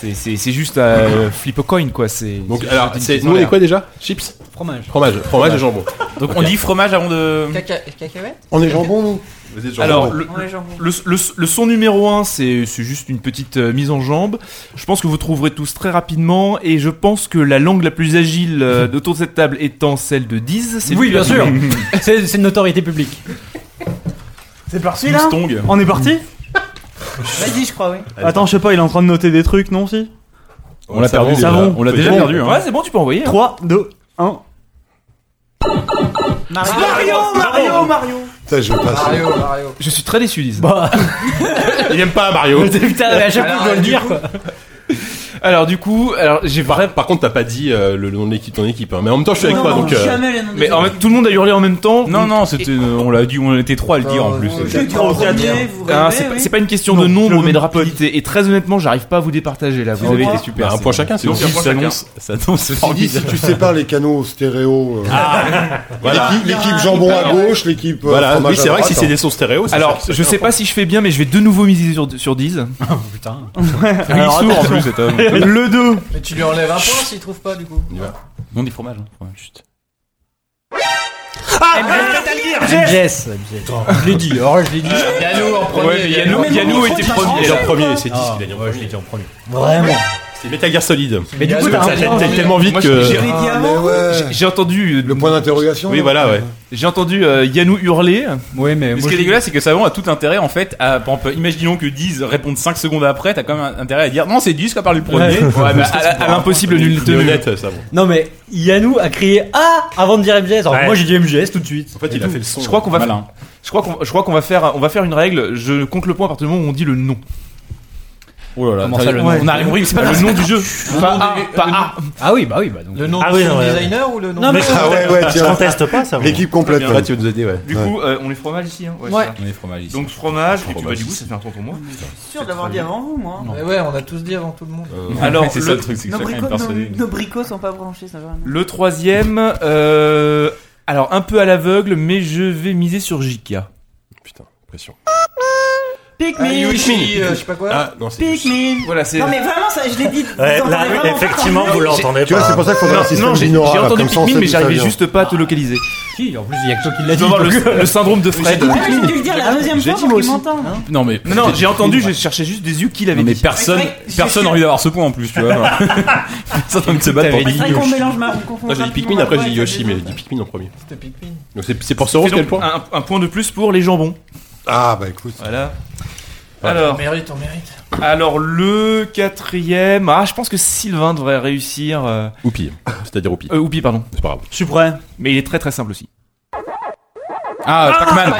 Speaker 11: c'est- c'est c'est juste euh, flip a coin quoi. C'est
Speaker 2: Donc
Speaker 11: c'est-
Speaker 2: alors,
Speaker 11: c'est une
Speaker 2: c'est-
Speaker 11: petite
Speaker 2: nous on est
Speaker 11: affaire.
Speaker 2: quoi déjà Chips
Speaker 3: Fromage.
Speaker 2: Fromage, fromage et jambon.
Speaker 4: Donc on dit fromage avant de.
Speaker 5: Caca- cacahuète
Speaker 9: On est jambon nous
Speaker 2: Vous êtes
Speaker 11: Alors le,
Speaker 7: Ouais, jambon.
Speaker 11: le, le, le son numéro 1 c'est c'est juste une petite euh, mise en jambe. Je pense que vous trouverez tous très rapidement et je pense que la langue la plus agile euh, de autour de cette table étant celle de Diz. c'est
Speaker 3: Oui,
Speaker 11: lui
Speaker 3: bien
Speaker 11: qui va
Speaker 3: sûr.
Speaker 11: trouver.
Speaker 3: C'est c'est une notoriété publique.
Speaker 6: C'est parti là
Speaker 4: Stong.
Speaker 6: On est parti
Speaker 7: Vas-y, je crois, oui.
Speaker 6: Attends, je sais pas, il est en train de noter des trucs, non si
Speaker 4: On l'a
Speaker 2: savon,
Speaker 4: perdu.
Speaker 2: savon.
Speaker 4: déjà. On l'a déjà
Speaker 2: Bon.
Speaker 4: perdu. hein.
Speaker 11: Ouais, c'est bon, tu peux envoyer. hein.
Speaker 6: 3, 2, 1.
Speaker 7: Mario,
Speaker 6: Mario, Mario
Speaker 9: Putain, je passe.
Speaker 5: Mario, Mario.
Speaker 11: Je suis très déçu, Diz.
Speaker 3: Bah,
Speaker 2: Il aime pas Mario.
Speaker 3: putain, mais à chaque fois, je dois le
Speaker 5: du
Speaker 3: dire, quoi.
Speaker 11: Alors du coup, alors j'ai vraiment
Speaker 2: Par contre, t'as pas dit euh, le nom de l'équipe, ton équipe. hein. Mais en même temps, je suis avec
Speaker 7: Non,
Speaker 2: toi, donc. euh,
Speaker 7: jamais les noms des
Speaker 11: Mais en
Speaker 7: gens.
Speaker 11: même- tout le monde a hurlé en même temps.
Speaker 4: Non, non, c'était, euh, on l'a dit, on était trois à le dire en
Speaker 9: Non,
Speaker 4: plus.
Speaker 9: non,
Speaker 7: Je
Speaker 9: j'ai-
Speaker 7: l'ai dit en premier, vous
Speaker 11: Ah,
Speaker 7: rêvez,
Speaker 11: c'est, pas-
Speaker 7: oui.
Speaker 11: c'est pas une question
Speaker 6: Non,
Speaker 11: de
Speaker 6: je
Speaker 11: nombre,
Speaker 6: le
Speaker 11: mais de
Speaker 6: veux
Speaker 11: rapidité. Et très honnêtement, j'arrive pas à vous départager là. Vous
Speaker 7: Non,
Speaker 11: avez
Speaker 7: moi-
Speaker 11: été
Speaker 2: bah,
Speaker 11: super.
Speaker 2: un
Speaker 11: c'est-
Speaker 2: point chacun, c'est
Speaker 4: Donc,
Speaker 2: bon.
Speaker 4: un point chacun.
Speaker 2: s'annonce- s'annonce
Speaker 9: Tu dis, si
Speaker 2: formidable.
Speaker 9: tu sépares les canaux stéréo, euh,
Speaker 2: Voilà.
Speaker 9: l'équipe- l'équipe jambon à gauche, l'équipe. euh,
Speaker 2: Voilà,
Speaker 9: fromage
Speaker 2: oui, c'est
Speaker 9: à
Speaker 2: vrai que si
Speaker 9: droite,
Speaker 2: c'est des sons stéréo, c'est Ah,
Speaker 11: Alors,
Speaker 2: ça.
Speaker 11: je sais pas si je fais bien, mais je vais de nouveau miser sur, sur 10.
Speaker 3: Putain.
Speaker 11: Il est sourd en plus, cet homme.
Speaker 6: Le 2
Speaker 5: Mais tu lui enlèves un point s'il trouve pas du coup.
Speaker 4: Non, des fromages. hein. Ouais, juste.
Speaker 5: Ah,
Speaker 7: Eh ben,
Speaker 3: Yes. Je l'ai dit. Alors, je l'ai dit.
Speaker 5: Yannou en premier.
Speaker 11: Ouais, mais Yannou,
Speaker 7: mais
Speaker 11: Yannou
Speaker 7: mon
Speaker 11: était
Speaker 7: micro,
Speaker 11: premier.
Speaker 2: Et leur premier, c'est
Speaker 3: Ah,
Speaker 2: 10 qui gagne.
Speaker 3: ouais, je l'ai dit en premier. Vraiment.
Speaker 2: C'est Metal Gear Solid.
Speaker 3: Mais
Speaker 11: Ah,
Speaker 3: du coup,
Speaker 5: Yannou,
Speaker 3: t'as
Speaker 5: ça
Speaker 3: un point.
Speaker 5: l'a
Speaker 2: T'es
Speaker 5: mais-
Speaker 2: tellement vite
Speaker 11: Moi,
Speaker 2: que.
Speaker 11: j'ai-
Speaker 5: Ah,
Speaker 9: Ah,
Speaker 5: mais
Speaker 9: mais
Speaker 5: ouais.
Speaker 9: ouais.
Speaker 11: J'ai- J'ai entendu, euh,
Speaker 9: Le point d'interrogation.
Speaker 2: Oui,
Speaker 9: là.
Speaker 2: voilà, ouais.
Speaker 11: j'ai entendu euh, Yannou hurler.
Speaker 3: Ouais, mais
Speaker 4: Mais ce qui
Speaker 3: moi,
Speaker 4: est
Speaker 3: je-
Speaker 4: dégueulasse, c'est que Savon a tout intérêt en fait à. Par exemple, imaginons que 10 répondent 5 secondes après, t'as quand même intérêt à dire non, c'est 10 qui a parlé le premier.
Speaker 3: Ouais.
Speaker 4: Ouais, mais à, à- à l'impossible, nul ne
Speaker 2: C'est
Speaker 4: tenu.
Speaker 2: honnête, ça. bon.
Speaker 3: Non, mais Yannou a crié Ah avant de dire MGS. Alors, moi, j'ai dit MGS tout de suite.
Speaker 2: En fait, il a fait le son.
Speaker 11: Je crois qu'on va,
Speaker 4: Malin.
Speaker 11: je crois qu'on, je crois qu'on va faire, on va faire une règle. Je compte le point à partir du moment où on dit le nom.
Speaker 10: Oh là là,
Speaker 4: Comment
Speaker 10: t'as-
Speaker 4: ça, le nom
Speaker 10: on arrive, oui, mais c'est pas
Speaker 4: Le nom du jeu.
Speaker 10: Pas A, pas A.
Speaker 3: Ah oui, bah oui, bah donc.
Speaker 5: Le nom
Speaker 8: Ah
Speaker 5: du
Speaker 8: oui,
Speaker 5: sound
Speaker 8: ouais, ouais.
Speaker 5: designer ou le nom
Speaker 3: Non,
Speaker 5: du-
Speaker 3: mais-
Speaker 9: Ah ouais, ouais,
Speaker 8: Je
Speaker 9: tiens.
Speaker 8: conteste pas ça. moi.
Speaker 9: L'équipe complète.
Speaker 2: Là, tu vas nous aider, ouais.
Speaker 11: Du coup, euh, on est fromage ici. Hein ouais,
Speaker 7: Ouais.
Speaker 11: c'est ça.
Speaker 10: On est fromage ici.
Speaker 11: Donc fromage, et
Speaker 2: Fromage.
Speaker 11: puis bah, du coup, ça fait un tonton moi.
Speaker 7: sûr d'avoir dit avant vous, moi.
Speaker 5: Mais Eh ouais, on a tous dit avant tout le monde.
Speaker 10: Euh,
Speaker 11: Alors,
Speaker 10: c'est
Speaker 11: le-
Speaker 10: ça le truc, c'est que
Speaker 7: Nos
Speaker 10: chacun est
Speaker 7: bricots, nos,
Speaker 10: personnel.
Speaker 7: nos bricots sont pas branchés, ça va.
Speaker 11: Le troisième, euh, alors un peu à l'aveugle, mais je vais miser sur Jika.
Speaker 2: Putain, pression.
Speaker 7: Pikmin
Speaker 5: Ah, Yoshi, euh, je sais pas quoi.
Speaker 2: Ah, non, c'est.
Speaker 7: Pikmin
Speaker 11: Voilà, c'est.
Speaker 7: Non mais vraiment, ça, je l'ai dit. vous
Speaker 8: Ouais,
Speaker 7: entendez
Speaker 8: là,
Speaker 7: vraiment pas
Speaker 8: effectivement,
Speaker 7: parler.
Speaker 8: vous l'entendez
Speaker 9: Tu vois, c'est
Speaker 8: pas.
Speaker 9: pour ça qu'il faudrait un
Speaker 11: Non,
Speaker 9: système
Speaker 11: j'ai j'ai
Speaker 9: binaural,
Speaker 11: entendu
Speaker 9: ah, comme ça, on
Speaker 11: Pikmin,
Speaker 9: sait
Speaker 11: mais
Speaker 9: d'où ça
Speaker 11: j'arrivais
Speaker 9: vient.
Speaker 11: juste pas à te localiser.
Speaker 3: Qui En plus, il y a que toi qui l'a
Speaker 11: Je
Speaker 3: dit.
Speaker 11: dois avoir
Speaker 3: donc-
Speaker 11: le, le syndrome de Fred.
Speaker 7: Ah, J'ai dû le dire la deuxième fois pour qu'il m'entende.
Speaker 6: Hein
Speaker 10: Non mais
Speaker 11: Non, non, j'ai entendu, je cherchais juste des yeux qui l'avaient
Speaker 10: Non mais
Speaker 11: dit.
Speaker 10: personne,
Speaker 7: Mais c'est vrai que
Speaker 10: personne
Speaker 7: j'ai-
Speaker 10: n'a envie d'avoir ce point en plus, tu vois. personne n'a envie de se battre pour
Speaker 7: C'est
Speaker 10: Big
Speaker 7: vrai qu'on mélange ma... on confond
Speaker 2: Moi, j'ai dit
Speaker 7: rapidement
Speaker 2: Pikmin,
Speaker 7: la
Speaker 2: après,
Speaker 7: voix
Speaker 2: j'ai dit
Speaker 7: avec
Speaker 2: Yoshi,
Speaker 7: les
Speaker 2: mais
Speaker 7: autres.
Speaker 2: j'ai dit Pikmin en premier.
Speaker 5: C'était Pikmin.
Speaker 2: Donc, c'est c'est pour Soros
Speaker 11: Fais donc
Speaker 2: quel point
Speaker 11: un, un point de plus pour les jambons.
Speaker 9: Ah bah écoute.
Speaker 11: Voilà. Alors,
Speaker 5: mérite, on mérite.
Speaker 11: alors le quatrième. Ah, je pense que Sylvain devrait réussir. Euh,
Speaker 2: Oupi. C'est-à-dire Oupi.
Speaker 11: euh, Oupi, pardon.
Speaker 2: C'est pas grave.
Speaker 6: Je suis prêt.
Speaker 11: Mais il est très très simple aussi.
Speaker 10: Ah, Pac-Man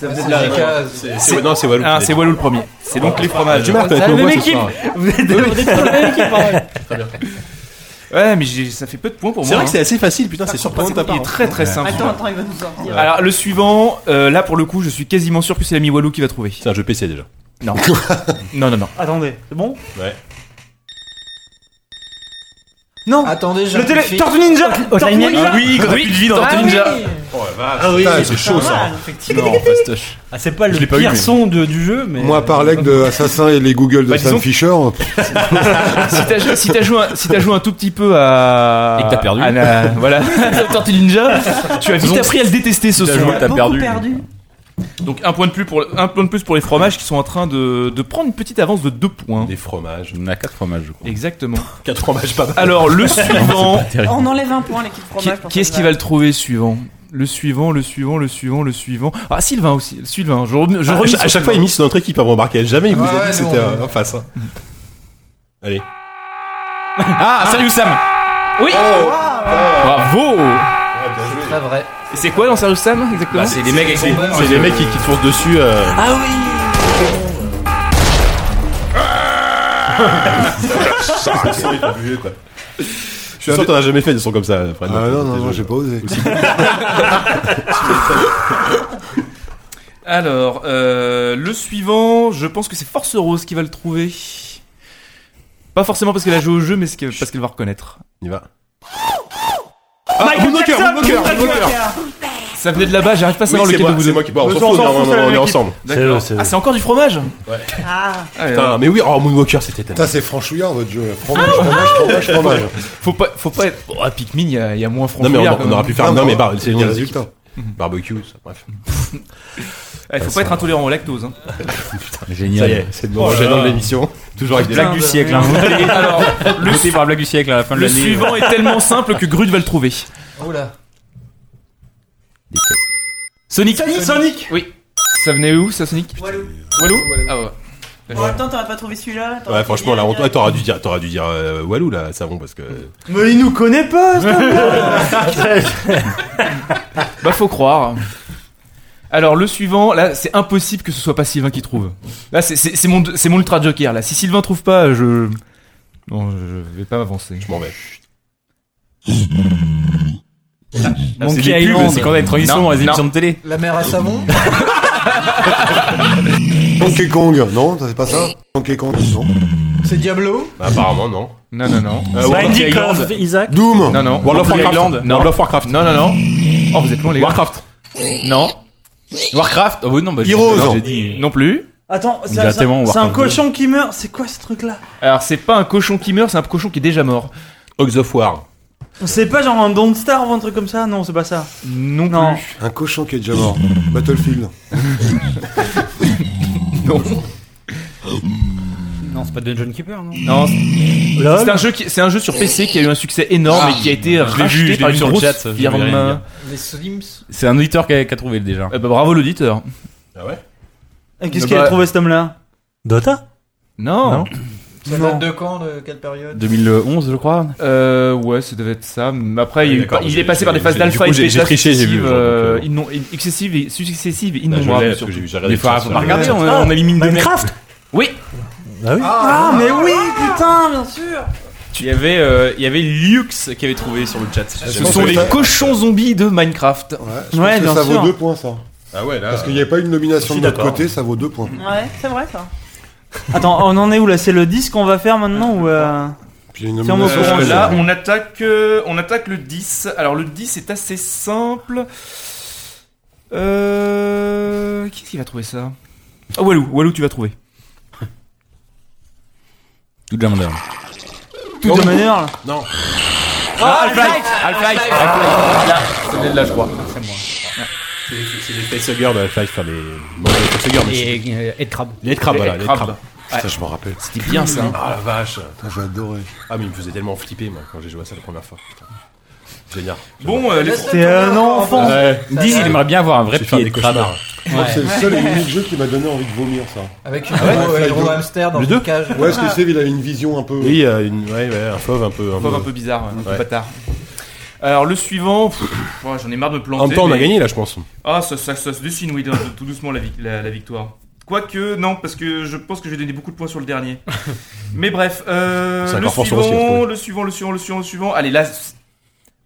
Speaker 5: C'est la case.
Speaker 2: C'est- Non, c'est Walou.
Speaker 11: Ah, c'est Walou le premier. C'est donc les
Speaker 2: Ah,
Speaker 11: fromages.
Speaker 2: du mal, t'as
Speaker 6: C'est
Speaker 2: été
Speaker 6: la
Speaker 2: au
Speaker 6: même
Speaker 2: moins ce
Speaker 6: équipe.
Speaker 2: soir.
Speaker 6: Vous êtes vous êtes sur la même équipe. pareil.
Speaker 11: Ouais, mais j'ai- ça fait peu de points pour moi.
Speaker 2: C'est vrai que
Speaker 11: hein.
Speaker 2: c'est assez facile, putain, c'est surprenant de ta
Speaker 11: Il
Speaker 2: part.
Speaker 11: est très très simple.
Speaker 7: Attends, attends, il va nous sortir.
Speaker 11: Alors le suivant, euh, là pour le coup, je suis quasiment sûr que c'est l'ami Walou qui va trouver.
Speaker 2: C'est un jeu PC déjà.
Speaker 11: Non. non, non, non.
Speaker 6: Attendez, c'est bon
Speaker 2: Ouais.
Speaker 6: Non
Speaker 5: Attendez, j'ai
Speaker 6: Le
Speaker 5: un
Speaker 6: télé.
Speaker 5: défi.
Speaker 6: Tortue Ninja Tortue
Speaker 3: Lightning-
Speaker 6: Ninja
Speaker 11: oui, oui, de vie
Speaker 2: Bah
Speaker 11: dans
Speaker 6: Ah
Speaker 11: Ninja.
Speaker 6: oui.
Speaker 2: Oh la vache.
Speaker 8: Ah oui.
Speaker 9: Putain,
Speaker 2: C'est chaud ça.
Speaker 10: Non, fastoche.
Speaker 3: Ah, c'est pas
Speaker 10: Je
Speaker 3: le
Speaker 10: l'ai pas eu,
Speaker 3: pire
Speaker 10: mais-
Speaker 3: son de- du jeu, mais.
Speaker 9: Moi, par l'aide de Assassin et les Google de
Speaker 11: Bah,
Speaker 9: Sam
Speaker 11: disons-
Speaker 9: Fisher,
Speaker 11: si t'as joué, si t'as joué, un- si t'as joué un tout petit peu à
Speaker 10: Et que t'as perdu.
Speaker 11: à la- voilà, Tortue Ninja, tu as vite
Speaker 10: Disons-
Speaker 11: appris à le détester ce
Speaker 10: T'as
Speaker 11: son.
Speaker 10: joué, t'as
Speaker 7: Beaucoup
Speaker 10: perdu.
Speaker 11: Donc un point de plus pour un point de plus pour les fromages qui sont en train de, de prendre une petite avance de deux points.
Speaker 2: Des fromages.
Speaker 10: On a 4 fromages, je crois.
Speaker 11: Exactement.
Speaker 2: Quatre fromages pas mal.
Speaker 11: Alors le suivant,
Speaker 7: On enlève un point l'équipe
Speaker 11: qui,
Speaker 7: Oh, fromage. pour
Speaker 11: qui est-ce
Speaker 7: ça,
Speaker 11: qui va le trouver suivant Le suivant, le suivant, le suivant, le suivant. Ah Sylvain aussi, Sylvain. Je, rem- je
Speaker 2: Ah,
Speaker 11: remis
Speaker 2: à,
Speaker 11: sur
Speaker 2: chaque fois, il
Speaker 11: Sylvain.
Speaker 2: mise sur notre équipe avant embarquer. Jamais il vous
Speaker 5: Ah
Speaker 2: a dit
Speaker 5: ouais,
Speaker 2: que
Speaker 5: non,
Speaker 2: c'était euh,
Speaker 5: ouais.
Speaker 2: en face. hein. Allez.
Speaker 11: Ah, Serious Sam. Oui.
Speaker 2: Oh.
Speaker 11: Bravo.
Speaker 5: Pas vrai.
Speaker 11: Et C'est quoi dans Serious Sam exactement
Speaker 10: Bah, c'est des mecs avec des.
Speaker 2: C'est les mecs qui, qui tournent dessus. euh, Je suis sûr que t'en as jamais fait des sons comme ça, Fred.
Speaker 9: Ah non, non, non, j'ai pas osé.
Speaker 11: Alors, euh, le suivant, je pense que c'est Force Rose qui va le trouver. Pas forcément parce qu'elle a joué au jeu, mais c'est que- parce qu'elle va reconnaître.
Speaker 2: Il va.
Speaker 11: Michael Jackson, Michael Jackson. Ça venait de là-bas, j'arrive pas à
Speaker 2: Oui,
Speaker 11: savoir
Speaker 2: c'est
Speaker 11: lequel
Speaker 2: moi,
Speaker 11: de vous
Speaker 2: c'est
Speaker 11: deux.
Speaker 2: moi qui parle.
Speaker 11: Le
Speaker 2: On s'en
Speaker 11: soir,
Speaker 2: fout,
Speaker 11: on s'en
Speaker 2: non,
Speaker 11: fout,
Speaker 2: non,
Speaker 11: c'est la
Speaker 2: on est
Speaker 11: même
Speaker 2: ensemble.
Speaker 11: D'accord.
Speaker 8: C'est eux, c'est
Speaker 11: Ah,
Speaker 8: eux.
Speaker 11: c'est encore du fromage
Speaker 7: hein. Ah,
Speaker 11: Ah,
Speaker 2: Putain, mais oui, oh, Moonwalker, c'était tellement.
Speaker 9: Putain,
Speaker 2: Ah
Speaker 9: c'est franchouillard votre jeu. là. Fromage, fromage, fromage, fromage.
Speaker 11: Faut pas, faut pas être. Oh, à Pikmin, il y, a- il y a moins
Speaker 2: Non, mais on,
Speaker 11: franchouillard. quand
Speaker 2: on
Speaker 11: même.
Speaker 2: aurait pu faire. Non, mais bah, c'est
Speaker 9: le
Speaker 2: le
Speaker 9: résultat.
Speaker 2: Barbecue, ça, bref.
Speaker 11: Eh, faut pas être intolérant au lactose. Hein. Oh
Speaker 2: Ça
Speaker 10: Génial.
Speaker 2: y est, c'est le moment
Speaker 4: Oh
Speaker 2: gênant de l'émission. Toujours avec des
Speaker 11: Blague
Speaker 2: blagues.
Speaker 11: du siècle. hein. Alors,
Speaker 10: Le pour la blague du siècle à la fin de
Speaker 11: le
Speaker 10: l'année.
Speaker 11: suivant est tellement simple que Grud va le trouver.
Speaker 10: Ah,
Speaker 5: Oula.
Speaker 11: Sonic. Sonic. Oui. Ça venait où ça, Sonic
Speaker 7: Walou.
Speaker 11: Walou
Speaker 5: Walou.
Speaker 11: Ah ouais.
Speaker 7: En même temps, t'aurais pas trouvé celui-là. t'aurais
Speaker 2: Ouais,
Speaker 7: pu
Speaker 2: franchement,
Speaker 7: dire,
Speaker 2: là, on-
Speaker 7: euh,
Speaker 2: ouais, t'auras dû dire, t'auras dû dire euh, Walou, là, savon, parce que.
Speaker 6: Mais il nous connaît pas, ce
Speaker 11: Bah faut croire. Alors le suivant, là c'est impossible que ce soit pas Sylvain qui trouve. Là c'est- c'est c'est mon c'est mon ultra joker là. Si Sylvain trouve pas, je non je vais pas m'avancer.
Speaker 2: Je m'en vais.
Speaker 10: Ah, c'est
Speaker 6: Monkey
Speaker 10: des pubs,
Speaker 6: Island.
Speaker 10: c'est quand on a une transition
Speaker 11: Non,
Speaker 10: dans les
Speaker 11: non.
Speaker 10: émissions de télé.
Speaker 5: La mère à savon
Speaker 9: Donkey Kong, non, ça, c'est pas ça Donkey Kong, non.
Speaker 5: C'est Diablo
Speaker 2: Bah, apparemment, non.
Speaker 11: Non non non.
Speaker 2: Euh, World of
Speaker 8: Binding
Speaker 2: Island.
Speaker 8: of Isaac.
Speaker 9: Doom
Speaker 11: Non non.
Speaker 2: World of
Speaker 11: Monkey
Speaker 2: Warcraft.
Speaker 11: Island. Non.
Speaker 2: World of Warcraft.
Speaker 11: Non non non. Oh vous êtes loin les gars.
Speaker 2: Warcraft.
Speaker 11: Non.
Speaker 4: Oh,
Speaker 10: Warcraft. Ah oui, non, bah, j'ai-
Speaker 9: Heroes.
Speaker 10: non, j'ai dit.
Speaker 11: Non plus.
Speaker 6: Attends, c'est
Speaker 10: dirait
Speaker 6: c'est-
Speaker 10: tellement
Speaker 6: c'est un
Speaker 10: Warcraft deux.
Speaker 6: cochon qui meurt. C'est quoi ce truc-là
Speaker 11: Alors c'est pas un cochon qui meurt, c'est un cochon qui est déjà mort.
Speaker 2: Hogs of War.
Speaker 6: C'est pas genre un Don't Star ou un truc comme ça Non, c'est pas ça.
Speaker 11: Non.
Speaker 6: Non.
Speaker 9: Un cochon qui est déjà mort. Battlefield.
Speaker 3: Non, c'est pas Dungeon Keeper, non
Speaker 11: Non.
Speaker 8: Lol.
Speaker 11: C'est un jeu qui c'est un jeu sur PC qui a eu un succès énorme et qui a été
Speaker 10: je l'ai vu, je
Speaker 11: racheté
Speaker 10: l'ai
Speaker 11: par
Speaker 10: vu
Speaker 11: une
Speaker 10: sur le
Speaker 11: grosse
Speaker 10: chat, je vais
Speaker 11: firme.
Speaker 10: rien dire.
Speaker 5: Les Slims
Speaker 10: C'est un auditeur qui a, qui a trouvé déjà.
Speaker 4: ben,
Speaker 11: Eh bah, bravo l'auditeur.
Speaker 2: Ah ouais
Speaker 6: Et Qu'est-ce
Speaker 11: Bah,
Speaker 6: qu'il a
Speaker 11: bah-
Speaker 6: trouvé cet homme-là
Speaker 8: Dota
Speaker 11: Non.
Speaker 10: Oh.
Speaker 8: Non.
Speaker 5: Ça date de quand De quelle période
Speaker 10: 2011, je crois.
Speaker 11: Euh, ouais, ça devait être ça. mais Après,
Speaker 2: Ouais,
Speaker 11: il, est
Speaker 2: d'accord,
Speaker 11: pas- il
Speaker 2: j'ai-
Speaker 11: est passé
Speaker 2: j'ai-
Speaker 11: par des phases
Speaker 2: j'ai- du
Speaker 11: d'alpha
Speaker 2: coup,
Speaker 11: et de
Speaker 2: j'ai- j'ai
Speaker 11: bêta
Speaker 2: triché, j'ai vu,
Speaker 11: successives,
Speaker 2: genre, donc,
Speaker 11: euh,
Speaker 2: euh,
Speaker 11: inno- in- excessives et successives et
Speaker 2: Bah, je l'ai,
Speaker 11: innombrables.
Speaker 2: parce que
Speaker 11: surtout.
Speaker 4: bah,
Speaker 2: j'ai j'ai
Speaker 10: Des
Speaker 2: regardé.
Speaker 10: fois,
Speaker 2: sur-
Speaker 10: faut pas regarder,
Speaker 2: sur-
Speaker 10: on, on élimine des mecs.
Speaker 8: Minecraft
Speaker 11: Oui,
Speaker 10: Bah
Speaker 8: Ah oui.
Speaker 6: Ah, mais oui, putain,
Speaker 7: bien sûr.
Speaker 10: Il y avait, euh, il y avait Lux qui avait trouvé sur le chat. Ce
Speaker 9: pense
Speaker 10: sont
Speaker 9: que
Speaker 10: les
Speaker 9: ça-
Speaker 10: cochons zombies de Minecraft.
Speaker 9: Je pense que ça vaut deux points, ça.
Speaker 2: Ah ouais, là.
Speaker 9: Parce qu'il n'y a pas une
Speaker 8: Je
Speaker 9: nomination
Speaker 8: suis
Speaker 9: de notre
Speaker 8: d'accord.
Speaker 9: côté, ça vaut deux points.
Speaker 7: Ouais, c'est vrai ça.
Speaker 6: Attends, on en est où là C'est le 10 qu'on va faire maintenant ou euh,
Speaker 9: Puis il y a une
Speaker 6: Tiens, moi,
Speaker 9: nomination
Speaker 6: pour-
Speaker 9: spéciale.
Speaker 11: là, on attaque, euh, on attaque le 10. Alors, le 10 est assez simple. Euh, qui est-ce qui va trouver ça Ah, Walou, Walou, tu vas trouver.
Speaker 10: Tout de même.
Speaker 6: Tout de manière
Speaker 11: Ah.
Speaker 6: là.
Speaker 2: Non.
Speaker 10: Half-Life Half-Life Half-Life Là, c'est là, je crois.
Speaker 2: C'est les facehuggers de Half-Life, enfin les. Non, les facehuggers, mais. c'est-
Speaker 3: Et euh, Ed Crab.
Speaker 2: Les headcrabs, voilà,
Speaker 10: Les
Speaker 2: les
Speaker 10: headcrabs.
Speaker 2: headcrabs.
Speaker 9: Ça, je m'en rappelle.
Speaker 10: C'était bien ça. hein.
Speaker 2: Ah la vache
Speaker 9: Putain, J'ai adoré.
Speaker 2: Ah, mais il me faisait tellement flipper, moi, quand j'ai joué à ça la première fois. Putain. Génial.
Speaker 11: Bon, euh, les-
Speaker 6: T'es un enfant
Speaker 9: euh,
Speaker 2: Ouais,
Speaker 10: Diz, il aimerait bien avoir un vrai
Speaker 2: je vais faire
Speaker 10: pied de
Speaker 2: des
Speaker 10: crabe.
Speaker 2: cauchemars.
Speaker 9: Moi, C'est le seul et unique jeu qui m'a donné envie de vomir, ça.
Speaker 5: Avec
Speaker 2: Ah
Speaker 5: une gros- un gros hamster dans
Speaker 2: Le
Speaker 5: une
Speaker 2: deux
Speaker 5: cage.
Speaker 9: Ouais, parce que Steve, il avait une vision un peu.
Speaker 2: Oui, euh, une... ouais, ouais, un fauve un peu. Un
Speaker 11: Pauvre
Speaker 2: peu,
Speaker 11: un peu bizarre, ouais, un peu
Speaker 2: Ouais.
Speaker 11: bâtard. Alors, le suivant, pff, ouais, j'en ai marre de me planter.
Speaker 2: En même temps, on a
Speaker 11: mais-
Speaker 2: gagné là, je pense.
Speaker 11: Ah, ça, ça- ça se dessine, oui, dans- tout doucement la, vic- la- la victoire. Quoique, non, parce que je pense que j'ai donné beaucoup de points sur le dernier. Mais bref, euh,
Speaker 2: C'est
Speaker 11: le,
Speaker 2: encore fort sur
Speaker 11: suivant,
Speaker 2: le ciel, oui.
Speaker 11: le suivant, le suivant, le suivant, le suivant. Allez, là, c'est-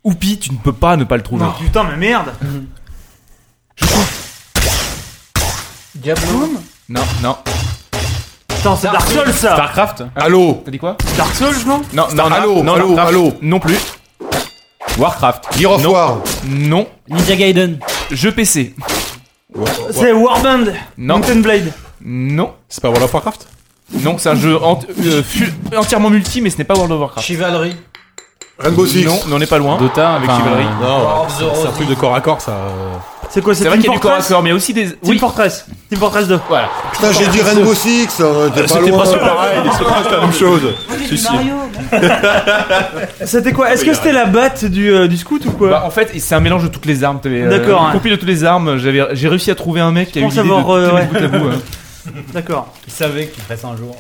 Speaker 11: Oupi, tu ne peux pas ne pas le trouver.
Speaker 6: Non, putain, mais merde
Speaker 5: Diablo.
Speaker 10: Non, non.
Speaker 6: Putain, c'est Dark Souls ça
Speaker 10: Starcraft
Speaker 9: Allô
Speaker 10: T'as dit quoi
Speaker 6: Dark Souls, non
Speaker 10: Non, non, non.
Speaker 9: Allô,
Speaker 10: non,
Speaker 9: allô,
Speaker 10: Starcraft,
Speaker 9: allô.
Speaker 10: Non plus. Warcraft.
Speaker 9: Gear of
Speaker 10: Non.
Speaker 9: War.
Speaker 10: Non.
Speaker 3: Ninja Gaiden.
Speaker 10: Jeu PC.
Speaker 6: C'est Warband
Speaker 10: Non.
Speaker 6: Mountain Blade
Speaker 10: Non.
Speaker 2: C'est pas World of Warcraft
Speaker 10: Non, c'est un jeu ent- euh, fu- entièrement multi, mais ce n'est pas World of Warcraft.
Speaker 5: Chivalry.
Speaker 9: Rainbow Six.
Speaker 10: Non, mais on n'est pas loin.
Speaker 4: Dota
Speaker 10: avec
Speaker 4: enfin, euh,
Speaker 10: Chivalry.
Speaker 2: euh,
Speaker 7: Oh,
Speaker 2: Non,
Speaker 5: War of the
Speaker 2: c'est un
Speaker 5: Roses.
Speaker 2: truc de corps à corps, ça. euh.
Speaker 6: C'est quoi C'est
Speaker 10: C'est vrai
Speaker 6: Team
Speaker 10: qu'il y a du corps à
Speaker 6: Fortress
Speaker 10: corps, mais aussi des.
Speaker 6: Team
Speaker 10: Oui.
Speaker 6: Fortress Team Fortress 2
Speaker 10: Voilà.
Speaker 9: Putain, j'ai dit Rainbow Six. hein, T'es pas
Speaker 2: C'était
Speaker 9: loin.
Speaker 2: pas sur pareil, c'est pas la même chose.
Speaker 7: Moi j'ai
Speaker 2: Si,
Speaker 7: dit
Speaker 2: si.
Speaker 7: Mario. bon.
Speaker 6: C'était quoi Est-ce que c'était la batte du, euh, du scout ou quoi
Speaker 10: Bah, en fait, c'est un mélange de toutes les armes. T'avais, euh,
Speaker 6: D'accord,
Speaker 10: une
Speaker 6: hein.
Speaker 10: compile de toutes les armes. J'avais, j'ai réussi à trouver un mec qui a eu
Speaker 6: pense
Speaker 10: l'idée de
Speaker 6: avoir, euh,
Speaker 10: toutes les
Speaker 6: ouais.
Speaker 10: bout à bout, hein.
Speaker 6: D'accord.
Speaker 3: Il savait qu'il ferait ça un jour.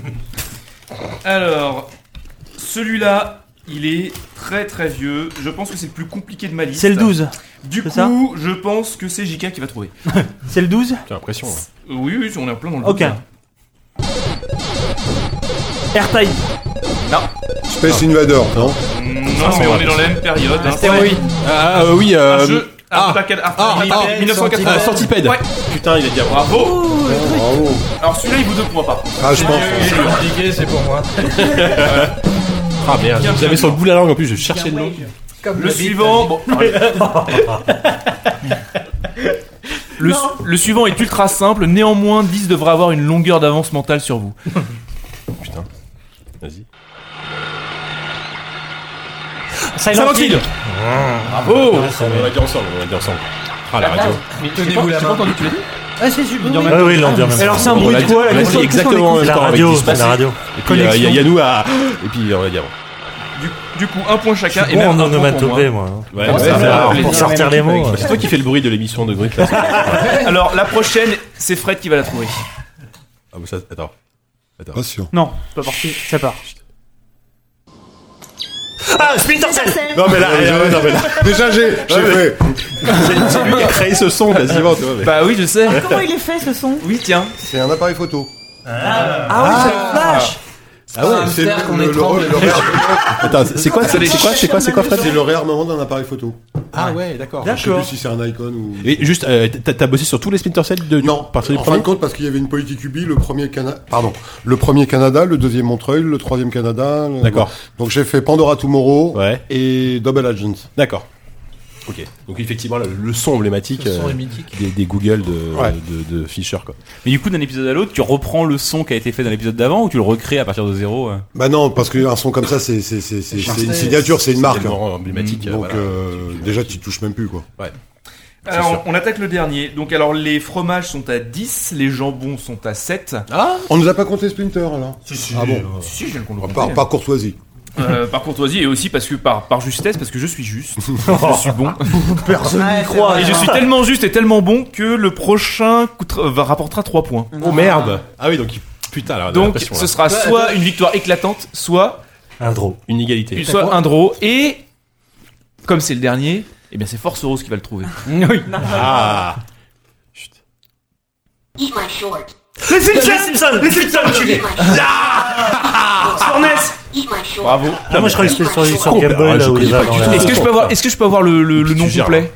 Speaker 10: hein.
Speaker 11: Alors, celui-là, il est très très vieux. Je pense que c'est le plus compliqué de ma liste.
Speaker 6: C'est le 12
Speaker 11: Du coup,
Speaker 6: c'est ça
Speaker 11: je pense que c'est JK qui va trouver.
Speaker 6: C'est le 12
Speaker 2: J'ai l'impression. ouais.
Speaker 11: Euh, Oui, oui, on est en plein dans le
Speaker 6: Ok.
Speaker 11: doute, là.
Speaker 6: Airtime
Speaker 9: Space Invader. Non
Speaker 11: Non, mais on est dans la même période. hein.
Speaker 2: Ah, euh, oui,
Speaker 11: Un
Speaker 2: euh.
Speaker 11: jeu.
Speaker 2: ah.
Speaker 11: un arcade,
Speaker 2: Ah,
Speaker 11: arcade,
Speaker 2: ah,
Speaker 11: 1980.
Speaker 2: ah, Centipede.
Speaker 11: Ouais.
Speaker 2: Putain, il a dit avant.
Speaker 11: Bravo.
Speaker 9: Bravo.
Speaker 11: Alors celui-là, il vous deux points pas.
Speaker 9: Ah, je pense.
Speaker 5: C'est compliqué, c'est pour moi.
Speaker 2: Ah merde,
Speaker 11: Bien, bien,
Speaker 2: j'avais sur le bout de la langue en plus, je cherchais le nom.
Speaker 5: Comme
Speaker 11: Le
Speaker 5: la bite,
Speaker 11: suivant, bon,
Speaker 10: Le, su- le suivant est ultra simple, néanmoins 10 devra avoir une longueur d'avance mentale sur vous.
Speaker 2: Putain. Vas-y.
Speaker 10: Silent Hill
Speaker 2: Bravo On l'a dit ensemble, on l'a dit ensemble. Ah la
Speaker 5: bah,
Speaker 2: radio.
Speaker 5: Tenez-vous la main.
Speaker 3: Ah, c'est super.
Speaker 8: Ah oui, l'on dit en même
Speaker 6: Et Alors
Speaker 8: temps.
Speaker 6: c'est un bruit de quoi là
Speaker 2: On l'a
Speaker 6: Qu'est-ce
Speaker 2: dit
Speaker 6: qu'on- qu'est-ce qu'on
Speaker 2: exactement en
Speaker 6: écoute
Speaker 2: même
Speaker 8: La
Speaker 2: temps avec
Speaker 8: radio,
Speaker 2: Dispassé.
Speaker 8: la radio.
Speaker 2: Et puis euh, il y a- il y a Yannou à. Et puis euh, on l'a dit avant.
Speaker 11: du, du coup, un point chacun.
Speaker 8: Bon,
Speaker 11: même
Speaker 8: en
Speaker 11: un point pour moi. hein.
Speaker 8: onomatopée, moi.
Speaker 2: hein. Ouais,
Speaker 8: Pour
Speaker 2: ouais,
Speaker 8: sortir-
Speaker 2: ouais, ouais.
Speaker 8: Pour sortir les mots.
Speaker 2: C'est toi qui fais le bruit de l'émission de Grunt là.
Speaker 11: Alors la prochaine, c'est Fred qui va la trouver.
Speaker 2: Ah, mais ça, attends.
Speaker 9: Pas sûr.
Speaker 6: Non, c'est pas parti, ça part.
Speaker 8: Ah, Splinter Cell
Speaker 2: Non, mais là, non, mais là,
Speaker 9: Déjà, j'ai j'ai fait.
Speaker 2: c'est lui qui a créé ce son quasiment, tu vois. mais-
Speaker 11: Bah oui, je sais.
Speaker 2: euh,
Speaker 7: Comment il est fait ce son
Speaker 11: Oui, tiens.
Speaker 9: C'est un appareil photo.
Speaker 5: Ah ouais, c'est un hamster qu'on
Speaker 9: le, le
Speaker 5: étrangle.
Speaker 9: rôle et l'horaire.
Speaker 2: Attends, c'est c'est quoi, c'est c'est quoi, c'est quoi, c'est quoi, Fred
Speaker 9: C'est l'horaire moment d'un appareil photo.
Speaker 5: Ah ouais, d'accord.
Speaker 9: Je sais plus
Speaker 6: D'accord.
Speaker 9: si c'est un icon ou.
Speaker 2: Et juste, euh, t'as t'as bossé sur tous les Splinter Cell de
Speaker 9: Non,
Speaker 2: partir du
Speaker 9: en fin
Speaker 2: premier
Speaker 9: de compte, parce qu'il y avait une politique UBI, le premier Canada, pardon, le premier Canada, le deuxième Montreuil, le troisième Canada. le-
Speaker 2: D'accord.
Speaker 9: Donc j'ai fait Pandora Tomorrow
Speaker 2: Ouais.
Speaker 9: et Double Agents.
Speaker 2: D'accord. Ok. Donc effectivement, le, le son emblématique
Speaker 5: Le son
Speaker 2: euh,
Speaker 5: est mythique.
Speaker 2: des, des Google de,
Speaker 9: Ouais.
Speaker 2: de, de Fisher, quoi.
Speaker 10: Mais du coup, d'un épisode à l'autre, tu reprends le son qui a été fait dans l'épisode d'avant ou tu le recrées à partir de zéro euh
Speaker 9: Bah non, parce qu'un son comme ça, c'est c'est c'est c'est- c'est une signature, c'est une marque.
Speaker 2: Tellement
Speaker 9: hein.
Speaker 2: emblématique. euh,
Speaker 9: Donc
Speaker 2: voilà.
Speaker 9: euh, déjà, tu touches même plus quoi.
Speaker 11: Alors on attaque le dernier. Donc alors les fromages sont à 10, les jambons sont à 7.
Speaker 9: On nous a pas compté Splinter alors. Ah bon.
Speaker 11: Si, je viens de le compter.
Speaker 9: Par, par courtoisie.
Speaker 11: Euh, par courtoisie et aussi parce que par, par justesse, parce que je suis juste, je suis bon.
Speaker 6: Personne
Speaker 7: Ouais,
Speaker 6: n'y
Speaker 7: c'est
Speaker 6: croit.
Speaker 7: vrai.
Speaker 11: Et je suis tellement juste et tellement bon que le prochain coûtera- va rapportera 3 points.
Speaker 2: Oh merde Ah oui, donc il- putain, là, on a
Speaker 11: Donc
Speaker 2: l'impression,
Speaker 11: ce
Speaker 2: là.
Speaker 11: sera soit une victoire éclatante, soit,
Speaker 8: Un draw.
Speaker 2: une égalité.
Speaker 11: soit un draw. Et comme c'est le dernier, eh bien c'est Force Rose Ah. qui va le trouver.
Speaker 2: Ah.
Speaker 6: Les Simpsons Les Simpsons Les Simpsons, enculé
Speaker 10: Ah.
Speaker 6: Sur NES
Speaker 11: Bravo.
Speaker 8: Ah, moi, je crois que c'était sur, sur Game Boy,
Speaker 2: Ah, je
Speaker 8: là où il
Speaker 2: connais
Speaker 8: va
Speaker 2: pas
Speaker 8: dans
Speaker 2: du
Speaker 8: la-
Speaker 2: tout. Euh,
Speaker 11: Est-ce que je peux avoir, est-ce que je peux avoir le, le- le
Speaker 2: Tu
Speaker 11: nom
Speaker 2: gères,
Speaker 11: complet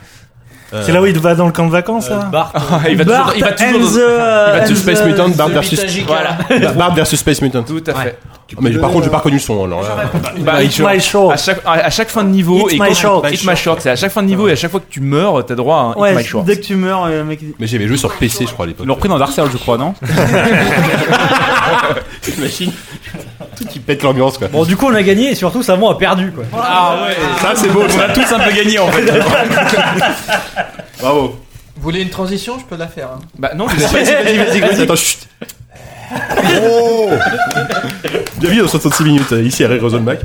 Speaker 2: Euh,
Speaker 8: C'est là où il va dans le camp de vacances, là
Speaker 2: bah,
Speaker 3: Bart,
Speaker 11: Ah, Il va toujours, il va toujours dans-
Speaker 2: Bart versus Space Mutant, Bart versus.
Speaker 11: Voilà.
Speaker 2: Bart Bah, versus Space Mutant.
Speaker 11: Tout à fait.
Speaker 2: Mais par contre, j'ai pas reconnu le son alors. là.
Speaker 11: Bah,
Speaker 8: It's my show.
Speaker 11: À chaque, à, à chaque fin de niveau
Speaker 8: It's
Speaker 11: et
Speaker 8: my
Speaker 11: quand-
Speaker 8: short.
Speaker 11: It's my short, c'est à chaque fin de niveau et à chaque fois que tu meurs, t'as droit à un It's
Speaker 6: Ouais,
Speaker 11: my short.
Speaker 6: dès que tu meurs, euh, le mec. il dit-
Speaker 2: Mais j'avais joué sur PC, je crois, à
Speaker 10: Ils
Speaker 2: l'époque.
Speaker 10: l'ont repris dans Darcel, je crois, non
Speaker 2: machine. Tout qui pète l'ambiance quoi.
Speaker 3: Bon, du coup, on a gagné et surtout, Savon a perdu, quoi.
Speaker 11: Ah ouais.
Speaker 2: ça c'est beau.
Speaker 10: On a tous un peu gagné en fait.
Speaker 2: Bravo.
Speaker 5: Vous voulez une transition Je peux la faire. hein.
Speaker 11: Bah non,
Speaker 2: Vas-y, vas-y, vas-y. Attends, chut. Bienvenue dans 66 minutes, euh, ici à Rire Zone Mac.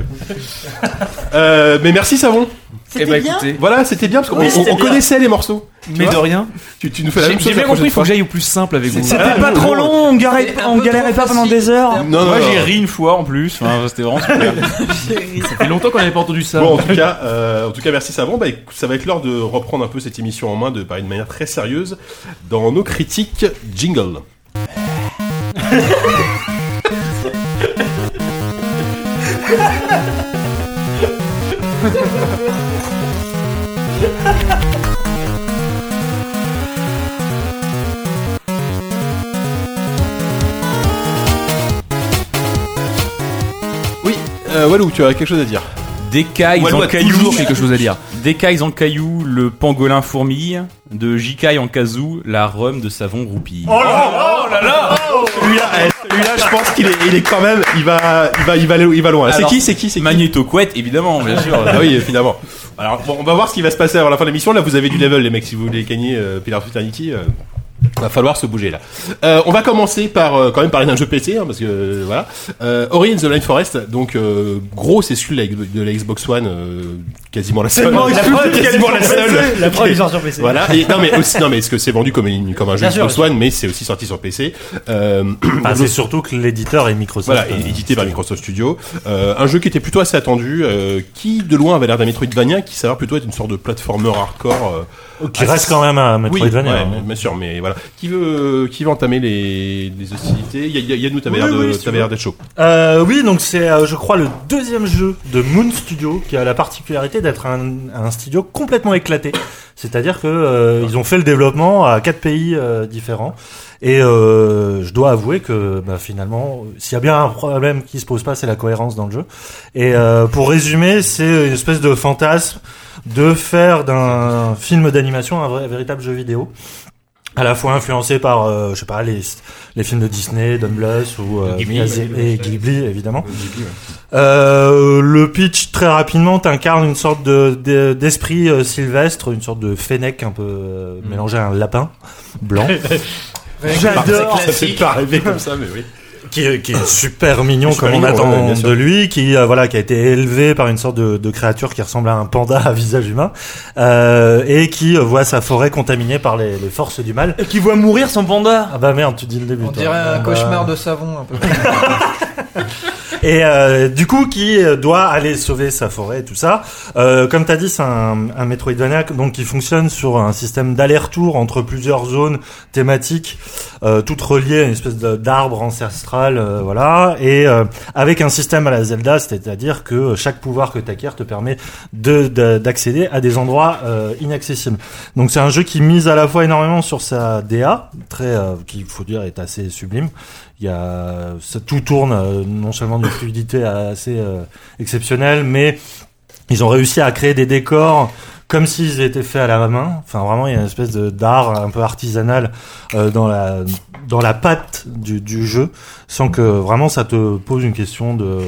Speaker 2: Euh, mais merci Savon.
Speaker 11: Eh
Speaker 7: C'était
Speaker 11: bah
Speaker 7: bien.
Speaker 11: écoutez,
Speaker 2: Voilà, c'était bien parce qu'on
Speaker 3: Oui,
Speaker 2: on-
Speaker 3: c'était
Speaker 2: on
Speaker 3: bien.
Speaker 2: connaissait les morceaux.
Speaker 11: mais de rien.
Speaker 2: Tu, tu nous fais la
Speaker 11: J'ai
Speaker 2: même chose.
Speaker 11: j'ai bien
Speaker 2: la prochaine
Speaker 11: compris, il faut
Speaker 2: fois.
Speaker 11: que j'aille au plus simple avec vous. Ah,
Speaker 2: C'était
Speaker 6: Pas trop long, on, garait-
Speaker 5: C'était un
Speaker 6: on
Speaker 5: peu
Speaker 6: galérait
Speaker 5: trop
Speaker 6: pas pendant
Speaker 5: facile.
Speaker 6: des heures.
Speaker 2: Non, non,
Speaker 10: Moi
Speaker 2: non.
Speaker 10: j'ai ri une fois en plus, enfin, c'était vraiment super. Ça fait longtemps qu'on n'avait pas entendu ça.
Speaker 2: Bon, en tout cas, euh, en tout cas, merci Savon. Bah, écoute, ça va être l'heure de reprendre un peu cette émission en main, de parler de manière très sérieuse dans nos critiques jingle. Oui, euh, Walou, tu as quelque chose à dire
Speaker 10: Des cailles
Speaker 11: Walou
Speaker 10: en
Speaker 11: a
Speaker 10: caillou.
Speaker 11: toujours quelque chose à dire.
Speaker 10: Des cailles en caillou, le pangolin fourmille. De jicaille en casou, la rhum de savon roupille.
Speaker 2: Celui-là, eh, celui-là, je pense qu'il est, il est quand même, il va, il va, il va, aller- il va loin. C'est
Speaker 10: Alors,
Speaker 2: qui, c'est qui, c'est qui
Speaker 10: Magnéto couette, évidemment, bien sûr.
Speaker 2: Ah oui, finalement. Alors, bon, on va voir ce qui va se passer avant la fin de l'émission. Là, vous avez du level, les mecs, si vous voulez gagner euh, Pillars of Eternity. euh, va falloir se bouger là. Euh, on va commencer par euh, quand même parler d'un jeu PC hein, parce que euh, voilà. Euh, Ori and the Blind Forest, donc euh, grosse exclu de la Xbox- de la Xbox One, euh, quasiment la seule.
Speaker 3: La preuve,
Speaker 2: quasiment la seule.
Speaker 3: La preuve, il sort sur PC.
Speaker 2: Voilà. Et, non mais aussi non mais est-ce que c'est vendu comme, une- comme un jeu
Speaker 3: Bien sûr,
Speaker 2: Xbox One, mais c'est aussi sorti sur PC. Euh,
Speaker 8: Bah, c'est surtout que l'éditeur est Microsoft. euh,
Speaker 2: Voilà, é- édité par Microsoft Studio. Euh, un jeu qui était plutôt assez attendu, euh, qui de loin avait l'air d'un Metroidvania, qui s'avère plutôt être une sorte de platformer hardcore. euh,
Speaker 8: Qui reste quand même un
Speaker 2: oui,
Speaker 8: Metroidvania.
Speaker 2: ouais,
Speaker 8: hein.
Speaker 2: bien sûr, mais voilà. Qui veut, qui veut entamer les, les hostilités Y- y- Yannou, t'avais
Speaker 8: Oui,
Speaker 2: l'air de-
Speaker 8: oui, si
Speaker 2: t'avais
Speaker 8: tu
Speaker 2: l'air
Speaker 8: veux.
Speaker 2: d'être chaud.
Speaker 8: Euh, oui, donc c'est, euh, je crois, le deuxième jeu de Moon Studio qui a la particularité d'être un, un studio complètement éclaté. C'est-à-dire que euh, ils ont fait le développement à quatre pays euh, différents. Et euh, je dois avouer que bah, finalement, s'il y a bien un problème qui se pose pas, c'est la cohérence dans le jeu. Et euh, pour résumer, c'est une espèce de fantasme de faire d'un film d'animation un vrai- véritable jeu vidéo. À la fois influencé par, euh, je sais pas, les, les films de Disney, Don Bluth ou euh,
Speaker 2: Ghibli.
Speaker 8: Miyazaki- et Ghibli évidemment.
Speaker 2: Ghibli, ouais.
Speaker 8: Euh, le pitch très rapidement t'incarne une sorte de, de- d'esprit euh, sylvestre, une sorte de fennec un peu euh,
Speaker 2: Mm.
Speaker 8: mélangé à un lapin blanc. J'adore.
Speaker 2: Ça fait pas rêver comme ça, mais oui.
Speaker 8: Qui, qui est super mignon
Speaker 2: Super
Speaker 8: comme on
Speaker 2: mignon,
Speaker 8: attend
Speaker 2: ouais, bien sûr.
Speaker 8: de lui, qui euh, voilà qui a été élevé par une sorte de, de créature qui ressemble à un panda à visage humain euh, et qui euh, voit sa forêt contaminée par les, les forces du mal.
Speaker 6: Et qui voit mourir son panda.
Speaker 8: Ah bah merde, tu dis le début.
Speaker 5: On
Speaker 8: toi.
Speaker 5: dirait
Speaker 8: Ah
Speaker 5: un
Speaker 8: bah.
Speaker 5: cauchemar de savon un peu.
Speaker 8: Et euh, du coup, qui euh, doit aller sauver sa forêt et tout ça. Euh, comme t'as dit, c'est un, un Metroidvania donc qui fonctionne sur un système d'aller-retour entre plusieurs zones thématiques, euh, toutes reliées à une espèce de- d'arbre ancestral, euh, voilà. Et euh, avec un système à la Zelda, c'est-à-dire que chaque pouvoir que t'acquiers te permet de de- d'accéder à des endroits euh, inaccessibles. Donc c'est un jeu qui mise à la fois énormément sur sa DA, très, euh, qui faut dire est assez sublime. Il y a, ça, tout tourne euh, non seulement d'une fluidité assez euh, exceptionnelle, mais ils ont réussi à créer des décors comme s'ils étaient faits à la main. Enfin, vraiment, il y a une espèce de d'art un peu artisanal euh, dans la dans la patte du, du jeu, sans que vraiment ça te pose une question de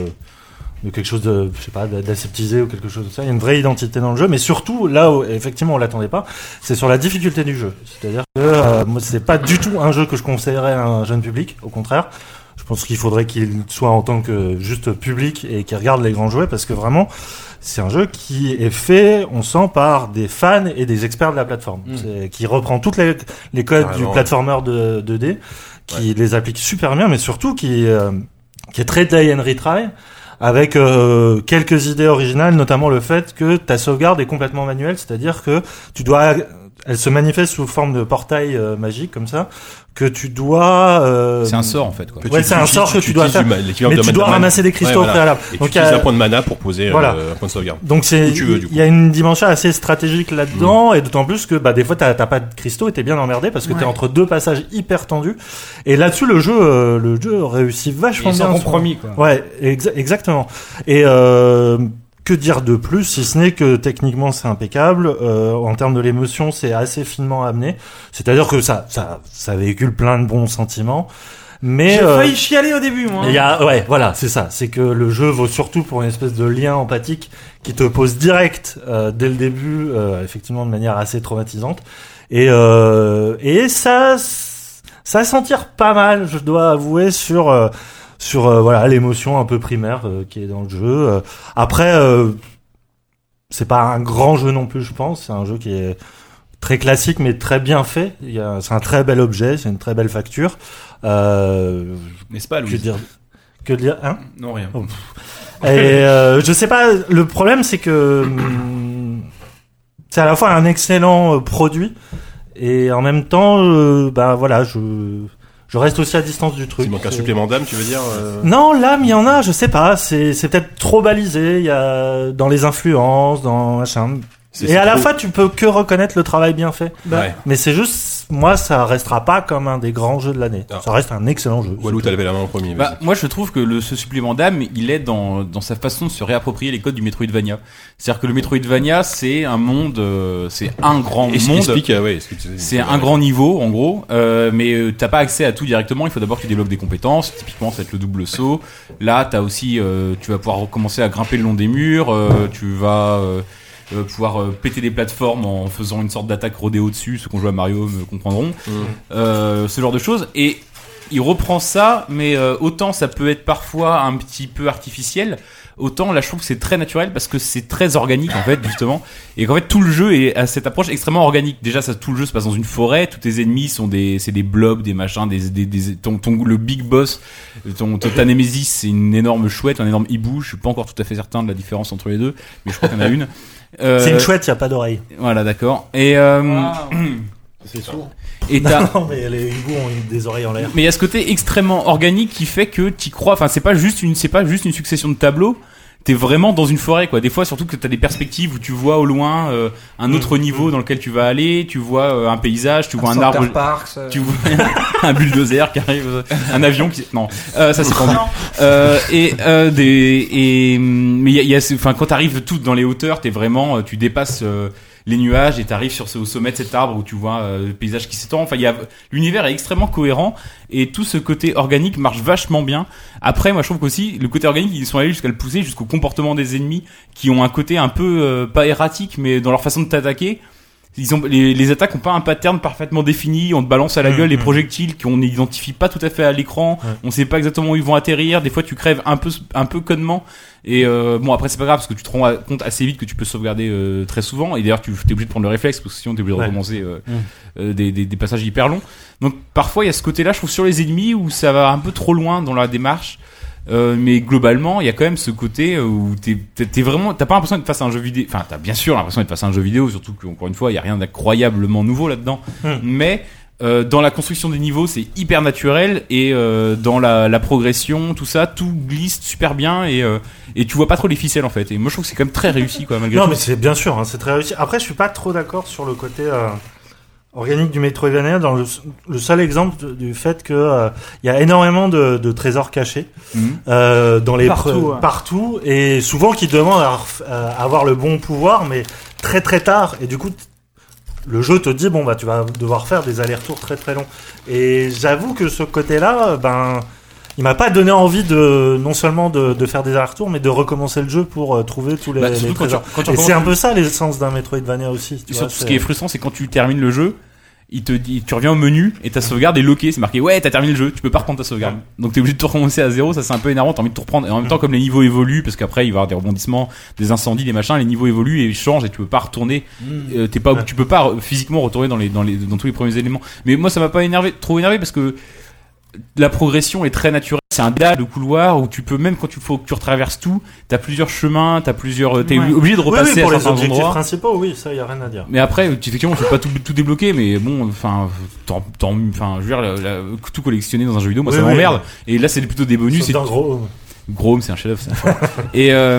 Speaker 8: de quelque chose de je sais pas d'aseptisé ou quelque chose de ça. Il y a une vraie identité dans le jeu, mais surtout là où effectivement on l'attendait pas, c'est sur la difficulté du jeu. C'est-à-dire que euh, moi c'est pas du tout un jeu que je conseillerais à un jeune public, au contraire. Je pense qu'il faudrait qu'il soit en tant que juste public et qu'il regarde les grands jouets parce que vraiment c'est un jeu qui est fait, on sent, par des fans et des experts de la plateforme, C'est- qui reprend toutes les, les codes
Speaker 2: Carrément,
Speaker 8: du
Speaker 2: ouais.
Speaker 8: platformer de, 2D, qui les applique super bien, mais surtout qui, euh, qui est très die and retry, avec euh, quelques idées originales, notamment le fait que ta sauvegarde est complètement manuelle, c'est-à-dire que tu dois elle se manifeste sous forme de portail euh, magique comme ça que tu dois. euh,
Speaker 2: C'est un sort, en fait, quoi. Que
Speaker 8: Ouais,
Speaker 2: tu-
Speaker 8: c'est un
Speaker 2: tu-
Speaker 8: sort que
Speaker 2: tu-
Speaker 8: tu,
Speaker 2: tu
Speaker 8: dois
Speaker 2: utilises
Speaker 8: faire.
Speaker 2: du ma- l'équivalent
Speaker 8: mais
Speaker 2: de
Speaker 8: tu dois
Speaker 2: mana.
Speaker 8: ramasser des
Speaker 2: Ouais,
Speaker 8: cristaux
Speaker 2: voilà.
Speaker 8: au préalable.
Speaker 2: Et tu
Speaker 8: Donc,
Speaker 2: utilises
Speaker 8: euh,
Speaker 2: un point de mana pour poser euh,
Speaker 8: voilà.
Speaker 2: un point de sauvegarde.
Speaker 8: Donc c'est
Speaker 2: Où tu veux, du coup. Mm.
Speaker 8: il y a une dimension assez stratégique là-dedans et d'autant plus que bah des fois t'as t'as pas de cristaux et t'es bien emmerdé parce que
Speaker 7: Ouais.
Speaker 8: t'es entre deux passages hyper tendus et là-dessus le jeu euh, le jeu réussit vachement
Speaker 3: Et sans
Speaker 8: bien. son-
Speaker 3: compromis, quoi.
Speaker 8: Ouais exa- exactement et euh, que dire de plus si ce n'est que techniquement c'est impeccable euh, en termes de l'émotion c'est assez finement amené c'est-à-dire que ça ça ça véhicule plein de bons sentiments mais
Speaker 6: J'ai
Speaker 8: euh,
Speaker 6: failli chialer au début, moi.
Speaker 8: il y a, ouais, voilà, c'est ça. C'est que le jeu vaut surtout pour une espèce de lien empathique qui te pose direct euh, dès le début, euh, effectivement de manière assez traumatisante. Et, euh, et ça, s- ça s'en tire pas mal, je dois avouer, sur euh, sur euh, voilà l'émotion un peu primaire euh, qui est dans le jeu. Euh, Après, euh, c'est pas un grand jeu non plus, je pense. C'est un jeu qui est très classique mais très bien fait. Il y a- C'est un très bel objet, c'est une très belle facture. Euh,
Speaker 11: N'est-ce pas,
Speaker 8: que
Speaker 11: Louis
Speaker 8: dire Que dire hein
Speaker 11: Non, rien.
Speaker 8: Oh, pff. Et euh, je sais pas. Le problème, c'est que hum, c'est à la fois un excellent euh, produit et en même temps, euh, bah voilà, je je reste aussi à distance du truc.
Speaker 2: Il manque un
Speaker 8: C'est-
Speaker 2: supplément d'âme, tu veux dire euh,
Speaker 8: Non, l'âme, il y en a, je sais pas. C'est c'est peut-être trop balisé. Il y a dans les influences, dans machin.
Speaker 2: c'est-
Speaker 8: Et
Speaker 2: c'est
Speaker 8: à la
Speaker 2: trop-
Speaker 8: fois, tu peux que reconnaître le travail bien fait.
Speaker 2: Ouais.
Speaker 8: Ben, Mais c'est juste, moi, ça restera pas comme un des grands jeux de l'année.
Speaker 2: Ah.
Speaker 8: Ça reste un excellent jeu.
Speaker 2: Walou, t'as levé la main en premier.
Speaker 4: Bah, moi, je trouve que le, ce supplément d'âme, il est dans, dans sa façon de se réapproprier les codes du Metroidvania. C'est-à-dire que le Metroidvania, c'est un monde, euh, c'est un grand
Speaker 2: Et
Speaker 4: monde.
Speaker 2: explique, euh, ouais, est-ce que tu-
Speaker 4: C'est un grand niveau en gros, euh, mais euh, t'as pas accès à tout directement. Il faut d'abord que tu développes des compétences. Typiquement, ça va être le double saut. Là, t'as aussi, euh, tu vas pouvoir commencer à grimper le long des murs. euh, tu vas euh, euh, pouvoir euh, péter des plateformes en faisant une sorte d'attaque rodéo dessus. Ceux qui ont joué à Mario me comprendront.
Speaker 2: Mmh.
Speaker 4: Euh, ce genre de choses. Et il reprend ça, mais euh, autant ça peut être parfois un petit peu artificiel. Autant là, je trouve que c'est très naturel parce que c'est très organique en fait, justement. Et qu'en fait, tout le jeu est à cette approche extrêmement organique. Déjà, ça, tout le jeu se passe dans une forêt. Tous tes ennemis sont des, c'est des blobs, des machins, des, des, des- ton, ton, le big boss, ton, ton ta némésis, c'est une énorme chouette, un énorme hibou. Je suis pas encore tout à fait certain de la différence entre les deux, mais je crois qu'il y en a une. Euh,
Speaker 8: C'est une chouette, il y a pas d'oreille.
Speaker 4: Voilà, d'accord. Et euh,
Speaker 9: C'est sourd.
Speaker 4: et t'as
Speaker 8: Non, mais les hiboux ont une- des oreilles en l'air.
Speaker 4: Mais il y a ce côté extrêmement organique qui fait que tu crois. Enfin, c'est pas juste une, c'est pas juste une succession de tableaux. T'es vraiment dans une forêt, quoi. Des fois, surtout que t'as des perspectives où tu vois au loin euh, un autre niveau dans lequel tu vas aller. Tu vois euh, un paysage, tu vois un, arbre,
Speaker 5: Parks, euh,
Speaker 4: tu vois un bulldozer qui arrive, euh, un avion qui. Non, Euh, ça c'est tendu. Euh, et euh, des et hum, mais il y a, il y a ce- enfin quand t'arrives tout dans les hauteurs, t'es vraiment, euh, tu dépasses. euh, les nuages et t'arrives sur ce, au sommet de cet arbre où tu vois euh, le paysage qui s'étend. Enfin, il y a l'univers est extrêmement cohérent et tout ce côté organique marche vachement bien. Après, moi, je trouve qu'aussi le côté organique, ils sont allés jusqu'à le pousser jusqu'au comportement des ennemis qui ont un côté un peu euh, pas erratique, mais dans leur façon de t'attaquer. Ils ont, les, les attaques ont pas un pattern parfaitement défini. On te balance à la
Speaker 8: Mhm.
Speaker 4: gueule les projectiles qu'on n'identifie pas tout à fait à l'écran. On sait pas exactement où ils vont atterrir. Des fois, tu crèves un peu, un peu connement. Et euh, bon, après, c'est pas grave parce que tu te rends compte assez vite que tu peux sauvegarder euh, très souvent. Et d'ailleurs, tu es obligé de prendre le réflexe parce que sinon, t'es obligé de
Speaker 8: Ouais.
Speaker 4: recommencer euh, euh, des, des, des passages hyper longs. Donc, parfois, il y a ce côté-là, je trouve, sur les ennemis où ça va un peu trop loin dans la démarche. Euh, mais globalement, il y a quand même ce côté euh, où t'es, t'es, t'es vraiment, t'as pas l'impression d'être face à un jeu vidéo. Enfin, t'as bien sûr l'impression d'être face à un jeu vidéo, surtout qu'encore une fois, il y a rien d'incroyablement nouveau là-dedans.
Speaker 8: Hmm.
Speaker 4: Mais euh, dans la construction des niveaux, c'est hyper naturel et euh, dans la, la progression, tout ça, tout glisse super bien et euh, et tu vois pas trop les ficelles en fait. Et moi, je trouve que c'est quand même très réussi quoi malgré
Speaker 8: Non,
Speaker 4: tout.
Speaker 8: mais c'est bien sûr, hein, c'est très réussi. Après, je suis pas trop d'accord sur le côté euh, organique du Metroidvania, dans le, le seul exemple de- du fait que euh, il y a énormément de, de trésors cachés
Speaker 4: Mhm.
Speaker 8: euh, dans les
Speaker 6: Partout,
Speaker 8: pre-
Speaker 6: ouais.
Speaker 8: partout, et souvent qui demandent à ref- à avoir le bon pouvoir, mais très très tard. Et du coup, t- le jeu te dit bon bah tu vas devoir faire des allers-retours très très longs. Et j'avoue que ce côté-là, euh, ben il m'a pas donné envie de non seulement de, de faire des allers-retours, mais de recommencer le jeu pour euh, trouver tous les,
Speaker 4: Bah,
Speaker 8: les
Speaker 4: surtout quand tu-
Speaker 8: trésors.
Speaker 4: quand tu
Speaker 8: Et c'est un
Speaker 4: recommences-
Speaker 8: peu ça l'essence d'un Metroidvania aussi. Tu
Speaker 4: Et
Speaker 8: vois,
Speaker 4: surtout, ce qui est frustrant, c'est quand tu termines le jeu, il te dit, tu reviens au menu et ta sauvegarde est loquée. C'est marqué, ouais, t'as terminé le jeu, tu peux pas reprendre ta sauvegarde. Donc t'es obligé de tout recommencer à zéro. Ça, c'est un peu énervant. T'as envie de tout reprendre. Et en même temps, comme les niveaux évoluent, parce qu'après, il va y avoir des rebondissements, des incendies, des machins, les niveaux évoluent et changent et tu peux pas retourner.
Speaker 8: Mmh.
Speaker 4: Euh, t'es pas, tu peux pas physiquement retourner dans les, dans les, dans tous les premiers éléments. Mais moi, ça m'a pas énervé, trop énervé parce que, la progression est très naturelle. C'est un dalle de couloir où tu peux, même quand tu faut que tu retraverses tout, t'as plusieurs chemins, t'as plusieurs, t'es
Speaker 8: Ouais.
Speaker 4: obligé de
Speaker 8: Oui, oui,
Speaker 4: repasser
Speaker 8: pour
Speaker 4: à
Speaker 8: les
Speaker 4: certains
Speaker 8: objectifs
Speaker 4: endroits.
Speaker 8: principaux, oui, ça, y a rien à dire.
Speaker 4: Mais après, effectivement, je peux pas tout, tout débloquer, mais bon, enfin, tant- tant- enfin, je veux dire, la- la- tout collectionner dans un jeu vidéo, moi,
Speaker 8: Oui,
Speaker 4: ça
Speaker 8: oui.
Speaker 4: m'emmerde. Et là, c'est plutôt des bonus.
Speaker 8: Sauf
Speaker 4: c'est
Speaker 8: dans Gros Home.
Speaker 4: Gros Home, c'est un chef-d'œuvre. ça. Et euh,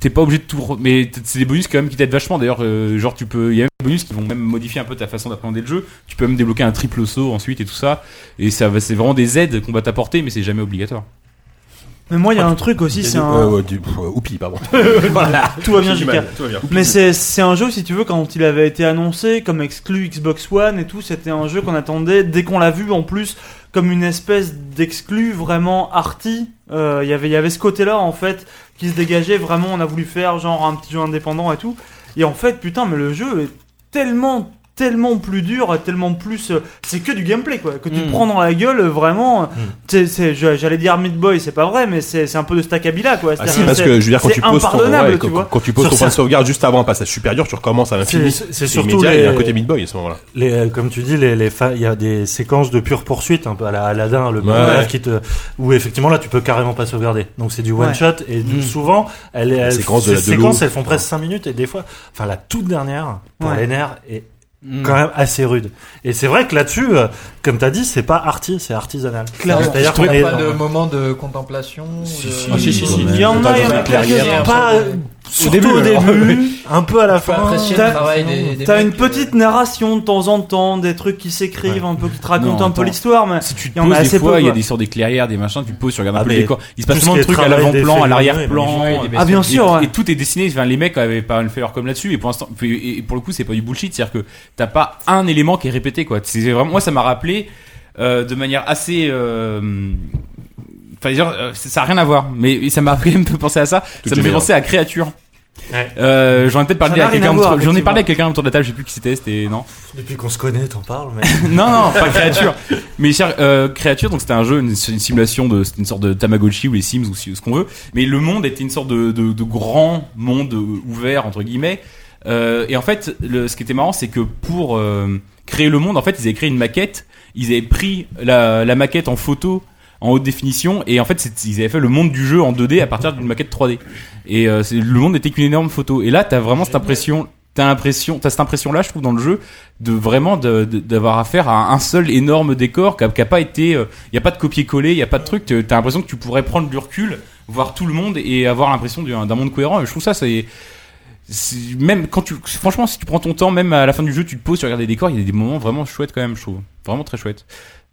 Speaker 4: t'es pas obligé de tout, re- mais t- c'est des bonus quand même qui t'aident vachement. D'ailleurs, euh, genre, tu peux, il y a même des bonus qui vont même modifier un peu ta façon d'appréhender le jeu. Tu peux même débloquer un triple saut ensuite et tout ça. Et ça, va- c'est vraiment des aides qu'on va t'apporter, mais c'est jamais obligatoire.
Speaker 6: Mais moi, il y a un truc aussi, c'est un.
Speaker 2: Euh, ouais, du- pff, oupi, pardon.
Speaker 6: voilà, tout va bien,
Speaker 2: J'ai du
Speaker 6: JK.
Speaker 2: mal, tout va bien.
Speaker 6: Mais c'est c'est un jeu, si tu veux, quand il avait été annoncé comme exclu Xbox One et tout, c'était un jeu qu'on attendait dès qu'on l'a vu en plus comme une espèce d'exclu vraiment arty. Euh, Il y avait- il y avait ce côté-là en fait qui se dégageait vraiment. On a voulu faire genre un petit jeu indépendant et tout. Et en fait, putain, mais le jeu est tellement tellement plus dur, tellement plus... euh, C'est que du gameplay, quoi. Que tu
Speaker 14: Mm.
Speaker 6: prends dans la gueule, euh,
Speaker 2: Mm.
Speaker 6: vraiment... c'est- c'est- je- J'allais dire Meat Boy, c'est pas vrai, mais c'est c'est un peu de stackabila, quoi.
Speaker 2: Ah si,
Speaker 6: C'est-à-dire
Speaker 2: parce
Speaker 6: que
Speaker 2: que je veux dire quand
Speaker 6: c'est
Speaker 2: tu poses ton,
Speaker 6: impardonnable,
Speaker 2: ouais,
Speaker 6: tu
Speaker 2: quand,
Speaker 6: vois.
Speaker 2: quand tu poses
Speaker 8: Sur
Speaker 2: ton point de
Speaker 8: ça.
Speaker 2: sauvegarde juste avant un passage super dur, tu recommences à l'infini.
Speaker 8: C'est- c'est surtout
Speaker 2: immédiat, il y a
Speaker 8: les-
Speaker 2: un côté Meat Boy à ce moment-là.
Speaker 8: Les, euh, comme tu dis, les, les fa- il y a des séquences de pure poursuite, un peu à la Aladdin, le
Speaker 2: Ouais,
Speaker 8: bonheur
Speaker 2: ouais.
Speaker 8: qui te, où effectivement là tu peux carrément pas sauvegarder. Donc c'est du one
Speaker 6: Ouais.
Speaker 8: shot et du-
Speaker 6: Mm.
Speaker 8: souvent elles, elles-
Speaker 2: séquence
Speaker 8: ces
Speaker 2: de la- de
Speaker 8: séquences
Speaker 2: l'eau.
Speaker 8: elles font presque 5 minutes et des fois, enfin la toute dernière pour
Speaker 6: Ouais. Mm.
Speaker 8: les nerfs est quand même assez rude. Et c'est vrai que là-dessus, euh, comme t'as dit, c'est pas arty, c'est artisanal.
Speaker 6: Clairement.
Speaker 8: C'est-à-dire
Speaker 5: Il
Speaker 8: qu'on
Speaker 5: n'y
Speaker 8: est
Speaker 5: a pas de moment de contemplation. de-
Speaker 2: si.
Speaker 6: Ah, si, si, si. Il y en a, il y en a
Speaker 5: hein.
Speaker 6: quelques-uns.
Speaker 8: pas
Speaker 5: Au
Speaker 8: hein, surtout
Speaker 6: euh, début,
Speaker 8: au
Speaker 6: alors.
Speaker 8: début, un peu à la
Speaker 5: Faut
Speaker 8: fin.
Speaker 5: apprécier
Speaker 6: T'as-
Speaker 5: le travail des. des
Speaker 6: T'as
Speaker 5: mecs,
Speaker 6: une petite narration de temps en temps, des trucs qui s'écrivent un peu, qui te racontent
Speaker 4: Non,
Speaker 6: un peu
Speaker 4: attends.
Speaker 6: l'histoire, mais
Speaker 4: Si tu
Speaker 6: Il
Speaker 4: te
Speaker 6: y en a
Speaker 4: poses
Speaker 6: assez
Speaker 4: des
Speaker 6: peu,
Speaker 4: fois, il y a
Speaker 6: quoi.
Speaker 4: des sortes d'éclairières, des machins, tu poses, tu regardes un
Speaker 8: Ah,
Speaker 4: peu
Speaker 8: mais
Speaker 4: le décor. Il se passe
Speaker 8: tout ce
Speaker 4: tellement de
Speaker 8: qui est
Speaker 4: trucs à
Speaker 8: travail
Speaker 4: l'avant-plan,
Speaker 8: d'effet
Speaker 4: à
Speaker 8: lumineux
Speaker 4: l'arrière-plan.
Speaker 8: est
Speaker 6: Ah bien
Speaker 4: Et-
Speaker 6: sûr,
Speaker 4: Et,
Speaker 6: ouais.
Speaker 4: tout est dessiné. Enfin, les mecs avaient pas fait leur com là-dessus. Et pour l'instant, et et pour le coup, c'est pas du bullshit. C'est-à-dire que t'as pas un élément qui est répété, quoi. C'est vraiment. Moi, ça m'a rappelé euh, de manière assez. euh, Enfin, dire, euh, c'est- ça a rien à voir, mais mais ça m'a fait un peu penser à ça. ça
Speaker 2: Toutes
Speaker 4: me
Speaker 2: les
Speaker 4: fait
Speaker 2: merdes.
Speaker 4: penser à Créature.
Speaker 8: Ouais.
Speaker 4: Euh, j'en ai peut-être parlé
Speaker 6: n'a
Speaker 4: à
Speaker 6: rien à
Speaker 4: quelqu'un.
Speaker 6: voir,
Speaker 4: autour- J'en ai
Speaker 6: effectivement.
Speaker 4: parlé à quelqu'un autour de la table. Je sais plus qui c'était. C'était non.
Speaker 8: Depuis qu'on se connaît, t'en parles. Mais...
Speaker 4: Non, non, pas créature. Mais cher, euh, créature, donc c'était un jeu, une, une simulation de, c'était une sorte de Tamagotchi ou les Sims ou si- ce qu'on veut. Mais le monde était une sorte de, de, de grand monde euh, ouvert entre guillemets. Euh, et en fait, le, ce qui était marrant, c'est que pour euh, créer le monde, en fait, ils avaient créé une maquette. Ils avaient pris la, la maquette en photo en haute définition et en fait c'est- ils avaient fait le monde du jeu en 2D à partir d'une maquette 3D et euh, c'est- le monde n'était qu'une énorme photo et là t'as vraiment cette impression t'as l'impression t'as cette impression là je trouve dans le jeu de vraiment de- de- d'avoir affaire à un seul énorme décor qui a, qui a pas été il y a pas de copier-coller il y a pas de truc t'as t'as l'impression que tu pourrais prendre du recul voir tout le monde et avoir l'impression d'un d'un monde cohérent et je trouve ça c'est c'est- même quand tu franchement si tu prends ton temps même à la fin du jeu tu te poses tu regardes les décors il y a des moments vraiment chouettes quand même je trouve vraiment très chouettes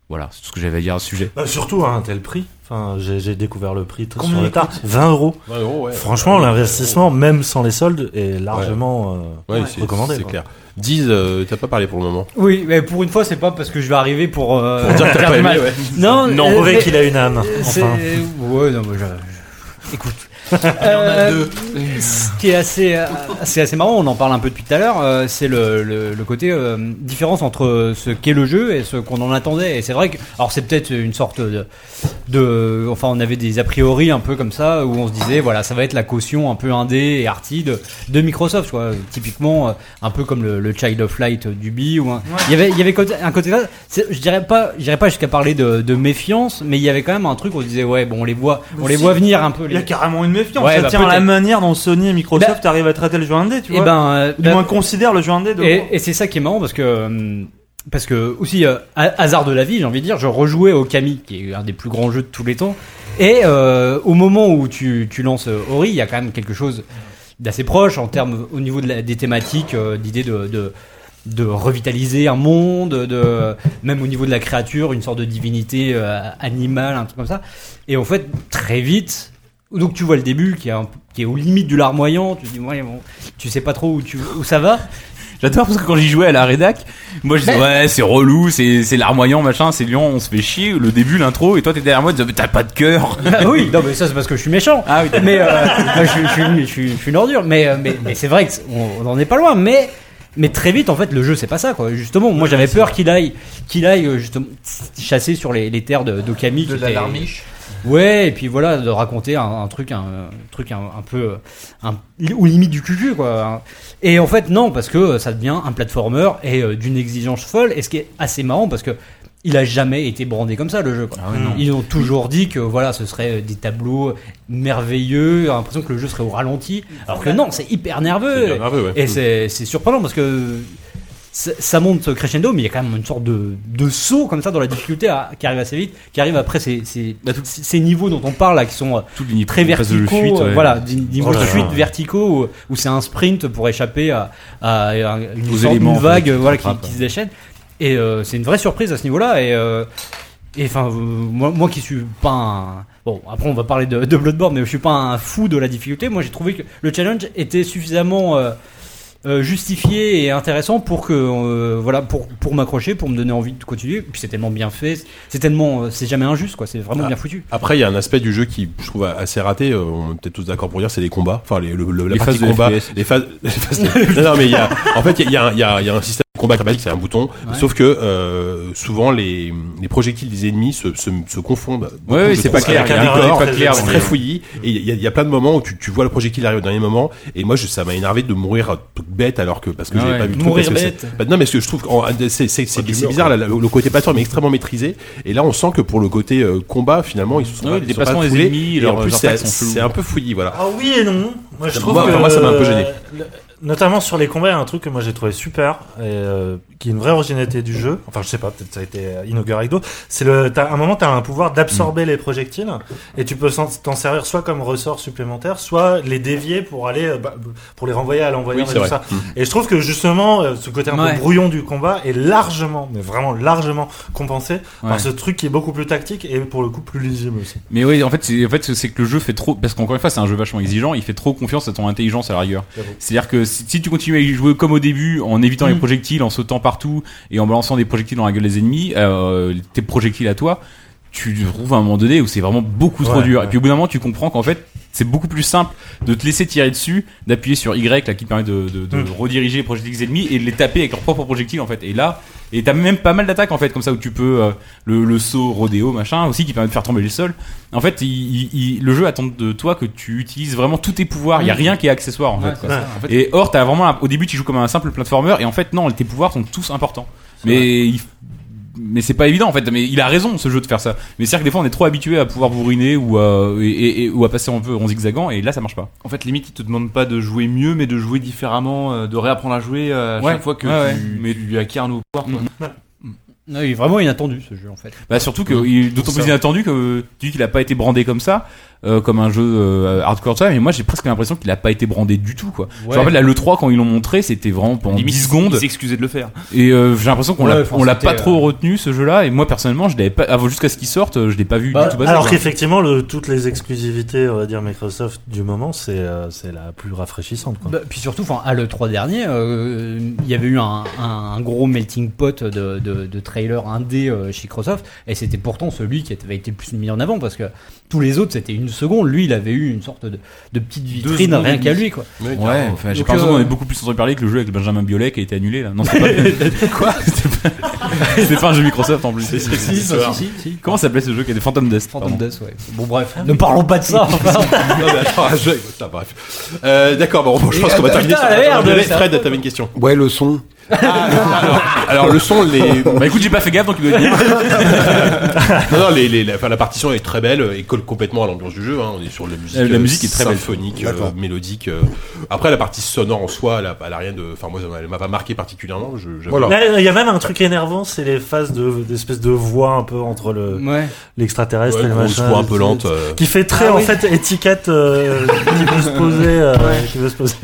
Speaker 4: voilà c'est tout ce que j'avais à dire à ce sujet
Speaker 8: Bah, surtout à un tel prix. Enfin, j'ai j'ai découvert le prix très
Speaker 6: Combien
Speaker 8: sur le
Speaker 6: il
Speaker 8: tard. 20 euros.
Speaker 2: Ouais, gros, ouais. Ah
Speaker 8: Franchement,
Speaker 2: Ouais,
Speaker 8: l'investissement, même sans les soldes, est largement euh,
Speaker 2: ouais, c'est
Speaker 8: recommandé.
Speaker 2: c'est
Speaker 8: quoi.
Speaker 2: clair. Diz, euh, t'as pas parlé pour le moment.
Speaker 3: Oui, mais pour une fois, c'est pas parce que je vais arriver pour. euh,
Speaker 2: Pour dire que t'as
Speaker 3: faire
Speaker 2: pas
Speaker 3: du
Speaker 2: aimé,
Speaker 3: mal.
Speaker 2: ouais.
Speaker 3: Non,
Speaker 8: Non,
Speaker 3: euh,
Speaker 8: prouver
Speaker 3: mais-
Speaker 8: qu'il a une âme.
Speaker 3: C'est-
Speaker 8: Enfin,
Speaker 3: Ouais, non, mais je- je- Écoute. Euh, Ce qui est assez, euh, c'est assez marrant, on en parle un peu depuis tout à l'heure, euh, c'est le, le- le côté euh, différence entre ce qu'est le jeu et ce qu'on en attendait. Et c'est vrai que, alors c'est peut-être une sorte de, de- enfin on avait des a priori un peu comme ça où on se disait voilà ça va être la caution un peu indé et arty de, de Microsoft, quoi. Typiquement euh, un peu comme le, le Child of Light euh, du B ou un- il y avait il y avait côté- un côté là, c'est- je dirais pas, j'irais pas jusqu'à parler de, de méfiance, mais il y avait quand même un truc où on se disait ouais bon on les voit, on les
Speaker 6: Bah si.
Speaker 3: voit venir un peu.
Speaker 6: il y a
Speaker 3: Les...
Speaker 6: carrément une méfiance.
Speaker 3: Ouais,
Speaker 6: ça
Speaker 3: bah,
Speaker 6: tient à la
Speaker 3: peut-être.
Speaker 6: manière dont Sony et Microsoft arrivent à traiter le jeu indé, tu
Speaker 3: Et
Speaker 6: vois.
Speaker 3: ben euh,
Speaker 6: Ou du
Speaker 3: bah,
Speaker 6: moins considère le jeu indé de
Speaker 3: Et, et c'est ça qui est marrant parce que euh, parce que aussi euh, ha- hasard de la vie, j'ai envie de dire, je rejouais au Kami, qui est un des plus grands jeux de tous les temps. Et euh, au moment où tu, tu lances euh, Ori, il y a quand même quelque chose d'assez proche en termes au niveau de la- des thématiques, euh, d'idée de, de de revitaliser un monde, de même au niveau de la créature, une sorte de divinité euh, animale, un truc comme ça. Et en fait, très vite, donc tu vois le début qui est, un- qui est aux limites du larmoyant, tu te dis ouais, bon, tu sais pas trop où, tu, où ça va,
Speaker 4: J'adore parce que quand j'y jouais à la rédac, moi je disais ouais c'est relou, c'est c'est larmoyant machin, c'est lion, on se fait chier. Le début, l'intro, et toi t'es derrière moi, tu disais mais t'as pas de cœur.
Speaker 3: Ah oui, non mais ça c'est parce que je suis méchant.
Speaker 4: Ah oui.
Speaker 3: Mais euh, moi, je, suis- je suis- je suis- je suis une ordure. Mais euh, mais, mais c'est vrai qu'on n'en est pas loin. Mais mais très vite en fait le jeu c'est pas ça quoi. Justement, moi j'avais peur qu'il aille qu'il aille euh, justement chasser sur les, les terres de d'Okami.
Speaker 5: De
Speaker 3: qui
Speaker 5: la
Speaker 3: étaient-
Speaker 5: larmiche.
Speaker 3: Ouais et puis voilà de raconter un, un truc un, un truc un, un peu euh, un, aux limites du cul quoi. hein. Et en fait non parce que euh, ça devient un platformer et euh, d'une exigence folle. Et ce qui est assez marrant parce que il a jamais été brandé comme ça le jeu.
Speaker 2: Ah
Speaker 3: quoi.
Speaker 4: ouais, non.
Speaker 3: Ils ont toujours dit que voilà, ce serait euh, des tableaux merveilleux, l'impression que le jeu serait au ralenti, alors que non, c'est hyper nerveux.
Speaker 2: C'est hyper nerveux, ouais.
Speaker 3: Et
Speaker 2: Mm.
Speaker 3: c'est c'est surprenant parce que ça ça monte crescendo, mais il y a quand même une sorte de, de saut comme ça dans la difficulté à- qui arrive assez vite, qui arrive après ces, ces, ces- ces niveaux dont on parle là, qui sont euh,
Speaker 4: Bah, Tout le
Speaker 3: très
Speaker 4: les phases de
Speaker 3: verticaux,
Speaker 4: fuite,
Speaker 3: euh,
Speaker 4: ouais.
Speaker 3: voilà, des niveaux
Speaker 8: Oh
Speaker 3: de
Speaker 8: là là.
Speaker 3: fuite verticaux où, où c'est un sprint pour échapper à, à une,
Speaker 4: Aux
Speaker 3: sorte-
Speaker 4: éléments,
Speaker 3: une
Speaker 4: en fait,
Speaker 3: vague
Speaker 4: qui
Speaker 3: euh, voilà, qui,
Speaker 4: t'attrapent,
Speaker 3: qui se déchaîne. Et euh, c'est une vraie surprise à ce niveau-là. Et euh, et enfin, euh, moi, moi qui suis pas un... Bon, après on va parler de, de Bloodborne, mais je suis pas un fou de la difficulté. Moi j'ai trouvé que le challenge était suffisamment euh, euh, justifié et intéressant pour que euh, voilà pour pour m'accrocher pour me donner envie de continuer Et puis c'est tellement bien fait c'est tellement euh, c'est jamais injuste quoi c'est vraiment
Speaker 2: Ah.
Speaker 3: bien foutu
Speaker 2: Après, il y a un aspect du jeu qui, je trouve, assez raté. euh, On est peut-être tous d'accord pour dire, c'est les combats. Enfin, les, le- le- la
Speaker 4: Les
Speaker 2: partie
Speaker 4: phases de
Speaker 2: combat,
Speaker 4: FPS.
Speaker 2: les phases. les phases de- non, non, mais il y a, en fait, il y a, il y a- il y a un système de combat acrobatique, c'est un bouton.
Speaker 3: Ouais.
Speaker 2: Sauf que euh, souvent, les, les projectiles des ennemis se, se, se confondent.
Speaker 4: Ouais, ouais,
Speaker 2: Je
Speaker 4: c'est pas
Speaker 2: trouve
Speaker 4: clair.
Speaker 2: ça
Speaker 4: Il y a un
Speaker 2: décor,
Speaker 4: décor, pas clair,
Speaker 2: C'est
Speaker 4: mais-
Speaker 2: très fouillis. Et il y, a- il y a plein de moments où tu, tu vois le projectile arriver au dernier moment. Et moi, je, ça m'a énervé de mourir tout bête alors que parce que
Speaker 4: Ah
Speaker 2: j'avais
Speaker 4: ouais.
Speaker 2: pas vu trop.
Speaker 3: Mourir
Speaker 2: parce que
Speaker 3: bête.
Speaker 2: c'est- Bah, non, mais ce que je trouve, qu'en- c'est c'est- c'est-
Speaker 9: tu
Speaker 2: c'est
Speaker 9: meurs,
Speaker 2: bizarre. la- la- le côté plateforme est extrêmement maîtrisé. Et là, on sent que pour le côté euh, combat, finalement, ils se sont
Speaker 4: Ouais, le
Speaker 2: pas- ils sont
Speaker 4: déplacement
Speaker 2: pas
Speaker 4: des
Speaker 2: foulés.
Speaker 4: ennemis,
Speaker 2: Et en
Speaker 4: leurs
Speaker 2: plus,
Speaker 9: euh,
Speaker 2: c'est
Speaker 4: attaques sont floues.
Speaker 2: c'est un peu fouillis, voilà.
Speaker 8: Ah oui et non. Moi, je
Speaker 2: Ça-
Speaker 8: trouve
Speaker 2: moi,
Speaker 8: que,
Speaker 2: enfin, moi, ça m'a un peu gêné.
Speaker 8: euh, le- Notamment sur les combats, il y a un truc que moi j'ai trouvé super, et, euh, qui est une vraie originalité du jeu. Enfin, je sais pas, peut-être ça a été euh, inauguré avec d'autres. C'est le, t'as, à un moment, t'as un pouvoir d'absorber
Speaker 2: Mm.
Speaker 8: les projectiles, et tu peux s'en- t'en servir soit comme ressort supplémentaire, soit les dévier pour aller, euh, bah, pour les renvoyer à l'envoyeur
Speaker 2: Oui,
Speaker 8: et
Speaker 2: c'est
Speaker 8: tout
Speaker 2: vrai. Mm.
Speaker 8: ça. Et je trouve que justement, euh, ce côté un
Speaker 3: Ouais.
Speaker 8: peu brouillon du combat est largement, mais vraiment largement compensé
Speaker 4: Ouais.
Speaker 8: par ce truc qui est beaucoup plus tactique et pour le coup plus lisible aussi.
Speaker 4: Mais oui, en fait, c'est en fait, c'est que le jeu fait trop. Parce qu'encore une fois, c'est un jeu vachement exigeant, il fait trop confiance à ton intelligence à la rigueur.
Speaker 8: J'avoue. Mm.
Speaker 4: C'est-à-dire que si, si tu continues à y jouer comme au début, en évitant les projectiles, en sautant partout et en balançant des projectiles dans la gueule des ennemis, euh, tes projectiles à toi, tu te trouves à un moment donné où c'est vraiment beaucoup trop
Speaker 8: Ouais,
Speaker 4: dur. Et
Speaker 8: ouais.
Speaker 4: puis au bout d'un moment, tu comprends qu'en fait, c'est beaucoup plus simple de te laisser tirer dessus, d'appuyer sur Y là, qui te permet de, de- de
Speaker 8: Mm.
Speaker 4: rediriger les projectiles ennemis et de les taper avec leurs propres projectiles en fait. Et là, et t'as même pas mal d'attaques en fait, comme ça où tu peux euh, le, le saut, rodéo, machin, aussi qui permet de faire tomber le sol. En fait, il- il- il- le jeu attend de toi que tu utilises vraiment tous tes pouvoirs. Il y a rien qui est accessoire en
Speaker 3: Ouais,
Speaker 4: fait. quoi.
Speaker 8: c'est ça.
Speaker 4: En fait- Et or, t'as vraiment un- au début, tu joues comme un simple platformer, et en fait, non, tes pouvoirs sont tous importants. Mais il- mais c'est pas évident en fait. Mais il a raison ce jeu de faire ça. Mais c'est vrai que des fois, on est trop habitué à pouvoir bourriner ou à, et, et- et- ou à passer un peu en zigzagant, et là, ça marche pas.
Speaker 11: En fait, limite, ils te demandent pas de jouer mieux, mais de jouer différemment, euh, de réapprendre à jouer euh, à
Speaker 4: Ouais,
Speaker 11: chaque fois que
Speaker 4: ouais,
Speaker 11: tu,
Speaker 4: ouais. Mais-
Speaker 11: tu acquiers un nouveau pouvoir. quoi.
Speaker 8: Mm-hmm.
Speaker 3: non, il est vraiment inattendu ce jeu en fait
Speaker 4: Bah surtout que il- d'autant plus inattendu que tu dis qu'il a pas été brandé comme ça, euh, comme un jeu euh, hardcore ça. Mais moi, j'ai presque l'impression qu'il a pas été brandé du tout quoi. Je me rappelle la le 3 quand ils l'ont montré, c'était vraiment pendant 10 secondes.
Speaker 11: Ils s'excusaient de le faire.
Speaker 4: Et euh, j'ai l'impression qu'on
Speaker 3: Ouais,
Speaker 4: l'a,
Speaker 3: enfin,
Speaker 4: on l'a
Speaker 3: c'était,
Speaker 4: pas
Speaker 3: euh,
Speaker 4: trop retenu ce jeu-là. Et moi personnellement, je l'avais pas avant jusqu'à ce qu'il sorte, euh, je l'ai pas vu
Speaker 8: Bah,
Speaker 4: du tout passer.
Speaker 8: alors
Speaker 4: quoi.
Speaker 8: qu'effectivement, le- toutes les exclusivités, on va dire Microsoft du moment, c'est euh, c'est la plus rafraîchissante. Quoi.
Speaker 3: Bah, puis surtout, enfin, à l'E3 dernier, euh, il y avait eu un, un- un gros melting pot de, de, de trailers indé euh, chez Microsoft, et c'était pourtant celui qui avait été le plus mis en avant, parce que tous les autres, c'était une seconde. Lui, il avait eu une sorte de, de petite vitrine
Speaker 11: secondes
Speaker 3: rien
Speaker 11: et
Speaker 3: qu'à lui, quoi.
Speaker 4: Ouais, enfin, j'ai
Speaker 3: Donc,
Speaker 4: pas l'impression qu'on
Speaker 3: euh,
Speaker 4: est beaucoup plus entendu parler que le jeu avec Benjamin Biolay qui a été annulé là. Non, c'est pas quoi C'était pas... c'était pas un jeu Microsoft en plus.
Speaker 3: si, si.
Speaker 4: Comment s'appelait ce jeu qui était Phantom Dust
Speaker 3: Phantom
Speaker 4: pardon.
Speaker 3: Dust, ouais. Bon, bref, ne parlons pas de ça. enfin.
Speaker 2: Non, mais attends, un jeu, putain, bref. Euh, D'accord, bon, je pense qu'on va terminer.
Speaker 3: putain,
Speaker 2: sur-
Speaker 3: la merde,
Speaker 2: Attends,
Speaker 3: c'est
Speaker 2: Fred, t'avais une question.
Speaker 9: Ouais, le son.
Speaker 2: Alors, le son, les,
Speaker 4: Bah écoute, j'ai pas fait gaffe donc il doit être bien.
Speaker 2: non, non, les, les- la, enfin, la partition est très belle et colle complètement à l'ambiance du jeu. hein. On est sur la musique,
Speaker 4: Euh, la
Speaker 2: euh,
Speaker 4: musique est très belle.
Speaker 2: symphonique, euh,
Speaker 9: D'accord.
Speaker 2: mélodique. euh. Après, la partie sonore en soi, elle a, elle a rien de. Enfin, moi, ça m'a- elle m'a pas marqué particulièrement. Je, j'avoue.
Speaker 9: Voilà.
Speaker 5: Bah,
Speaker 8: Là, il y a même un truc énervant, c'est les phases de d'espèces de voix un peu entre le
Speaker 3: ouais.
Speaker 8: l'extraterrestre
Speaker 2: Ouais,
Speaker 8: et le
Speaker 2: grosse
Speaker 8: machin.
Speaker 2: voix un peu lente. euh.
Speaker 8: Qui fait très
Speaker 3: Ah
Speaker 8: en
Speaker 3: oui.
Speaker 8: fait étiquette euh, qui veut se poser, euh, qui veut se poser.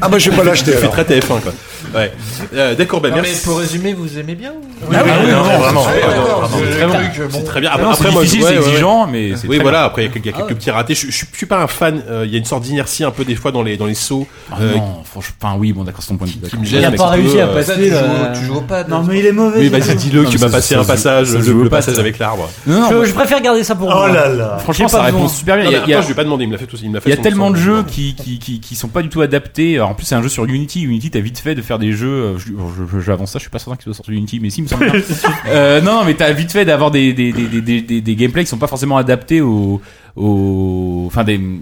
Speaker 9: Ah bah, je vais pas l'acheter
Speaker 2: fait
Speaker 9: alors.
Speaker 2: très TF1 quoi. Ouais. Euh, D'accord, ben
Speaker 5: Non, mais
Speaker 2: merci.
Speaker 5: pour résumer, vous aimez bien
Speaker 8: non,
Speaker 5: ou-
Speaker 8: vraiment.
Speaker 5: Ah, d'accord,
Speaker 2: vraiment,
Speaker 5: c'est
Speaker 2: vraiment.
Speaker 5: le truc, bon.
Speaker 2: C'est très bien.
Speaker 4: Ah
Speaker 2: Après,
Speaker 4: non, c'est
Speaker 2: après, moi,
Speaker 4: difficile,
Speaker 2: ouais,
Speaker 4: c'est
Speaker 2: ouais, ouais.
Speaker 4: exigeant, mais c'est
Speaker 2: Oui,
Speaker 4: très
Speaker 2: voilà. Après, il y a quelques,
Speaker 3: Ah ouais.
Speaker 2: petits ratés. Je, je suis- je suis pas un fan. euh, Il y a une sorte d'inertie un peu des fois dans les dans les sauts.
Speaker 4: bien.
Speaker 2: Euh,
Speaker 4: Ah non, franchement, enfin, oui, bon, d'accord, c'est ton point de vue.
Speaker 2: qui
Speaker 4: d'accord.
Speaker 2: me
Speaker 3: Il
Speaker 2: gêne
Speaker 3: n'a
Speaker 2: avec
Speaker 3: pas
Speaker 2: un peu,
Speaker 3: réussi à
Speaker 2: euh,
Speaker 5: Ça,
Speaker 3: passer
Speaker 5: tu,
Speaker 3: le.
Speaker 5: joues, tu joues au pad.
Speaker 6: Non, mais il est mauvais.
Speaker 2: Oui,
Speaker 6: ce
Speaker 2: vas-y,
Speaker 6: jeu.
Speaker 2: dis-le.
Speaker 4: Non,
Speaker 2: Tu
Speaker 4: mais
Speaker 2: m'as
Speaker 4: ça-
Speaker 2: passé
Speaker 4: ça
Speaker 2: un
Speaker 4: se-
Speaker 2: passage,
Speaker 4: ça se
Speaker 2: le
Speaker 4: joue
Speaker 2: le
Speaker 4: au
Speaker 2: passage
Speaker 4: pad,
Speaker 2: avec l'arbre.
Speaker 4: Non, non,
Speaker 3: Je,
Speaker 4: moi,
Speaker 3: je préfère garder ça pour
Speaker 8: Oh
Speaker 3: moi.
Speaker 8: là là.
Speaker 4: franchement,
Speaker 3: j'ai pas
Speaker 4: ça
Speaker 3: besoin.
Speaker 4: répond super bien.
Speaker 2: Non,
Speaker 4: Il y
Speaker 2: mais
Speaker 4: a- il y a-
Speaker 2: attends, je lui ai pas demandé. Il me l'a fait tout. Il me l'a fait.
Speaker 4: Il y a
Speaker 2: son-
Speaker 4: tellement
Speaker 2: son-
Speaker 4: de jeux qui, qui, qui, qui sont pas du tout adaptés. Alors, en plus, c'est un jeu sur Unity. Unity, t'as vite fait de faire des jeux. euh, Je, je- je- j'avance ça, je suis pas certain qu'ils soient sortis sur Unity, mais si, il me semble bien. euh, non, non, mais t'as vite fait d'avoir des, des, des, des, des, des, des gameplays qui sont pas forcément adaptés aux. aux enfin, des. qui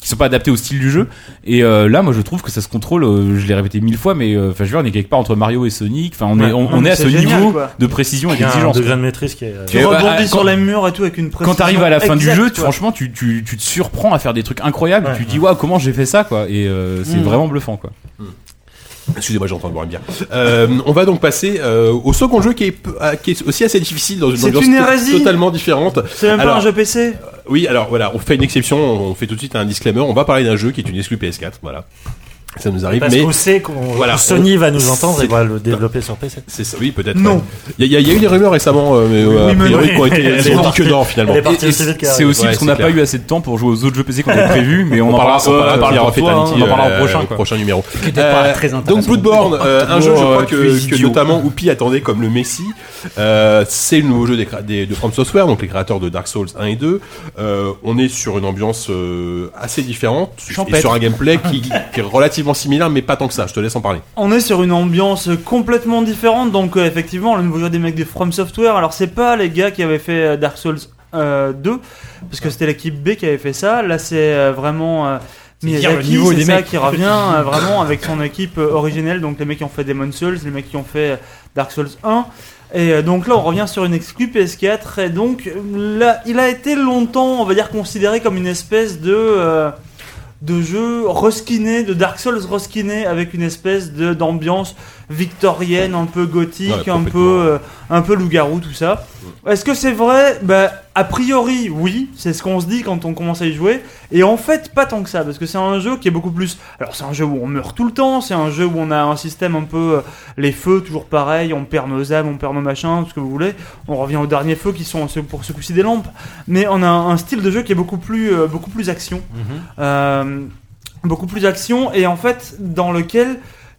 Speaker 10: qui sont pas adaptés au style du jeu. Et euh, là, moi, je trouve que ça se contrôle. euh, je l'ai répété mille fois, mais euh, enfin, je veux dire, on est quelque part entre Mario et Sonic. Enfin, on
Speaker 6: Ouais.
Speaker 10: est on,
Speaker 6: Non,
Speaker 10: on
Speaker 6: mais
Speaker 10: est à
Speaker 6: c'est
Speaker 10: ce
Speaker 6: génial,
Speaker 10: niveau
Speaker 6: quoi.
Speaker 10: de précision et
Speaker 8: Il y a un
Speaker 10: d'exigence.
Speaker 8: degré de maîtrise qui est.
Speaker 6: Tu
Speaker 10: Et bah,
Speaker 6: rebondis
Speaker 10: euh,
Speaker 6: sur
Speaker 10: quand-
Speaker 6: les murs et tout avec une précision.
Speaker 10: Quand t'arrives à la fin du
Speaker 6: exacte,
Speaker 10: jeu, tu-
Speaker 6: quoi.
Speaker 10: franchement, tu, tu, tu te surprends à faire des trucs incroyables.
Speaker 8: Ouais.
Speaker 10: tu dis, waouh, comment j'ai fait ça, quoi. Et euh, c'est
Speaker 3: Mm.
Speaker 10: vraiment bluffant, quoi.
Speaker 2: Excusez-moi, j'ai en train de boire une bière. Euh, on va donc passer euh, au second jeu qui est, peu- ah, qui est aussi assez difficile dans une
Speaker 6: C'est
Speaker 2: ambiance
Speaker 6: une
Speaker 2: to-
Speaker 6: hérésie.
Speaker 2: totalement différente.
Speaker 6: C'est même
Speaker 2: Alors-
Speaker 6: pas un jeu PC.
Speaker 2: Oui, alors voilà, on fait une exception, on fait tout de suite un disclaimer. On va parler d'un jeu qui est une exclu PS4, voilà. Ça nous arrive,
Speaker 8: Parce
Speaker 2: mais
Speaker 8: qu'on sait qu'on
Speaker 2: Voilà.
Speaker 8: Sony va nous entendre et
Speaker 2: C'est-
Speaker 8: va le développer sur PC.
Speaker 2: c'est ça, oui, peut-être.
Speaker 6: Non.
Speaker 2: ouais. Il y, a- il y a eu des rumeurs récemment, euh, mais euh,
Speaker 8: Oui,
Speaker 2: a
Speaker 8: mais
Speaker 2: priori,
Speaker 8: oui.
Speaker 2: qui ont été,
Speaker 8: Elle est
Speaker 2: ils ont dit
Speaker 8: partie.
Speaker 2: que non, finalement.
Speaker 8: Elle est partie
Speaker 10: Et- et
Speaker 8: aussi vite qu'elle
Speaker 10: C'est
Speaker 8: arrive.
Speaker 10: aussi
Speaker 2: Ouais,
Speaker 10: parce qu'on
Speaker 2: c'est
Speaker 10: n'a pas
Speaker 2: clair.
Speaker 10: eu assez de temps pour jouer aux autres jeux PC qu'on avait prévus, mais on,
Speaker 2: On,
Speaker 10: en
Speaker 2: parlera, on parlera
Speaker 10: euh,
Speaker 2: par
Speaker 10: pour toi,
Speaker 2: Fatality,
Speaker 10: hein, on en parlera
Speaker 2: euh,
Speaker 10: au prochain, quoi.
Speaker 2: prochain numéro. Euh,
Speaker 3: Qui était pas très
Speaker 2: donc
Speaker 3: intéressant.
Speaker 2: Bloodborne, euh, un jeu je
Speaker 10: euh,
Speaker 2: crois que,
Speaker 10: plus
Speaker 2: que
Speaker 10: idiot.
Speaker 2: notamment Oupi attendait comme le Messi. Euh, c'est le nouveau jeu des, créa- des- de From Software, donc les créateurs de Dark Souls 1 et 2. Euh, on est sur une ambiance euh, assez différente et
Speaker 10: Champêtre.
Speaker 2: sur un gameplay qui, qui est relativement similaire, mais pas tant que ça. Je te laisse en parler.
Speaker 6: On est sur une ambiance complètement différente, donc euh, effectivement, le nouveau jeu des mecs de From Software, alors c'est pas les gars qui avaient fait euh, Dark Souls euh, 2, parce que c'était l'équipe B qui avait fait ça, là c'est euh, vraiment euh,
Speaker 3: C'est dire le
Speaker 6: Miyazaki,
Speaker 3: niveau
Speaker 6: c'est
Speaker 3: des
Speaker 6: ça
Speaker 3: mecs.
Speaker 6: qui revient euh, vraiment avec son équipe euh, originelle, donc les mecs qui ont fait Demon Souls, les mecs qui ont fait euh, Dark Souls 1, et euh, donc là on revient sur une exclu PS4, et donc euh, là, il a été longtemps, on va dire, considéré comme une espèce de... euh, de jeu reskiné, de Dark Souls reskiné avec une espèce de d'ambiance victorienne, un peu
Speaker 2: Ouais,
Speaker 6: gothique, un
Speaker 2: complètement.
Speaker 6: peu euh, un peu loup-garou, tout ça. Est-ce que c'est vrai Bah a priori oui, c'est ce qu'on se dit quand on commence à y jouer. Et en fait pas tant que ça, parce que c'est un jeu qui est beaucoup plus. Alors c'est un jeu où on meurt tout le temps, c'est un jeu où on a un système un peu euh, les feux toujours pareil, on perd nos âmes, on perd nos machins, tout ce que vous voulez. On revient aux derniers feux qui sont ce- pour ce coup-ci des lampes, mais on a un style de jeu qui est beaucoup plus euh, beaucoup plus action. Euh, beaucoup plus d'action et en fait dans lequel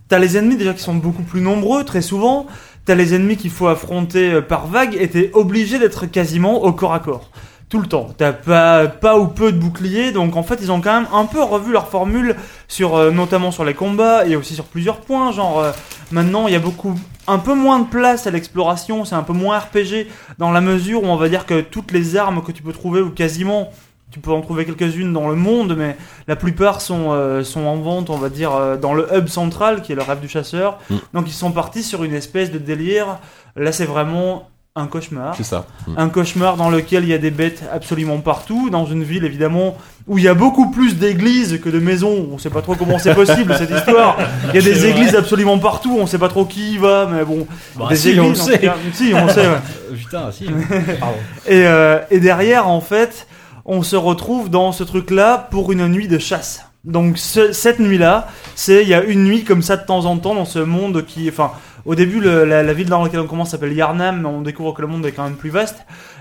Speaker 6: t'as les ennemis déjà qui sont beaucoup plus nombreux très souvent t'as les ennemis qu'il faut affronter euh, par vague et t'es obligé d'être quasiment au corps à corps tout le temps t'as pas pas ou peu de boucliers donc en fait ils ont quand même un peu revu leur formule sur euh, notamment sur les combats et aussi sur plusieurs points genre euh, maintenant il y a beaucoup un peu moins de place à l'exploration c'est un peu moins RPG dans la mesure où on va dire que toutes les armes que tu peux trouver ou quasiment tu peux en trouver quelques-unes dans le monde, mais la plupart sont, euh, sont en vente, on va dire, euh, dans le hub central, qui est le rêve du chasseur.
Speaker 2: Mm.
Speaker 6: Donc ils sont partis sur une espèce de délire. Là, c'est vraiment un cauchemar.
Speaker 2: C'est ça. Mm.
Speaker 6: Un cauchemar dans lequel il y a des bêtes absolument partout, dans une ville évidemment où il y a beaucoup plus d'églises que de maisons. On sait pas trop comment c'est possible cette histoire. Il y a des églises absolument partout, on sait pas trop qui y va, mais bon.
Speaker 3: Bah,
Speaker 6: des
Speaker 3: si, on le
Speaker 6: en
Speaker 3: sait.
Speaker 6: tout cas. Si, on le sait, ouais.
Speaker 3: Euh, Putain, si.
Speaker 6: Et, euh, et derrière, en fait, on se retrouve dans ce truc-là pour une nuit de chasse. Donc ce- cette nuit-là, c'est il y a une nuit comme ça de temps en temps dans ce monde qui, enfin, au début le- la, la ville dans laquelle on commence s'appelle Yarnam, mais on découvre que le monde est quand même plus vaste.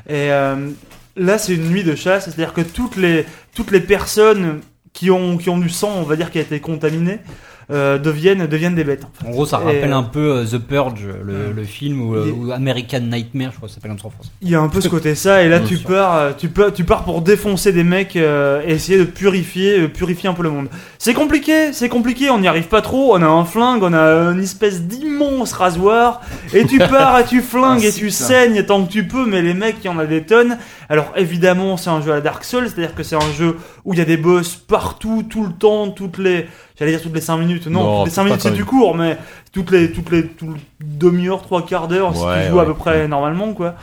Speaker 6: Et euh, là, c'est une nuit de chasse, c'est-à-dire que toutes les toutes les personnes qui ont qui ont du sang, on va dire qui a été contaminé, euh, deviennent deviennent des bêtes.
Speaker 3: En gros, ça
Speaker 6: Et,
Speaker 3: rappelle
Speaker 6: euh,
Speaker 3: un peu euh, The Purge, le, le film, ou, euh,
Speaker 6: Il est-
Speaker 3: ou American Nightmare, je crois que ça s'appelle comme ça en France.
Speaker 6: Il y a un peu ce côté ça, et là
Speaker 3: Bien
Speaker 6: tu
Speaker 3: sûr.
Speaker 6: pars, euh, tu pars, tu pars pour défoncer des mecs euh, et essayer de purifier, euh, purifier un peu le monde. C'est compliqué, c'est compliqué, on n'y arrive pas trop. On a un flingue, on a une espèce d'immense rasoir, et tu pars et tu flingues et tu saignes tant que tu peux, mais les mecs, il y en a des tonnes. Alors évidemment, c'est un jeu à la Dark Souls, c'est-à-dire que c'est un jeu où il y a des boss partout, tout le temps, toutes les, j'allais dire toutes les 5 minutes, non,
Speaker 2: Non,
Speaker 6: toutes les 5
Speaker 2: pas
Speaker 6: minutes
Speaker 2: quand
Speaker 6: c'est du
Speaker 2: même.
Speaker 6: court, mais toutes les, toutes les, tout le demi-heure, trois quarts d'heure, ce
Speaker 2: Ouais,
Speaker 6: qui joue à
Speaker 2: ouais.
Speaker 6: peu près normalement, quoi.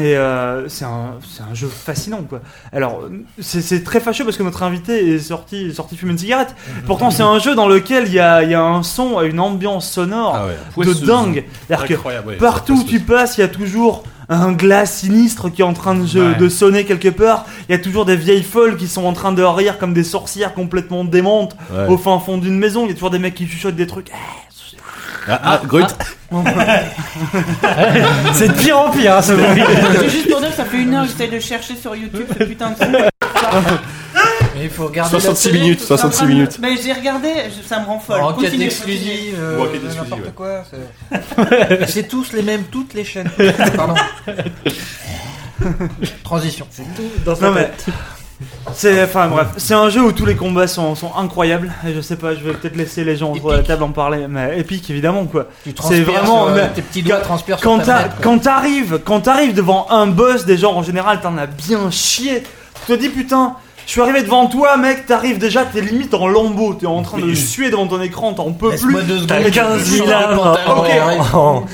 Speaker 6: Et euh, c'est un, c'est un jeu fascinant, quoi. Alors, c'est- c'est très fâcheux parce que notre invité est sorti, est sorti fumer une cigarette. Pourtant, c'est un jeu dans lequel il y a, il y a un son, une ambiance sonore
Speaker 2: Ah ouais.
Speaker 6: de dingue. C'est-à-dire que
Speaker 2: Incroyable, ouais.
Speaker 6: Partout où tu passes, il y a toujours un glas sinistre qui est en train de, se-
Speaker 3: Ouais.
Speaker 6: de sonner quelque part. Il y a toujours des vieilles folles qui sont en train de rire comme des sorcières complètement démentes
Speaker 2: Ouais.
Speaker 6: au fin fond d'une maison. Il y a toujours des mecs qui chuchotent des trucs. Eh,
Speaker 2: Ah, ah, Grut.
Speaker 3: C'est de pire en pire, hein, ce bruit.
Speaker 7: C'est juste pour dire que ça fait une heure que j'essaie de chercher sur YouTube ce putain de son.
Speaker 5: Mais il faut regarder.
Speaker 2: 66 minutes, 66 minutes.
Speaker 7: Mais j'ai regardé, je- ça me rend folle.
Speaker 5: enquête
Speaker 7: Continue, continue.
Speaker 5: exclusive, euh,
Speaker 2: Ou enquête exclusive,
Speaker 5: n'importe
Speaker 2: ouais.
Speaker 5: quoi. c'est- C'est tous les mêmes, toutes les chaînes. Pardon. Transition.
Speaker 6: Non, mais- C'est enfin bref, c'est un jeu où tous les combats sont, sont incroyables. Et je sais pas, je vais peut-être laisser les gens autour de la
Speaker 5: Épique.
Speaker 6: table en parler, mais épique évidemment quoi.
Speaker 5: Tu transpires
Speaker 6: vraiment-
Speaker 5: sur, euh,
Speaker 6: mais-
Speaker 5: tes petits doigts transpirent
Speaker 6: Quand
Speaker 5: sur ta
Speaker 6: t'as-
Speaker 5: manette, quoi.
Speaker 6: quand t'arrives, quand t'arrives devant un boss, des gens en général t'en as bien chié. Tu te dis putain, Je suis arrivé devant toi, mec, t'arrives déjà, t'es limite en lambeau, t'es en train de suer devant ton écran, t'en peux plus.
Speaker 15: Laisse-moi deux secondes,
Speaker 6: T'as
Speaker 15: je
Speaker 6: 15 000
Speaker 15: change
Speaker 6: âmes.
Speaker 15: le
Speaker 8: Oh,
Speaker 15: pantalon,
Speaker 6: Ok.
Speaker 15: on arrive.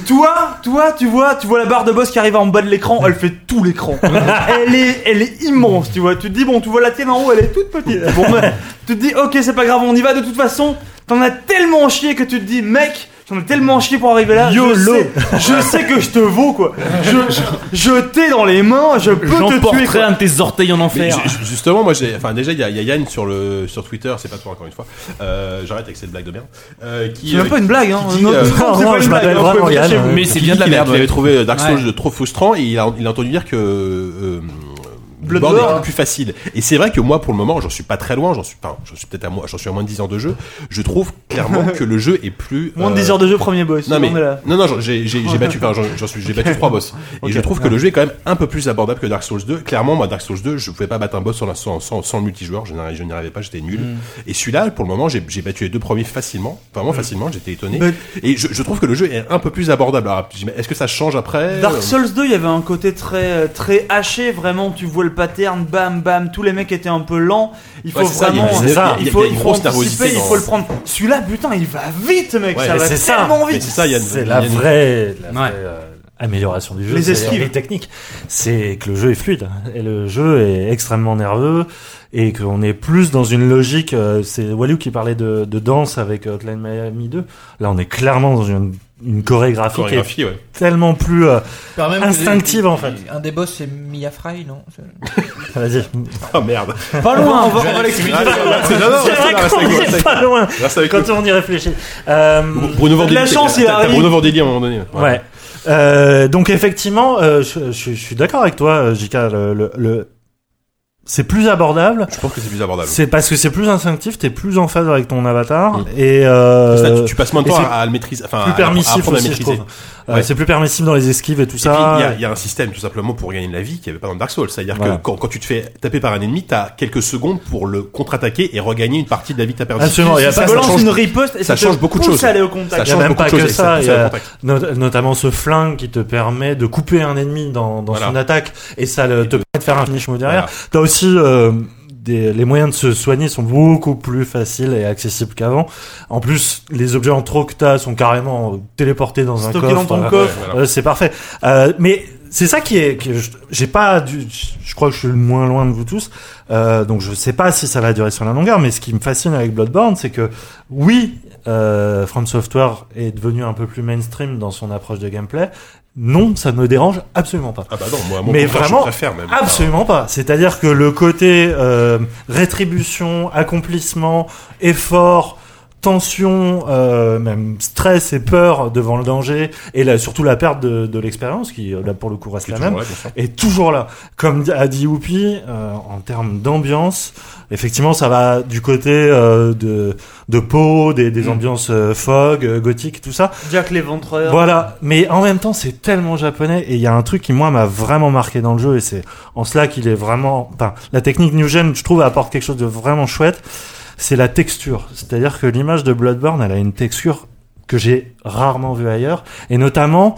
Speaker 6: Toi, toi, tu vois, tu vois la barre de boss qui arrive en bas de l'écran, elle fait tout l'écran. elle est, elle est immense, tu vois. Tu te dis bon, tu vois la tienne en haut, elle est toute petite. Bon, mais tu te dis ok, c'est pas grave, on y va de toute façon. T'en as tellement chié que tu te dis mec. J'en ai tellement chié pour arriver là. Je sais, je sais que je te vaux quoi. Je, je, je t'ai dans les mains, je peux te tuer.
Speaker 11: J'emporterai
Speaker 6: quoi.
Speaker 11: un de tes orteils en
Speaker 2: Mais
Speaker 11: enfer.
Speaker 2: ju- ju- justement, moi, j'ai, enfin, déjà, il y, a il y a Yann sur le sur Twitter, c'est pas toi encore une fois. Euh, j'arrête avec cette blague de merde. Euh, qui,
Speaker 6: C'est même
Speaker 2: euh,
Speaker 6: pas une blague, hein.
Speaker 2: qui dit,
Speaker 6: Non,
Speaker 2: euh,
Speaker 6: c'est pas
Speaker 8: non,
Speaker 6: une
Speaker 8: je
Speaker 6: blague,
Speaker 8: m'appelle
Speaker 6: hein,
Speaker 8: vraiment
Speaker 6: faut le
Speaker 8: Yann.
Speaker 6: cacher.
Speaker 11: Mais c'est bien de la
Speaker 2: qu'il a-
Speaker 11: merde.
Speaker 2: qu'il avait trouvé euh, Dark Souls
Speaker 3: Ouais.
Speaker 2: de trop frustrant et il a, il a entendu dire que euh, euh,
Speaker 6: Bloodborne.
Speaker 2: Bloodborne est plus facile. Et c'est vrai que moi, pour le moment, j'en suis pas très loin. J'en suis pas. J'en suis peut-être à moi. J'en suis à moins de 10 heures de jeu. Je trouve clairement que le jeu est plus
Speaker 6: Moins de
Speaker 2: euh,
Speaker 6: 10 heures de jeu, premier boss.
Speaker 2: non
Speaker 6: On
Speaker 2: mais
Speaker 6: est là.
Speaker 2: non non j'en- j'ai j'ai j'ai battu enfin, j'en- j'en suis j'ai battu trois boss et je trouve que le jeu est quand même un peu plus abordable que Dark Souls 2 clairement moi Dark Souls 2 je pouvais pas battre un boss sans la- sans sans, sans le multijoueur je n'y je n'y arrivais pas j'étais nul
Speaker 6: Hmm.
Speaker 2: et celui-là pour le moment j'ai j'ai battu les deux premiers facilement
Speaker 8: Mm.
Speaker 2: vraiment facilement j'étais étonné
Speaker 6: Mais-
Speaker 2: et je, je trouve que le jeu est un peu plus abordable Alors, j'im- est-ce que ça change après euh,
Speaker 6: Dark Souls 2, il y avait un côté très euh, très haché, vraiment. Tu vois le pattern, bam bam. Tous les mecs étaient un peu lents. Il faut
Speaker 2: Ouais, c'est ça,
Speaker 6: vraiment,
Speaker 2: il y a-
Speaker 8: ça,
Speaker 6: il
Speaker 2: il y a- il y a
Speaker 6: faut,
Speaker 2: une
Speaker 6: il faut
Speaker 2: grosse
Speaker 6: anticiper,
Speaker 2: nervosité
Speaker 6: il
Speaker 2: dans-
Speaker 6: faut le prendre. Celui-là, putain, il va vite, mec.
Speaker 2: Ouais,
Speaker 6: ça
Speaker 8: mais
Speaker 6: va
Speaker 8: c'est ça.
Speaker 6: tellement
Speaker 2: Mais
Speaker 6: vite.
Speaker 2: c'est ça Yann
Speaker 8: C'est la
Speaker 2: Yann-
Speaker 8: vraie, la vraie,
Speaker 3: Ouais.
Speaker 8: euh, amélioration du jeu.
Speaker 6: Les
Speaker 8: c'est la
Speaker 6: esquives.
Speaker 8: vraie technique. C'est que le jeu est fluide. hein. Et le jeu est extrêmement nerveux. Et qu'on est plus dans une logique. euh, c'est Walou qui parlait de, de danse avec Hotline Miami 2. Là, on est clairement dans une, une chorégraphie, qui
Speaker 2: chorégraphie ouais
Speaker 8: est tellement plus. euh,
Speaker 15: Par même que-
Speaker 8: Instinctive, en fait.
Speaker 5: Un des boss, c'est Mia Fry, non C'est-
Speaker 8: Ah, vas-y.
Speaker 2: oh merde
Speaker 6: Pas loin. On va,
Speaker 15: Je
Speaker 6: on va
Speaker 15: vais
Speaker 6: l'expliquer.
Speaker 15: l'expliquer.
Speaker 2: c'est non non
Speaker 8: C'est vrai
Speaker 2: reste là, reste
Speaker 8: qu'on
Speaker 2: avec nous,
Speaker 8: y
Speaker 2: reste
Speaker 8: est
Speaker 2: avec
Speaker 8: pas loin.
Speaker 2: nous. Reste avec nous.
Speaker 8: Quand on y réfléchit. Euh,
Speaker 2: Bruno
Speaker 6: de la
Speaker 2: Vendelli
Speaker 6: chance, il arrive.
Speaker 2: Bruno Vendelli à un moment donné
Speaker 8: Ouais. Euh, donc effectivement, euh, je, je- je suis d'accord avec toi, euh, JK. Le, le- le- c'est plus abordable.
Speaker 2: je pense que c'est plus abordable
Speaker 8: C'est parce que c'est plus instinctif. T'es plus en phase avec ton avatar
Speaker 2: Mm.
Speaker 8: et euh,
Speaker 2: Ça, tu, tu passes moins de
Speaker 8: et
Speaker 2: temps
Speaker 8: c'est
Speaker 2: à, à le maîtriser enfin à-
Speaker 8: plus
Speaker 2: à
Speaker 8: permissif
Speaker 2: apprendre à
Speaker 8: aussi, je
Speaker 2: maîtriser
Speaker 8: trouve. Euh,
Speaker 2: Ouais.
Speaker 8: c'est plus permissif dans les esquives et tout
Speaker 2: Et puis, Il y, a-
Speaker 8: ça.
Speaker 2: il y a un système tout simplement pour gagner de la vie qu'il n'y avait pas dans Dark Souls. C'est-à-dire
Speaker 8: ah, Voilà.
Speaker 2: que quand, quand tu te fais taper par un ennemi, t'as quelques secondes pour le contre-attaquer et regagner une partie de la vie que t'as perdue.
Speaker 8: Absolument. Il y a
Speaker 6: Ça
Speaker 8: pas
Speaker 2: ça
Speaker 6: balance
Speaker 2: change-
Speaker 6: une riposte et
Speaker 2: ça
Speaker 6: te
Speaker 2: change beaucoup de
Speaker 6: pousse
Speaker 2: choses.
Speaker 6: à aller au
Speaker 2: Ça
Speaker 6: contact.
Speaker 8: y a
Speaker 2: change
Speaker 8: même
Speaker 2: beaucoup
Speaker 8: pas
Speaker 2: de
Speaker 8: que
Speaker 2: choses. et
Speaker 8: ça,
Speaker 2: pousse
Speaker 8: il y a-
Speaker 2: à la contact.
Speaker 8: Not- notamment ce flingue qui te permet de couper un ennemi dans, dans
Speaker 2: Voilà.
Speaker 8: son attaque et ça le- te permet de faire un finish move derrière.
Speaker 2: Voilà.
Speaker 8: T'as aussi euh, des, les moyens de se soigner sont beaucoup plus faciles et accessibles qu'avant. En plus, les objets en trop que t'as sont carrément euh, téléportés dans un
Speaker 6: Stocké
Speaker 8: coffre.
Speaker 6: dans ton
Speaker 8: euh,
Speaker 6: coffre.
Speaker 2: Ouais, voilà.
Speaker 8: euh, c'est parfait. Euh, mais c'est ça qui est, que je- j'ai pas du, je crois que je suis le moins loin de vous tous. Euh, donc je sais pas si ça va durer sur la longueur, mais ce qui me fascine avec Bloodborne, c'est que oui, euh, From Software est devenu un peu plus mainstream dans son approche de gameplay. Non, ça ne me dérange absolument pas.
Speaker 2: Ah bah non, moi, moi
Speaker 8: Mais
Speaker 2: au contraire,
Speaker 8: vraiment,
Speaker 2: je préfère même.
Speaker 8: Absolument pas. C'est-à-dire que le côté euh, rétribution, accomplissement, effort, tension, euh, même stress et peur devant le danger, et là, surtout la perte de, de l'expérience, qui là pour le coup reste
Speaker 2: Qui est
Speaker 8: la
Speaker 2: toujours
Speaker 8: même,
Speaker 2: là, bien sûr.
Speaker 8: est toujours là. Comme a dit Whoopi, euh, en termes d'ambiance, effectivement, ça va du côté euh, de, de peau, des,
Speaker 2: Mm.
Speaker 8: des ambiances euh, fog, euh, gothique, tout ça.
Speaker 6: Jack l'éventreur.
Speaker 8: Voilà, mais en même temps, c'est tellement japonais et il y a un truc qui moi m'a vraiment marqué dans le jeu et c'est en cela qu'il est vraiment enfin la technique New Gen, je trouve apporte quelque chose de vraiment chouette, c'est la texture. C'est-à-dire que l'image de Bloodborne, elle a une texture que j'ai rarement vue ailleurs et notamment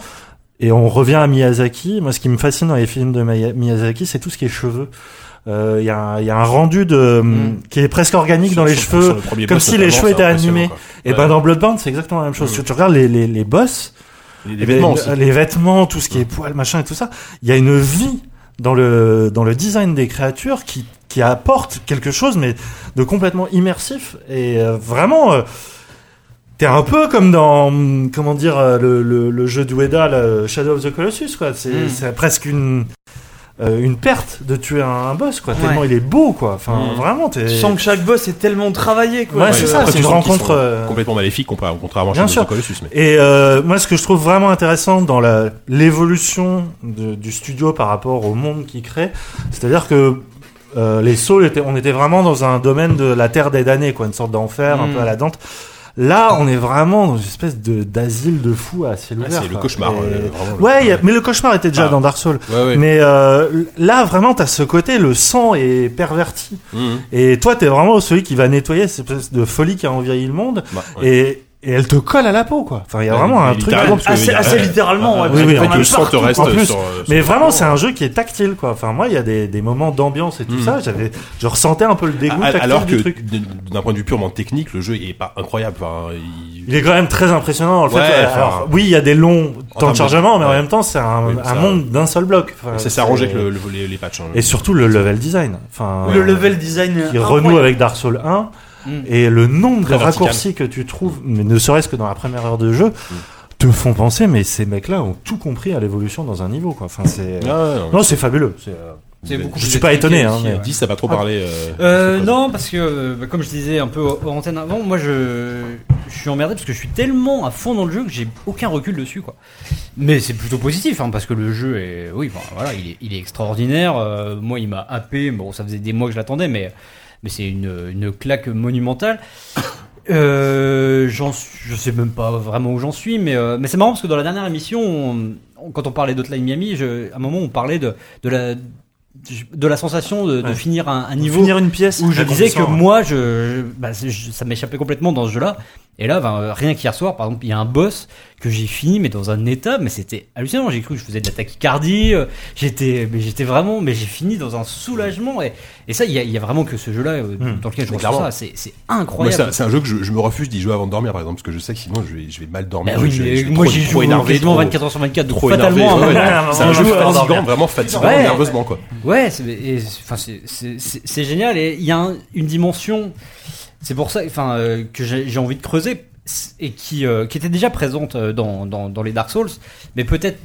Speaker 8: et on revient à Miyazaki, moi ce qui me fascine dans les films de Maya- Miyazaki, c'est tout ce qui est cheveux. Euh, Il y, a un- il y a un rendu de qui est presque organique dans les
Speaker 2: Sur-
Speaker 8: cheveux.
Speaker 2: sur le premier
Speaker 8: comme
Speaker 2: boss,
Speaker 8: si les
Speaker 2: notamment,
Speaker 8: cheveux
Speaker 2: c'est
Speaker 8: étaient
Speaker 2: impressionnant,
Speaker 8: animés.
Speaker 2: quoi. Mm.
Speaker 8: Et ben dans Bloodborne, c'est exactement la même chose. Tu, tu regardes les, les, les boss,
Speaker 2: Les,
Speaker 8: Eh ben,
Speaker 2: les vêtements aussi. Mm.
Speaker 8: les vêtements, tout ce qui est poils, machin et tout ça. Il y a une vie dans le, dans le design des créatures qui, qui apporte quelque chose, mais de complètement immersif. Et euh, vraiment, euh, t'es un peu comme dans, hum, comment dire, euh, le, le, le jeu du Weda, là, Shadow of the Colossus, quoi. C'est
Speaker 2: Mm.
Speaker 8: c'est presque une. euh, une perte de tuer un, un boss quoi
Speaker 6: Ouais.
Speaker 8: tellement il est beau quoi enfin
Speaker 2: Mm.
Speaker 8: vraiment t'es
Speaker 6: Mmh. Tu sens que chaque boss est tellement travaillé quoi.
Speaker 8: Ouais, c'est ça,
Speaker 2: Après,
Speaker 8: c'est
Speaker 2: tu
Speaker 8: une
Speaker 2: sens qu'ils
Speaker 8: rencontre,
Speaker 2: sont
Speaker 8: euh,
Speaker 2: Complètement maléfique, comparé- contrairement à
Speaker 8: Bien
Speaker 2: Shadow
Speaker 8: sûr.
Speaker 2: of the Colossus. Mais...
Speaker 8: Et euh, moi, ce que je trouve vraiment intéressant dans la- l'évolution de- du studio par rapport au monde qu'il crée, c'est-à-dire que euh, les Souls, étaient, on était vraiment dans un domaine de la terre des damnés, quoi, une sorte d'enfer,
Speaker 2: Hmm.
Speaker 8: un peu à la Dante. Là, on est vraiment dans une espèce de d'asile de fou à ciel
Speaker 2: Ah,
Speaker 8: ouvert.
Speaker 2: c'est le
Speaker 8: quoi.
Speaker 2: cauchemar.
Speaker 8: Et-
Speaker 2: euh, vraiment, le-
Speaker 8: Ouais, il y a- mais le cauchemar était déjà
Speaker 2: Ah.
Speaker 8: dans Dark Souls.
Speaker 2: Ouais, ouais.
Speaker 8: Mais euh, là, vraiment, t'as ce côté, le sang est perverti.
Speaker 2: Mhm.
Speaker 6: Mmh.
Speaker 8: Et toi, t'es vraiment celui qui va nettoyer cette espèce de folie qui a envahi le monde.
Speaker 2: Bah, ouais.
Speaker 8: Et et elle te colle à la peau, quoi. Enfin, il y a
Speaker 2: Ouais,
Speaker 8: vraiment un
Speaker 2: mais
Speaker 8: truc.
Speaker 2: littéralement, parce que
Speaker 6: Assez,
Speaker 2: il y a-
Speaker 6: assez littéralement,
Speaker 8: oui,
Speaker 6: ouais, parce
Speaker 8: oui,
Speaker 6: qu'on
Speaker 8: en
Speaker 6: a
Speaker 8: fait,
Speaker 2: le
Speaker 6: le
Speaker 2: sang te
Speaker 6: partout.
Speaker 2: reste
Speaker 8: En plus,
Speaker 2: sur, euh,
Speaker 8: mais vraiment, c'est un jeu qui est tactile, quoi. Enfin, moi, il y a des, des moments d'ambiance et tout ça. J'avais, je ressentais un peu le dégoût
Speaker 2: Mm. Ah,
Speaker 8: tactile
Speaker 2: Alors que
Speaker 8: du truc.
Speaker 2: d- d'un point de vue purement technique, le jeu est pas incroyable. Enfin, il-
Speaker 8: Il est quand même très impressionnant. En fait,
Speaker 2: Ouais,
Speaker 8: Euh,
Speaker 2: enfin,
Speaker 8: alors, oui, il y a des longs temps
Speaker 2: en termes
Speaker 8: de
Speaker 2: de-
Speaker 8: chargement, mais en
Speaker 2: ouais.
Speaker 8: même temps, c'est un,
Speaker 2: Oui, mais
Speaker 8: un
Speaker 2: ça-
Speaker 8: monde d'un seul bloc. Enfin,
Speaker 2: ça s'est arrangé avec le- le- les, les patchs. hein.
Speaker 8: Et surtout le level design. Enfin,
Speaker 6: Le
Speaker 8: euh,
Speaker 6: level design.
Speaker 8: qui
Speaker 6: incroyable. Mmh.
Speaker 8: renoue avec Dark Souls 1 et le nombre de
Speaker 2: Très vertical.
Speaker 8: raccourcis que tu trouves, mais ne serait-ce que dans la première heure de jeu,
Speaker 2: Mm.
Speaker 8: te font penser mais ces mecs-là ont tout compris à l'évolution dans un niveau quoi. Enfin c'est
Speaker 2: Ah, ouais, non,
Speaker 8: non c'est fabuleux. C'est- euh,
Speaker 3: C'est beaucoup
Speaker 8: Je
Speaker 3: plus
Speaker 8: suis pas étonné,
Speaker 3: expliqué
Speaker 8: hein,
Speaker 3: aussi,
Speaker 8: mais-
Speaker 3: ouais.
Speaker 2: 10, ça va trop parler.
Speaker 3: Euh, non, parce que, euh, bah, comme je disais un peu hors hors antenne avant, moi je, je suis emmerdé parce que je suis tellement à fond dans le jeu que j'ai aucun recul dessus. quoi. Mais c'est plutôt positif, hein, parce que le jeu est, oui, bon, voilà, il, est, il est extraordinaire. Euh, moi, il m'a happé. Bon, ça faisait des mois que je l'attendais, mais, mais c'est une, une claque monumentale. Euh, j'en suis- je sais même pas vraiment où j'en suis, mais, euh, mais c'est marrant parce que dans la dernière émission, on- on- quand on parlait d'Outline Miami, je- à un moment on parlait de, de, la, de la sensation de, de
Speaker 8: Ouais.
Speaker 3: finir un, un niveau
Speaker 6: Finir une pièce.
Speaker 3: où je
Speaker 8: Très
Speaker 3: disais que
Speaker 8: compensant, ouais.
Speaker 3: moi, je, bah, c'est- je- ça m'échappait complètement dans ce jeu-là. Et là, ben, euh, rien qu'hier soir, par exemple, il y a un boss que j'ai fini, mais dans un état, mais c'était hallucinant. J'ai cru que je faisais de la tachycardie. euh, J'étais, mais j'étais vraiment, mais j'ai fini dans un soulagement. Et, et ça, il y, a- il y a vraiment que ce jeu-là euh,
Speaker 8: Mm.
Speaker 3: dans lequel je
Speaker 2: Mais
Speaker 3: ressens ça.
Speaker 2: clairement.
Speaker 3: C'est c'est
Speaker 2: Moi, c'est
Speaker 3: incroyable.
Speaker 2: un- c'est un jeu que je, je me refuse d'y jouer avant de dormir, par exemple, parce que je sais que sinon je vais, je vais mal dormir.
Speaker 3: Bah oui,
Speaker 2: je,
Speaker 3: mais
Speaker 2: je vais
Speaker 3: moi
Speaker 2: trop-
Speaker 3: j'y
Speaker 2: trop
Speaker 3: joue
Speaker 2: énervé,
Speaker 3: quasiment
Speaker 2: trop-
Speaker 3: 24 h sur 24, donc
Speaker 2: trop
Speaker 3: fatalement, hein.
Speaker 2: énervé.
Speaker 3: à un
Speaker 2: ouais,
Speaker 3: moment-
Speaker 8: moment,
Speaker 2: c'est un jeu
Speaker 8: je vais pas
Speaker 2: fatigant,
Speaker 8: dormir.
Speaker 2: vraiment fatigant
Speaker 3: Ouais.
Speaker 2: nerveusement quoi.
Speaker 3: Ouais, c'est et c'est- enfin, c'est- c'est- c'est- c'est génial et il y a un- une dimension. C'est pour ça enfin, euh, que j'ai j'ai envie de creuser c'est- et qui, euh, qui était déjà présente euh, dans, dans, dans les Dark Souls, mais peut-être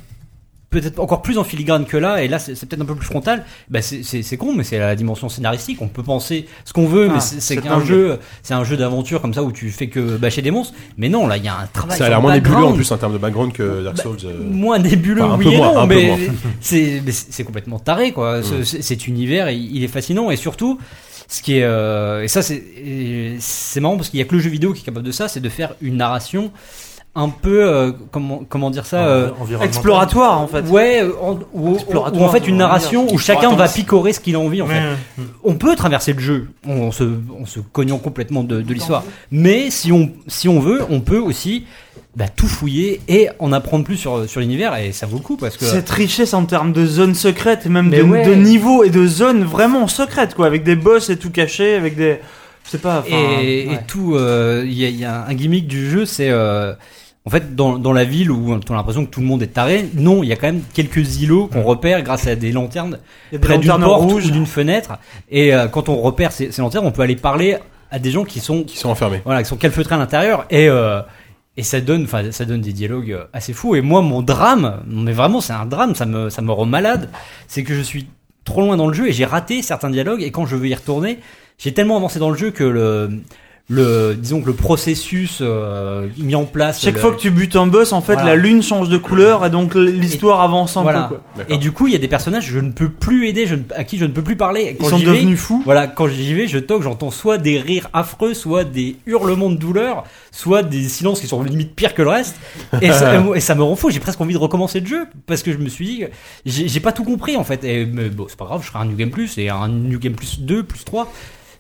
Speaker 3: peut-être encore plus en filigrane que là, et là c'est c'est peut-être un peu plus frontal, bah, c'est- c'est c'est con, mais c'est la dimension scénaristique, on peut penser ce qu'on veut, mais
Speaker 6: Ah,
Speaker 3: c'est c'est
Speaker 6: c'est
Speaker 3: un
Speaker 6: dingue.
Speaker 3: jeu, c'est un jeu d'aventure comme ça où tu fais que bâcher des monstres, mais non, là il y a un travail.
Speaker 2: Ça a
Speaker 3: sur
Speaker 2: l'air
Speaker 3: le
Speaker 2: moins nébuleux en
Speaker 3: background.
Speaker 2: plus en termes de background que Dark
Speaker 3: Bah,
Speaker 2: Souls. euh,
Speaker 3: moins nébuleux,
Speaker 2: Enfin, un
Speaker 3: oui
Speaker 2: peu
Speaker 3: et
Speaker 2: moins,
Speaker 3: non,
Speaker 2: un peu
Speaker 3: mais
Speaker 2: moins.
Speaker 3: c'est mais c'est- c'est complètement taré, quoi. Ce-
Speaker 2: Mm.
Speaker 3: c- cet univers, il, il est fascinant et surtout, ce qui est euh, et ça c'est et c'est marrant parce qu'il y a que le jeu vidéo qui est capable de ça, c'est de faire une narration un peu euh, comment comment dire ça. euh,
Speaker 8: Environnemental.
Speaker 6: Exploratoire en fait.
Speaker 3: Ouais, euh, en- ou, ou-
Speaker 6: Exploratoire,
Speaker 3: ou en fait une
Speaker 6: on va dire.
Speaker 3: narration où chacun va picorer ce qu'il a envie en fait.
Speaker 8: Ouais.
Speaker 3: On peut traverser le jeu en se, en se cognant complètement de, de l'histoire, mais si on, si on veut, on peut aussi bah, tout fouiller et en apprendre plus sur, sur l'univers et ça vaut le coup parce que
Speaker 6: Cette richesse en termes de zones secrètes et même
Speaker 3: Mais
Speaker 6: de,
Speaker 3: ouais.
Speaker 6: de niveaux et de zones vraiment secrètes quoi, avec des boss et tout caché, avec des. Je sais pas. enfin,
Speaker 3: et, et
Speaker 6: ouais.
Speaker 3: tout, euh, il y, a- il y a un gimmick du jeu, c'est euh, en fait dans, dans la ville où on a l'impression que tout le monde est taré. Non, il y a quand même quelques îlots qu'on repère grâce à des lanternes
Speaker 6: Il y a des
Speaker 3: près d'une
Speaker 6: lanternes
Speaker 3: porte
Speaker 6: rouges.
Speaker 3: ou d'une fenêtre. Et euh, quand on repère ces, ces lanternes, on peut aller parler à des gens qui sont
Speaker 2: Qui sont enfermés.
Speaker 3: voilà, qui sont calfeutrés à l'intérieur et euh, et ça donne, enfin, ça donne des dialogues euh, assez fous. Et moi, mon drame, mais vraiment, c'est un drame, ça me, ça me rend malade, c'est que je suis trop loin dans le jeu et j'ai raté certains dialogues. Et quand je veux y retourner, j'ai tellement avancé dans le jeu que le, le, disons que le processus euh, mis en place.
Speaker 6: Chaque
Speaker 3: le-
Speaker 6: fois que tu butes un boss, en fait, la
Speaker 3: Voilà.
Speaker 6: lune change de couleur et donc l'histoire avance un
Speaker 3: voilà.
Speaker 6: peu. Quoi.
Speaker 3: Et du coup, il y a des personnages que je ne peux plus aider, je ne- à qui je ne peux plus parler. Et
Speaker 6: Ils
Speaker 3: quand
Speaker 6: sont
Speaker 3: j'y vais,
Speaker 6: devenus fous.
Speaker 3: Voilà, quand j'y vais, je toque, j'entends soit des rires affreux, soit des hurlements de douleur, soit des silences qui sont limite pires que le reste. Et ça, et ça me rend fou, j'ai presque envie de recommencer le jeu, parce que je me suis dit, j'ai j'ai pas tout compris en fait. Et, mais bon, c'est pas grave, je ferai un New Game Plus, et un New Game Plus 2, plus 3.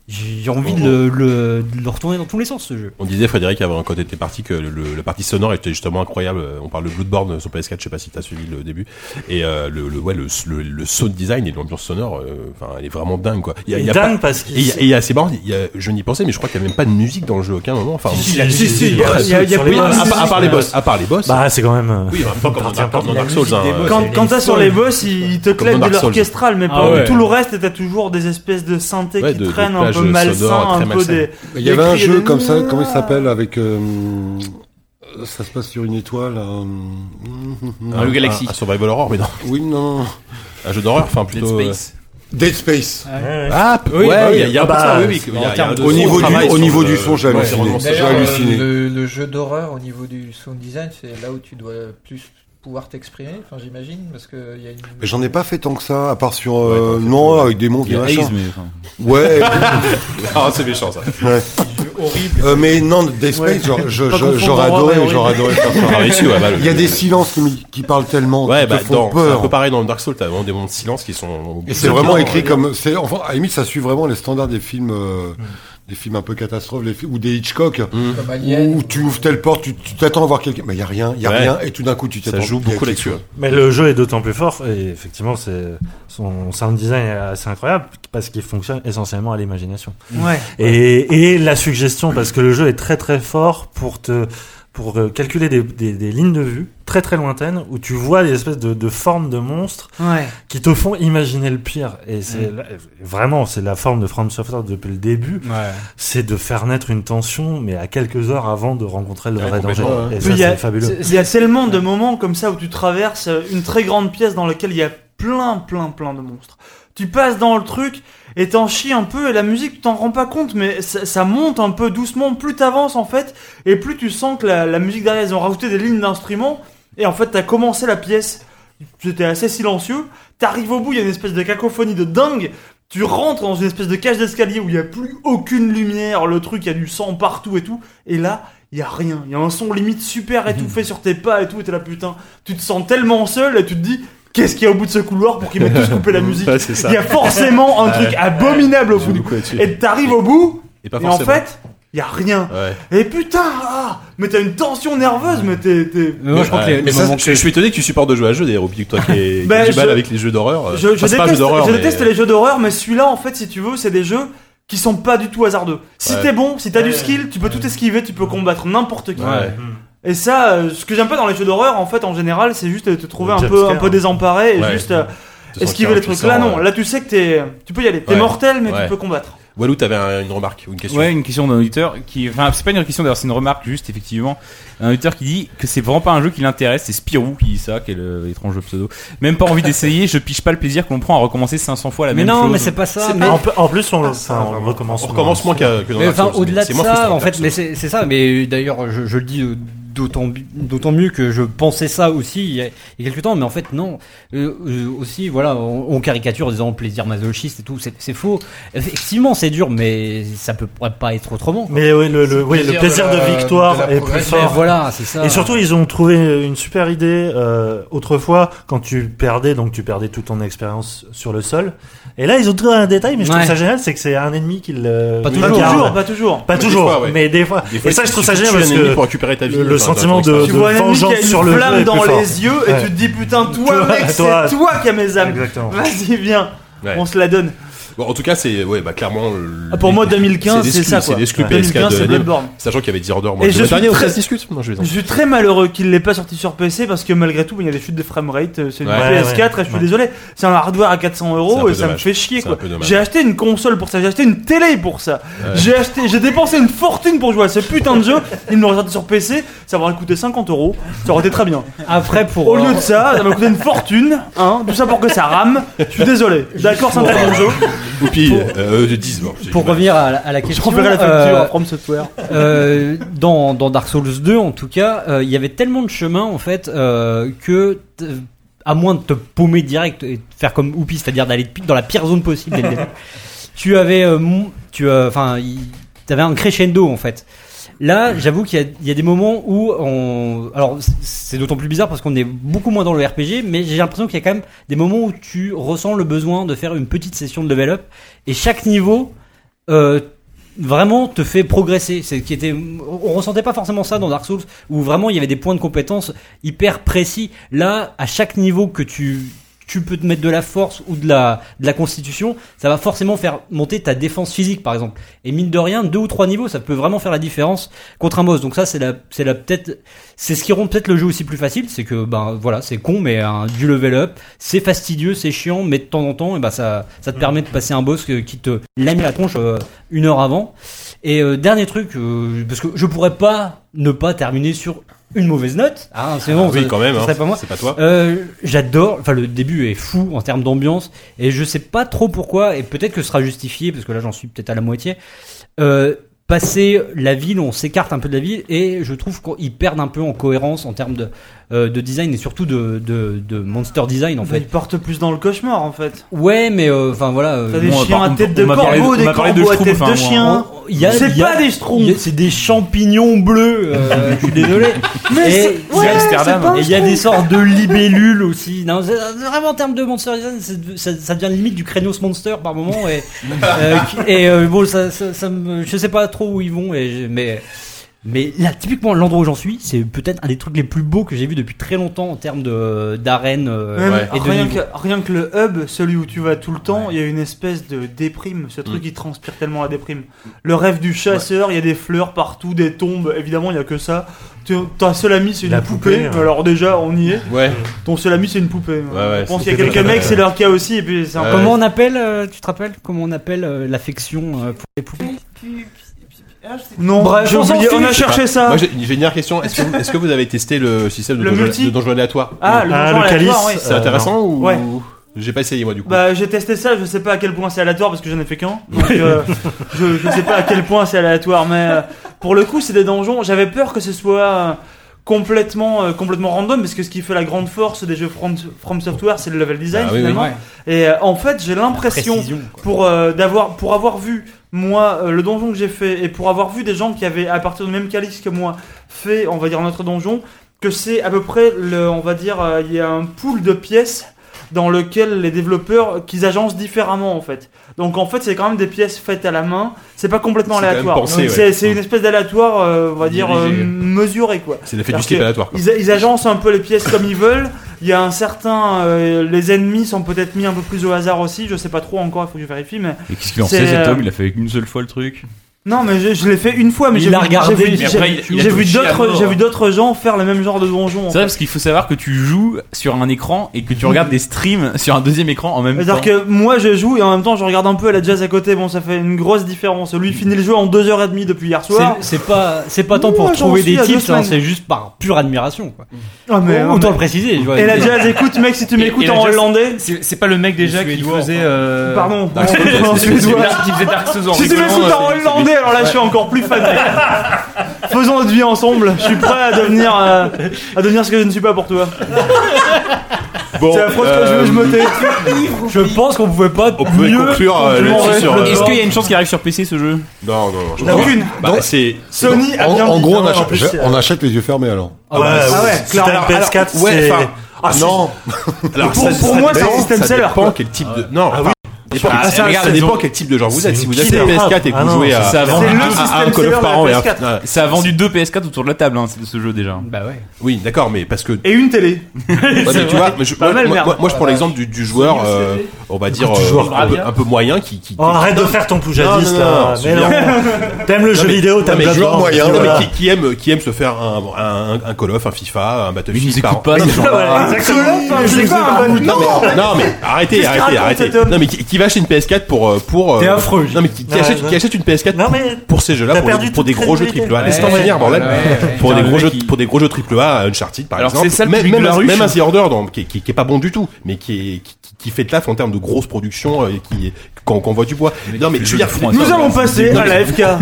Speaker 3: J'ai envie de, le, le- de le retourner dans tous les sens ce jeu.
Speaker 2: On disait Frédéric avant quand t'étais parti que le, le- la partie sonore était justement incroyable. On parle de Bloodborne sur PS4, je sais pas si t'as suivi le début. Et euh, le, le ouais le, le, le sound design et l'ambiance sonore, euh, enfin elle est vraiment dingue quoi. Il y a, il y a
Speaker 8: dingue
Speaker 2: pas-
Speaker 8: parce
Speaker 2: et il y
Speaker 8: qu'il
Speaker 2: a- et il y a- c'est marrant, il y a- je n'y pensais, mais je crois qu'il y a même pas de musique dans le jeu à aucun moment. Enfin,
Speaker 8: Si,
Speaker 2: on-
Speaker 8: si, si,
Speaker 2: Oui,
Speaker 8: il y a- il y a- il y a
Speaker 2: à
Speaker 8: plus de
Speaker 2: part-
Speaker 8: musique.
Speaker 2: à part les boss, à part les boss.
Speaker 8: bah c'est quand même euh,
Speaker 2: oui, enfin, pas comme dans- comme dans Dark Souls. hein.
Speaker 6: Quand, quand t'as sur les boss, ils ils te
Speaker 2: Comme
Speaker 6: claquent
Speaker 2: dans
Speaker 6: de
Speaker 2: Dark Souls.
Speaker 6: l'orchestral, mais
Speaker 3: Ah
Speaker 6: pas
Speaker 3: ouais.
Speaker 6: tout le reste, t'as toujours des espèces de synthés
Speaker 2: Ouais,
Speaker 6: qui
Speaker 2: de- de
Speaker 6: traînent un peu
Speaker 2: plages sonores
Speaker 6: malsains,
Speaker 2: très
Speaker 6: un peu
Speaker 2: malsaines.
Speaker 6: des.
Speaker 9: Il y avait un
Speaker 6: cris et
Speaker 9: jeu
Speaker 6: des-
Speaker 9: comme ça, comment il s'appelle avec euh, ça se passe sur une étoile. euh,
Speaker 2: Un,
Speaker 4: Blue Galaxy.
Speaker 2: un Ah, survival horror, mais non,
Speaker 9: Oui, non.
Speaker 2: un jeu d'horreur, enfin
Speaker 4: Dead
Speaker 2: plutôt. euh,
Speaker 4: Space.
Speaker 9: Dead Space.
Speaker 2: Ah, p- ouais,
Speaker 8: bah
Speaker 2: il
Speaker 8: oui,
Speaker 2: y a, il y a un peu
Speaker 8: bah,
Speaker 2: ça, oui, oui, il y a- il y a
Speaker 3: termes
Speaker 2: un
Speaker 3: de
Speaker 2: gros
Speaker 9: son, au
Speaker 2: travail sur
Speaker 9: niveau
Speaker 2: le-
Speaker 9: du son, j'ai
Speaker 2: ouais,
Speaker 9: halluciné.
Speaker 2: vraiment,
Speaker 9: J'ai
Speaker 2: c'est-
Speaker 5: D'ailleurs,
Speaker 9: halluciné.
Speaker 5: euh, le, le jeu d'horreur au niveau du sound design, c'est là où tu dois plus pouvoir t'exprimer, enfin j'imagine, parce que il y a une.
Speaker 9: Mais j'en ai pas fait tant que ça, à part sur
Speaker 2: Ouais,
Speaker 9: euh,
Speaker 2: t'as fait
Speaker 9: non
Speaker 2: pas mal.
Speaker 9: avec des monstres,
Speaker 4: Il y
Speaker 9: des
Speaker 4: a Ace,
Speaker 9: machins.
Speaker 4: mais enfin,
Speaker 9: Ouais.
Speaker 2: Ah, c'est méchant ça.
Speaker 9: euh, mais non, Dead Space, genre, je-
Speaker 6: Pas
Speaker 9: je-
Speaker 6: confondre
Speaker 9: j'aurais
Speaker 6: horreur et
Speaker 9: adoré,
Speaker 6: horrible.
Speaker 9: j'aurais adoré faire ça.
Speaker 2: Ah, mais si, ouais, bah, le-
Speaker 9: Il y a des silences qui, qui parlent tellement,
Speaker 2: Ouais,
Speaker 9: qui
Speaker 2: bah,
Speaker 9: te font
Speaker 2: dans, c'est un
Speaker 9: peur.
Speaker 2: peu pareil dans Dark Souls, t'as vraiment des moments de silence qui sont.
Speaker 9: Et c'est vraiment écrit comme, c'est, enfin, à la limite, ça suit vraiment les standards des films, euh, des films un peu catastrophes les fi- ou des Hitchcock
Speaker 5: Comme Alien.
Speaker 9: où tu ouvres telle porte, tu tu t'attends à voir quelqu'un, mais il y a rien, il y a
Speaker 2: Ouais.
Speaker 9: rien et tout d'un coup tu t'attends.
Speaker 2: Ça joue
Speaker 9: qu'il y a
Speaker 2: beaucoup
Speaker 9: quelque
Speaker 2: là-dessus.
Speaker 9: chose.
Speaker 8: Mais le jeu est d'autant plus fort, et effectivement, c'est son sound design est assez incroyable, parce qu'il fonctionne essentiellement à l'imagination.
Speaker 6: Mm. Ouais.
Speaker 8: Et, et la suggestion, parce que le jeu est très très fort pour te pour euh, calculer des, des- des lignes de vue très très lointaines, où tu vois des espèces de, de formes de monstres
Speaker 6: Ouais. Mm.
Speaker 8: qui te font imaginer le pire. Et c'est là- vraiment, c'est la forme de From Software depuis le début,
Speaker 4: Ouais.
Speaker 8: c'est de faire naître une tension, mais à quelques heures avant de rencontrer le
Speaker 2: Ouais,
Speaker 8: vrai danger.
Speaker 2: complètement, ouais.
Speaker 8: Et
Speaker 6: Puis
Speaker 8: ça,
Speaker 6: il y a-
Speaker 8: c'est fabuleux.
Speaker 6: Il y a tellement de moments comme ça où tu traverses une très grande pièce dans laquelle il y a plein, plein, plein de monstres. Tu passes dans le truc et t'en chies un peu et la musique, tu t'en rends pas compte, mais ça, ça monte un peu doucement. Plus t'avances en fait, et plus tu sens que la, la musique derrière, ils ont rajouté des lignes d'instruments. Et en fait, t'as commencé la pièce, t'étais assez silencieux. T'arrives au bout, il y a une espèce de cacophonie de dingue. Tu rentres dans une espèce de cage d'escalier où il n'y a plus aucune lumière, le truc, il y a du sang partout et tout. Et là, il y a rien. Il y a un son limite super étouffé sur tes pas et tout. Et t'es là, putain, tu te sens tellement seul et tu te dis, qu'est-ce qu'il y a au bout de ce couloir pour qu'ils m'aient tous coupé la musique
Speaker 2: Ouais, c'est ça.
Speaker 6: Il y a forcément un truc abominable au
Speaker 2: Joue
Speaker 6: bout.
Speaker 2: beaucoup là-dessus.
Speaker 6: Et t'arrives au bout,
Speaker 2: Et pas
Speaker 6: et en
Speaker 2: forcément.
Speaker 6: fait, il y a rien.
Speaker 2: Ouais.
Speaker 6: Et putain, ah, mais t'as une tension nerveuse, mais t'es. t'es-
Speaker 3: Mais moi, je crois que les,
Speaker 2: mais
Speaker 3: les
Speaker 2: ça,
Speaker 3: moments
Speaker 2: je, je suis étonné que tu supportes de jouer à jeu d'ailleurs, Obi, toi qui es qui
Speaker 6: Ben,
Speaker 2: a du mal
Speaker 6: je-
Speaker 2: avec les jeux d'horreur. euh,
Speaker 6: Je, je
Speaker 2: enfin, c'est
Speaker 6: déteste,
Speaker 2: pas un jeu d'horreur,
Speaker 6: je
Speaker 2: mais-
Speaker 6: déteste les jeux d'horreur, mais celui-là, en fait, si tu veux, c'est des jeux qui sont pas du tout hasardeux. Si
Speaker 2: Ouais.
Speaker 6: t'es bon, si t'as du skill, tu peux tout esquiver, tu peux combattre n'importe qui.
Speaker 2: Ouais.
Speaker 6: Et ça, euh, ce que j'aime pas dans les jeux d'horreur, en fait, en général, c'est juste euh, te trouver
Speaker 8: Le
Speaker 6: un peu, un
Speaker 8: jumpscare.
Speaker 6: peu désemparé et
Speaker 2: Ouais.
Speaker 6: juste euh,
Speaker 2: te sentir
Speaker 6: esquiver les trucs.
Speaker 2: impuissant,
Speaker 6: Là, non,
Speaker 2: ouais.
Speaker 6: là, tu sais que t'es, tu peux y aller. T'es
Speaker 2: Ouais.
Speaker 6: mortel, mais
Speaker 2: Ouais.
Speaker 6: tu peux combattre.
Speaker 2: Walou, t'avais un- une remarque ou une question
Speaker 10: Ouais, une question d'un auditeur qui, enfin, c'est pas une question d'ailleurs, c'est une remarque juste effectivement. Un auditeur qui dit que c'est vraiment pas un jeu qui l'intéresse, c'est Spirou qui dit ça, quel euh, étrange pseudo. Même pas envie d'essayer, je pige pas le plaisir qu'on prend à recommencer 500 fois la
Speaker 3: Mais
Speaker 10: même
Speaker 3: non,
Speaker 10: chose.
Speaker 3: mais c'est pas ça.
Speaker 8: C'est
Speaker 3: mais-
Speaker 8: pas- en, pl- en plus, on, enfin, on
Speaker 2: vraiment.
Speaker 8: recommence.
Speaker 2: Ah, On recommence moins qu'à- que dans
Speaker 3: Mais
Speaker 2: Dark
Speaker 3: enfin,
Speaker 2: Souls,
Speaker 3: au-delà
Speaker 2: c'est
Speaker 3: de
Speaker 2: moins frustrant
Speaker 3: ça, en
Speaker 2: que
Speaker 3: fait,
Speaker 2: Dark
Speaker 3: mais
Speaker 2: Souls.
Speaker 3: c'est c'est ça. Mais d'ailleurs, je, je le dis euh, d'autant bi- d'autant mieux que je pensais ça aussi il y a, il y a quelques temps. Mais en fait, non. Euh, euh, aussi, voilà, on, on caricature en disant plaisir masochiste et tout. C'est c'est faux. Effectivement, c'est dur, mais ça peut pas être autrement.
Speaker 8: Mais oui, le, le, oui,
Speaker 5: plaisir
Speaker 8: le plaisir
Speaker 5: de
Speaker 8: de,
Speaker 5: la- de
Speaker 8: victoire
Speaker 5: la
Speaker 8: est plus
Speaker 5: progression.
Speaker 3: Mais
Speaker 8: fort.
Speaker 3: voilà, c'est ça.
Speaker 8: Et surtout, ils ont trouvé une super idée. euh, autrefois, quand tu perdais, donc tu perdais toute ton expérience sur le sol. Et là, ils ont trouvé un détail, mais je trouve
Speaker 3: Ouais.
Speaker 8: ça génial, c'est que c'est un ennemi qui le.
Speaker 3: Pas
Speaker 8: qui
Speaker 6: Pas
Speaker 8: le garde.
Speaker 6: toujours, pas toujours.
Speaker 8: Pas
Speaker 2: Mais des
Speaker 8: toujours,
Speaker 2: fois, ouais.
Speaker 8: mais des fois.
Speaker 2: Des fois,
Speaker 8: et ça,
Speaker 2: il
Speaker 8: je trouve
Speaker 2: suffit
Speaker 8: ça
Speaker 2: que
Speaker 8: génial
Speaker 2: tu tues un
Speaker 8: parce
Speaker 2: ennemi
Speaker 8: que
Speaker 2: pour récupérer ta vie.
Speaker 8: le- le
Speaker 2: Enfin, c'est un
Speaker 8: sentiment
Speaker 2: truc
Speaker 8: de-
Speaker 6: Tu
Speaker 2: extra-
Speaker 6: vois un ennemi qui a
Speaker 8: vengeance
Speaker 6: une
Speaker 8: sur le jeu
Speaker 6: flamme
Speaker 8: est plus
Speaker 6: dans
Speaker 8: fort.
Speaker 6: les yeux et
Speaker 8: Ouais.
Speaker 6: tu te dis putain, toi,
Speaker 8: Toi,
Speaker 6: mec, c'est
Speaker 8: toi.
Speaker 6: toi qui as mes âmes.
Speaker 8: Exactement.
Speaker 6: Vas-y, viens,
Speaker 2: Ouais.
Speaker 6: on se la donne.
Speaker 2: Bon, en tout cas, c'est ouais, bah clairement. le-
Speaker 6: Ah, pour moi, 2015,
Speaker 2: des
Speaker 6: c'est
Speaker 2: exclus,
Speaker 6: ça,
Speaker 2: C'est
Speaker 6: quoi.
Speaker 2: l'exclu
Speaker 6: Ouais.
Speaker 2: PS4 de
Speaker 6: 2015, c'est
Speaker 2: l'année,
Speaker 6: Bloodborne.
Speaker 2: Sachant qu'il y avait 10 heures d'or.
Speaker 6: Et je suis
Speaker 2: dernier,
Speaker 6: très-
Speaker 2: oh, ça se discute. Non, je vais
Speaker 6: Je suis très malheureux qu'il l'ait pas sorti sur PC parce que malgré tout, il y a des chutes de framerate. euh, C'est une
Speaker 2: Ouais,
Speaker 6: PS4 et je suis
Speaker 8: ouais.
Speaker 6: désolé. C'est un hardware à 400
Speaker 2: C'est un
Speaker 6: euros
Speaker 2: peu
Speaker 6: et ça
Speaker 2: dommage.
Speaker 6: me fait chier
Speaker 2: C'est
Speaker 6: quoi.
Speaker 2: un peu dommage.
Speaker 6: J'ai acheté une console pour ça, j'ai acheté une télé pour ça. J'ai acheté, j'ai dépensé une fortune pour jouer à ce putain de jeu. Il me l'aurait sorti sur PC, ça m'aurait coûté 50 euros. Ça aurait été très bien.
Speaker 3: après, pour
Speaker 6: Au lieu de ça, ça m'a coûté une fortune. Hein, tout ça pour que ça rame. Je suis désolé. D'accord, c'est un très bon jeu.
Speaker 2: Oupi, euh, de 10. bon, j'ai
Speaker 3: pour
Speaker 2: du mal.
Speaker 3: revenir à, la- à la
Speaker 6: Je
Speaker 3: question.
Speaker 6: renverrai la facture
Speaker 3: euh,
Speaker 6: à From Software.
Speaker 3: Euh, dans, dans Dark Souls 2, en tout cas, euh, il y avait tellement de chemin en fait euh, que t- à moins de te paumer direct et de faire comme Oupi, c'est-à-dire d'aller dans la pire zone possible, dès le début, tu avais, euh, mon- tu, euh, enfin, il- t'avais un crescendo en fait. Là, j'avoue qu'il y, a- il y a des moments où on. Alors, c- c'est d'autant plus bizarre parce qu'on est beaucoup moins dans le RPG, mais j'ai l'impression qu'il y a quand même des moments où tu ressens le besoin de faire une petite session de level up. Et chaque niveau, euh, vraiment te fait progresser. C'est qui était, on ressentait pas forcément ça dans Dark Souls, où vraiment il y avait des points de compétence hyper précis. Là, à chaque niveau que tu tu peux te mettre de la force ou de la, de la constitution, ça va forcément faire monter ta défense physique, par exemple. Et mine de rien, deux ou trois niveaux, ça peut vraiment faire la différence contre un boss. Donc ça, c'est la, c'est la peut-être, c'est ce qui rend peut-être le jeu aussi plus facile, c'est que, ben, voilà, c'est con, mais hein, du level up, c'est fastidieux, c'est chiant, mais de temps en temps, et ben, ça, ça te permet de passer un boss que- qui te lame la tronche euh, une heure avant. Et euh, dernier truc, euh, parce que je pourrais pas ne pas terminer sur une mauvaise note. Ah, c'est bon,
Speaker 2: Oui,
Speaker 3: ça-
Speaker 2: quand même.
Speaker 3: ça
Speaker 2: hein,
Speaker 3: serait pas moi.
Speaker 2: C'est pas toi.
Speaker 3: Euh, J'adore, enfin le début est fou en termes d'ambiance et je sais pas trop pourquoi et peut-être que ce sera justifié parce que là j'en suis peut-être à la moitié. Euh, passer la ville, on s'écarte un peu de la ville et je trouve qu'ils perdent un peu en cohérence en termes de euh, de design et surtout de, de, de monster design en
Speaker 6: Bah, il
Speaker 3: fait.
Speaker 6: porte plus dans le cauchemar en fait.
Speaker 3: Ouais, mais euh, enfin voilà. euh,
Speaker 6: T'as des
Speaker 10: bon,
Speaker 6: chiens
Speaker 10: par
Speaker 6: à
Speaker 10: contre,
Speaker 6: tête de
Speaker 10: on m'a parlé de-
Speaker 6: corbeau,
Speaker 10: on
Speaker 6: des
Speaker 10: m'a parlé de
Speaker 6: corbeaux à
Speaker 10: Schtroumpf,
Speaker 6: tête de
Speaker 10: hein, moi,
Speaker 6: chien.
Speaker 10: hein.
Speaker 3: il y a-
Speaker 6: C'est
Speaker 3: il y a-
Speaker 6: pas des
Speaker 3: il y
Speaker 6: schtroumpfs.
Speaker 3: a- C'est des champignons bleus. euh, je suis désolé. Et-
Speaker 10: c'est Amsterdam.
Speaker 3: Et il y a des sortes de libellules aussi. Non, c'est- euh, vraiment en termes de monster design, c'est- ça, ça devient limite du Cranios Monster par moment. Et, euh, qui- et euh, bon, ça, ça- ça me- je sais pas trop où ils vont, et je- mais. Mais là, typiquement, l'endroit où j'en suis, c'est peut-être un des trucs les plus beaux que j'ai vu depuis très longtemps en termes de- d'arène euh,
Speaker 6: Même
Speaker 3: et de
Speaker 6: rien,
Speaker 3: niveau.
Speaker 6: que, rien que le hub, celui où tu vas tout le temps, il y a une espèce de déprime. Ce truc, il transpire tellement la déprime. Le rêve du chasseur, il y a des fleurs partout, des tombes. Évidemment, il y a que ça. Ton- Ta seule amie, c'est une
Speaker 8: La
Speaker 6: poupée.
Speaker 8: poupée, ouais.
Speaker 6: Alors déjà, on y est.
Speaker 2: Ouais.
Speaker 6: Ton seul ami, c'est une poupée.
Speaker 2: ouais,
Speaker 6: Je pense qu'il
Speaker 2: c'est
Speaker 6: y a
Speaker 8: que des
Speaker 6: quelques
Speaker 8: mecs,
Speaker 6: mecs, c'est leur cas aussi. Et puis, c'est un
Speaker 2: Ouais.
Speaker 6: peu-
Speaker 3: Comment on appelle, euh, tu te rappelles, comment on appelle euh, l'affection euh, pour les poupées
Speaker 7: ah,
Speaker 6: Non,
Speaker 3: Bref,
Speaker 6: j'ai
Speaker 3: on s'en
Speaker 6: oublié,
Speaker 3: fiche.
Speaker 6: on a cherché ça.
Speaker 2: Bah, Moi, j'ai j'ai une dernière question. Est-ce que, vous- est-ce que vous avez testé le système de,
Speaker 6: Le
Speaker 2: donjon,
Speaker 6: multi
Speaker 2: de donjon aléatoire
Speaker 6: Ah, le,
Speaker 8: Ah,
Speaker 6: donjon
Speaker 8: le
Speaker 6: aléatoire,
Speaker 8: calice,
Speaker 6: ouais.
Speaker 2: C'est
Speaker 8: Euh,
Speaker 2: intéressant ou
Speaker 6: Ouais.
Speaker 2: J'ai pas essayé moi du coup.
Speaker 6: Bah, j'ai testé ça, je sais pas à quel point c'est aléatoire parce que j'en ai fait qu'un. Donc, euh, je, je sais pas à quel point c'est aléatoire, mais euh, pour le coup, c'est des donjons. J'avais peur que ce soit euh, complètement, euh, complètement random parce que ce qui fait la grande force des jeux From, From Software, c'est le level design
Speaker 2: Ah, oui, oui.
Speaker 6: finalement. Et euh, en fait, j'ai l'impression
Speaker 3: Précision, quoi.
Speaker 6: pour euh, d'avoir pour avoir vu moi euh, le donjon que j'ai fait et pour avoir vu des gens qui avaient à partir du même calice que moi fait on va dire notre donjon que c'est à peu près le on va dire euh, il y a un pool de pièces dans lequel les développeurs euh, qu'ils agencent différemment en fait donc en fait c'est quand même des pièces faites à la main c'est pas complètement
Speaker 2: C'est quand
Speaker 6: aléatoire
Speaker 2: même pensé,
Speaker 6: Donc,
Speaker 2: ouais.
Speaker 6: c'est c'est une espèce d'aléatoire euh, on va dire euh,
Speaker 2: Dirigé.
Speaker 6: mesuré quoi
Speaker 2: C'est l'effet du
Speaker 6: parce
Speaker 2: style
Speaker 6: que
Speaker 2: aléatoire. quoi.
Speaker 6: ils, ils agencent un peu les pièces comme ils veulent. Il y a un certain. euh, les ennemis sont peut-être mis un peu plus au hasard aussi. Je sais pas trop encore, il faut que je vérifie. Mais...
Speaker 10: Mais qu'est-ce qu'il en
Speaker 6: C'est,
Speaker 10: sait cet
Speaker 6: euh,
Speaker 10: homme Il a fait une seule fois le truc.
Speaker 6: Non, mais je, je l'ai fait une fois. Mais
Speaker 3: Il
Speaker 6: j'ai
Speaker 3: l'a
Speaker 6: vu-
Speaker 3: regardé,
Speaker 6: j'ai vu-
Speaker 3: mais
Speaker 6: j'ai-
Speaker 10: après, il- il a
Speaker 6: J'ai vu
Speaker 10: touché à
Speaker 6: d'autres-
Speaker 10: mort.
Speaker 6: j'ai vu d'autres gens faire le même genre de donjon. en
Speaker 10: C'est vrai parce qu'il faut savoir que tu joues sur un écran et que tu regardes des streams sur un deuxième écran en même temps.
Speaker 6: C'est-à-dire que moi je joue et en même temps je regarde un peu la jazz à côté. Bon, ça fait une grosse différence. Lui finit le jeu en 2h30 depuis hier soir.
Speaker 3: C'est- C'est pas, c'est pas tant pour
Speaker 6: Moi, j'en
Speaker 3: trouver
Speaker 6: suis
Speaker 3: des
Speaker 6: à deux
Speaker 3: tips, hein,
Speaker 6: semaines.
Speaker 3: c'est juste par pure admiration. Quoi.
Speaker 6: Ah, mais-
Speaker 3: Autant le préciser. je vois.
Speaker 6: Et la jazz, écoute, mec, si tu
Speaker 11: Et-
Speaker 6: m'écoutes
Speaker 11: et la
Speaker 6: en
Speaker 11: jazz-
Speaker 6: hollandais.
Speaker 11: C'est c'est pas le mec déjà qui
Speaker 3: Suédois,
Speaker 11: faisait.
Speaker 3: enfin.
Speaker 11: euh,
Speaker 6: Pardon,
Speaker 11: Dark Souls.
Speaker 6: en suédois.
Speaker 11: Qui faisait Dark Souls en
Speaker 6: Si tu
Speaker 11: rigolant,
Speaker 6: m'écoutes en
Speaker 11: euh, c'est-
Speaker 6: hollandais, alors là je suis encore plus fan. Faisons notre vie ensemble, je suis prêt à devenir, euh, à devenir ce que je ne suis pas pour toi.
Speaker 2: Bon, euh,
Speaker 6: C'est la phrase que je veux, je me tais.
Speaker 3: Je pense qu'on pouvait pas
Speaker 2: on pouvait
Speaker 3: mieux
Speaker 2: conclure euh,
Speaker 6: compliment,
Speaker 2: là-dessus
Speaker 6: ouais.
Speaker 2: sur. euh,
Speaker 10: Est-ce qu'il y a une chance qu'il arrive sur PC ce jeu
Speaker 2: Oh, Non, non, non. je
Speaker 6: T'as
Speaker 2: pense
Speaker 6: aucune.
Speaker 2: pas. Bah, c'est.
Speaker 6: Sony a
Speaker 9: En,
Speaker 6: bien
Speaker 9: en
Speaker 6: dit,
Speaker 9: gros,
Speaker 6: non,
Speaker 9: on
Speaker 6: en
Speaker 9: achète,
Speaker 6: plus, c'est-
Speaker 9: on achète les yeux fermés alors.
Speaker 8: Ah ouais,
Speaker 6: Ah ouais,
Speaker 8: si t'as une PS4,
Speaker 2: ouais,
Speaker 8: c'est.
Speaker 2: enfin,
Speaker 8: Ah,
Speaker 2: non. Alors,
Speaker 6: Pour-
Speaker 2: ça-
Speaker 6: pour
Speaker 2: ça
Speaker 6: moi, c'est un
Speaker 2: dépend,
Speaker 6: système
Speaker 2: ça
Speaker 6: seller,
Speaker 2: dépend
Speaker 6: quoi.
Speaker 2: quel type de. Non,
Speaker 8: Ah
Speaker 2: enfin,
Speaker 8: oui.
Speaker 2: dépend-
Speaker 8: Ah,
Speaker 2: ça,
Speaker 8: c'est-
Speaker 2: regarde, ça
Speaker 8: c'est-
Speaker 2: dépend quel type de genre vous
Speaker 8: c'est
Speaker 2: êtes. Si
Speaker 8: une
Speaker 2: vous achetez
Speaker 8: killer
Speaker 2: la
Speaker 8: app.
Speaker 2: PS4 et que
Speaker 8: Ah
Speaker 2: vous
Speaker 8: non,
Speaker 2: jouez à
Speaker 10: ça a vendu
Speaker 2: à-
Speaker 6: le
Speaker 2: à- à un
Speaker 6: système
Speaker 2: Call
Speaker 6: seller
Speaker 2: of par an et un-
Speaker 6: PS4.
Speaker 2: Ah,
Speaker 10: Ça a vendu deux PS4 autour de la table, hein, c'est- ce jeu déjà.
Speaker 3: Bah ouais.
Speaker 2: Oui, d'accord, mais parce que.
Speaker 6: Et une télé.
Speaker 2: Ouais, mais tu vois, mais je-
Speaker 6: Pas
Speaker 2: moi,
Speaker 6: mal,
Speaker 2: moi-
Speaker 6: merde.
Speaker 2: moi, moi, je prends l'exemple du, du joueur, euh, on va dire,
Speaker 8: Du
Speaker 2: euh,
Speaker 8: joueur,
Speaker 2: un, peu, un peu moyen qui. qui-
Speaker 8: Oh, arrête de faire ton
Speaker 2: Non,
Speaker 8: poujadiste
Speaker 2: Ah, non, non,
Speaker 8: là.
Speaker 2: c'est
Speaker 8: Mais non. T'aimes le jeu vidéo,
Speaker 2: Non,
Speaker 8: t'aimes
Speaker 2: mais
Speaker 8: le
Speaker 2: joueur moyen, non,
Speaker 8: Voilà.
Speaker 2: mais qui, qui aime, qui aime se faire un, un, un Call of, un FIFA, un
Speaker 10: Mais ils nous
Speaker 2: Battlefield par an.
Speaker 10: écoutent pas, ces gens-là.
Speaker 6: Ah, C'est pas un bon
Speaker 2: Non, mais, non, mais arrêtez,
Speaker 6: Qu'est-ce qu'il
Speaker 2: arrêtez,
Speaker 6: raconte,
Speaker 2: arrêtez.
Speaker 6: cet homme
Speaker 2: Non, mais qui, qui va acheter une PS4 pour. euh, pour euh,
Speaker 8: T'es affreux,
Speaker 2: Non, mais qui, qui
Speaker 8: Ouais,
Speaker 2: achète,
Speaker 8: ouais.
Speaker 2: qui achète une PS4
Speaker 8: Non, mais.
Speaker 2: pour ces jeux-là,
Speaker 8: T'as
Speaker 2: pour, des-
Speaker 8: perdu
Speaker 2: pour des
Speaker 8: toute
Speaker 2: gros jeux
Speaker 8: crédibilité.
Speaker 2: AAA. Laisse-moi
Speaker 3: Ouais.
Speaker 2: finir, bordel.
Speaker 3: Ouais.
Speaker 2: Pour
Speaker 10: Putain,
Speaker 2: des
Speaker 10: le
Speaker 2: gros
Speaker 10: mec,
Speaker 2: jeux,
Speaker 10: il-
Speaker 2: pour des gros jeux
Speaker 8: Ah,
Speaker 2: AAA, Uncharted par
Speaker 10: Alors,
Speaker 2: exemple.
Speaker 10: c'est ça le
Speaker 2: même,
Speaker 10: public
Speaker 2: même,
Speaker 10: de la
Speaker 2: un-
Speaker 10: ruche.
Speaker 2: même un The Order, donc, qui, qui, qui est pas bon du tout, mais qui est, qui, qui fait de taf en termes de grosse production, euh, et qui, qu'on, qu'on voit du bois. Non, mais
Speaker 10: le
Speaker 2: je
Speaker 10: jeu
Speaker 2: veux dire,
Speaker 10: de front,
Speaker 6: Nous allons passer à la FK.
Speaker 2: non,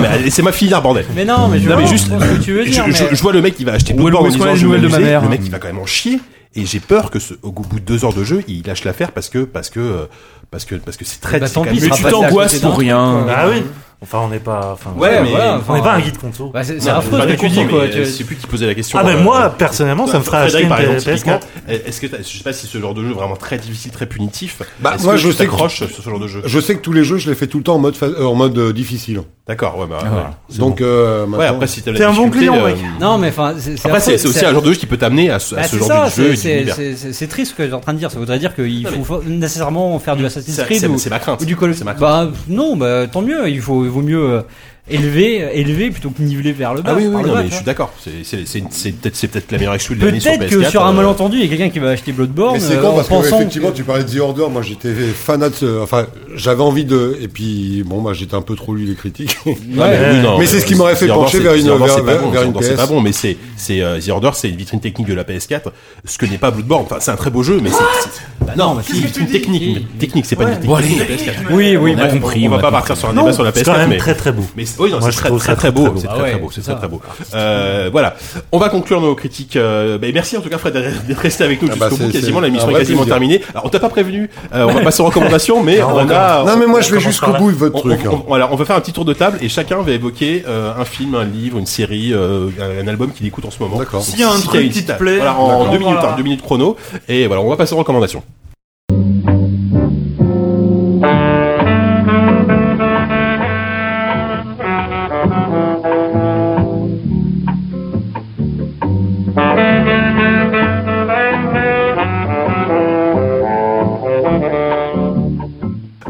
Speaker 2: mais laissez-moi finir, bordel.
Speaker 3: Mais non, mais je
Speaker 2: Non, mais
Speaker 3: vois
Speaker 2: juste-
Speaker 3: ce que tu veux
Speaker 2: Je,
Speaker 3: dire.
Speaker 2: je-
Speaker 3: mais-
Speaker 2: je vois le mec qui va acheter
Speaker 10: Où est-
Speaker 2: Bloodborne
Speaker 10: où
Speaker 2: en
Speaker 10: est-ce qu'on a
Speaker 2: disant
Speaker 10: les
Speaker 2: je vais
Speaker 10: nouvelles de ma
Speaker 2: m'amuser.
Speaker 10: mère
Speaker 2: Le mec il va quand même en chier et j'ai peur que ce, au bout de deux heures de jeu il lâche l'affaire parce que parce que euh, parce que parce que c'est très. Ah
Speaker 3: Bah,
Speaker 2: c'est
Speaker 3: tant
Speaker 2: quand
Speaker 3: pis,
Speaker 2: même-
Speaker 10: Mais
Speaker 3: sera
Speaker 10: tu
Speaker 3: passé à
Speaker 10: t'angoisses
Speaker 3: côté
Speaker 10: pour
Speaker 3: d'un
Speaker 10: rien.
Speaker 3: truc, quoi.
Speaker 8: Bah oui. Enfin, on n'est pas. Enfin,
Speaker 3: Ouais,
Speaker 2: mais-
Speaker 3: voilà,
Speaker 8: on n'est
Speaker 3: enfin,
Speaker 8: pas un guide conso.
Speaker 3: bah, c'est c'est
Speaker 2: Non,
Speaker 3: affreux
Speaker 2: je
Speaker 3: ce que
Speaker 2: suis
Speaker 3: tu
Speaker 2: content,
Speaker 3: dis quoi.
Speaker 2: mais,
Speaker 3: tu-
Speaker 2: euh, Je sais plus qui posait la question.
Speaker 8: Ah, ben
Speaker 2: euh,
Speaker 8: moi, personnellement, ça me ferait acheter une
Speaker 2: Frédéric, par exemple,
Speaker 8: PS4.
Speaker 2: typiquement, euh, est-ce que t'as- je sais pas si ce genre de jeu est vraiment très difficile, très punitif.
Speaker 9: Bah,
Speaker 2: Est-ce
Speaker 9: moi,
Speaker 2: que
Speaker 9: je
Speaker 2: tu
Speaker 9: sais que-
Speaker 2: t'accroches sur ce genre de jeu.
Speaker 9: Je sais que tous les jeux, je les fais tout le temps en mode, fa- euh, en mode euh, difficile.
Speaker 2: D'accord, ouais, bah, ouais.
Speaker 10: voilà.
Speaker 2: C'est
Speaker 9: Donc, euh,
Speaker 2: bon.
Speaker 9: maintenant-
Speaker 2: ouais, après si t'as la
Speaker 6: T'es un bon
Speaker 2: difficulté,
Speaker 6: client,
Speaker 2: euh,
Speaker 6: mec.
Speaker 3: Non, mais enfin, c'est c'est
Speaker 2: Après, c'est
Speaker 3: affreux,
Speaker 2: c'est aussi un genre de jeu qui peut t'amener à ce à
Speaker 3: Bah,
Speaker 2: ce
Speaker 3: c'est
Speaker 2: genre
Speaker 3: ça,
Speaker 2: de jeu.
Speaker 3: c'est-
Speaker 2: et
Speaker 3: c'est-
Speaker 2: d'univers.
Speaker 3: c'est- c'est- c'est triste ce que je suis en train de dire. Ça voudrait dire qu'il
Speaker 2: Non, mais- Mm.
Speaker 3: faut fa- nécessairement faire du Assassin's
Speaker 2: C'est-
Speaker 3: Creed
Speaker 2: c'est-
Speaker 3: ou,
Speaker 2: C'est ma crainte.
Speaker 3: ou du Call of
Speaker 2: C'est ma crainte.
Speaker 3: Bah, non, bah, tant mieux. Il, faut, il vaut mieux euh, élever, élever plutôt que niveler vers le bas.
Speaker 2: Ah oui, oui,
Speaker 3: par le
Speaker 2: non,
Speaker 3: bas,
Speaker 2: mais
Speaker 3: tu
Speaker 2: je
Speaker 3: vois.
Speaker 2: suis d'accord. C'est c'est- c'est- c'est peut-être c'est peut-être la meilleure exclu de l'année sur PS4.
Speaker 3: Peut-être que sur un
Speaker 2: euh,
Speaker 3: malentendu, il y a quelqu'un qui va acheter Bloodborne.
Speaker 9: Mais c'est
Speaker 3: euh,
Speaker 9: con
Speaker 3: en
Speaker 9: parce que
Speaker 3: pensant
Speaker 9: effectivement tu parlais de The Order, moi j'étais fanat, euh, enfin j'avais envie de, et puis bon bah j'étais un peu trop lu les critiques.
Speaker 2: Non, mais oui, non,
Speaker 9: Mais c'est ce qui
Speaker 2: euh,
Speaker 9: m'aurait fait
Speaker 2: The Order,
Speaker 9: pencher
Speaker 2: c'est-
Speaker 9: vers une-
Speaker 2: The Order,
Speaker 9: vers-
Speaker 2: c'est pas
Speaker 9: vers-
Speaker 2: bon,
Speaker 9: vers
Speaker 2: The
Speaker 9: une
Speaker 2: Order, c'est pas
Speaker 9: PS.
Speaker 2: bon, mais c'est c'est euh, The Order, c'est une vitrine technique de la PS4, ce que n'est pas Bloodborne. Enfin, c'est un très beau jeu, mais c'est c'est- bah non, mais c'est une vitrine technique, mais- technique, c'est pas une vitrine
Speaker 10: Bon,
Speaker 2: technique de
Speaker 10: allez.
Speaker 2: la PS4.
Speaker 10: Oui, oui,
Speaker 2: on a
Speaker 10: bah,
Speaker 2: compris. On va
Speaker 10: on a
Speaker 2: pas partir sur un débat sur la
Speaker 8: C'est quand
Speaker 2: PS4,
Speaker 8: même
Speaker 2: mais
Speaker 8: très très beau.
Speaker 2: mais c'est- Oui, non,
Speaker 8: Moi,
Speaker 2: c'est
Speaker 8: je
Speaker 2: très,
Speaker 8: trouve
Speaker 2: très,
Speaker 8: ça
Speaker 2: très
Speaker 8: très,
Speaker 2: beau.
Speaker 8: très beau.
Speaker 2: C'est
Speaker 3: Ah
Speaker 2: très,
Speaker 3: ouais,
Speaker 2: très beau. C'est
Speaker 3: c'est
Speaker 2: très,
Speaker 3: ça.
Speaker 2: très beau. Euh, voilà. On va conclure nos critiques. euh, ben, merci en tout cas, Fred, d'être- d'être resté avec nous
Speaker 9: Ah
Speaker 2: jusqu'au
Speaker 9: bah,
Speaker 2: bout.
Speaker 9: c'est-
Speaker 2: Quasiment,
Speaker 9: c'est
Speaker 2: la mission
Speaker 9: un
Speaker 2: est
Speaker 9: vrai
Speaker 2: quasiment
Speaker 9: plaisir.
Speaker 2: terminée. Alors, on t'a pas prévenu. euh, on va passer aux recommandations, mais
Speaker 8: Non,
Speaker 2: on a.
Speaker 9: Non, mais moi, je vais
Speaker 8: commence
Speaker 9: jusqu'au
Speaker 8: par là.
Speaker 9: bout de votre
Speaker 2: on-
Speaker 9: truc.
Speaker 2: on-
Speaker 9: hein.
Speaker 2: on- alors, on va faire un petit tour de table et chacun va évoquer euh, un film, un livre, une série, euh, un album qu'il écoute en ce moment.
Speaker 9: D'accord.
Speaker 6: S'il y a un
Speaker 2: Si
Speaker 6: truc
Speaker 2: une
Speaker 6: qui te
Speaker 2: petite-
Speaker 6: plaît,
Speaker 2: voilà, en
Speaker 6: d'accord,
Speaker 2: deux minutes,
Speaker 6: voilà.
Speaker 2: hein, deux minutes chrono. Et voilà, on va passer aux recommandations.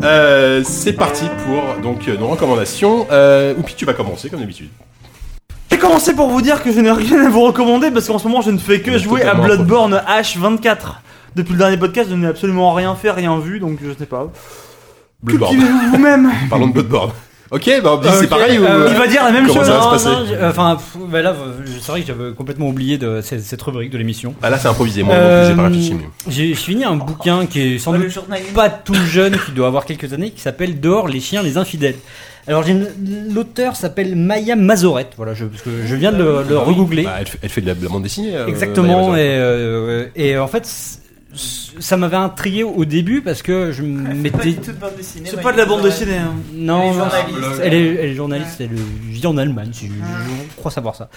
Speaker 2: Euh, c'est parti pour donc euh, nos recommandations. Euh, Oupi, tu vas commencer comme d'habitude.
Speaker 6: J'ai commencé pour vous dire que je n'ai rien à vous recommander parce qu'en ce moment je ne fais
Speaker 2: On est
Speaker 6: que jouer à
Speaker 2: totalement
Speaker 6: Bloodborne H24. Depuis le dernier podcast, je n'ai absolument rien fait, rien vu, donc je sais pas.
Speaker 2: Bloodborne.
Speaker 6: Cultivez-vous vous-même. euh,
Speaker 2: Parlons de Bloodborne. Ok, bah on dit c'est
Speaker 3: Ok, euh,
Speaker 2: pareil ou
Speaker 6: Il va dire la même
Speaker 2: Comment
Speaker 6: chose.
Speaker 2: ça va se
Speaker 6: hein.
Speaker 2: passer
Speaker 3: Non, j'ai- Enfin, pff, bah là, je- c'est vrai que j'avais complètement oublié de cette, cette rubrique de l'émission.
Speaker 2: Ah, là c'est improvisé, moi
Speaker 3: Euh,
Speaker 2: donc j'ai pas réfléchi. mais-
Speaker 3: J'ai j'ai fini un bouquin qui est sans
Speaker 7: Ouais,
Speaker 3: doute
Speaker 7: le journaliste.
Speaker 3: pas tout jeune, qui doit avoir quelques années, qui s'appelle Dehors les chiens, les infidèles. Alors j'ai une- l'auteur s'appelle Maya Mazorette, voilà, je, parce que je viens de le, le regoogler.
Speaker 2: Bah, elle, fait, elle fait de la, de la bande dessinée. euh,
Speaker 3: Exactement.
Speaker 2: Maya
Speaker 3: et,
Speaker 2: Mazar.
Speaker 3: euh, et en fait, c- c- ça m'avait intrigué au début parce que je
Speaker 7: C'est pas
Speaker 3: m'étais.
Speaker 7: du tout de bande dessinée.
Speaker 6: C'est
Speaker 7: bah,
Speaker 6: pas de la
Speaker 7: il-
Speaker 6: bande
Speaker 7: ouais.
Speaker 6: dessinée. hein.
Speaker 3: Non,
Speaker 7: Elle est journaliste. Ah.
Speaker 3: elle est, elle est journaliste, elle vit en Allemagne, si je, je crois savoir ça.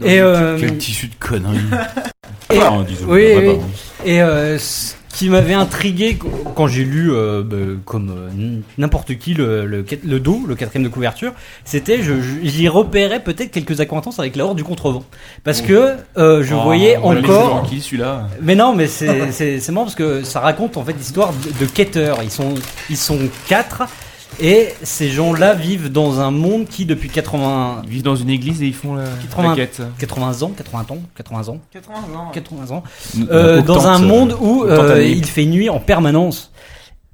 Speaker 3: et euh,
Speaker 10: Quel tissu de conneries.
Speaker 3: Et-
Speaker 10: Ah, disons,
Speaker 3: oui,
Speaker 10: on va
Speaker 3: oui.
Speaker 10: pas, hein.
Speaker 3: Et euh, ce qui m'avait intrigué qu- quand j'ai lu, euh, bah, comme euh, n- n'importe qui, le, le, quat- le dos, le quatrième de couverture, c'était, je- je- j'y repérais peut-être quelques acquaintances avec la Horde du Contrevent. Parce que euh, je
Speaker 10: Oh,
Speaker 3: voyais
Speaker 10: on l'a laissé
Speaker 3: encore...
Speaker 10: tranquille, celui-là.
Speaker 3: Mais non, mais c'est c'est- c'est marrant parce que ça raconte en fait l'histoire de, de quêteurs. Ils sont, ils sont quatre et ces gens-là vivent dans un monde qui depuis 80,
Speaker 11: Ils vivent dans une église et ils font la,
Speaker 3: 80.
Speaker 11: la quête.
Speaker 3: 80 ans, 80 ans, 80 ans,
Speaker 7: 80 ans.
Speaker 3: 80 ans, euh, dans un monde où
Speaker 11: autant
Speaker 3: euh,
Speaker 11: d'années.
Speaker 3: il fait nuit en permanence.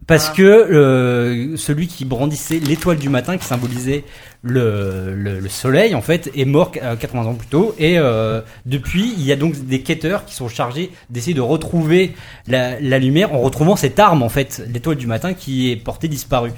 Speaker 3: Parce
Speaker 7: Ah.
Speaker 3: que euh, celui qui brandissait l'étoile du matin, qui symbolisait le, le, le soleil, en fait, est mort euh, 80 ans plus tôt. Et euh, depuis, il y a donc des quêteurs qui sont chargés d'essayer de retrouver la, la lumière en retrouvant cette arme, en fait, l'étoile du matin qui est portée disparue.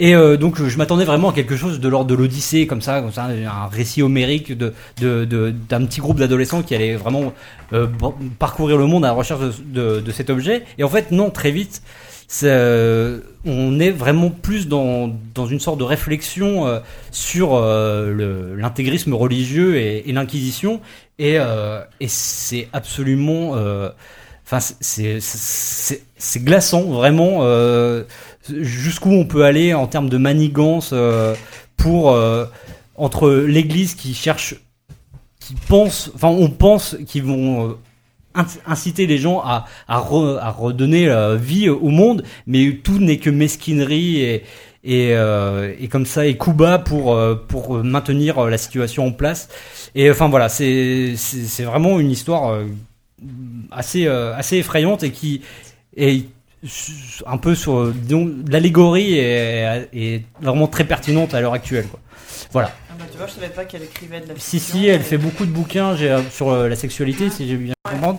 Speaker 3: Et euh, donc, je m'attendais vraiment à quelque chose de l'ordre de l'Odyssée, comme ça, comme ça, un récit homérique de de- de- d'un petit groupe d'adolescents qui allait vraiment euh, bon- parcourir le monde à la recherche de, de- de cet objet. Et en fait, non, très vite, ça, euh, on est vraiment plus dans, dans une sorte de réflexion euh, sur euh, le- l'intégrisme religieux et, et l'inquisition. Et, euh, et c'est absolument... euh, Enfin, c'est- c'est- c'est c'est glaçant, vraiment, euh, jusqu'où on peut aller en termes de manigance euh, pour... euh, entre l'Église qui cherche qui pensent, enfin on pense qu'ils vont euh, inc- inciter les gens à, à, re- à redonner la vie au monde, mais tout n'est que mesquinerie et, et, euh, et comme ça, et Cuba pour, euh, pour maintenir euh, la situation en place. Et enfin voilà, c'est c'est c'est vraiment une histoire euh, assez, euh, assez effrayante et qui est su- un peu sur euh, disons, l'allégorie est, est vraiment très pertinente à l'heure actuelle. Quoi. Voilà.
Speaker 7: Ah bah, tu vois, je savais pas qu'elle écrivait de la
Speaker 3: Si,
Speaker 7: fiction.
Speaker 3: si, elle fait beaucoup de bouquins j'ai, euh, sur euh, la sexualité, si j'ai bien compris.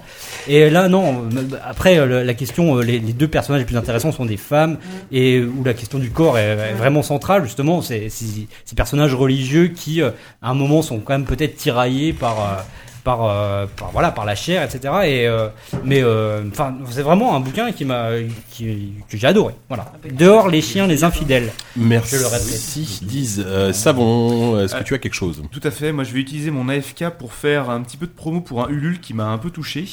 Speaker 3: Et là, non, euh, après, euh, le- la question, euh, les, les deux personnages les plus intéressants sont des
Speaker 7: Mm.
Speaker 3: femmes, et euh, où la question du corps est, est vraiment centrale, justement, c'est c'est- ces personnages religieux qui, euh, à un moment, sont quand même peut-être tiraillés par... euh, par, euh, par- voilà par la chair etc et euh, mais euh, enfin c'est vraiment un bouquin qui m'a qui- que j'ai adoré
Speaker 7: Ah, bah,
Speaker 3: voilà dehors les chiens les infidèles
Speaker 2: Merci.
Speaker 3: Je le répète.
Speaker 2: Dise, euh, Savon, est-ce que tu as quelque chose
Speaker 11: Tout à fait, moi je vais utiliser mon AFK pour faire un petit peu de promo pour un Ulule qui m'a un peu touché.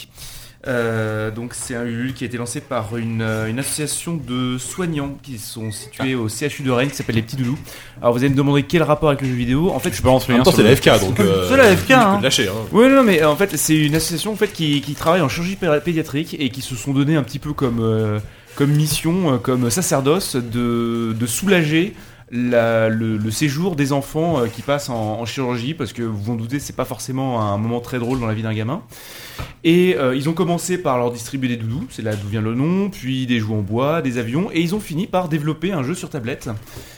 Speaker 11: Euh, donc c'est un Ulule qui a été lancé par une, euh, une association de soignants qui sont situés
Speaker 10: Ah.
Speaker 11: au CHU de Rennes qui s'appelle les Petits Doudous. Alors vous allez me demander quel rapport avec le jeu vidéo. En fait,
Speaker 10: Je balance
Speaker 2: En
Speaker 10: le
Speaker 2: même
Speaker 10: lien
Speaker 2: temps,
Speaker 10: sur
Speaker 2: c'est
Speaker 10: le-
Speaker 2: la FK, donc. euh,
Speaker 6: C'est la FK,
Speaker 2: tu peux
Speaker 6: hein.
Speaker 2: te lâcher, hein.
Speaker 11: Ouais, non, mais euh, en fait, c'est une association en fait, qui, qui travaille en chirurgie pé- pédiatrique et qui se sont donné un petit peu comme, euh, comme mission, euh, comme sacerdoce de, de soulager la- le, le séjour des enfants euh, qui passent en, en chirurgie parce que vous vous en doutez, c'est pas forcément un moment très drôle dans la vie d'un gamin. Et euh, ils ont commencé par leur distribuer des doudous, c'est là d'où vient le nom, puis des jouets en bois, des avions, et ils ont fini par développer un jeu sur tablette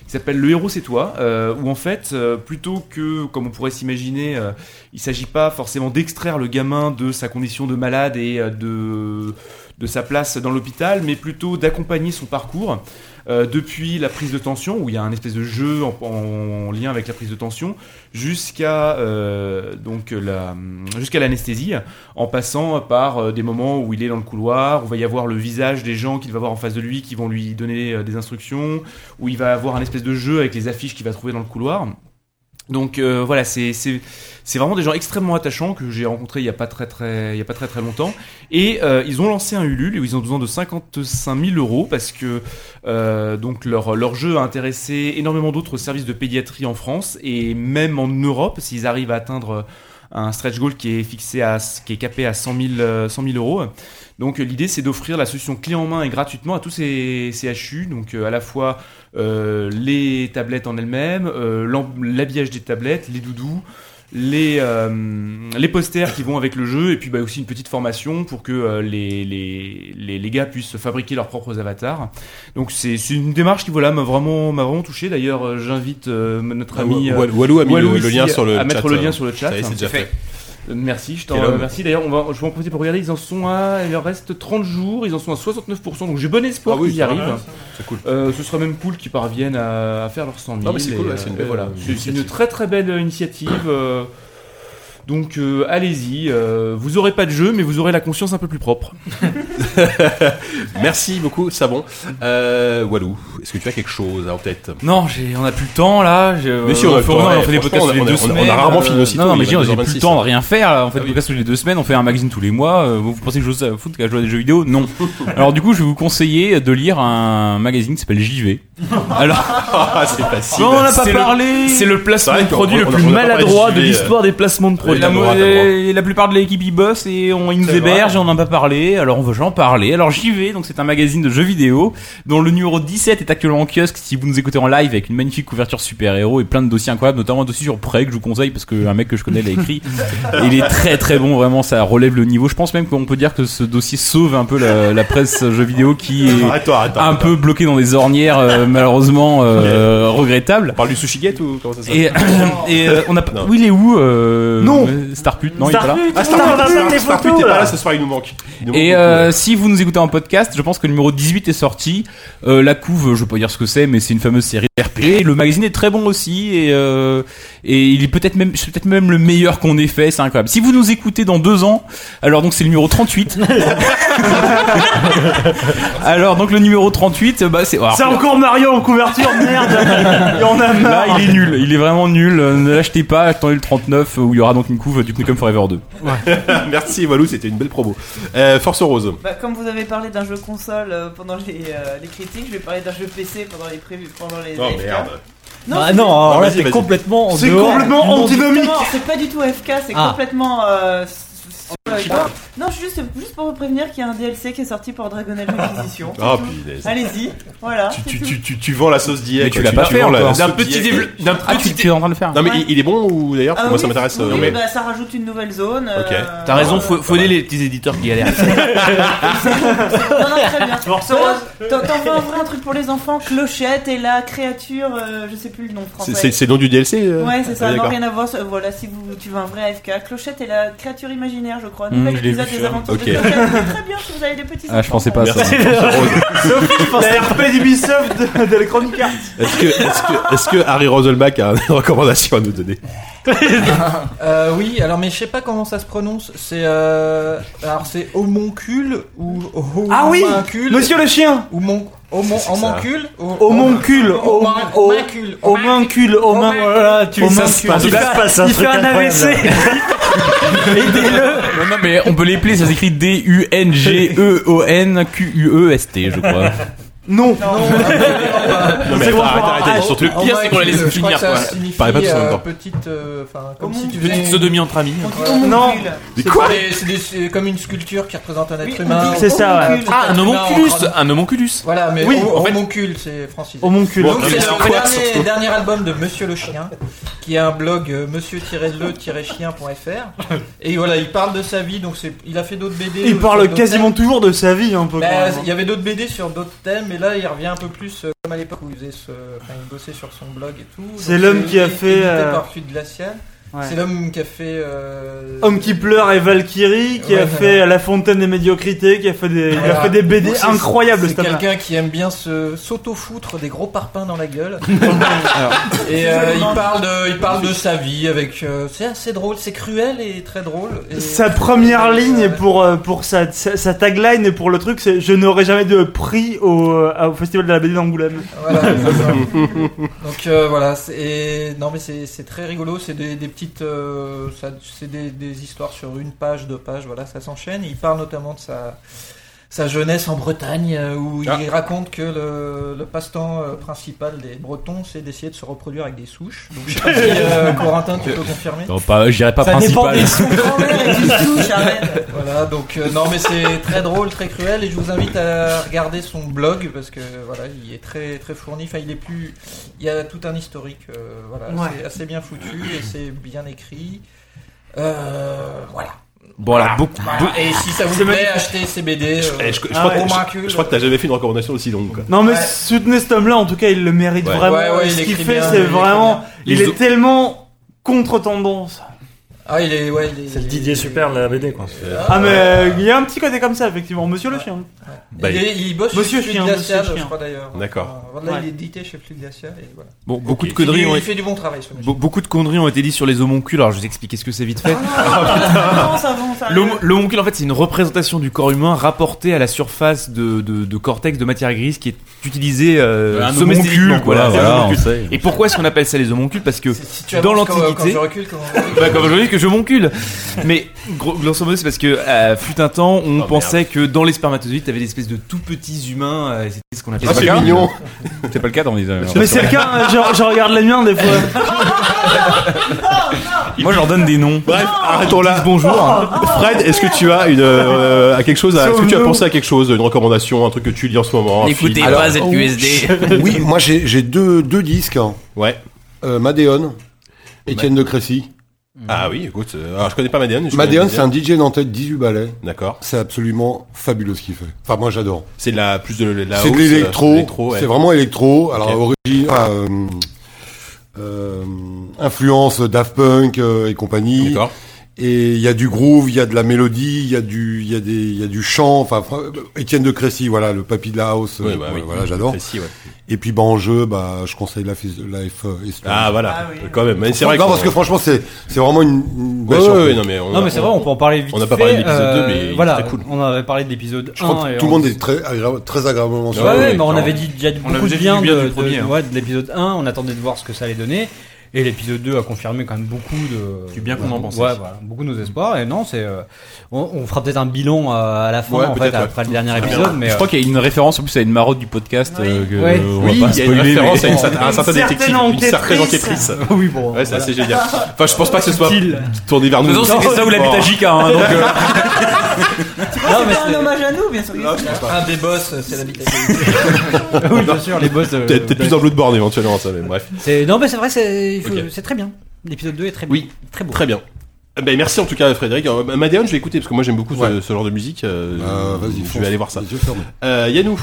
Speaker 11: qui s'appelle Le héros c'est toi, euh, où en fait, euh, plutôt que, comme on pourrait s'imaginer, euh, il s'agit pas forcément d'extraire le gamin de sa condition de malade et euh, de de sa place dans l'hôpital, mais plutôt d'accompagner son parcours euh, depuis la prise de tension, où il y a un espèce de jeu en, en lien avec la prise de tension, jusqu'à euh, donc la- jusqu'à l'anesthésie, en passant par euh, des moments où il est dans le couloir, où va y avoir le visage des gens qu'il va voir en face de lui, qui vont lui donner euh, des instructions, où il va avoir un espèce de jeu avec les affiches qu'il va trouver dans le couloir. Donc euh, voilà, c'est c'est- c'est vraiment des gens extrêmement attachants que j'ai rencontrés il y a pas très très il y a pas très très longtemps et euh, ils ont lancé un Ulule et ils ont besoin de 55 000 euros parce que euh, donc leur leur jeu a intéressé énormément d'autres services de pédiatrie en France et même en Europe s'ils arrivent à atteindre un stretch goal qui est fixé à qui est capé à 100 000 euh, 100 000 euros. Donc euh, l'idée c'est d'offrir la solution clé en main et gratuitement à tous ces CHU, donc euh, à la fois euh, les tablettes en elles-mêmes, euh, l'em- l'habillage des tablettes, les doudous, les, euh, les posters qui vont avec le jeu, et puis bah, aussi une petite formation pour que euh, les, les, les, les gars puissent fabriquer leurs propres avatars. Donc c'est c'est une démarche qui voilà m'a vraiment m'a vraiment touché. D'ailleurs euh, j'invite euh, notre
Speaker 2: Ah,
Speaker 11: ami
Speaker 2: Wa-
Speaker 11: euh,
Speaker 2: Wa- Walou a mis le- le
Speaker 11: ici
Speaker 2: lien sur le
Speaker 11: à mettre
Speaker 2: chat,
Speaker 11: le
Speaker 2: euh,
Speaker 11: lien sur le chat.
Speaker 2: ça y est, c'est déjà fait.
Speaker 11: Euh, Merci, je t'en
Speaker 2: Quel homme.
Speaker 11: remercie. D'ailleurs, on va, je vais en profiter pour regarder. Ils en sont à, il leur reste 30 jours. Ils en sont à 69%. Donc j'ai bon espoir
Speaker 2: Ah oui,
Speaker 11: qu'ils y
Speaker 2: ça va,
Speaker 11: arrivent.
Speaker 2: ouais, c'est cool.
Speaker 11: Euh, ce sera même cool qu'ils parviennent à, à faire leurs 100 000.
Speaker 2: Non, mais c'est cool,
Speaker 11: et,
Speaker 2: ouais, c'est une
Speaker 11: euh,
Speaker 2: belle,
Speaker 11: voilà.
Speaker 2: euh,
Speaker 11: C'est- c'est une
Speaker 2: initiative.
Speaker 11: très très belle initiative. euh, donc euh, allez-y. euh, vous aurez pas de jeu, mais vous aurez la conscience un peu plus propre.
Speaker 2: Merci beaucoup, Sabon. Euh, Walou, est-ce que tu as quelque chose en tête
Speaker 4: Non, j'ai- on a plus le temps là. j'ai-
Speaker 2: Mais si, on a le temps,
Speaker 4: on,
Speaker 2: ouais,
Speaker 4: fait des
Speaker 2: franchement,
Speaker 4: podcasts tous les
Speaker 2: on a-
Speaker 4: deux
Speaker 2: on a- on a
Speaker 4: semaines.
Speaker 2: rarement
Speaker 4: euh,
Speaker 2: fini aussi
Speaker 4: Non,
Speaker 2: tôt,
Speaker 4: non,
Speaker 2: il
Speaker 4: mais
Speaker 2: est
Speaker 4: je veux dire, j'ai plus
Speaker 2: 26,
Speaker 4: le temps de rien faire. Là. On fait des
Speaker 2: Ah oui.
Speaker 4: podcasts tous les deux semaines, on fait un magazine tous les mois. euh, Vous pensez que je joue à foot qu'à jouer à des jeux vidéo Non. Alors du coup, je vais vous conseiller de lire un magazine qui s'appelle JV. Alors,
Speaker 2: Ah, c'est facile.
Speaker 4: Non, on n'a
Speaker 11: pas
Speaker 4: C'est le-
Speaker 11: parlé.
Speaker 4: c'est le placement
Speaker 2: C'est
Speaker 4: de
Speaker 2: vrai qu'on-
Speaker 4: produit
Speaker 2: on-
Speaker 4: le
Speaker 2: on-
Speaker 4: plus
Speaker 2: on a pas
Speaker 4: maladroit
Speaker 2: parlé
Speaker 4: de euh,
Speaker 2: de JV,
Speaker 4: l'histoire des placements de produits.
Speaker 2: t'as le droit, t'as le
Speaker 4: et la plupart de l'équipe y bosse et on, ils nous
Speaker 2: C'est
Speaker 4: hébergent,
Speaker 2: vrai.
Speaker 4: et on n'en a pas parlé. Alors on veut j'en parler. Alors JV, donc c'est un magazine de jeux vidéo dont le numéro 17 est actuellement en kiosque si vous nous écoutez en live avec une magnifique couverture super-héros et plein de dossiers incroyables, notamment un dossier sur Prey que je vous conseille parce que un mec que je connais l'a écrit. Et il est très très bon, vraiment ça relève le niveau. Je pense même qu'on peut dire que ce dossier sauve un peu la, la presse jeux vidéo qui est
Speaker 2: Arrête-toi, arrête-toi.
Speaker 4: un peu bloquée dans des ornières euh, malheureusement euh, regrettables.
Speaker 2: On parle du sushi gate ou comment ça s'appelle
Speaker 4: Et, et euh, on a pas.
Speaker 2: Non.
Speaker 4: Oui, il est où euh,
Speaker 11: Non.
Speaker 4: euh, Starpute, non, il est pas là.
Speaker 2: Ah,
Speaker 11: Starpute,
Speaker 2: Starpute,
Speaker 11: Starpute,
Speaker 2: Starpute, Starpute, t'es pas là ce soir, il nous manque. Il nous
Speaker 4: Et
Speaker 2: manque
Speaker 4: euh, si vous nous écoutez en podcast, je pense que le numéro 18 est sorti. Euh, la couve, je veux pas dire ce que c'est, mais c'est une fameuse série RP. Le magazine est très bon aussi et euh, et il est peut-être même c'est peut-être même le meilleur qu'on ait fait. C'est incroyable. Si vous nous écoutez dans deux ans, alors donc c'est le numéro 38. alors donc le numéro 38, bah c'est alors,
Speaker 6: C'est encore Mario en couverture, merde Et on a
Speaker 4: Là,
Speaker 6: marre
Speaker 4: il est nul, il est vraiment nul. Euh, Ne l'achetez pas, attendez le 39 où il y aura donc une couve du Knuckles Forever 2.
Speaker 2: beaucoup. Merci, Walou, c'était une belle promo. Euh, Force Rose.
Speaker 7: Bah, comme vous avez parlé d'un jeu console euh, pendant les, euh, les critiques, je vais parler d'un jeu PC pendant les prévus, pendant les. AFK. Bah Non,
Speaker 3: Ah
Speaker 7: c'est-
Speaker 3: non, alors là,
Speaker 2: Oh, vas-y,
Speaker 3: t'es
Speaker 2: vas-y.
Speaker 3: complètement en
Speaker 6: C'est
Speaker 3: dehors
Speaker 6: complètement
Speaker 3: du monde.
Speaker 6: antinomique
Speaker 7: Non, c'est pas du tout AFK, c'est
Speaker 3: Ah.
Speaker 7: complètement. euh, s- s- non, je suis juste, juste pour vous prévenir qu'il y a un DLC qui est sorti pour Dragon Age Inquisition.
Speaker 2: Oh, punaise.
Speaker 7: Allez-y, voilà.
Speaker 2: Tu-
Speaker 7: c'est
Speaker 2: Tu,
Speaker 7: tout.
Speaker 2: tu, tu, tu vends la sauce d'hier.
Speaker 4: Mais
Speaker 2: quoi.
Speaker 4: tu l'as pas fait
Speaker 2: vends la-
Speaker 4: encore.
Speaker 2: la
Speaker 4: D'un
Speaker 2: sauce
Speaker 4: petit
Speaker 2: d'hier.
Speaker 4: dévelop- d'un Ah, tu, petit- tu es en train de le faire
Speaker 2: Non, mais
Speaker 7: Ouais.
Speaker 2: il, il est bon ou d'ailleurs
Speaker 7: Ah
Speaker 2: Moi, ça
Speaker 7: oui,
Speaker 2: m'intéresse.
Speaker 7: oui,
Speaker 2: euh,
Speaker 7: oui,
Speaker 2: mais-
Speaker 7: bah, ça rajoute une nouvelle zone.
Speaker 2: Ok.
Speaker 7: euh,
Speaker 11: T'as raison,
Speaker 7: euh,
Speaker 11: faut, faut aider les petits éditeurs qui galèrent.
Speaker 7: Non, non, très bien. Euh, T'en t'en fais un vrai un truc pour les enfants, clochette et la créature, euh, je sais plus le nom français.
Speaker 2: C'est- C'est c'est le nom du DLC euh
Speaker 7: Ouais, c'est ça,
Speaker 2: Ah,
Speaker 7: non,
Speaker 2: d'accord.
Speaker 7: rien à voir. ça- Voilà, si vous, tu veux un vrai AFK, Clochette est la créature imaginaire, je crois. Nouvel
Speaker 4: Hmm, je l'ai
Speaker 7: épisode
Speaker 4: vu,
Speaker 7: des
Speaker 4: ça.
Speaker 7: aventures
Speaker 2: Ok.
Speaker 7: de Clochette. C'est Très bien si vous avez des petits.
Speaker 4: Ah, je
Speaker 7: enfants.
Speaker 4: pensais pas à ça.
Speaker 2: Merci, Force Rose.
Speaker 6: La RP d'Ubisoft de, de l'Electronic Arts
Speaker 2: Est-ce que, est-ce que, est-ce que Harry Roselmack a une recommandation à nous donner
Speaker 5: Euh, oui, alors mais je sais pas comment ça se prononce. C'est euh, alors c'est homoncule ou
Speaker 6: Ah oui
Speaker 5: homoncule
Speaker 6: Monsieur le chien
Speaker 5: ou mon homon
Speaker 2: C'est- c'est ça.
Speaker 5: homoncule
Speaker 6: Homoncule, Ah,
Speaker 5: Homoncule.
Speaker 6: homo-
Speaker 5: Homoncule.
Speaker 6: Au moins cul, au moins voilà, tu
Speaker 16: Au
Speaker 6: ça
Speaker 16: moins
Speaker 6: se
Speaker 16: cul.
Speaker 6: passe. Il
Speaker 16: Ça
Speaker 6: fait-
Speaker 16: se passe un
Speaker 6: il fait
Speaker 16: truc
Speaker 6: un AVC. Aidez-le.
Speaker 4: Non, non, mais on peut l'épeler, ça s'écrit E D-U-N-G-E-O-N-Q-U-E-S-T, E je crois.
Speaker 6: Non.
Speaker 2: Non, mais
Speaker 6: C'est bon,
Speaker 5: Ah,
Speaker 2: arrête, arrête, arrête,
Speaker 6: arrête.
Speaker 2: surtout le
Speaker 5: Homoncule,
Speaker 4: pire, c'est qu'on la laisse
Speaker 5: je crois
Speaker 4: finir,
Speaker 5: que ça
Speaker 4: quoi.
Speaker 5: signifie,
Speaker 2: Parlez pas tous en même
Speaker 5: euh,
Speaker 2: temps.
Speaker 5: petite, euh, enfin comme si tu
Speaker 7: Homoncule.
Speaker 5: faisais-
Speaker 11: Sodomie entre amis.
Speaker 7: On dit
Speaker 5: Ouais.
Speaker 7: homoncule.
Speaker 6: Non.
Speaker 5: C'est quoi C'est des- c'est comme une sculpture qui représente un
Speaker 7: Oui,
Speaker 5: être
Speaker 7: on
Speaker 5: humain.
Speaker 7: dit
Speaker 6: C'est ça, ouais.
Speaker 7: homoncule.
Speaker 4: Ah, un homonculus Un homonculus
Speaker 5: Voilà, mais
Speaker 6: Oui,
Speaker 5: hom-
Speaker 11: en fait-
Speaker 5: homoncule, c'est francisé.
Speaker 6: Homoncule.
Speaker 2: Bon,
Speaker 5: Donc,
Speaker 2: mais
Speaker 5: c'est
Speaker 2: c'est
Speaker 5: le
Speaker 2: quoi,
Speaker 5: dernier,
Speaker 2: surtout
Speaker 5: dernier album de Monsieur le Chien, qui est un blog euh, monsieur-le-chien.fr. Et voilà, il parle de sa vie, donc c'est, il a fait d'autres BD.
Speaker 6: Il
Speaker 5: sur
Speaker 6: parle
Speaker 5: d'autres
Speaker 6: quasiment
Speaker 5: thèmes.
Speaker 6: toujours de sa vie un peu. quand
Speaker 5: Bah,
Speaker 6: même.
Speaker 5: il y avait d'autres BD sur d'autres thèmes, et là il revient un peu plus euh, comme à l'époque où il, faisait ce- enfin, il bossait sur son blog et tout.
Speaker 6: C'est
Speaker 5: Donc,
Speaker 6: l'homme qui a
Speaker 5: édité
Speaker 6: fait, euh,
Speaker 5: par Fluide Glacial.
Speaker 6: Ouais.
Speaker 5: C'est l'homme qui a fait. euh,
Speaker 6: Homme qui pleure et Valkyrie, qui
Speaker 5: Ouais,
Speaker 6: a
Speaker 5: ouais.
Speaker 6: fait La Fontaine des médiocrités, qui a fait des, il a
Speaker 5: Voilà.
Speaker 6: fait des BD
Speaker 5: Donc, c'est-
Speaker 6: incroyables,
Speaker 5: C'est
Speaker 6: cet homme-là.
Speaker 5: quelqu'un qui aime bien se s'auto-foutre des gros parpaings dans la gueule.
Speaker 7: Je
Speaker 5: et euh,
Speaker 7: le
Speaker 5: il
Speaker 7: demande.
Speaker 5: parle de, il parle de sa vie avec. euh, c'est assez drôle, c'est cruel et très drôle. Et-
Speaker 6: Sa première
Speaker 5: Euh,
Speaker 6: ligne pour, euh, pour sa, sa, sa tagline et pour le truc, c'est Je n'aurais jamais de prix au, euh, au Festival de la BD d'Angoulême.
Speaker 5: Voilà, c'est ça. Donc euh, voilà, c'est- et- non mais c'est c'est très rigolo, c'est des, des petites, euh, ça- c'est des, des histoires sur une page, deux pages, voilà, ça s'enchaîne. Il parle notamment de sa sa jeunesse en Bretagne euh, où
Speaker 7: Ah.
Speaker 5: il raconte que le, le passe-temps euh, principal des Bretons, c'est d'essayer de se reproduire avec des souches. Donc je sais pas si, euh, Corentin, tu peux confirmer
Speaker 10: Non, pas, je dirais pas
Speaker 7: Ça dépend
Speaker 10: principal.
Speaker 7: des sous grand-mère et du souche, arrête.
Speaker 5: Voilà, donc euh, non mais c'est très drôle, très cruel et je vous invite à regarder son blog parce que voilà, il est très très fourni. Enfin, il est plus, il y a tout un historique, euh, voilà,
Speaker 7: Ouais.
Speaker 5: c'est assez bien foutu et c'est bien écrit. Euh, voilà.
Speaker 10: Bon, alors, beaucoup.
Speaker 5: Voilà. Et si ça vous plaît, achetez ces BD. euh,
Speaker 2: Eh, je, je
Speaker 5: au
Speaker 2: crois que,
Speaker 5: Miracle.
Speaker 2: je- je crois que t'as jamais fait une recommandation aussi longue. Quoi.
Speaker 6: Non mais
Speaker 5: Ouais.
Speaker 6: soutenez cet homme-là, en tout cas il le mérite
Speaker 2: Ouais.
Speaker 6: vraiment.
Speaker 5: Ouais, ouais, il
Speaker 6: ce qu'il
Speaker 5: écrit
Speaker 6: fait
Speaker 5: bien,
Speaker 6: c'est
Speaker 5: il écrit
Speaker 6: vraiment...
Speaker 5: bien.
Speaker 6: Il
Speaker 10: Les
Speaker 6: est
Speaker 10: au-
Speaker 6: tellement contre-tendance.
Speaker 5: Ah, il est, ouais, il est-
Speaker 8: C'est le Didier Super de la BD, quoi.
Speaker 6: Ah mais euh, il y a un petit côté comme ça, effectivement. Monsieur le chien.
Speaker 5: Il, est- il bosse
Speaker 6: Monsieur
Speaker 5: chez
Speaker 6: Chien,
Speaker 5: Plus Glacial,
Speaker 6: Monsieur
Speaker 5: je
Speaker 6: Chien.
Speaker 5: crois d'ailleurs.
Speaker 2: D'accord.
Speaker 5: Euh, voilà,
Speaker 6: Ouais.
Speaker 5: il est édité chez Plus Glacial et voilà.
Speaker 11: Bon, beaucoup de
Speaker 5: Il,
Speaker 11: conneries ont
Speaker 5: il
Speaker 11: été-
Speaker 5: fait du bon travail, ce monsieur.
Speaker 11: Be- Beaucoup de conneries ont été dites sur les homoncules, alors je vais vous expliquer ce que c'est vite fait.
Speaker 5: Ah,
Speaker 7: Avance, avance, arrête.
Speaker 11: L'homo- L'homoncule, en fait, c'est une représentation du corps humain rapportée à la surface de, de- de cortex de matière grise qui est utilisée euh,
Speaker 10: Un
Speaker 11: somesthétiquement,
Speaker 10: homoncule,
Speaker 11: Voilà,
Speaker 10: quoi.
Speaker 11: voilà.
Speaker 10: Un homoncule.
Speaker 11: Et pourquoi est-ce qu'on appelle ça les homoncules Parce que
Speaker 5: C'est- si tu avances
Speaker 11: dans
Speaker 5: quand- quand
Speaker 11: l'Antiquité-
Speaker 5: je recule, comment-
Speaker 11: bah, comme je dis que je m'oncule. Mais gros, grosso modo, c'est parce que euh, fut un
Speaker 10: Ah,
Speaker 11: temps, on
Speaker 2: Oh,
Speaker 11: pensait que dans les spermatozoïdes, t'avais des espèces de tout petits humains. euh, et C'était ce qu'on appelait.
Speaker 10: Ah,
Speaker 11: ça.
Speaker 10: c'est
Speaker 11: Pas
Speaker 10: mignon. C'est pas le cas dans les. euh,
Speaker 6: Mais c'est le cas, hein, je, je regarde les miens des fois.
Speaker 11: Moi, je leur donne des noms.
Speaker 2: Bref, arrêtons là. Oh,
Speaker 11: Bonjour.
Speaker 2: Fred, est-ce que tu as une euh, à quelque chose à- Est-ce que tu as pensé à quelque chose, une recommandation, un truc que tu lis en ce moment un film oh,
Speaker 9: Alors,
Speaker 4: pas ZQSD.
Speaker 9: Oui, moi j'ai j'ai deux, deux disques. hein.
Speaker 2: Ouais.
Speaker 9: Euh, Madeon, Étienne de Crécy.
Speaker 2: Ah oui, écoute. euh, alors je connais pas Madeon. je connais
Speaker 9: Madeon, c'est
Speaker 2: Madeon.
Speaker 9: un DJ nantais de 18 ballets.
Speaker 2: D'accord.
Speaker 9: C'est absolument fabuleux ce qu'il fait. Enfin, moi j'adore.
Speaker 2: C'est de la plus de la.
Speaker 9: C'est de
Speaker 2: house, euh,
Speaker 9: l'électro.
Speaker 2: ouais.
Speaker 9: C'est vraiment électro. Alors,
Speaker 2: Ok. Ah.
Speaker 9: origine. euh, euh, influence Daft Punk euh, et compagnie.
Speaker 2: D'accord.
Speaker 9: Et il y a du groove, il y a de la mélodie, il y a du, il y a des, il y a du chant. Enfin, fr- Étienne de Crécy, voilà, le papy de la house.
Speaker 2: Ouais,
Speaker 9: euh,
Speaker 2: bah oui.
Speaker 9: Voilà, j'adore.
Speaker 2: Précis, ouais.
Speaker 9: Et puis, bah, en jeu, bah, je conseille Life is Life. euh, is Strange.
Speaker 2: Ah voilà.
Speaker 7: Ah oui.
Speaker 2: Quand même. Mais c'est vrai.
Speaker 9: non,
Speaker 2: qu'on-
Speaker 9: parce que franchement, c'est, c'est vraiment une, une
Speaker 2: Ouais,
Speaker 9: belle
Speaker 2: ouais,
Speaker 9: surprise.
Speaker 2: ouais, non mais on
Speaker 3: Non,
Speaker 2: a-
Speaker 3: mais c'est vrai, on peut en parler vite.
Speaker 2: on a pas parlé de
Speaker 3: fait,
Speaker 2: l'épisode
Speaker 3: euh,
Speaker 2: deux, mais il est
Speaker 3: voilà,
Speaker 2: très cool.
Speaker 3: On avait parlé de l'épisode 1.
Speaker 9: Je crois que
Speaker 3: et
Speaker 9: tout le
Speaker 3: on-
Speaker 9: monde est très, agréable, très agréablement
Speaker 3: Ouais,
Speaker 9: surpris.
Speaker 3: ouais,
Speaker 2: ouais,
Speaker 3: mais on
Speaker 2: clairement.
Speaker 3: avait dit déjà
Speaker 11: On avait
Speaker 3: beaucoup
Speaker 11: déjà dit
Speaker 3: de bien
Speaker 11: du bien
Speaker 3: de,
Speaker 11: du premier,
Speaker 3: de-
Speaker 11: hein.
Speaker 3: ouais, de l'épisode 1. On attendait de voir ce que ça allait donner. Et l'épisode 2 a confirmé quand même beaucoup de.
Speaker 11: Du bien qu'on en pensait.
Speaker 3: Ouais, voilà, beaucoup de nos espoirs. Et non, c'est. euh, on, on fera peut-être un bilan à, à la fin,
Speaker 2: Ouais,
Speaker 3: en fait,
Speaker 2: peut-être, ouais.
Speaker 3: après le dernier
Speaker 2: bien.
Speaker 3: épisode. Mais,
Speaker 11: Je
Speaker 3: euh,
Speaker 11: crois qu'il y a une référence en plus à une marotte du podcast
Speaker 7: Oui.
Speaker 11: euh, que
Speaker 3: Ouais.
Speaker 11: euh, on
Speaker 2: Oui,
Speaker 11: va pas
Speaker 2: il y a une
Speaker 11: spoiler, mais-
Speaker 2: référence à une cer- à un certain
Speaker 6: certaine
Speaker 2: détective, une certaine enquêtrice.
Speaker 3: oui, bon.
Speaker 2: Ouais, c'est
Speaker 3: voilà.
Speaker 2: assez génial. Enfin, je pense pas que ce soit
Speaker 3: Subtil.
Speaker 2: tourné vers nous.
Speaker 10: De toute façon, c'était ça où l'habitat JK, hein, donc. euh,
Speaker 7: Tu vois,
Speaker 3: Non, mais
Speaker 7: c'est pas un
Speaker 3: c'est-
Speaker 7: hommage à nous, bien sûr. que si.
Speaker 5: Un des boss, c'est l'habitation.
Speaker 3: oui, bien sûr, les boss. euh,
Speaker 2: Peut-être peut-être plus dans Bloodborne éventuellement, ça, mais bref.
Speaker 3: c'est- euh, Non, mais c'est vrai, c'est il faut-
Speaker 2: Ok.
Speaker 3: c'est très bien. L'épisode 2 est très bien.
Speaker 2: Oui.
Speaker 3: Très beau.
Speaker 2: Très bien. Eh Ben, merci en tout cas Frédéric. Euh, Madeon, je vais écouter parce que moi j'aime beaucoup ce- ce, genre de musique. Euh,
Speaker 9: Euh, vas-y,
Speaker 2: je
Speaker 9: fonce.
Speaker 2: vais aller voir ça.
Speaker 9: Les yeux fermés.
Speaker 2: Euh, Yannou,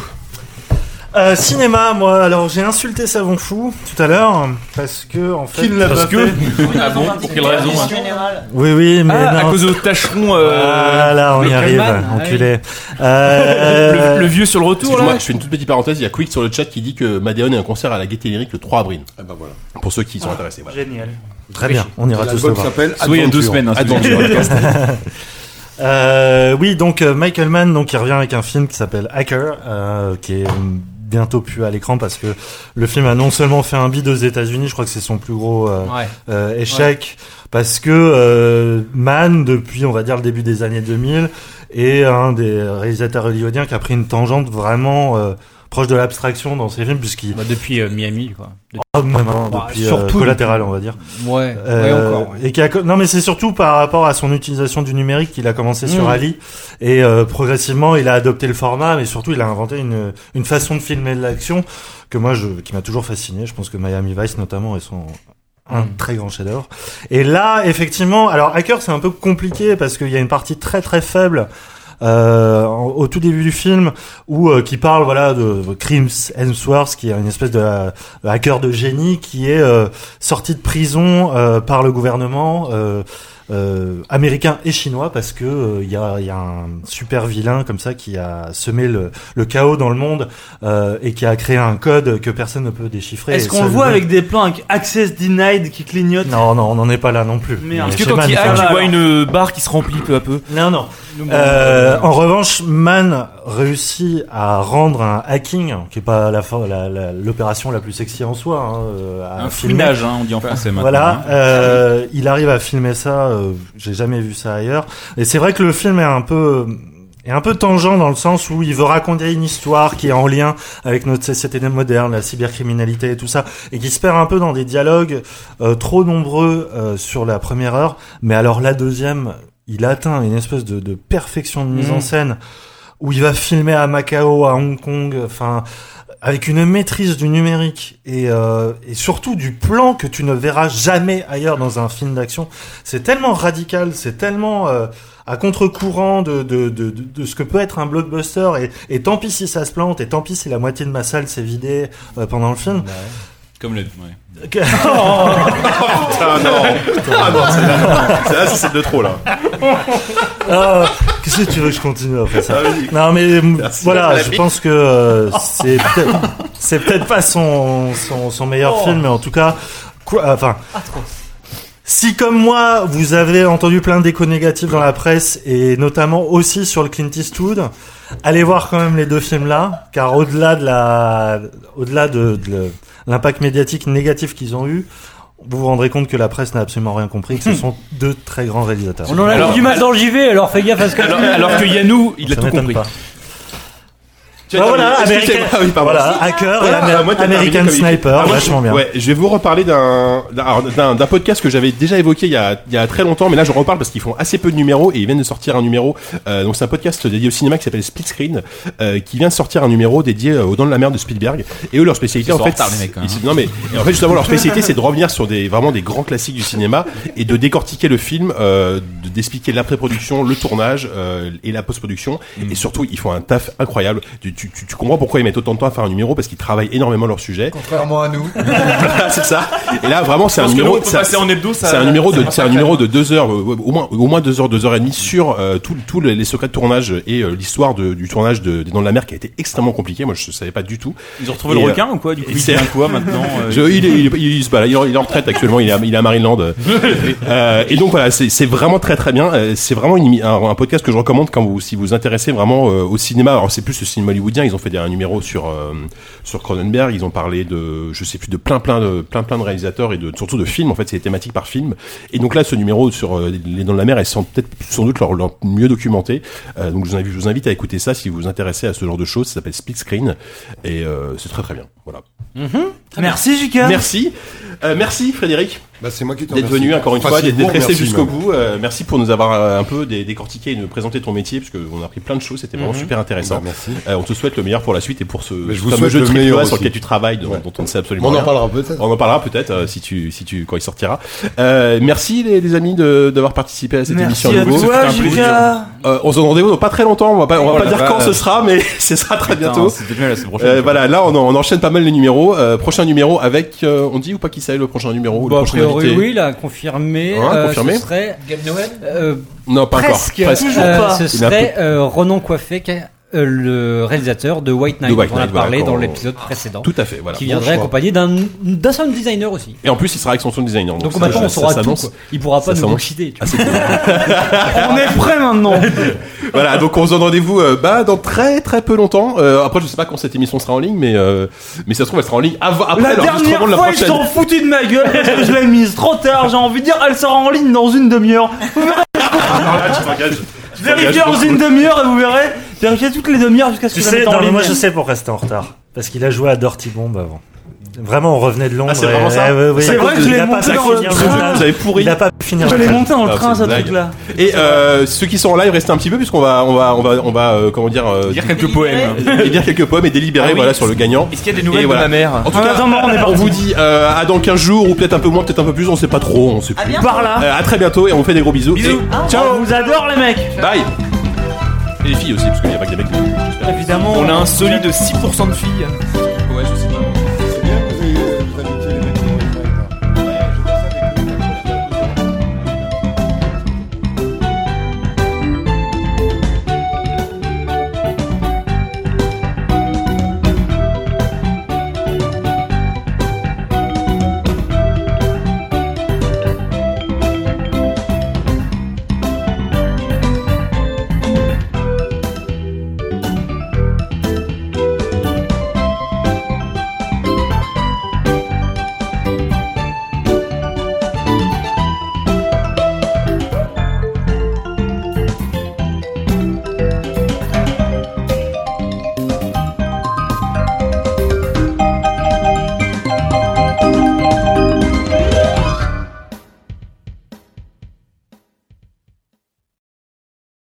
Speaker 8: Euh, cinéma, moi, alors j'ai insulté Savon Fou tout à l'heure parce que en fait. parce que.
Speaker 7: Ah bon
Speaker 10: Pour quelle raison, hein
Speaker 8: Oui, oui, mais
Speaker 11: Ah, à
Speaker 8: non.
Speaker 11: cause de Tacheron, euh,
Speaker 8: Voilà, on y
Speaker 3: le
Speaker 8: arrive,
Speaker 3: Coleman,
Speaker 8: enculé. Euh,
Speaker 11: le, le vieux sur le retour,
Speaker 2: excuse-moi,
Speaker 11: là.
Speaker 2: je fais une toute petite parenthèse. Il y a Quick sur le chat qui dit que Madeon est un concert à la Gaieté Lyrique le 3 avril.
Speaker 9: Ah bah voilà.
Speaker 2: Pour ceux qui sont intéressés. voilà.
Speaker 6: Génial.
Speaker 8: Très bien, on ira tous le
Speaker 9: L'album
Speaker 8: voir.
Speaker 9: s'appelle
Speaker 11: Soit il y a deux
Speaker 9: Adventure.
Speaker 11: semaines, hein, c'est
Speaker 2: Adventure.
Speaker 11: bien.
Speaker 8: Euh, oui, donc euh, Michael Mann, donc il revient avec un film qui s'appelle Hacker, euh, qui est euh, bientôt plus à l'écran parce que le film a non seulement fait un bid aux États-Unis, je crois que c'est son plus gros euh,
Speaker 3: Ouais.
Speaker 8: euh, échec, parce que euh, Mann, depuis on va dire le début des années 2000, est un des réalisateurs hollywoodiens qui a pris une tangente vraiment euh, proche de l'abstraction dans ses films, puisqu'il
Speaker 3: Bah, depuis euh, Miami, quoi.
Speaker 8: oh, même, hein,
Speaker 3: Bah,
Speaker 8: depuis euh,
Speaker 3: surtout-
Speaker 8: collatéral, on va dire.
Speaker 3: Ouais, ouais,
Speaker 8: Euh,
Speaker 3: encore. ouais.
Speaker 8: et qui a co- non mais c'est surtout par rapport à son utilisation du numérique qu'il a commencé
Speaker 3: Mmh.
Speaker 8: sur Ali et euh, progressivement il a adopté le format mais surtout il a inventé une une façon de filmer de l'action que moi je qui m'a toujours fasciné je pense que Miami Vice notamment est son un
Speaker 3: Mm.
Speaker 8: très grand chef-d'œuvre et là effectivement alors Hacker c'est un peu compliqué parce qu'il y a une partie très très faible euh, en- au tout début du film où euh, qui parle voilà de Crims Hemsworth qui est une espèce de euh, hacker de génie qui est euh, sorti de prison euh, par le gouvernement. euh, euh, américain et chinois parce que euh, il y, a, il y a un super vilain comme ça qui a semé le, le chaos dans le monde euh, et qui a créé un code que personne ne peut déchiffrer.
Speaker 6: Est-ce
Speaker 8: Et
Speaker 6: qu'on
Speaker 8: ça,
Speaker 6: le voit
Speaker 8: mec-
Speaker 6: avec des plans avec Access Denied qui clignotent
Speaker 8: Non, non, on n'en est pas là non plus.
Speaker 6: Merde.
Speaker 8: Mais
Speaker 6: Est-ce que
Speaker 8: chez
Speaker 6: quand
Speaker 8: Man,
Speaker 6: il
Speaker 8: ça
Speaker 6: hack,
Speaker 8: va.
Speaker 6: tu vois
Speaker 11: une barre qui se remplit peu à peu.
Speaker 8: Non, non. Euh, en revanche, Man réussit à rendre un hacking, qui est pas la fin- la- la- l'opération la, plus sexy en soi, hein, euh, à
Speaker 10: Un
Speaker 8: filmer.
Speaker 10: fouinage, hein, on dit en français maintenant.
Speaker 8: Voilà,
Speaker 10: hein.
Speaker 8: euh, il arrive à filmer ça. euh, J'ai jamais vu ça ailleurs. Et c'est vrai que le film est un peu est un peu tangent dans le sens où il veut raconter une histoire qui est en lien avec notre société moderne, la cybercriminalité et tout ça, et qui se perd un peu dans des dialogues euh, trop nombreux euh, sur la première heure. Mais alors la deuxième, il atteint une espèce de, de perfection de mise
Speaker 11: Mhm.
Speaker 8: en scène où il va filmer à Macao, à Hong Kong, enfin avec une maîtrise du numérique et, euh, et surtout du plan que tu ne verras jamais ailleurs dans un film d'action. C'est tellement radical, c'est tellement euh, à contre-courant de, de, de, de, de ce que peut être un blockbuster et, et tant pis si ça se plante et tant pis si la moitié de ma salle s'est vidée euh, pendant le film.
Speaker 10: Comme le. ouais.
Speaker 2: Ah non Ah non, c'est là, c'est là, c'est de trop là.
Speaker 8: Ah, Qu'est-ce que tu veux que je continue après ça
Speaker 2: Ah, vas-y.
Speaker 8: Non mais m-
Speaker 2: Merci,
Speaker 8: voilà,
Speaker 2: Nathalie.
Speaker 8: je pense que euh, c'est peut-être c'est peut-être pas son son, son meilleur
Speaker 2: Oh.
Speaker 8: film, mais en tout cas, quoi, enfin. Si comme moi, vous avez entendu plein d'échos négatifs dans la presse et notamment aussi sur le Clint Eastwood, allez voir quand même les deux films là, car au-delà de la, au-delà de, de le- l'impact médiatique négatif qu'ils ont eu, vous vous rendrez compte que la presse n'a absolument rien compris, que ce sont deux très grands réalisateurs.
Speaker 3: On en a
Speaker 11: Alors-
Speaker 3: mis du mal dans le JV, alors fais gaffe à ce que
Speaker 11: Alors, alors que Yannou, il a
Speaker 8: Ça
Speaker 11: tout
Speaker 8: m'étonne
Speaker 11: compris.
Speaker 8: pas.
Speaker 2: Tu
Speaker 8: Bah
Speaker 2: attends,
Speaker 8: voilà,
Speaker 2: est-ce que
Speaker 8: American-
Speaker 2: t'es- ah oui, pardon.
Speaker 8: Voilà, hacker,
Speaker 2: Ah,
Speaker 8: Amer-
Speaker 2: moi, t'as terminé
Speaker 8: American
Speaker 2: comme il-
Speaker 8: Sniper,
Speaker 2: Ah, moi,
Speaker 8: vachement bien.
Speaker 2: Ouais, je vais vous reparler d'un d'un- alors, d'un d'un podcast que j'avais déjà évoqué il y, a, il y a très longtemps, mais là je reparle parce qu'ils font assez peu de numéros et ils viennent de sortir un numéro. euh, donc c'est un podcast dédié au cinéma qui s'appelle Split Screen, euh, qui vient de sortir un numéro dédié euh, aux Dents de la Mer de Spielberg. Et eux leur spécialité
Speaker 10: Ils
Speaker 2: en
Speaker 10: sont en
Speaker 2: fait,
Speaker 10: retard, les mecs, hein.
Speaker 2: ils- non mais et en fait justement leur spécialité c'est de revenir sur des vraiment des grands classiques du cinéma et de décortiquer le film, euh, de- d'expliquer l'après-production, le tournage euh, et la post-production.
Speaker 11: Mm.
Speaker 2: Et surtout ils font un taf incroyable. Tu, tu, tu- tu comprends pourquoi ils mettent autant de temps à faire un numéro parce qu'ils travaillent énormément leur sujet.
Speaker 5: Contrairement à nous.
Speaker 2: Voilà, c'est ça. Et là, vraiment, c'est un
Speaker 11: Parce que nous,
Speaker 2: numéro.
Speaker 11: on peut
Speaker 2: ça-
Speaker 11: passer en hebdo, ça-
Speaker 2: C'est un numéro de,
Speaker 11: ça-
Speaker 2: c'est un numéro de deux heures, euh, au moins, au moins deux heures, deux heures et demie sur euh, tout, tout les les secrets de tournage et euh, l'histoire de- du tournage de, des Dents de la Mer qui a été extrêmement compliqué. Moi, je savais pas du tout.
Speaker 11: Ils ont retrouvé le
Speaker 2: Et, euh,
Speaker 11: requin ou quoi Du coup,
Speaker 2: et
Speaker 11: il
Speaker 2: c'est-
Speaker 11: devient quoi maintenant euh,
Speaker 2: Je- il, est, il, est- il se balade, il est en- il est en retraite actuellement, il est à, il est à Maryland. Euh, et donc voilà, c'est c'est vraiment très très bien. Euh, C'est vraiment une émi- un, un podcast que je recommande quand vous, si vous vous intéressez vraiment euh, au cinéma. Alors c'est plus le cinéma hollywoodien. Ils ont fait des- un numéro sur euh, sur Cronenberg. Ils ont parlé de, je sais plus, de plein plein de plein plein de réalisateurs et de surtout de films. En fait, c'est des thématiques par film. Et donc là, ce numéro sur euh, les dents de la mer, elles sont peut-être sans doute leur, leur mieux documentées. Euh, donc je vous, invite, je vous invite à écouter ça si vous vous intéressez à ce genre de choses. Ça s'appelle Split Screen et euh, c'est très très bien. Voilà.
Speaker 6: Merci Jika.
Speaker 2: Merci. Euh, merci Frédéric
Speaker 9: Bah, c'est moi qui te
Speaker 2: d'être
Speaker 9: remercie.
Speaker 2: venu encore une
Speaker 9: Enfin,
Speaker 2: fois,
Speaker 9: c'est
Speaker 2: d'être
Speaker 9: vous,
Speaker 2: d'être resté
Speaker 9: merci,
Speaker 2: jusqu'au
Speaker 9: même.
Speaker 2: bout. Euh, merci pour nous avoir euh, un peu dé- décortiqué et nous présenter ton métier parce qu'on a appris plein de choses, c'était vraiment super intéressant.
Speaker 9: Bah, merci.
Speaker 2: Euh, on te souhaite le meilleur pour la suite et pour ce
Speaker 9: je vous
Speaker 2: fameux
Speaker 9: souhaite
Speaker 2: jeu
Speaker 9: le
Speaker 2: triple A
Speaker 9: meilleur
Speaker 2: sur
Speaker 9: aussi.
Speaker 2: lequel tu travailles dont, dont on ne sait absolument
Speaker 9: On en
Speaker 2: rien.
Speaker 9: parlera peut-être.
Speaker 2: On en parlera peut-être euh, si tu si tu quand il sortira. Euh, merci les, les amis de- d'avoir participé à cette émission.
Speaker 6: Merci à
Speaker 2: nouveau.
Speaker 6: toi
Speaker 2: C'était un
Speaker 6: Jika.
Speaker 2: euh, on se donne rendez-vous dans pas très longtemps. On va pas, on va
Speaker 11: Oh
Speaker 2: pas
Speaker 11: la
Speaker 2: dire quand
Speaker 11: vache.
Speaker 2: ce sera, mais ce sera très
Speaker 11: Putain,
Speaker 2: bientôt.
Speaker 11: C'est bien la semaine prochaine.
Speaker 2: Euh, voilà, là on, en- on enchaîne pas mal les numéros. Euh, prochain numéro avec, euh, on dit ou pas qui c'est le prochain numéro ou le
Speaker 3: Bon, Bah, a
Speaker 2: prochain
Speaker 3: priori,
Speaker 2: invité
Speaker 3: oui, là, confirmé.
Speaker 2: Hein,
Speaker 3: euh,
Speaker 2: confirmé
Speaker 3: Ce serait.
Speaker 5: Gab Noël
Speaker 3: euh,
Speaker 2: Non, pas
Speaker 3: presque.
Speaker 2: encore. Presque.
Speaker 6: Toujours
Speaker 3: euh,
Speaker 6: pas.
Speaker 3: Ce
Speaker 2: Il a
Speaker 3: serait euh, Ronan Coiffé, qui est, euh, le réalisateur de White Knight,
Speaker 2: De White
Speaker 3: dont on a
Speaker 2: Knight, voilà,
Speaker 3: parlé
Speaker 2: quand
Speaker 3: dans
Speaker 2: on-
Speaker 3: l'épisode précédent,
Speaker 2: Tout à fait, voilà.
Speaker 3: qui
Speaker 2: Bon
Speaker 3: viendrait
Speaker 2: choix.
Speaker 3: accompagné d'un d'un sound designer aussi.
Speaker 2: Et en plus, il sera avec son sound designer. Donc,
Speaker 3: Donc
Speaker 2: ça,
Speaker 3: maintenant,
Speaker 2: ça,
Speaker 3: on saura
Speaker 2: ça
Speaker 3: tout.
Speaker 2: s'annonce.
Speaker 3: quoi. Il pourra pas
Speaker 2: Ça
Speaker 3: nous
Speaker 2: s'annonce.
Speaker 3: cheater. tu vois.
Speaker 6: On est prêt maintenant.
Speaker 2: Voilà, donc on se donne rendez-vous euh, bah, dans très très peu longtemps. Euh, après, je sais pas quand cette émission sera en ligne, mais euh, mais ça se trouve, elle sera en ligne av- après
Speaker 6: La
Speaker 2: l'enregistrement
Speaker 6: dernière
Speaker 2: de la
Speaker 6: fois, ils
Speaker 2: prochaine.
Speaker 6: s'en foutus de ma gueule parce que je l'ai mise trop tard. J'ai envie de dire, elle sera en ligne dans une demi-heure.
Speaker 2: Alors là, tu t'engages.
Speaker 6: Vérifiez dans une demi-heure et vous verrez. Vérifiez toutes les demi-heures jusqu'à ce que
Speaker 8: Tu
Speaker 6: je la
Speaker 8: sais,
Speaker 6: mette en
Speaker 8: non, mais
Speaker 6: ligne.
Speaker 8: moi je sais pour rester en retard. Parce qu'il a joué à Dirty Bomb avant. Vraiment, on revenait de Londres.
Speaker 2: Ah, c'est
Speaker 8: et- eh
Speaker 2: vraiment ça
Speaker 8: ouais, ouais, ouais.
Speaker 6: C'est vrai que je
Speaker 8: Il
Speaker 6: l'ai
Speaker 8: a pas
Speaker 6: monté dans
Speaker 8: pu
Speaker 6: le
Speaker 8: finir
Speaker 6: train.
Speaker 8: montage.
Speaker 2: Ah, Vous avez pourri.
Speaker 8: Il a pas pu finir
Speaker 6: Je
Speaker 8: le
Speaker 6: l'ai
Speaker 8: train.
Speaker 6: monté dans le
Speaker 2: Ah,
Speaker 6: train,
Speaker 2: c'est
Speaker 6: ce
Speaker 2: une blague.
Speaker 6: truc-là.
Speaker 2: Et euh, ceux qui sont en live, restez un petit peu puisqu'on va on va on va on va euh, comment dire euh,
Speaker 11: Dire quelques poèmes.
Speaker 2: et dire quelques poèmes et délibérer
Speaker 11: Ah oui.
Speaker 2: voilà sur le gagnant.
Speaker 11: Est-ce qu'il y a des
Speaker 2: Et
Speaker 11: nouvelles
Speaker 2: voilà.
Speaker 11: de ma mère
Speaker 2: En tout
Speaker 6: En
Speaker 2: cas,
Speaker 6: attendant, Ah, on est
Speaker 2: on
Speaker 6: parti.
Speaker 2: vous dit euh, à dans 15 jours ou peut-être un peu moins, peut-être un peu plus, on sait pas trop, on sait
Speaker 7: À
Speaker 2: plus.
Speaker 7: bientôt.
Speaker 6: Par là.
Speaker 2: Euh, à très bientôt et on vous fait des gros bisous.
Speaker 11: Bisous.
Speaker 2: Et ciao.
Speaker 6: On vous adore, les mecs.
Speaker 2: Bye. Et les filles aussi, parce qu'il n'y a pas que des mecs. j'espère.
Speaker 6: Évidemment.
Speaker 11: On a un solide 6% de filles.